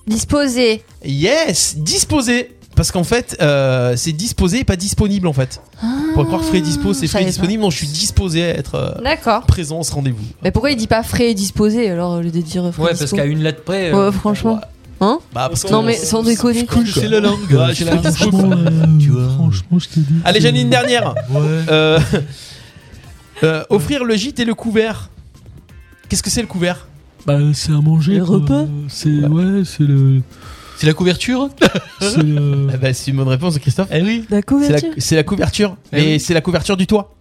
Speaker 6: Disposé.
Speaker 4: Yes, disposé. Parce qu'en fait, euh, c'est disposé et pas disponible en fait. On pourrait croire que frais et dispo, c'est
Speaker 6: Ah, je
Speaker 4: frais et
Speaker 6: savais
Speaker 4: disponible. Non, je suis disposé à être euh,
Speaker 6: D'accord.
Speaker 4: présent à ce rendez-vous.
Speaker 6: Mais pourquoi il dit pas frais et disposé alors au lieu de dire frais
Speaker 4: Ouais,
Speaker 6: et
Speaker 4: parce
Speaker 6: dispo
Speaker 4: qu'à une lettre près, euh,
Speaker 6: Ouais, franchement. Hein
Speaker 4: Bah, parce
Speaker 6: Non,
Speaker 4: que-
Speaker 6: mais sans déconner.
Speaker 4: C'est la langue.
Speaker 13: franchement, euh, franchement, je te dis.
Speaker 4: Allez, j'en ai une dernière.
Speaker 13: Ouais.
Speaker 4: Euh, euh, offrir le gîte et le couvert. Qu'est-ce que c'est le couvert
Speaker 13: (laughs) Bah, c'est à manger.
Speaker 4: Le
Speaker 13: quoi.
Speaker 4: repas
Speaker 13: euh, C'est ouais, c'est le.
Speaker 4: C'est la couverture bah, C'est une bonne réponse de Christophe. Eh oui.
Speaker 6: La
Speaker 13: couverture.
Speaker 4: C'est la, couverture.
Speaker 5: Eh
Speaker 4: mais
Speaker 5: oui.
Speaker 4: c'est la couverture du toit.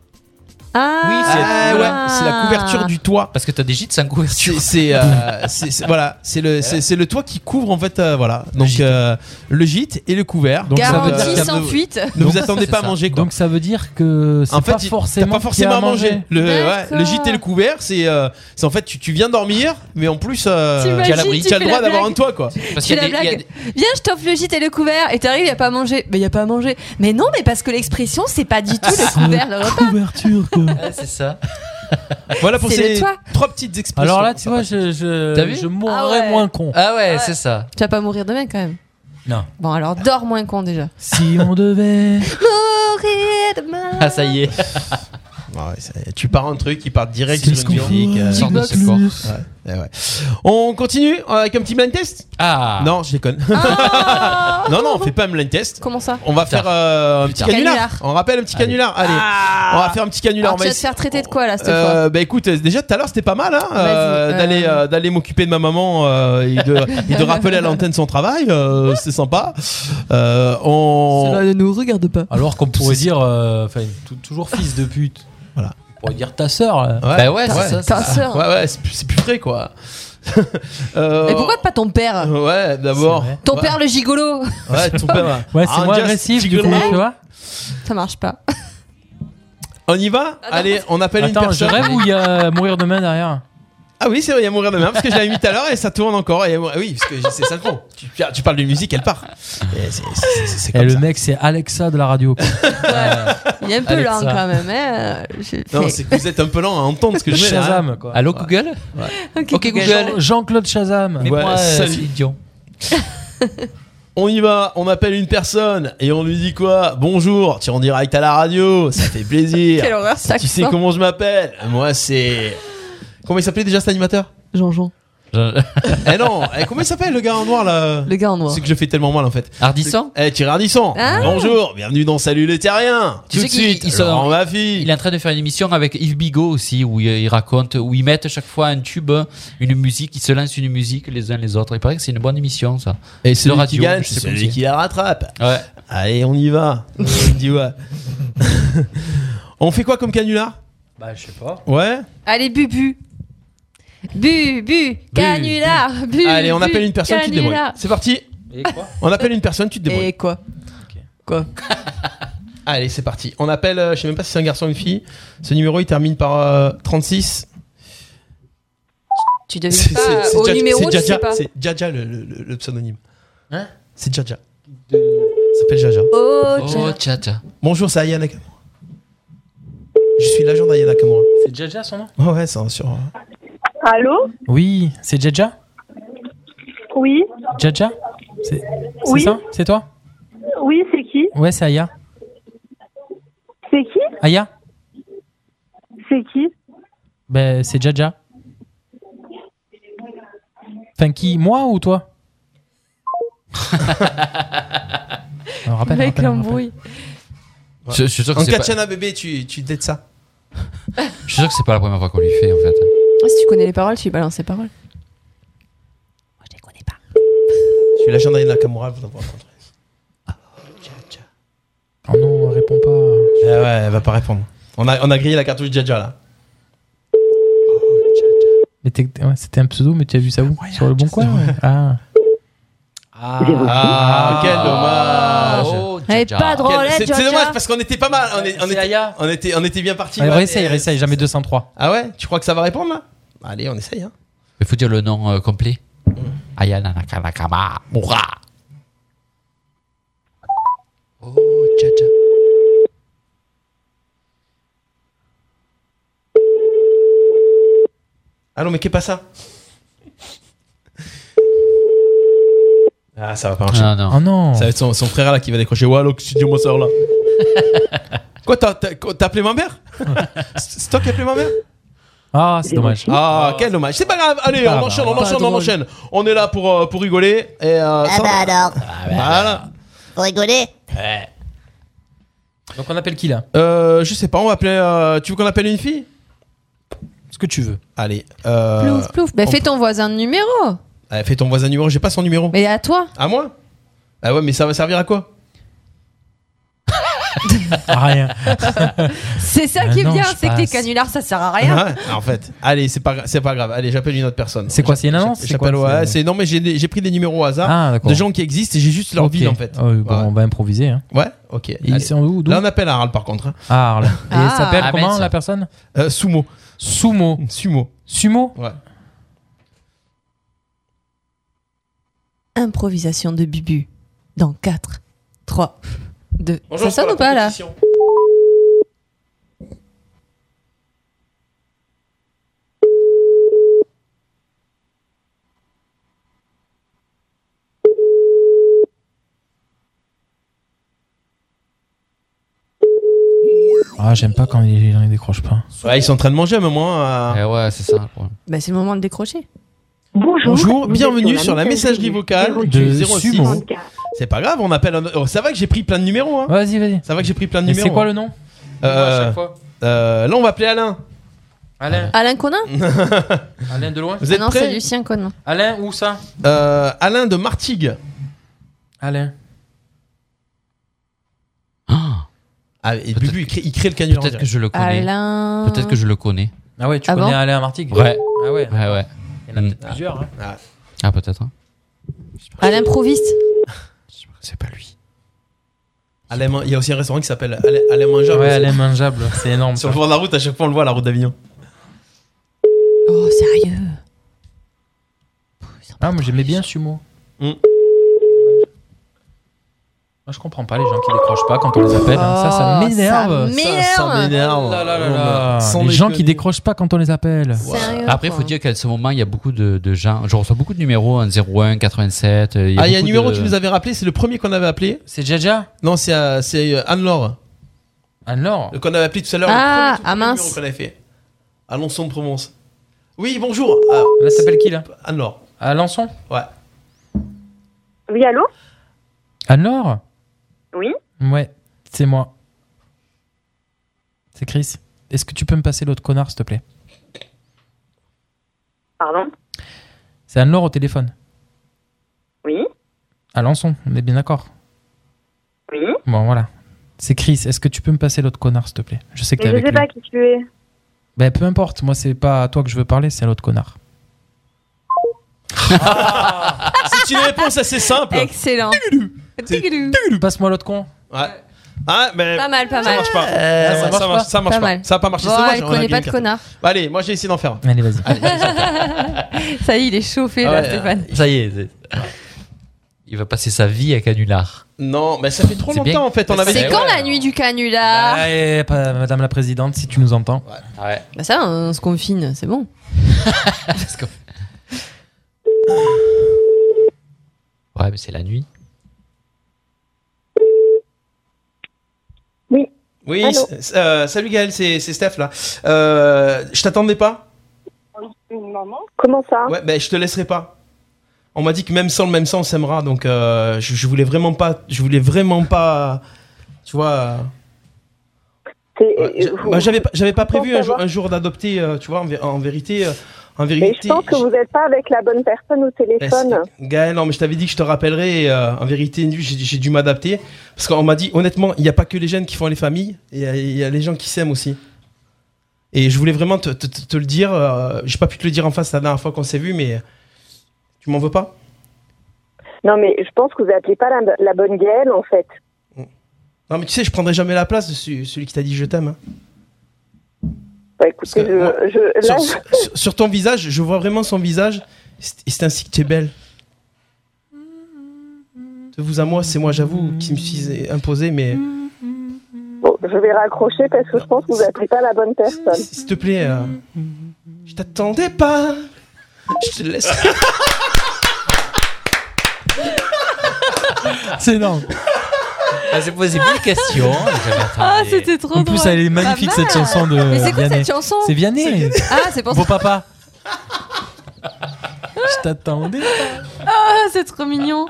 Speaker 6: Ah
Speaker 5: Oui, c'est
Speaker 4: Ah, ouais, c'est la couverture du toit.
Speaker 5: Parce que t'as des gîtes sans couverture.
Speaker 4: C'est- C'est euh, c'est- c'est- voilà, c'est le c'est c'est le toit qui couvre en fait euh, voilà. Donc euh, le gîte et le couvert.
Speaker 6: Donc, ça veut dire Garantie
Speaker 4: qu'il y a-
Speaker 6: sans
Speaker 4: ne-
Speaker 6: fuite.
Speaker 4: Ne
Speaker 6: Donc,
Speaker 4: vous attendez
Speaker 6: c'est
Speaker 4: pas à
Speaker 6: ça.
Speaker 4: manger quoi.
Speaker 7: Donc ça veut dire que c'est
Speaker 4: En fait,
Speaker 7: pas
Speaker 4: il-
Speaker 7: forcément.
Speaker 4: t'as pas forcément à manger. Le, ouais,
Speaker 7: D'accord.
Speaker 4: le gîte et le couvert, c'est euh, c'est en fait tu, tu viens dormir, mais en plus euh,
Speaker 6: T'imagines,
Speaker 4: tu as, l'abri.
Speaker 6: tu
Speaker 4: Tu as
Speaker 6: fais
Speaker 4: le droit
Speaker 6: la
Speaker 4: d'avoir
Speaker 6: blague.
Speaker 4: un toit quoi.
Speaker 6: Tu la blague. Viens, je t'offre le gîte et le couvert. Et t'arrives, y a pas à manger. Mais y a pas à manger. Mais non, mais parce que l'expression, c'est pas du tout le couvert, le repas.
Speaker 13: Couverture, quoi.
Speaker 5: c'est ça.
Speaker 4: (laughs) Voilà pour
Speaker 6: C'est le
Speaker 4: ces
Speaker 6: toit.
Speaker 4: trois petites expressions.
Speaker 7: Alors là, tu vois, je, je,
Speaker 4: T'as vu
Speaker 7: je mourrais moins con.
Speaker 5: Ah ouais, c'est ça.
Speaker 6: Tu vas pas mourir demain quand même.
Speaker 7: Non.
Speaker 6: Bon, alors dors moins con déjà.
Speaker 7: Si on devait.
Speaker 6: Mourir
Speaker 7: (laughs)
Speaker 6: demain.
Speaker 5: Ah ça y est.
Speaker 4: (laughs) Ouais, ça- tu pars un truc, il part direct
Speaker 5: C'est
Speaker 4: sur
Speaker 5: ce
Speaker 4: une
Speaker 5: qu'on
Speaker 4: musique.
Speaker 5: fait,
Speaker 4: euh,
Speaker 5: euh, Sort de Kickbox. secours.
Speaker 4: Ouais, ouais, ouais. On continue euh, avec un petit blind test
Speaker 5: Ah
Speaker 4: Non, je déconne. (laughs) non, non, on fait pas un blind test.
Speaker 6: Ah. Comment ça
Speaker 4: On va faire euh, un petit
Speaker 6: Putain.
Speaker 4: canular.
Speaker 6: Canular. Ah.
Speaker 4: On rappelle un petit canular. Allez, on va faire un petit canular.
Speaker 6: Alors,
Speaker 4: on va
Speaker 6: tu vas te
Speaker 4: essayer-
Speaker 6: faire traiter de quoi là cette fois
Speaker 4: Euh, bah écoute, euh, déjà tout à l'heure c'était pas mal hein, euh,
Speaker 6: Vas-y, euh.
Speaker 4: d'aller euh, d'aller m'occuper de ma maman euh, et, de, et de rappeler à l'antenne son travail, euh, c'est sympa. Euh, on
Speaker 6: ne nous regarde pas.
Speaker 7: Alors qu'on pourrait dire, euh, enfin, tou- toujours fils de pute.
Speaker 4: Voilà.
Speaker 7: On pourrait dire ta sœur. là.
Speaker 4: Bah ouais, c'est ça,
Speaker 6: Ta sœur.
Speaker 9: hein.
Speaker 4: Ouais ouais, c'est plus, c'est plus frais quoi. (laughs) Euh,
Speaker 6: Mais pourquoi pas ton père
Speaker 4: Ouais, d'abord.
Speaker 6: Ton
Speaker 4: Ouais.
Speaker 6: père le gigolo
Speaker 4: Ouais, ton père.
Speaker 7: Ouais, c'est
Speaker 4: Ah,
Speaker 7: moins
Speaker 4: just
Speaker 7: agressif, du
Speaker 4: gigolo.
Speaker 7: coup, tu vois.
Speaker 6: Ça marche pas.
Speaker 4: On y va Allez, on appelle
Speaker 7: Attends,
Speaker 4: une personne.
Speaker 7: je rêve ou il y a mourir demain derrière
Speaker 4: Ah oui, c'est vrai, il y a mourir demain parce que je l'avais mis tout à l'heure et ça tourne encore. Et moi- Ah oui, parce que c'est synchro. Tu, tu parles de musique, elle part. Et c'est- c'est- c'est- c'est
Speaker 7: Et
Speaker 4: comme
Speaker 7: Eh, le
Speaker 4: ça.
Speaker 7: mec, c'est Alexa de la
Speaker 9: (laughs)
Speaker 7: radio. quoi.
Speaker 6: Il est un peu
Speaker 4: Alexa.
Speaker 6: lent quand même. hein. Je-
Speaker 4: Non,
Speaker 6: fais-
Speaker 4: c'est que vous êtes un peu lent à entendre ce que je mets là.
Speaker 7: Shazam, quoi. Allô, Google
Speaker 6: Ok,
Speaker 7: Jean- Jean-Claude Shazam.
Speaker 4: Ouais, salut. On y va, on appelle une personne et on lui dit quoi Bonjour, tu es en direct à la radio, ça fait plaisir.
Speaker 6: (laughs) Quelle horreur, ça
Speaker 4: Tu sais
Speaker 6: accent.
Speaker 4: comment je m'appelle Moi c'est... Comment il s'appelait déjà cet
Speaker 6: (laughs)
Speaker 4: animateur
Speaker 6: Jean-Jean.
Speaker 4: eh non, eh, comment il s'appelle le gars en noir là
Speaker 6: Le gars en noir.
Speaker 4: C'est que je fais tellement mal en fait.
Speaker 5: Ardisson
Speaker 4: Eh Thierry Ardisson.
Speaker 6: Ah.
Speaker 4: Bonjour, bienvenue dans Salut les Terriens.
Speaker 5: Tu
Speaker 4: Tout
Speaker 5: sais
Speaker 4: de
Speaker 5: qu'il-
Speaker 4: suite,
Speaker 5: il, sort-
Speaker 4: Laurent Baffy.
Speaker 5: il est en train de faire une émission avec Yves Bigot aussi, où il, il raconte, où ils mettent chaque fois un tube, une musique, ils se lancent une musique les uns les autres. Il paraît que c'est une bonne émission, ça.
Speaker 4: Et
Speaker 5: De
Speaker 4: celui
Speaker 5: radio,
Speaker 4: qui gagne,
Speaker 5: je sais
Speaker 4: c'est
Speaker 5: pas
Speaker 4: celui
Speaker 5: si-
Speaker 4: qui la rattrape.
Speaker 5: (laughs) Ouais.
Speaker 4: Allez, on y va. On dit ouais. (laughs) On fait quoi comme canular
Speaker 7: Bah, je sais pas.
Speaker 4: Ouais.
Speaker 6: Allez, bubu. Bu, bu, canular, bu.
Speaker 4: Allez, on
Speaker 6: bu,
Speaker 4: appelle une personne, tu te débrouilles.
Speaker 6: canular.
Speaker 4: C'est parti. (laughs) On appelle une personne, tu te débrouilles. Et
Speaker 6: quoi Quoi
Speaker 4: (laughs) Allez, c'est parti. On appelle, euh, je sais même pas si c'est un garçon ou une fille. Ce numéro, il termine par euh, 36.
Speaker 6: Tu devines pas
Speaker 4: c'est
Speaker 6: au
Speaker 4: Dja-
Speaker 6: numéro,
Speaker 4: c'est
Speaker 6: tu
Speaker 4: Dja-
Speaker 6: sais pas.
Speaker 4: C'est Jaja le, le- le- le pseudonyme.
Speaker 5: Hein
Speaker 4: C'est Jaja. Il s'appelle Jaja.
Speaker 6: Oh,
Speaker 5: Oh, tcha, tcha.
Speaker 4: Bonjour, c'est Aya Nakamura. Je suis l'agent d'Aya Nakamura.
Speaker 7: C'est Jaja son nom
Speaker 4: Ouais, euh, ouais, c'est sûr.
Speaker 9: Allô
Speaker 7: Oui, c'est Jaja
Speaker 9: Oui
Speaker 7: Jaja C'est c'est
Speaker 9: Oui.
Speaker 7: ça C'est toi
Speaker 9: Oui, c'est qui
Speaker 7: Ouais, c'est Aya.
Speaker 9: C'est qui
Speaker 7: Aya
Speaker 9: C'est qui
Speaker 7: Ben, c'est Jaja. Enfin, qui Moi ou toi On rappelle,
Speaker 6: Mec,
Speaker 7: rappelle,
Speaker 6: l'embrouille.
Speaker 5: Je- je suis sûr que
Speaker 4: en
Speaker 5: c'est pas-
Speaker 4: Kachana bébé, tu, tu dates ça.
Speaker 5: Je suis sûr que c'est pas la première fois qu'on lui fait en fait.
Speaker 6: Ah, si tu connais les paroles, tu balances les paroles.
Speaker 4: Je suis l'agent d'Aya Nakamura, vous en pourrez rencontrer.
Speaker 7: Oh non, réponds pas.
Speaker 4: Eh ouais, elle va pas répondre. On a, on a grillé la cartouche Jaja là.
Speaker 7: Mais t'es- ouais, c'était un pseudo, mais tu as vu ça où Sur le bon coin ouais. Ah.
Speaker 4: Ah, quel dommage. Oh,
Speaker 6: Elle est pas Ah, drôle,
Speaker 4: Quel-
Speaker 6: elle,
Speaker 4: c'est-
Speaker 6: Jaja.
Speaker 4: C'est dommage parce qu'on était pas mal. On, est- on était, on, était, on était bien parti.
Speaker 7: Allez, Ah, réessaye, réessaye, jamais 203.
Speaker 4: Ah ouais Tu crois que ça va répondre là Allez, on essaye. Hein.
Speaker 5: Il faut dire le nom euh, complet.
Speaker 6: Mm.
Speaker 5: Ayana Nakanakama Moura.
Speaker 4: Oh, Jaja. Allô, mais qu'est-ce pas ça Ah, ça va pas marcher.
Speaker 5: Ah, non.
Speaker 7: Oh non.
Speaker 4: Ça va être son, son frère là qui va décrocher. Ouais, alors que tu dis
Speaker 7: (laughs)
Speaker 4: moi sœur là. quoi, t'as- t'as quoi, t'as appelé ma mère C'est c'est toi qui as appelé ma mère
Speaker 7: Ah, c'est dommage.
Speaker 4: Ah, quel dommage. C'est pas grave. Allez,
Speaker 7: Ah,
Speaker 4: on
Speaker 7: bah,
Speaker 4: enchaîne, on
Speaker 7: pas
Speaker 4: enchaîne, on
Speaker 7: drôle.
Speaker 4: enchaîne. On est là pour, euh, pour rigoler. Et, euh,
Speaker 15: Ah
Speaker 4: sans-
Speaker 15: bah alors,
Speaker 4: Voilà.
Speaker 15: vous rigolez
Speaker 7: Donc on appelle qui là
Speaker 4: Euh, je sais pas, on va appeler. euh, tu veux qu'on appelle une fille
Speaker 7: Ce que tu veux.
Speaker 4: Allez. Euh,
Speaker 6: Plouf, plouf. Bah,
Speaker 4: on-
Speaker 6: fais ton voisin de numéro.
Speaker 4: Allez, fais ton voisin numéro, j'ai pas son numéro.
Speaker 6: Mais à toi.
Speaker 4: À moi Ah ouais, mais ça va servir
Speaker 7: (laughs)
Speaker 4: à quoi
Speaker 7: Rien.
Speaker 6: C'est ça
Speaker 4: Ah
Speaker 6: qui est
Speaker 4: non,
Speaker 6: bien,
Speaker 4: je
Speaker 6: c'est que tes
Speaker 4: passe.
Speaker 6: canulars, ça sert à rien.
Speaker 4: Ah, en fait, allez, c'est pas, gra- c'est pas grave. Allez, j'appelle une autre personne.
Speaker 7: C'est quoi,
Speaker 4: J'a-
Speaker 7: c'est une
Speaker 4: j'a-
Speaker 7: annonce C'est
Speaker 4: j'appelle-
Speaker 7: quoi,
Speaker 4: ouais,
Speaker 7: c'est-
Speaker 4: c'est- non, mais j'ai des- j'ai pris des numéros au hasard
Speaker 7: Ah, d'accord.
Speaker 4: de gens qui existent et j'ai juste leur
Speaker 7: Ok.
Speaker 4: ville en fait.
Speaker 7: Ah oui, bon, On va improviser. Hein.
Speaker 4: Ouais, ok.
Speaker 7: ils
Speaker 4: allez.
Speaker 7: sont où, d'où
Speaker 4: Là, on appelle Harald par contre. hein.
Speaker 7: Ah, Arles. Et
Speaker 4: Ah.
Speaker 7: il s'appelle
Speaker 4: Ah,
Speaker 7: comment
Speaker 4: mince.
Speaker 7: la personne
Speaker 4: Euh, Sumo.
Speaker 7: Sumo.
Speaker 4: Sumo.
Speaker 7: Sumo
Speaker 4: Ouais.
Speaker 6: Improvisation de Bubu dans 4, 3, 2.
Speaker 4: Bonjour,
Speaker 6: ça
Speaker 4: c'est
Speaker 6: sonne
Speaker 4: pour
Speaker 6: ou pas
Speaker 4: la
Speaker 6: là
Speaker 4: compétition.
Speaker 7: Ah, j'aime pas quand il il décroche pas.
Speaker 4: Ouais, ils sont en train de manger, mais moi. euh,
Speaker 7: Eh
Speaker 5: ouais, c'est ça le problème.
Speaker 6: Bah, c'est le moment de décrocher.
Speaker 4: Bonjour, bienvenue sur la messagerie vocale
Speaker 7: de
Speaker 4: de Ah 06.
Speaker 7: Sumo.
Speaker 4: C'est pas grave, on appelle. un- oh, ça va que j'ai pris plein de numéros. Hein.
Speaker 7: Vas-y, vas-y.
Speaker 4: Ça va que j'ai pris plein de
Speaker 7: Et
Speaker 4: numéros.
Speaker 7: c'est quoi
Speaker 4: hein.
Speaker 7: le nom
Speaker 4: Euh,
Speaker 7: À chaque fois.
Speaker 4: euh, Là, on va appeler Alain.
Speaker 7: Alain.
Speaker 4: (laughs)
Speaker 6: Alain Conan
Speaker 7: Alain de loin
Speaker 4: Vous êtes
Speaker 6: Non, c'est
Speaker 4: prêts
Speaker 6: Lucien Conan.
Speaker 7: Alain, où ça
Speaker 4: Euh, Alain de Martigues.
Speaker 7: Alain.
Speaker 4: Ah, et Bubu, il crée, il crée le canular.
Speaker 5: Peut-être que je le connais.
Speaker 6: Alain.
Speaker 5: Peut-être que je le connais.
Speaker 7: Ah ouais, tu
Speaker 6: Ah
Speaker 7: connais
Speaker 6: bon
Speaker 7: Alain Martigues
Speaker 5: Ouais.
Speaker 7: Ah ouais.
Speaker 5: Ouais, ouais.
Speaker 7: Il y en a
Speaker 5: Mm.
Speaker 7: peut-être plusieurs. hein.
Speaker 5: Ah, peut-être. hein.
Speaker 6: À l'improviste.
Speaker 5: C'est pas lui.
Speaker 4: Alain, Man- il y a aussi un restaurant qui s'appelle Alain, Alain Mangeable.
Speaker 7: Ouais, Alain Mangeable, c'est énorme.
Speaker 4: (laughs) Sur
Speaker 7: ça.
Speaker 4: le bord de la route, à chaque fois, on le voit à la route d'Avignon.
Speaker 6: Oh, sérieux
Speaker 7: Ah, moi j'aimais bien Sumo.
Speaker 4: Mm.
Speaker 7: Moi je comprends pas les gens qui décrochent pas quand on les appelle. hein. ça, ça
Speaker 6: Oh,
Speaker 7: m'énerve.
Speaker 6: ça m'énerve.
Speaker 4: m'énerve.
Speaker 7: Ah là là
Speaker 4: Oh,
Speaker 7: là.
Speaker 4: bah, sans
Speaker 7: Les gens
Speaker 4: déconner.
Speaker 7: qui décrochent pas quand on les appelle.
Speaker 6: Sérieux,
Speaker 5: Après, il faut
Speaker 6: quoi.
Speaker 5: dire qu'à ce moment, il y a beaucoup de, de gens. Je reçois beaucoup de numéros hein, 01, 87. euh,
Speaker 4: Ah, il y a un
Speaker 5: beaucoup
Speaker 4: numéro
Speaker 5: de-
Speaker 4: qui nous avait rappelé, c'est le premier qu'on avait appelé.
Speaker 7: C'est Jaja
Speaker 4: Non, c'est euh, c'est, euh, Anne-Laure.
Speaker 7: Anne-Laure
Speaker 4: Le qu'on avait appelé tout à l'heure.
Speaker 6: Ah,
Speaker 4: le premier, tout
Speaker 6: ah
Speaker 4: premier
Speaker 6: mince.
Speaker 4: numéro qu'on avait fait. Alençon Provence. Oui, bonjour. Ah,
Speaker 7: Là, ça s'appelle qui là
Speaker 4: Anne-Laure.
Speaker 7: Alençon
Speaker 4: Ouais.
Speaker 9: Oui, allô
Speaker 7: Anne-Laure
Speaker 9: Oui
Speaker 7: Ouais, c'est moi. C'est Chris. Est-ce que tu peux me passer l'autre connard, s'il te plaît
Speaker 9: Pardon
Speaker 7: C'est Anne-Laure au téléphone.
Speaker 9: Oui
Speaker 7: Alençon, on est bien d'accord
Speaker 9: Oui
Speaker 7: Bon, voilà. C'est Chris. Est-ce que tu peux me passer l'autre connard, s'il te plaît Je sais que t'es
Speaker 9: Mais je
Speaker 7: avec
Speaker 9: sais
Speaker 7: lui.
Speaker 9: pas qui tu es.
Speaker 7: Ben, peu importe. Moi, c'est pas à toi que je veux parler, c'est à l'autre connard.
Speaker 4: Ah, C'est une réponse assez simple.
Speaker 6: Excellent.
Speaker 7: Passe-moi l'autre con.
Speaker 4: Ouais. Ah, mais
Speaker 6: Pas mal, pas mal.
Speaker 4: Ça marche pas.
Speaker 6: Euh,
Speaker 4: ça,
Speaker 6: ça
Speaker 4: marche,
Speaker 6: marche
Speaker 4: ça
Speaker 6: pas.
Speaker 4: marche, ça marche
Speaker 6: Pas
Speaker 4: pas.
Speaker 6: mal.
Speaker 4: Ça a pas marché.
Speaker 6: Bon,
Speaker 4: c'est dommage.
Speaker 6: il
Speaker 4: on a
Speaker 6: connaît
Speaker 4: gagné
Speaker 6: pas de
Speaker 4: une carte.
Speaker 6: connard.
Speaker 4: Bah, allez, moi j'ai essayé d'en faire. un.
Speaker 7: Allez, vas-y.
Speaker 6: (laughs) Ça y est, il est chauffé
Speaker 5: Ah
Speaker 6: là,
Speaker 5: ouais,
Speaker 6: Stéphane.
Speaker 5: Ça y est. c'est- Il va passer sa vie à canular.
Speaker 4: Non, mais ça fait trop
Speaker 5: C'est
Speaker 4: longtemps
Speaker 5: bien.
Speaker 4: en fait. On avait.
Speaker 6: C'est
Speaker 5: Eh
Speaker 6: quand
Speaker 5: ouais.
Speaker 6: la nuit du canular
Speaker 7: Allez, Ah. pas- Madame la Présidente, si tu nous entends.
Speaker 5: Ouais.
Speaker 6: Bah ça, on se confine,
Speaker 7: (laughs)
Speaker 6: c'est bon.
Speaker 5: Ouais, mais c'est la nuit.
Speaker 4: Oui.
Speaker 5: Allô
Speaker 4: c'est- euh, salut Gaël, c'est c'est Steph là. Euh, je t'attendais pas.
Speaker 9: Comment ça
Speaker 4: Ouais, mais je te laisserai pas. On m'a dit que même sans le même sang, on s'aimera. Donc euh, je, je voulais vraiment pas. Je voulais vraiment pas. Tu vois. euh,
Speaker 9: euh,
Speaker 4: ouais, j'a- bah, j'avais pas, j'avais pas prévu un jour, un jour d'adopter. euh, tu vois, en, vé- en vérité, euh, en
Speaker 9: Mais
Speaker 4: vérité.
Speaker 9: je pense que vous n'êtes pas avec la bonne personne au téléphone.
Speaker 4: Gaël, non, mais je t'avais dit que je te rappellerai. et, euh, en vérité, nu, j'ai j'ai dû m'adapter. Parce qu'on m'a dit, honnêtement, il n'y a pas que les jeunes qui font les familles, il y a- il y, a les gens qui s'aiment aussi. Et je voulais vraiment te, te- te- te le dire. euh, j'ai pas pu te le dire en face la dernière fois qu'on s'est vu, mais tu m'en veux pas
Speaker 9: Non, mais je pense que vous appelez pas la, la bonne Gaëlle, en fait.
Speaker 4: Non, mais tu sais, je prendrai jamais la place de ce- celui qui t'a dit je t'aime. hein.
Speaker 9: Bah écoutez,
Speaker 4: Parce que moi,
Speaker 9: je, je- là,
Speaker 4: sur, sur- sur- sur ton visage, je vois vraiment son visage. C'est et c'est ainsi que tu es belle. De vous à moi, c'est moi, j'avoue, qui me suis imposé, mais.
Speaker 9: bon, je vais raccrocher parce que je pense que vous appelez pas la bonne personne.
Speaker 4: S'il te plaît, euh, je t'attendais pas. Je te laisse.
Speaker 7: C'est énorme. Bah,
Speaker 5: Elle s'est posé mille questions.
Speaker 6: Ah, c'était trop
Speaker 7: hein, En plus,
Speaker 6: drôle.
Speaker 7: elle est magnifique,
Speaker 6: Pas
Speaker 7: cette
Speaker 6: mal.
Speaker 7: chanson de
Speaker 6: Mais c'est quoi
Speaker 7: Vianney.
Speaker 6: cette chanson
Speaker 7: C'est Vianney. (laughs)
Speaker 6: Ah, c'est pour
Speaker 7: Beau
Speaker 6: ça.
Speaker 7: papa. Je
Speaker 6: (laughs)
Speaker 7: t'attendais.
Speaker 6: Ah, c'est trop mignon.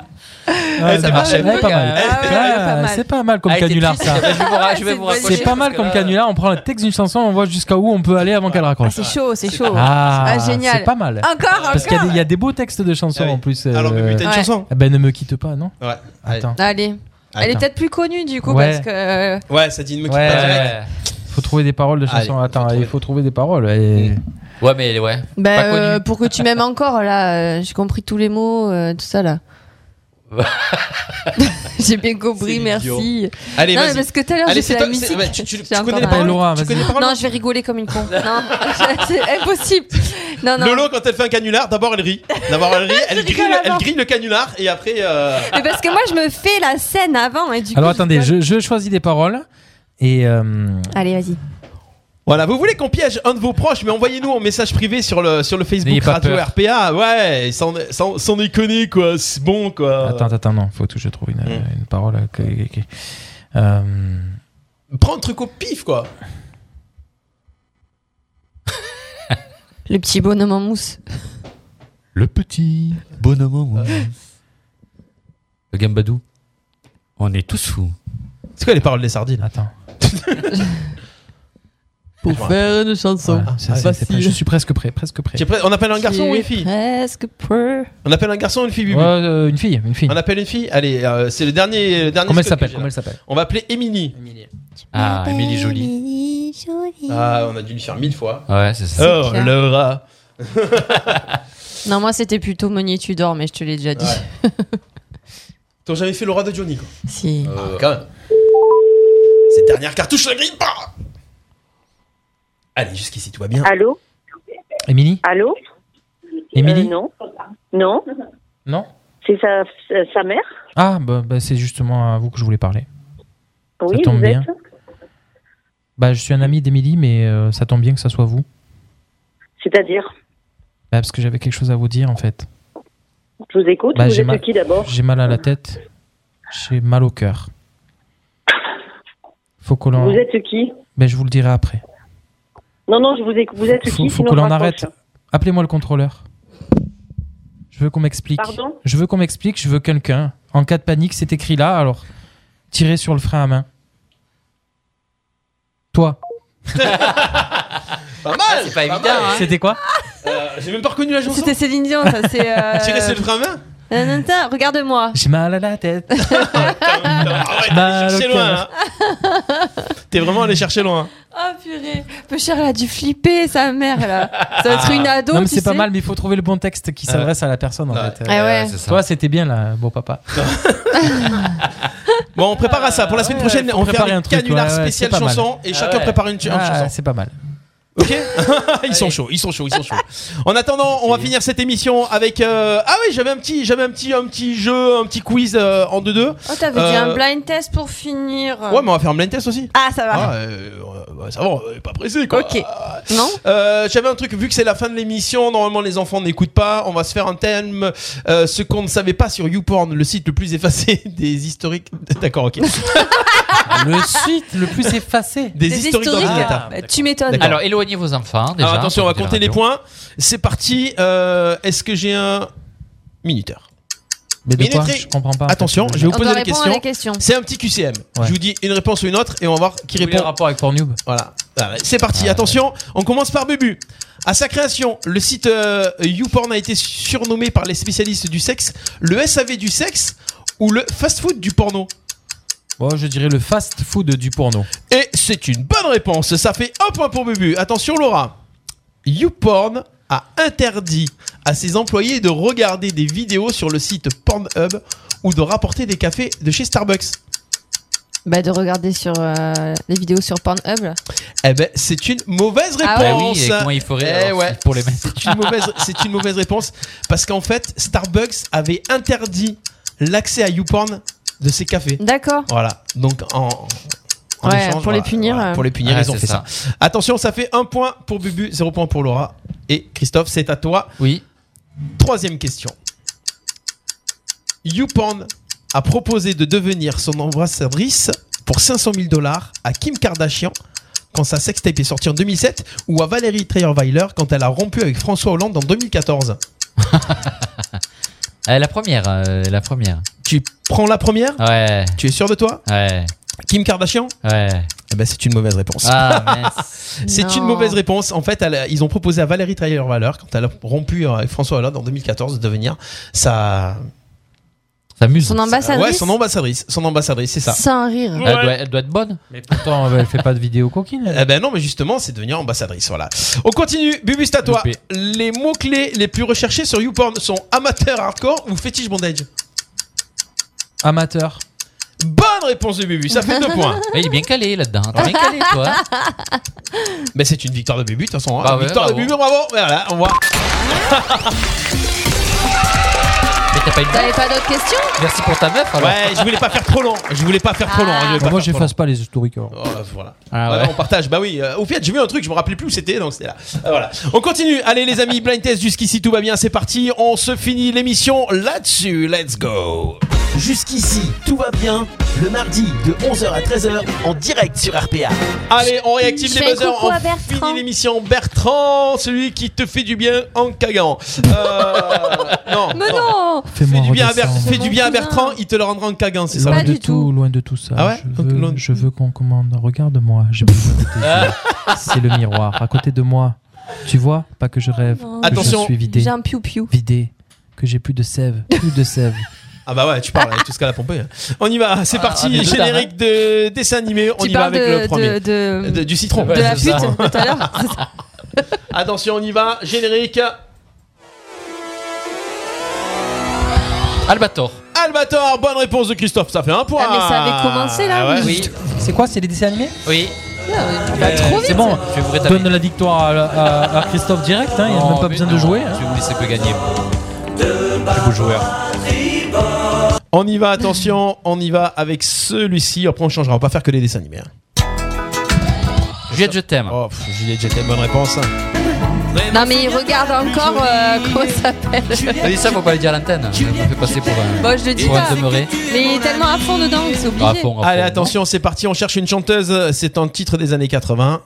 Speaker 7: Ouais, ça marchait
Speaker 5: bien,
Speaker 7: pas
Speaker 5: quand
Speaker 7: mal.
Speaker 5: même.
Speaker 7: Ouais,
Speaker 5: Elle était
Speaker 6: Ah, pas mal.
Speaker 7: C'est pas mal comme
Speaker 5: Elle Ah, était
Speaker 7: canular
Speaker 5: triste.
Speaker 7: ça.
Speaker 5: Je vais vous ra- je vais vous raccrocher
Speaker 7: C'est pas mal
Speaker 5: parce que
Speaker 7: comme
Speaker 5: là-
Speaker 7: canular. On prend le texte d'une chanson, on voit jusqu'à où on peut aller avant qu'elle raccroche.
Speaker 6: C'est chaud, c'est chaud.
Speaker 7: Ah,
Speaker 6: génial.
Speaker 7: C'est pas mal.
Speaker 6: Encore,
Speaker 7: Parce qu'il y a
Speaker 6: encore.
Speaker 7: des- il y, a des beaux textes de chansons
Speaker 5: Ah
Speaker 7: en plus. Alors,
Speaker 4: Bubu, t'as une Ouais. chanson
Speaker 7: Ben, ne me quitte pas, non
Speaker 4: Ouais.
Speaker 7: Attends.
Speaker 6: Allez. Elle est
Speaker 7: Attends.
Speaker 6: peut-être plus connue du coup
Speaker 7: Ah, Ouais.
Speaker 6: parce que. euh,
Speaker 4: Ouais, ça dit une me quitte
Speaker 7: Ouais.
Speaker 4: pas direct.
Speaker 7: Faut trouver des paroles de chansons. Attends, il faut trouver des paroles. et-
Speaker 5: Ouais, mais ouais.
Speaker 6: bah,
Speaker 5: pas connu.
Speaker 6: euh, pour que tu m'aimes encore là, euh, j'ai compris tous les mots, euh, tout ça là. (laughs) j'ai bien compris, merci.
Speaker 4: Allez,
Speaker 6: non,
Speaker 4: vas-y.
Speaker 6: mais parce que tout à l'heure
Speaker 4: Allez,
Speaker 6: j'ai
Speaker 4: c'est
Speaker 6: fait la
Speaker 4: toi- c'est-
Speaker 6: musique.
Speaker 4: ouais, tu- tu-
Speaker 6: J'ai
Speaker 4: tu
Speaker 6: encore
Speaker 4: connais les
Speaker 6: un-
Speaker 4: paroles Laura, Tu vas-y. connais les paroles
Speaker 6: Non, je vais rigoler
Speaker 4: (laughs)
Speaker 6: comme une con. Non, (laughs) c'est impossible. Non, non.
Speaker 4: Lolo, quand elle fait un canular, d'abord elle rit. D'abord
Speaker 6: (laughs)
Speaker 4: elle rit, elle, grille, elle grille le canular et après. euh,
Speaker 6: Mais parce que moi je me fais la scène avant et du
Speaker 7: Alors,
Speaker 6: coup. je-
Speaker 7: attendez, je, je choisis des paroles. Et. euh,
Speaker 6: Allez, vas-y.
Speaker 4: Voilà, vous voulez qu'on piège un de vos proches, mais envoyez-nous en message privé sur le, sur le
Speaker 7: N'ayez
Speaker 4: Facebook
Speaker 7: pas
Speaker 4: Radio
Speaker 7: peur.
Speaker 4: RPA. Ouais, sans, sans, sans déconner quoi, c'est bon quoi.
Speaker 7: Attends, attends, non, faut que je trouve une,
Speaker 4: Hmm.
Speaker 7: une parole. euh, que- que- que- euh,
Speaker 4: Prends un truc au pif quoi.
Speaker 6: Le petit bonhomme en mousse.
Speaker 5: Le petit bonhomme en mousse. Le gambadou. On est tous fous.
Speaker 4: C'est quoi les paroles des sardines
Speaker 7: (laughs) Attends.
Speaker 6: Pour faire une chanson.
Speaker 7: Voilà,
Speaker 9: Ah,
Speaker 7: c'est- c'est- c'est pas- je suis presque prêt, presque prêt.
Speaker 4: J'ai pre- On appelle un garçon ou une fille
Speaker 6: Presque peu.
Speaker 4: On appelle un garçon ou une fille Bubu
Speaker 7: Ouais, euh, une fille, une fille.
Speaker 4: On appelle une fille Allez, euh, c'est le dernier. Le dernier
Speaker 7: Comment elle
Speaker 4: stock que
Speaker 7: s'appelle
Speaker 4: j'ai
Speaker 7: Comment
Speaker 4: là.
Speaker 7: elle s'appelle
Speaker 4: On va appeler Émilie.
Speaker 5: Ah, Émilie Jolie.
Speaker 4: Ah, on a dû lui faire mille fois.
Speaker 5: Ouais, c'est ça.
Speaker 4: Oh,
Speaker 6: clair.
Speaker 4: le rat. (laughs)
Speaker 6: Non, moi c'était plutôt Meunier tu dors, mais je te l'ai déjà dit. (laughs)
Speaker 4: T'as jamais fait le rat de Johnny quoi
Speaker 6: Si.
Speaker 7: Euh.
Speaker 4: Ah, quand même. Cette dernière cartouche, la grille pas Allez, jusqu'ici tout va bien.
Speaker 9: Allô
Speaker 7: Émilie
Speaker 9: Allô
Speaker 7: Émilie
Speaker 9: Euh, Non. Non.
Speaker 7: Non
Speaker 9: C'est sa, sa- sa mère
Speaker 7: Ah, bah, bah, c'est justement à vous que je voulais parler.
Speaker 9: Oui,
Speaker 7: ça tombe
Speaker 9: vous
Speaker 7: bien.
Speaker 9: êtes
Speaker 7: Bah, je suis un ami d'Émilie, mais euh, ça tombe bien que ça soit vous.
Speaker 9: C'est-à-dire
Speaker 7: Bah, parce que j'avais quelque chose à vous dire en fait.
Speaker 9: Je vous écoute.
Speaker 7: Bah,
Speaker 9: vous
Speaker 7: j'ai
Speaker 9: êtes
Speaker 7: mal-
Speaker 9: qui d'abord
Speaker 7: J'ai mal à la tête, j'ai mal au cœur. Faut que l'on.
Speaker 9: Vous êtes qui
Speaker 7: Bah, je vous le dirai après.
Speaker 9: Non, non, je vous écoute. Vous êtes
Speaker 7: Faut,
Speaker 9: qui
Speaker 7: faut
Speaker 9: sinon
Speaker 7: que l'on
Speaker 9: je
Speaker 7: arrête.
Speaker 9: raccroche.
Speaker 7: Appelez-moi le contrôleur. Je veux qu'on m'explique.
Speaker 9: Pardon
Speaker 7: Je veux qu'on m'explique, je veux quelqu'un. En cas de panique, c'est écrit là, alors tirez sur le frein à main. Toi.
Speaker 6: (laughs)
Speaker 4: Pas
Speaker 6: Ah,
Speaker 4: mal
Speaker 5: C'est pas évident,
Speaker 4: mal.
Speaker 5: hein.
Speaker 7: C'était quoi
Speaker 4: Euh, J'ai même pas reconnu la chanson. (laughs)
Speaker 6: C'était Céline Dion, ça c'est. euh,
Speaker 4: Tirer, c'est le frein à main
Speaker 6: Nanana, Regarde-moi.
Speaker 7: J'ai mal à la
Speaker 6: (laughs)
Speaker 7: tête. Mal au
Speaker 4: chercher
Speaker 7: cœur.
Speaker 4: loin. hein. T'es vraiment allé chercher loin. hein.
Speaker 6: Oh purée, peu cher, elle a dû flipper sa mère là. Ça va être une ado.
Speaker 7: Non, mais
Speaker 6: tu
Speaker 7: c'est pas
Speaker 6: sais.
Speaker 7: mal, mais il faut trouver le bon texte qui
Speaker 4: Euh, Ouais.
Speaker 7: s'adresse à la personne en fait.
Speaker 6: Ah ouais. c'est ça.
Speaker 7: Toi, c'était bien là, beau papa.
Speaker 4: (laughs) Bon, on prépare à ça. Pour la semaine prochaine,
Speaker 7: Euh, faut
Speaker 4: on fait
Speaker 7: préparer
Speaker 4: un
Speaker 7: un truc,
Speaker 4: canular
Speaker 7: ouais, ouais,
Speaker 4: spécial
Speaker 7: c'est pas mal.
Speaker 4: chanson et
Speaker 7: Ah
Speaker 4: chacun
Speaker 7: ouais.
Speaker 4: prépare une, une
Speaker 7: Ah,
Speaker 4: chanson.
Speaker 7: C'est pas mal. (laughs)
Speaker 4: (laughs) ils sont chauds, ils sont chauds, ils sont chauds. En attendant, on va finir cette émission avec euh, ah oui, j'avais un petit j'avais un petit un petit jeu, un petit quiz euh, en deux deux.
Speaker 6: Oh, t'avais dit un blind test pour finir.
Speaker 4: Euh, Ouais, mais on va faire un blind test aussi.
Speaker 6: Ah, ça va.
Speaker 4: Ah, euh, ouais, ça va, on est pas pressé quoi.
Speaker 6: Ok. Non
Speaker 4: Euh, J'avais un truc, vu que c'est la fin de l'émission, normalement les enfants n'écoutent pas. On va se faire un thème euh, ce qu'on ne savait pas sur YouPorn, le site le plus effacé (laughs) des historiques. D'accord,
Speaker 7: (laughs)
Speaker 4: ok.
Speaker 7: le site le plus effacé
Speaker 4: des, historiques d'ordinateur.
Speaker 6: Bah, tu m'étonnes.
Speaker 5: Alors éloignez vos enfants. Déjà,
Speaker 4: Alors attention, on va
Speaker 5: de la
Speaker 4: compter les
Speaker 5: radio.
Speaker 4: points. C'est parti. Euh, Est-ce que j'ai un minuteur
Speaker 7: Mais de quoi
Speaker 4: Minuterie.
Speaker 7: Je comprends pas. en fait.
Speaker 4: Attention, je vais vous
Speaker 6: On
Speaker 4: poser
Speaker 6: doit
Speaker 4: des
Speaker 6: répondre à
Speaker 4: questions.
Speaker 6: la question.
Speaker 4: C'est un petit QCM. Je vous dis une réponse ou une autre et on va voir qui répond.
Speaker 7: rapport avec Pornhub.
Speaker 4: Voilà. Voilà, C'est parti. Attention, on commence par Bubu. À sa création, le site euh, YouPorn a été surnommé par les spécialistes du sexe le SAV du sexe ou le fast-food du porno.
Speaker 7: Bon, Oh, je dirais le fast food du porno.
Speaker 4: Et c'est une bonne réponse. Ça fait un point pour Bubu. Attention, Laura. YouPorn a interdit à ses employés de regarder des vidéos sur le site Pornhub ou de rapporter des cafés de chez Starbucks.
Speaker 6: Bah, de regarder sur euh, les vidéos sur Pornhub. là.
Speaker 4: Eh ben, c'est une mauvaise réponse.
Speaker 6: Ah ouais Bah oui,
Speaker 5: et comment il faudrait,
Speaker 4: Eh
Speaker 5: alors,
Speaker 4: ouais.
Speaker 5: pour les mettre
Speaker 4: C'est
Speaker 5: (laughs)
Speaker 4: une mauvaise, c'est une mauvaise réponse parce qu'en fait, Starbucks avait interdit l'accès à YouPorn de ses cafés.
Speaker 6: D'accord.
Speaker 4: Voilà. Donc en, en
Speaker 6: Ouais,
Speaker 4: échange,
Speaker 6: pour
Speaker 4: voilà,
Speaker 6: les punir.
Speaker 4: voilà,
Speaker 6: euh.
Speaker 4: pour les punir,
Speaker 5: Ouais,
Speaker 4: ils ont
Speaker 5: c'est
Speaker 4: fait ça. Attention, ça fait un point pour Bubu, zéro point pour Laura. Et Christophe, c'est à toi.
Speaker 5: Oui.
Speaker 4: Troisième question. YouPorn a proposé de devenir son embrassadrice pour 500 000 dollars à Kim Kardashian quand sa sextape est sortie en 2007 ou à Valérie Trierweiler quand elle a rompu avec François Hollande en 2014.
Speaker 5: Euh, la première, euh, la première.
Speaker 4: Tu prends la première
Speaker 5: Ouais.
Speaker 4: Tu es sûr de toi
Speaker 5: Ouais.
Speaker 4: Kim Kardashian
Speaker 5: Ouais.
Speaker 4: Eh ben, c'est une mauvaise réponse.
Speaker 6: (laughs)
Speaker 5: Ah,
Speaker 4: c'est une
Speaker 5: Non.
Speaker 4: mauvaise réponse. En fait, elle a- ils ont proposé à Valérie Trierweiler, quand elle a rompu euh, avec François Hollande en 2014, de devenir sa.
Speaker 5: Sa muse.
Speaker 6: Son ambassadrice
Speaker 4: Ouais, son ambassadrice. Son ambassadrice, c'est ça.
Speaker 6: Sans rire.
Speaker 4: Elle doit-
Speaker 5: elle doit être bonne.
Speaker 7: Mais pourtant, euh, elle fait pas de vidéo coquine.
Speaker 4: Eh ben non, mais justement, c'est devenir ambassadrice. Voilà. On continue. Bubu, c'est à toi.
Speaker 5: Loupé.
Speaker 4: Les mots-clés les plus recherchés sur YouPorn sont amateur hardcore ou fétiche bondage
Speaker 7: Amateur.
Speaker 4: Bonne réponse de Bubu, ça fait deux
Speaker 7: (laughs)
Speaker 4: points.
Speaker 5: Ouais, il est bien calé là-dedans. T'es bien calé,
Speaker 4: (laughs)
Speaker 5: toi.
Speaker 4: Mais Ben, c'est une victoire de Bubu, de toute façon. hein.
Speaker 5: Bah ouais,
Speaker 4: victoire de
Speaker 5: bravo.
Speaker 4: Bubu, bravo. Voilà, on voit.
Speaker 5: Mais t'as pas une
Speaker 6: T'avais pas d'autres questions
Speaker 5: Merci pour ta meuf. alors. Bah,
Speaker 4: Ouais, je voulais pas faire trop long. Je voulais pas
Speaker 7: Ah.
Speaker 4: faire trop long. hein, je voulais pas
Speaker 7: moi,
Speaker 4: faire trop
Speaker 7: j'efface pas les historiques. alors.
Speaker 4: long. Oh, voilà.
Speaker 7: Ah
Speaker 4: Ouais,
Speaker 7: ouais.
Speaker 4: on partage. Bah oui. euh, au fait, j'ai vu un truc, je me rappelais plus où c'était, donc c'était là. Euh, voilà. On continue. Allez, les amis, blind test jusqu'ici tout va bien. C'est parti. On se finit l'émission là-dessus. Let's go.
Speaker 2: Jusqu'ici, tout va bien. Le mardi de 11h à 13h en direct sur RPA.
Speaker 4: Allez, on réactive
Speaker 2: Je
Speaker 4: les
Speaker 2: fais un
Speaker 4: buzzers.
Speaker 2: coucou
Speaker 4: On
Speaker 2: à
Speaker 4: finit l'émission. Bertrand, celui qui te fait du bien en cagant. Euh, non.
Speaker 6: Mais non
Speaker 4: Fais du bien, à Ber-
Speaker 7: redescendre.
Speaker 4: fais du bien à Bertrand, il te le rendra en cagant, c'est ça
Speaker 7: Loin de tout, loin de tout ça.
Speaker 4: Ah ouais
Speaker 7: je veux, je veux qu'on commande. Regarde-moi, j'ai besoin de tes
Speaker 4: Ah.
Speaker 7: yeux. C'est le miroir à côté de moi. Tu vois, pas que je rêve.
Speaker 6: Non.
Speaker 7: que je suis vidé.
Speaker 6: J'ai un piou-piou.
Speaker 7: Vidé. Que j'ai plus de sève. Plus de sève.
Speaker 4: Ah bah ouais, tu parles avec tout ce qu'elle a pompé. hein. On y va, c'est
Speaker 5: Ah,
Speaker 4: parti,
Speaker 5: mais de là,
Speaker 4: générique de dessin animé, on
Speaker 6: Tu
Speaker 4: y va
Speaker 6: parles
Speaker 4: avec le
Speaker 6: de,
Speaker 4: premier.
Speaker 6: de,
Speaker 4: De-
Speaker 6: de,
Speaker 4: du citron.
Speaker 6: de la
Speaker 4: Ouais, c'est
Speaker 6: pute
Speaker 4: ça.
Speaker 6: tout à l'heure.
Speaker 4: (laughs) Attention, on y va, générique.
Speaker 5: Albator.
Speaker 4: Albator, bonne réponse de Christophe, ça fait un point. Ah
Speaker 6: Ah, mais ça avait commencé, là,
Speaker 4: Ouais.
Speaker 5: Oui.
Speaker 7: C'est quoi Ah, C'est les dessins animés
Speaker 5: Oui.
Speaker 6: Bah, trop vite.
Speaker 7: C'est bon,
Speaker 5: Je vais vous rétablir.
Speaker 7: donne la victoire à, à- à Christophe direct. hein, Il n'y a
Speaker 5: Non,
Speaker 7: même
Speaker 5: mais
Speaker 7: pas besoin de
Speaker 5: non,
Speaker 7: jouer. hein.
Speaker 5: Je vais vous laisser peu gagner. Très beau joueur.
Speaker 4: On y va, attention, on y va avec celui-ci. Après, on changera, on va pas faire que les dessins animés. hein.
Speaker 5: Juliette, je t'aime.
Speaker 4: Oh, pff, Juliette, j'étais bonne réponse.
Speaker 6: Non, mais il regarde encore euh, comment ça s'appelle.
Speaker 5: T'as dit ça, faut pas le dire à l'antenne. Je me fais passer pour un.
Speaker 6: Bon, je le dis
Speaker 5: pour un
Speaker 6: pas.
Speaker 5: demeuré.
Speaker 6: Mais il est tellement à fond dedans que c'est obligé.
Speaker 5: À fond, à fond.
Speaker 4: Allez, attention, c'est parti, on cherche une chanteuse. C'est un titre des années 80.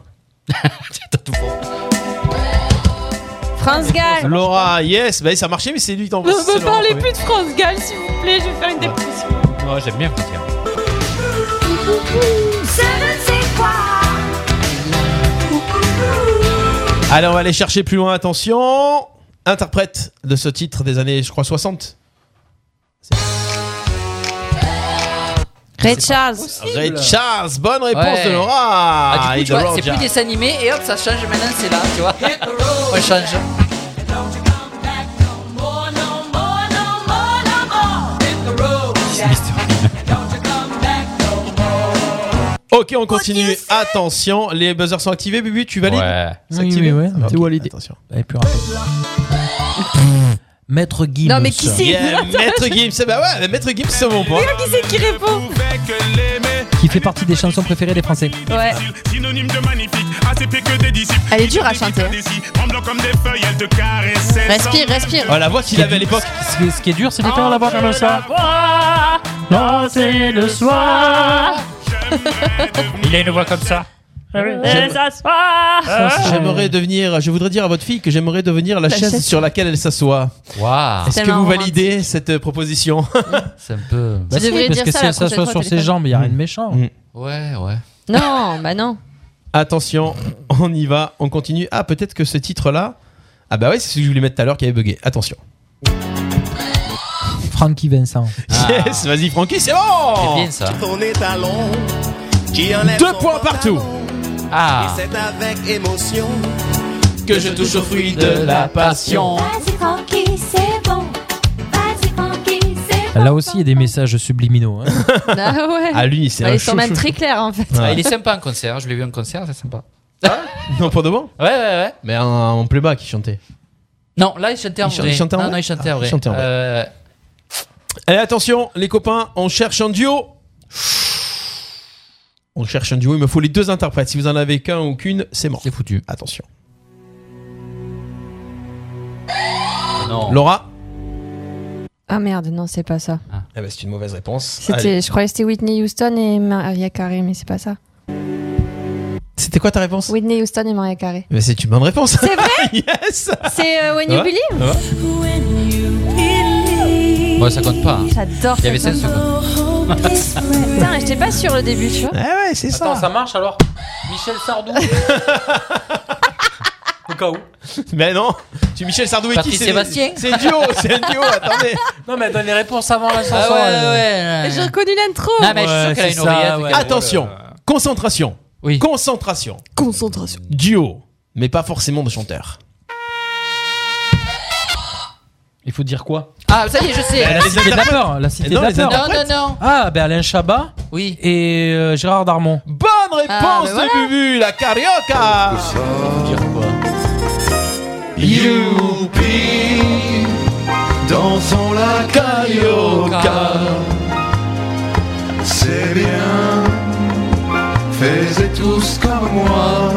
Speaker 6: France Gall.
Speaker 4: Laura, yes, bah, ça marchait, mais c'est lui qui t'en
Speaker 6: Ne me parlez plus de France Gall, s'il vous plaît. Je vais faire une dépression.
Speaker 5: Oh, j'aime bien Franz Gall.
Speaker 4: Allez, on va aller chercher plus loin, attention. Interprète de ce titre des années, je crois, 60.
Speaker 6: Ray Charles.
Speaker 4: Ray Charles, bonne réponse
Speaker 5: Ouais.
Speaker 4: de Laura.
Speaker 5: Ah, du
Speaker 4: Et
Speaker 5: coup, tu
Speaker 4: de
Speaker 5: vois, c'est
Speaker 4: Roger.
Speaker 5: plus dessin animé et hop, ça change. Maintenant, c'est là, tu vois. On change.
Speaker 4: Ok, on continue. Attention, les buzzers sont activés. Bubu, tu valides
Speaker 5: Ouais.
Speaker 4: C'est activé
Speaker 7: oui, ouais.
Speaker 4: Ah, ok,
Speaker 7: C'est validé.
Speaker 4: Attention.
Speaker 7: Et plus rapide. Maître Gims.
Speaker 4: Non, mais qui c'est Yeah, Maître Gims. Bah ouais, mais Maître Gims, c'est mon point.
Speaker 6: Qui c'est qui répond
Speaker 7: Qui fait partie des chansons préférées des Français.
Speaker 6: Ouais.
Speaker 16: Synonyme de magnifique, ACP que des disciples.
Speaker 6: Elle est dure à chanter. hein.
Speaker 16: Tremblant comme des feuilles, elle te caresse.
Speaker 6: Respire, respire.
Speaker 4: Ah, la voix qu'il avait à l'époque.
Speaker 7: Ce qui, ce qui est dur, c'est de faire la voix comme ça.
Speaker 1: Danser le soir.
Speaker 6: Ah
Speaker 4: Il a une voix comme ça.
Speaker 1: Et
Speaker 9: Ah,
Speaker 1: s'asseoir.
Speaker 4: Ah, J'aimerais devenir, je voudrais dire à votre fille que j'aimerais devenir la,
Speaker 1: La
Speaker 4: chaise,
Speaker 1: chaise.
Speaker 4: sur laquelle elle s'assoit.
Speaker 5: Waouh.
Speaker 4: Est-ce
Speaker 5: C'est
Speaker 4: que vous
Speaker 5: marrant,
Speaker 4: validez cette
Speaker 7: (laughs)
Speaker 4: euh, proposition
Speaker 5: C'est un peu.
Speaker 7: Bah si, parce que si elle s'assoit sur ses jambes, il n'y a rien
Speaker 4: Mm.
Speaker 7: de méchant.
Speaker 5: Ouais, ouais.
Speaker 6: Non, bah non.
Speaker 4: Attention, on y va, on continue. Ah, peut-être que ce titre-là. Ah, bah ouais, c'est celui que je voulais mettre tout à l'heure qui avait bugué. Attention.
Speaker 7: Frankie Vincent.
Speaker 4: Yes, vas-y, Francky, c'est
Speaker 1: Ah.
Speaker 4: bon
Speaker 7: Ah. C'est bien, ça.
Speaker 4: Deux points partout
Speaker 5: Ah
Speaker 1: C'est avec émotion.
Speaker 4: Que je touche au fruit de la passion.
Speaker 1: Vas-y, Francky, c'est bon. Vas-y, Francky, c'est
Speaker 7: Là aussi, il y a des messages subliminaux. hein.
Speaker 6: (laughs) Ah ouais.
Speaker 7: Ah, lui, c'est
Speaker 6: Bah,
Speaker 7: un
Speaker 6: Ils sont
Speaker 7: chou,
Speaker 6: même
Speaker 7: chou,
Speaker 6: très
Speaker 7: chou.
Speaker 6: clairs
Speaker 1: (laughs)
Speaker 6: en fait.
Speaker 5: Ah, il est sympa en concert, je l'ai vu en concert, c'est sympa.
Speaker 4: Ah Non, pour de bon
Speaker 5: Ouais, ouais, ouais.
Speaker 4: Mais un, un playback qui chantait.
Speaker 5: Non, là, il chantait en
Speaker 4: Il chan-
Speaker 5: vrai.
Speaker 4: il chantait en
Speaker 5: non,
Speaker 4: vrai
Speaker 5: non, il chantait en
Speaker 4: Ah,
Speaker 5: vrai.
Speaker 4: il chantait en vrai.
Speaker 5: Euh,
Speaker 4: Allez, attention, les copains, on cherche un duo. On cherche un duo, il me faut les deux interprètes. Si vous en avez qu'un ou qu'une, c'est mort. C'est
Speaker 5: foutu.
Speaker 4: Attention.
Speaker 5: non.
Speaker 4: Laura
Speaker 6: Ah merde, non, c'est pas ça.
Speaker 5: Ah.
Speaker 4: Eh ben, c'est une mauvaise réponse.
Speaker 6: C'était,
Speaker 4: Allez.
Speaker 6: je croyais que c'était Whitney Houston et Maria Carey, mais c'est pas ça.
Speaker 4: C'était quoi ta réponse
Speaker 6: Whitney Houston et Maria Carey.
Speaker 4: Mais Eh ben, c'est une bonne réponse.
Speaker 6: C'est vrai
Speaker 4: (laughs) Yes
Speaker 6: C'est euh, When You
Speaker 4: Ouais.
Speaker 6: Believe
Speaker 4: Ouais.
Speaker 5: Bon, ça compte pas. hein.
Speaker 6: (laughs) J'adore
Speaker 5: Il y avait
Speaker 6: cette
Speaker 5: 16 secondes.
Speaker 6: Putain, j'étais pas sûre le début, tu vois.
Speaker 4: Ah ouais, c'est
Speaker 7: Attends, ça marche alors Michel Sardou
Speaker 4: Au cas où. (laughs) Mais non, tu Michel Sardou et
Speaker 7: Patrick
Speaker 4: qui c'est-
Speaker 7: Sébastien.
Speaker 4: C'est un duo, c'est un duo,
Speaker 6: (laughs)
Speaker 4: attendez. Ah
Speaker 7: Non, mais donne les réponses avant la
Speaker 5: chanson, ouais, elle. ouais,
Speaker 6: J'ai reconnu l'intro.
Speaker 5: Non, mais je suis sûr qu'elle a une oreillette. qu'elle a-
Speaker 4: Attention, concentration.
Speaker 5: Oui.
Speaker 4: Concentration.
Speaker 6: Concentration.
Speaker 4: Duo, mais pas forcément de chanteur.
Speaker 7: Il faut dire quoi
Speaker 5: Ah, ça y est, je sais.
Speaker 7: La cité de la peur. La cité de
Speaker 5: Non,
Speaker 7: la
Speaker 5: les
Speaker 7: peur.
Speaker 5: interprètes. Non, non, non.
Speaker 7: Ah, ben Alain Chabat.
Speaker 5: Oui.
Speaker 7: Et euh, Gérard Darmon.
Speaker 4: Bonne réponse
Speaker 5: Ah,
Speaker 4: de
Speaker 5: ben voilà.
Speaker 4: Bubu, la carioca.
Speaker 1: Youpi, dansons la carioca. C'est bien, faisais tous comme moi.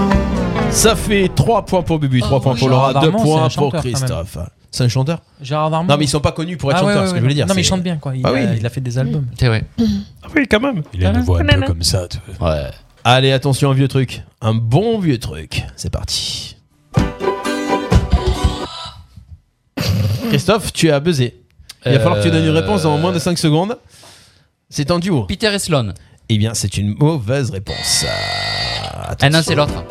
Speaker 4: Ça fait 3 points pour Bubu,
Speaker 7: Oh,
Speaker 4: 3 points pour
Speaker 7: Gérard
Speaker 4: Laura, 2
Speaker 7: Darmon, Ah, c'est
Speaker 4: points
Speaker 7: un
Speaker 4: pour
Speaker 7: chanteur, quand même.
Speaker 4: Christophe. C'est un chanteur
Speaker 7: Gérard Darmon.
Speaker 4: Non, mais ils sont pas connus pour être
Speaker 7: Ah, ouais,
Speaker 4: chanteurs,
Speaker 7: ouais,
Speaker 4: ce que
Speaker 7: ouais.
Speaker 4: je voulais dire.
Speaker 7: Non, mais il
Speaker 4: c'est-
Speaker 7: chante bien, quoi. Il,
Speaker 4: Ah
Speaker 7: a,
Speaker 4: oui.
Speaker 7: il a fait des albums.
Speaker 5: C'est vrai.
Speaker 8: Ah oui, quand même.
Speaker 4: Il a une voix
Speaker 8: Quand même, hein.
Speaker 4: ça, tu vois. Allez, attention, un vieux truc. Un bon vieux truc. C'est
Speaker 5: (laughs)
Speaker 4: parti. Christophe, tu as buzzé. Il va
Speaker 5: Euh,
Speaker 4: falloir que tu donnes une réponse dans moins de 5 secondes. C'est un duo.
Speaker 5: Peter et Sloan.
Speaker 4: Eh bien, c'est une mauvaise réponse.
Speaker 5: Ah non, c'est l'autre.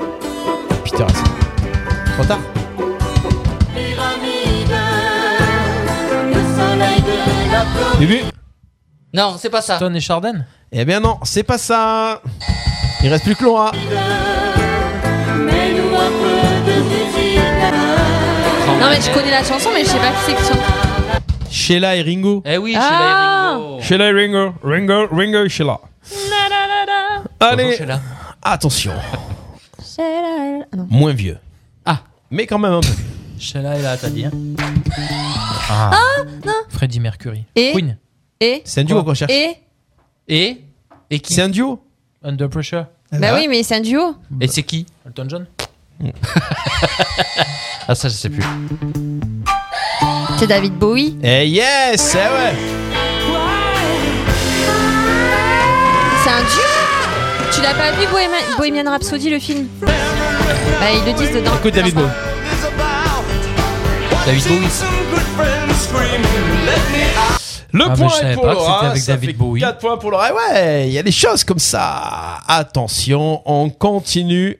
Speaker 4: Peter et Sloan. Trop tard Bubu
Speaker 5: Non, c'est pas ça.
Speaker 7: Stone et Chardin
Speaker 4: Eh bien non, c'est pas ça. Il reste plus que Laura.
Speaker 6: Non, mais je connais la chanson, mais je sais pas qui c'est qui chante.
Speaker 4: Sheila et Ringo.
Speaker 5: Eh oui,
Speaker 6: Ah
Speaker 4: Sheila et Ringo. Ringo, Ringo et Sheila. Allez, attention.
Speaker 6: Sheila- Ah non.
Speaker 4: Moins vieux.
Speaker 5: Ah.
Speaker 4: Mais quand même un peu.
Speaker 7: Sheila et la t'as dit. hein.
Speaker 4: Ah.
Speaker 6: non.
Speaker 7: Freddie Mercury.
Speaker 6: Et
Speaker 7: Queen.
Speaker 6: Et
Speaker 4: C'est un duo qu'on cherche.
Speaker 6: Et
Speaker 5: Et Et qui
Speaker 4: C'est un duo
Speaker 7: Under Pressure.
Speaker 6: Bah oui, mais c'est un duo.
Speaker 5: Et c'est qui
Speaker 7: Elton John.
Speaker 5: Hmm. (laughs) Ah, ça, je sais plus.
Speaker 6: C'est David Bowie.
Speaker 4: Eh yes, eh ouais.
Speaker 6: C'est un duo Tu l'as pas vu Bohemian, Bohemian Rhapsody le film Bah ils le disent dedans.
Speaker 4: Écoute David Bowie.
Speaker 5: David Bowie.
Speaker 4: Le
Speaker 5: Ah, mais
Speaker 4: point
Speaker 5: je savais
Speaker 4: est pour
Speaker 5: pas que
Speaker 4: Laura.
Speaker 5: c'était avec
Speaker 4: ça
Speaker 5: David
Speaker 4: fait 4 points pour Laura. Eh ouais, il y a des choses comme ça. Attention, on continue.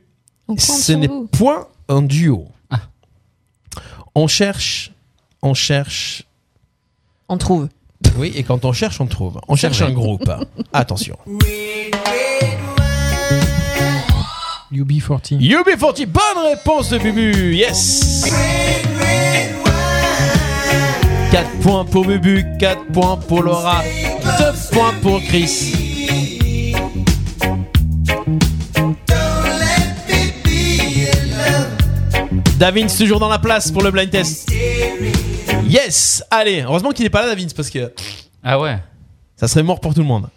Speaker 6: On compte
Speaker 4: Ce
Speaker 6: sur
Speaker 4: n'est
Speaker 6: vous.
Speaker 4: point un duo.
Speaker 5: Ah.
Speaker 4: On cherche, on cherche.
Speaker 6: On trouve.
Speaker 4: Oui, et quand on cherche, on trouve. On
Speaker 1: C'est
Speaker 4: cherche
Speaker 1: vrai.
Speaker 4: un groupe. Attention.
Speaker 7: UB40.
Speaker 4: UB40, bonne réponse de Bubu. Yes. 4 points pour Bubu, 4 points pour Laura, 2 points pour Chris. Davins toujours dans la place pour le blind test. Yes, allez, heureusement qu'il n'est pas là Davins parce que ah ouais, ça serait mort pour tout le monde.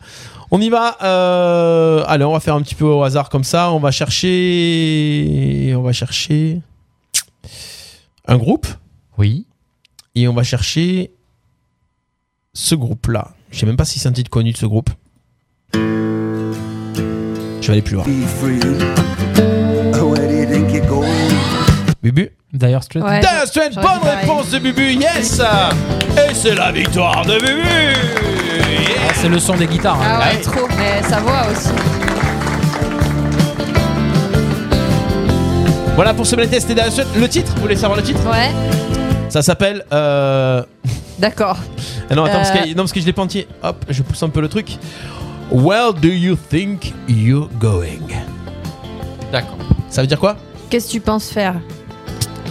Speaker 4: On y va. euh, Allez, on va faire un petit peu au hasard comme ça. On va chercher, on va chercher un groupe. Oui. Et on va chercher ce groupe-là. Je sais même pas si c'est un titre connu de ce groupe. Je vais aller plus loin. Bubu.
Speaker 7: D'ailleurs, Straight.
Speaker 4: Dire Straits, bonne réponse de Bubu, yes Et c'est la victoire de Bubu Yeah
Speaker 7: Ah, C'est le son des guitares. hein.
Speaker 6: Ah ouais, trop. Mais sa voix aussi.
Speaker 4: Voilà pour ce blind test et Dire Straits. le titre, vous voulez savoir le titre
Speaker 6: Ouais.
Speaker 4: Ça s'appelle... Euh...
Speaker 6: D'accord.
Speaker 4: Ah non, attends, parce
Speaker 6: Euh.
Speaker 4: que, non, parce que je l'ai pas entier. Hop, je pousse un peu le truc. Where do you think you're going D'accord. Ça veut dire quoi
Speaker 6: Qu'est-ce que tu penses faire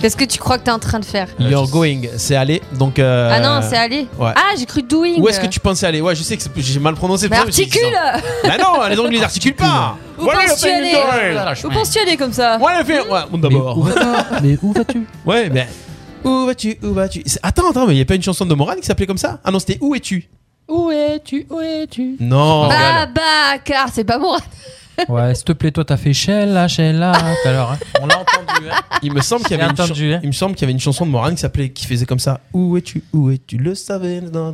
Speaker 6: Qu'est-ce que tu crois que t'es en train de faire
Speaker 7: Euh,
Speaker 4: You're going, c'est aller, donc... euh,
Speaker 6: Ah non, c'est aller.
Speaker 4: Ouais.
Speaker 6: Ah, j'ai cru doing.
Speaker 4: Où est-ce que tu pensais aller Ouais, je sais que c'est- j'ai mal prononcé. le
Speaker 6: Mais
Speaker 4: premier, je me suis dit,
Speaker 6: articule
Speaker 4: Bah non, les Anglais ils articulent pas
Speaker 6: Où
Speaker 4: Voilà,
Speaker 6: penses-tu
Speaker 4: le
Speaker 6: aller
Speaker 4: Penguin.
Speaker 6: Où penses-tu aller comme ça
Speaker 4: Ouais, fait. Ouais, on d'abord.
Speaker 7: Mais
Speaker 4: (laughs)
Speaker 7: où vas-tu
Speaker 4: Ouais, mais. Où vas-tu Où vas-tu C'est- Attends, attends, mais il n'y a pas une chanson de Morane qui s'appelait comme ça Ah non, c'était Où es-tu
Speaker 6: Où es-tu Où es-tu
Speaker 4: Non
Speaker 6: Bah, bah, car c'est pas moi.
Speaker 7: Ouais, s'il te plaît, toi, t'as fait Shella, Shella tout à l'heure. hein. On l'a entendu. hein.
Speaker 4: Il me semble qu'il y avait
Speaker 7: J'ai
Speaker 4: une
Speaker 7: entendu, hein.
Speaker 4: chan- il me semble qu'il y avait une chanson de Morane qui s'appelait qui faisait comme ça. Où es-tu Où es-tu Le savais non, non,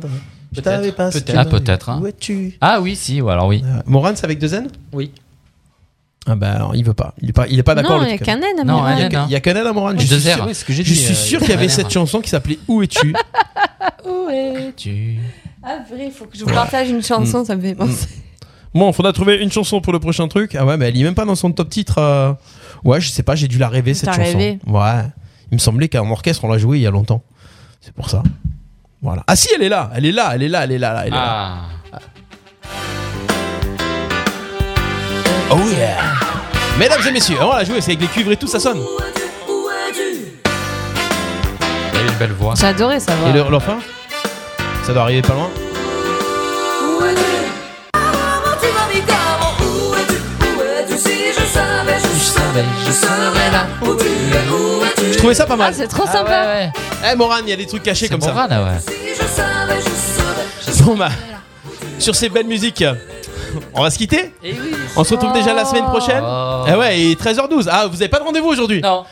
Speaker 4: Je t'avais pas
Speaker 5: peut-être.
Speaker 4: si tu
Speaker 5: Ah,
Speaker 4: m'avais-
Speaker 5: peut-être, hein.
Speaker 4: Où es-tu
Speaker 5: Ah oui, si, ou alors oui.
Speaker 4: Morane, c'est avec deux N
Speaker 7: Oui.
Speaker 4: Ah bah alors, il veut pas. Il est pas il est pas d'accord
Speaker 6: Non,
Speaker 4: le
Speaker 6: il y a
Speaker 4: truc.
Speaker 6: qu'un N à
Speaker 4: Non,
Speaker 6: Morane.
Speaker 4: il y a que- il y a qu'un N à Morane. Je
Speaker 5: Deux
Speaker 4: suis
Speaker 5: R.
Speaker 4: sûr,
Speaker 5: Ouais, ce que j'ai
Speaker 4: je
Speaker 5: dit,
Speaker 4: suis
Speaker 5: euh,
Speaker 4: sûr qu'il y avait
Speaker 5: R.
Speaker 4: cette chanson qui s'appelait Où
Speaker 5: (laughs)
Speaker 4: es-tu
Speaker 6: Où es-tu Ah, vrai, faut que je vous partage une chanson, ça me fait penser.
Speaker 4: Bon, faudra trouver une chanson pour le prochain truc. Ah ouais, mais elle est même pas dans son top titre. euh. Ouais, je sais pas, j'ai dû la rêver cette
Speaker 6: T'as
Speaker 4: chanson.
Speaker 6: rêvé.
Speaker 4: Ouais. Il me semblait qu'en orchestre, on l'a jouée il y a longtemps. C'est pour ça. Voilà. Ah si, elle est là, elle est là, elle est là, elle est là, là, elle est là. Oh yeah Mesdames et messieurs, on l'a jouée, c'est avec les cuivres et tout, ça sonne.
Speaker 5: Il a une belle voix.
Speaker 6: J'ai adoré ça.
Speaker 4: Et le- l'enfin Ça doit arriver pas loin. Je trouvais ça pas mal.
Speaker 6: Ah, c'est trop sympa.
Speaker 4: Eh Morane, il y a des trucs cachés comme ça.
Speaker 5: Morane, ouais.
Speaker 4: Bon bah, sur ces belles musiques, on va se quitter. On se retrouve
Speaker 5: Oh.
Speaker 4: déjà la semaine prochaine.
Speaker 5: Oh.
Speaker 4: Eh ouais, et 13h12. Ah, vous avez pas de rendez-vous aujourd'hui Non.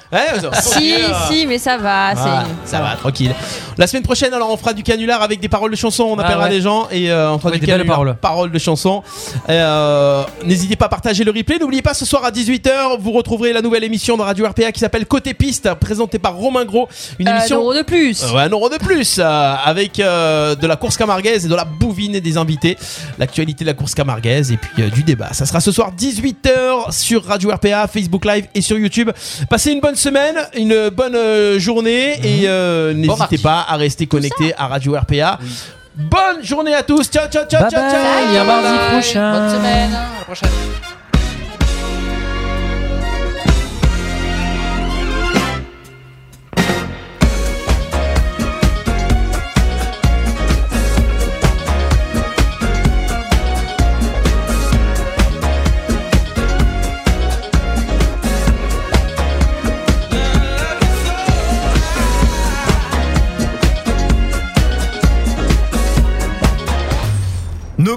Speaker 6: Si, si, mais ça va. c'est-
Speaker 4: Ah, ça va, tranquille. La semaine prochaine, alors on fera du canular avec des paroles de chansons. On
Speaker 7: Ah
Speaker 4: appellera
Speaker 7: ouais.
Speaker 4: les gens et euh, on fera
Speaker 7: Oui,
Speaker 4: du
Speaker 7: des belles
Speaker 4: canular.
Speaker 7: paroles.
Speaker 4: de chansons. Et, euh, N'hésitez pas à partager le replay. N'oubliez pas, ce soir à 18h, vous retrouverez la nouvelle émission de Radio RPA qui s'appelle Côté Piste, présentée par Romain Gros. Une
Speaker 6: Euh,
Speaker 4: émission.
Speaker 6: un euro de plus.
Speaker 4: Euh, ouais, un euro de plus euh, avec euh, de la course camarguaise et de la bouvine et des invités. L'actualité de la course camarguaise et puis euh, du débat. Ça sera ce soir 18h sur Radio RPA, Facebook Live et sur YouTube. Passez une bonne semaine, une bonne euh, journée
Speaker 7: Mhm.
Speaker 4: et euh, n'hésitez pas à rester connecté à Radio RPA. Bonne journée à tous. Ciao, ciao, ciao,
Speaker 7: Bye
Speaker 4: ciao, ciao.
Speaker 7: bye, à mardi prochain.
Speaker 5: Bonne semaine. hein, À la prochaine.
Speaker 2: Nos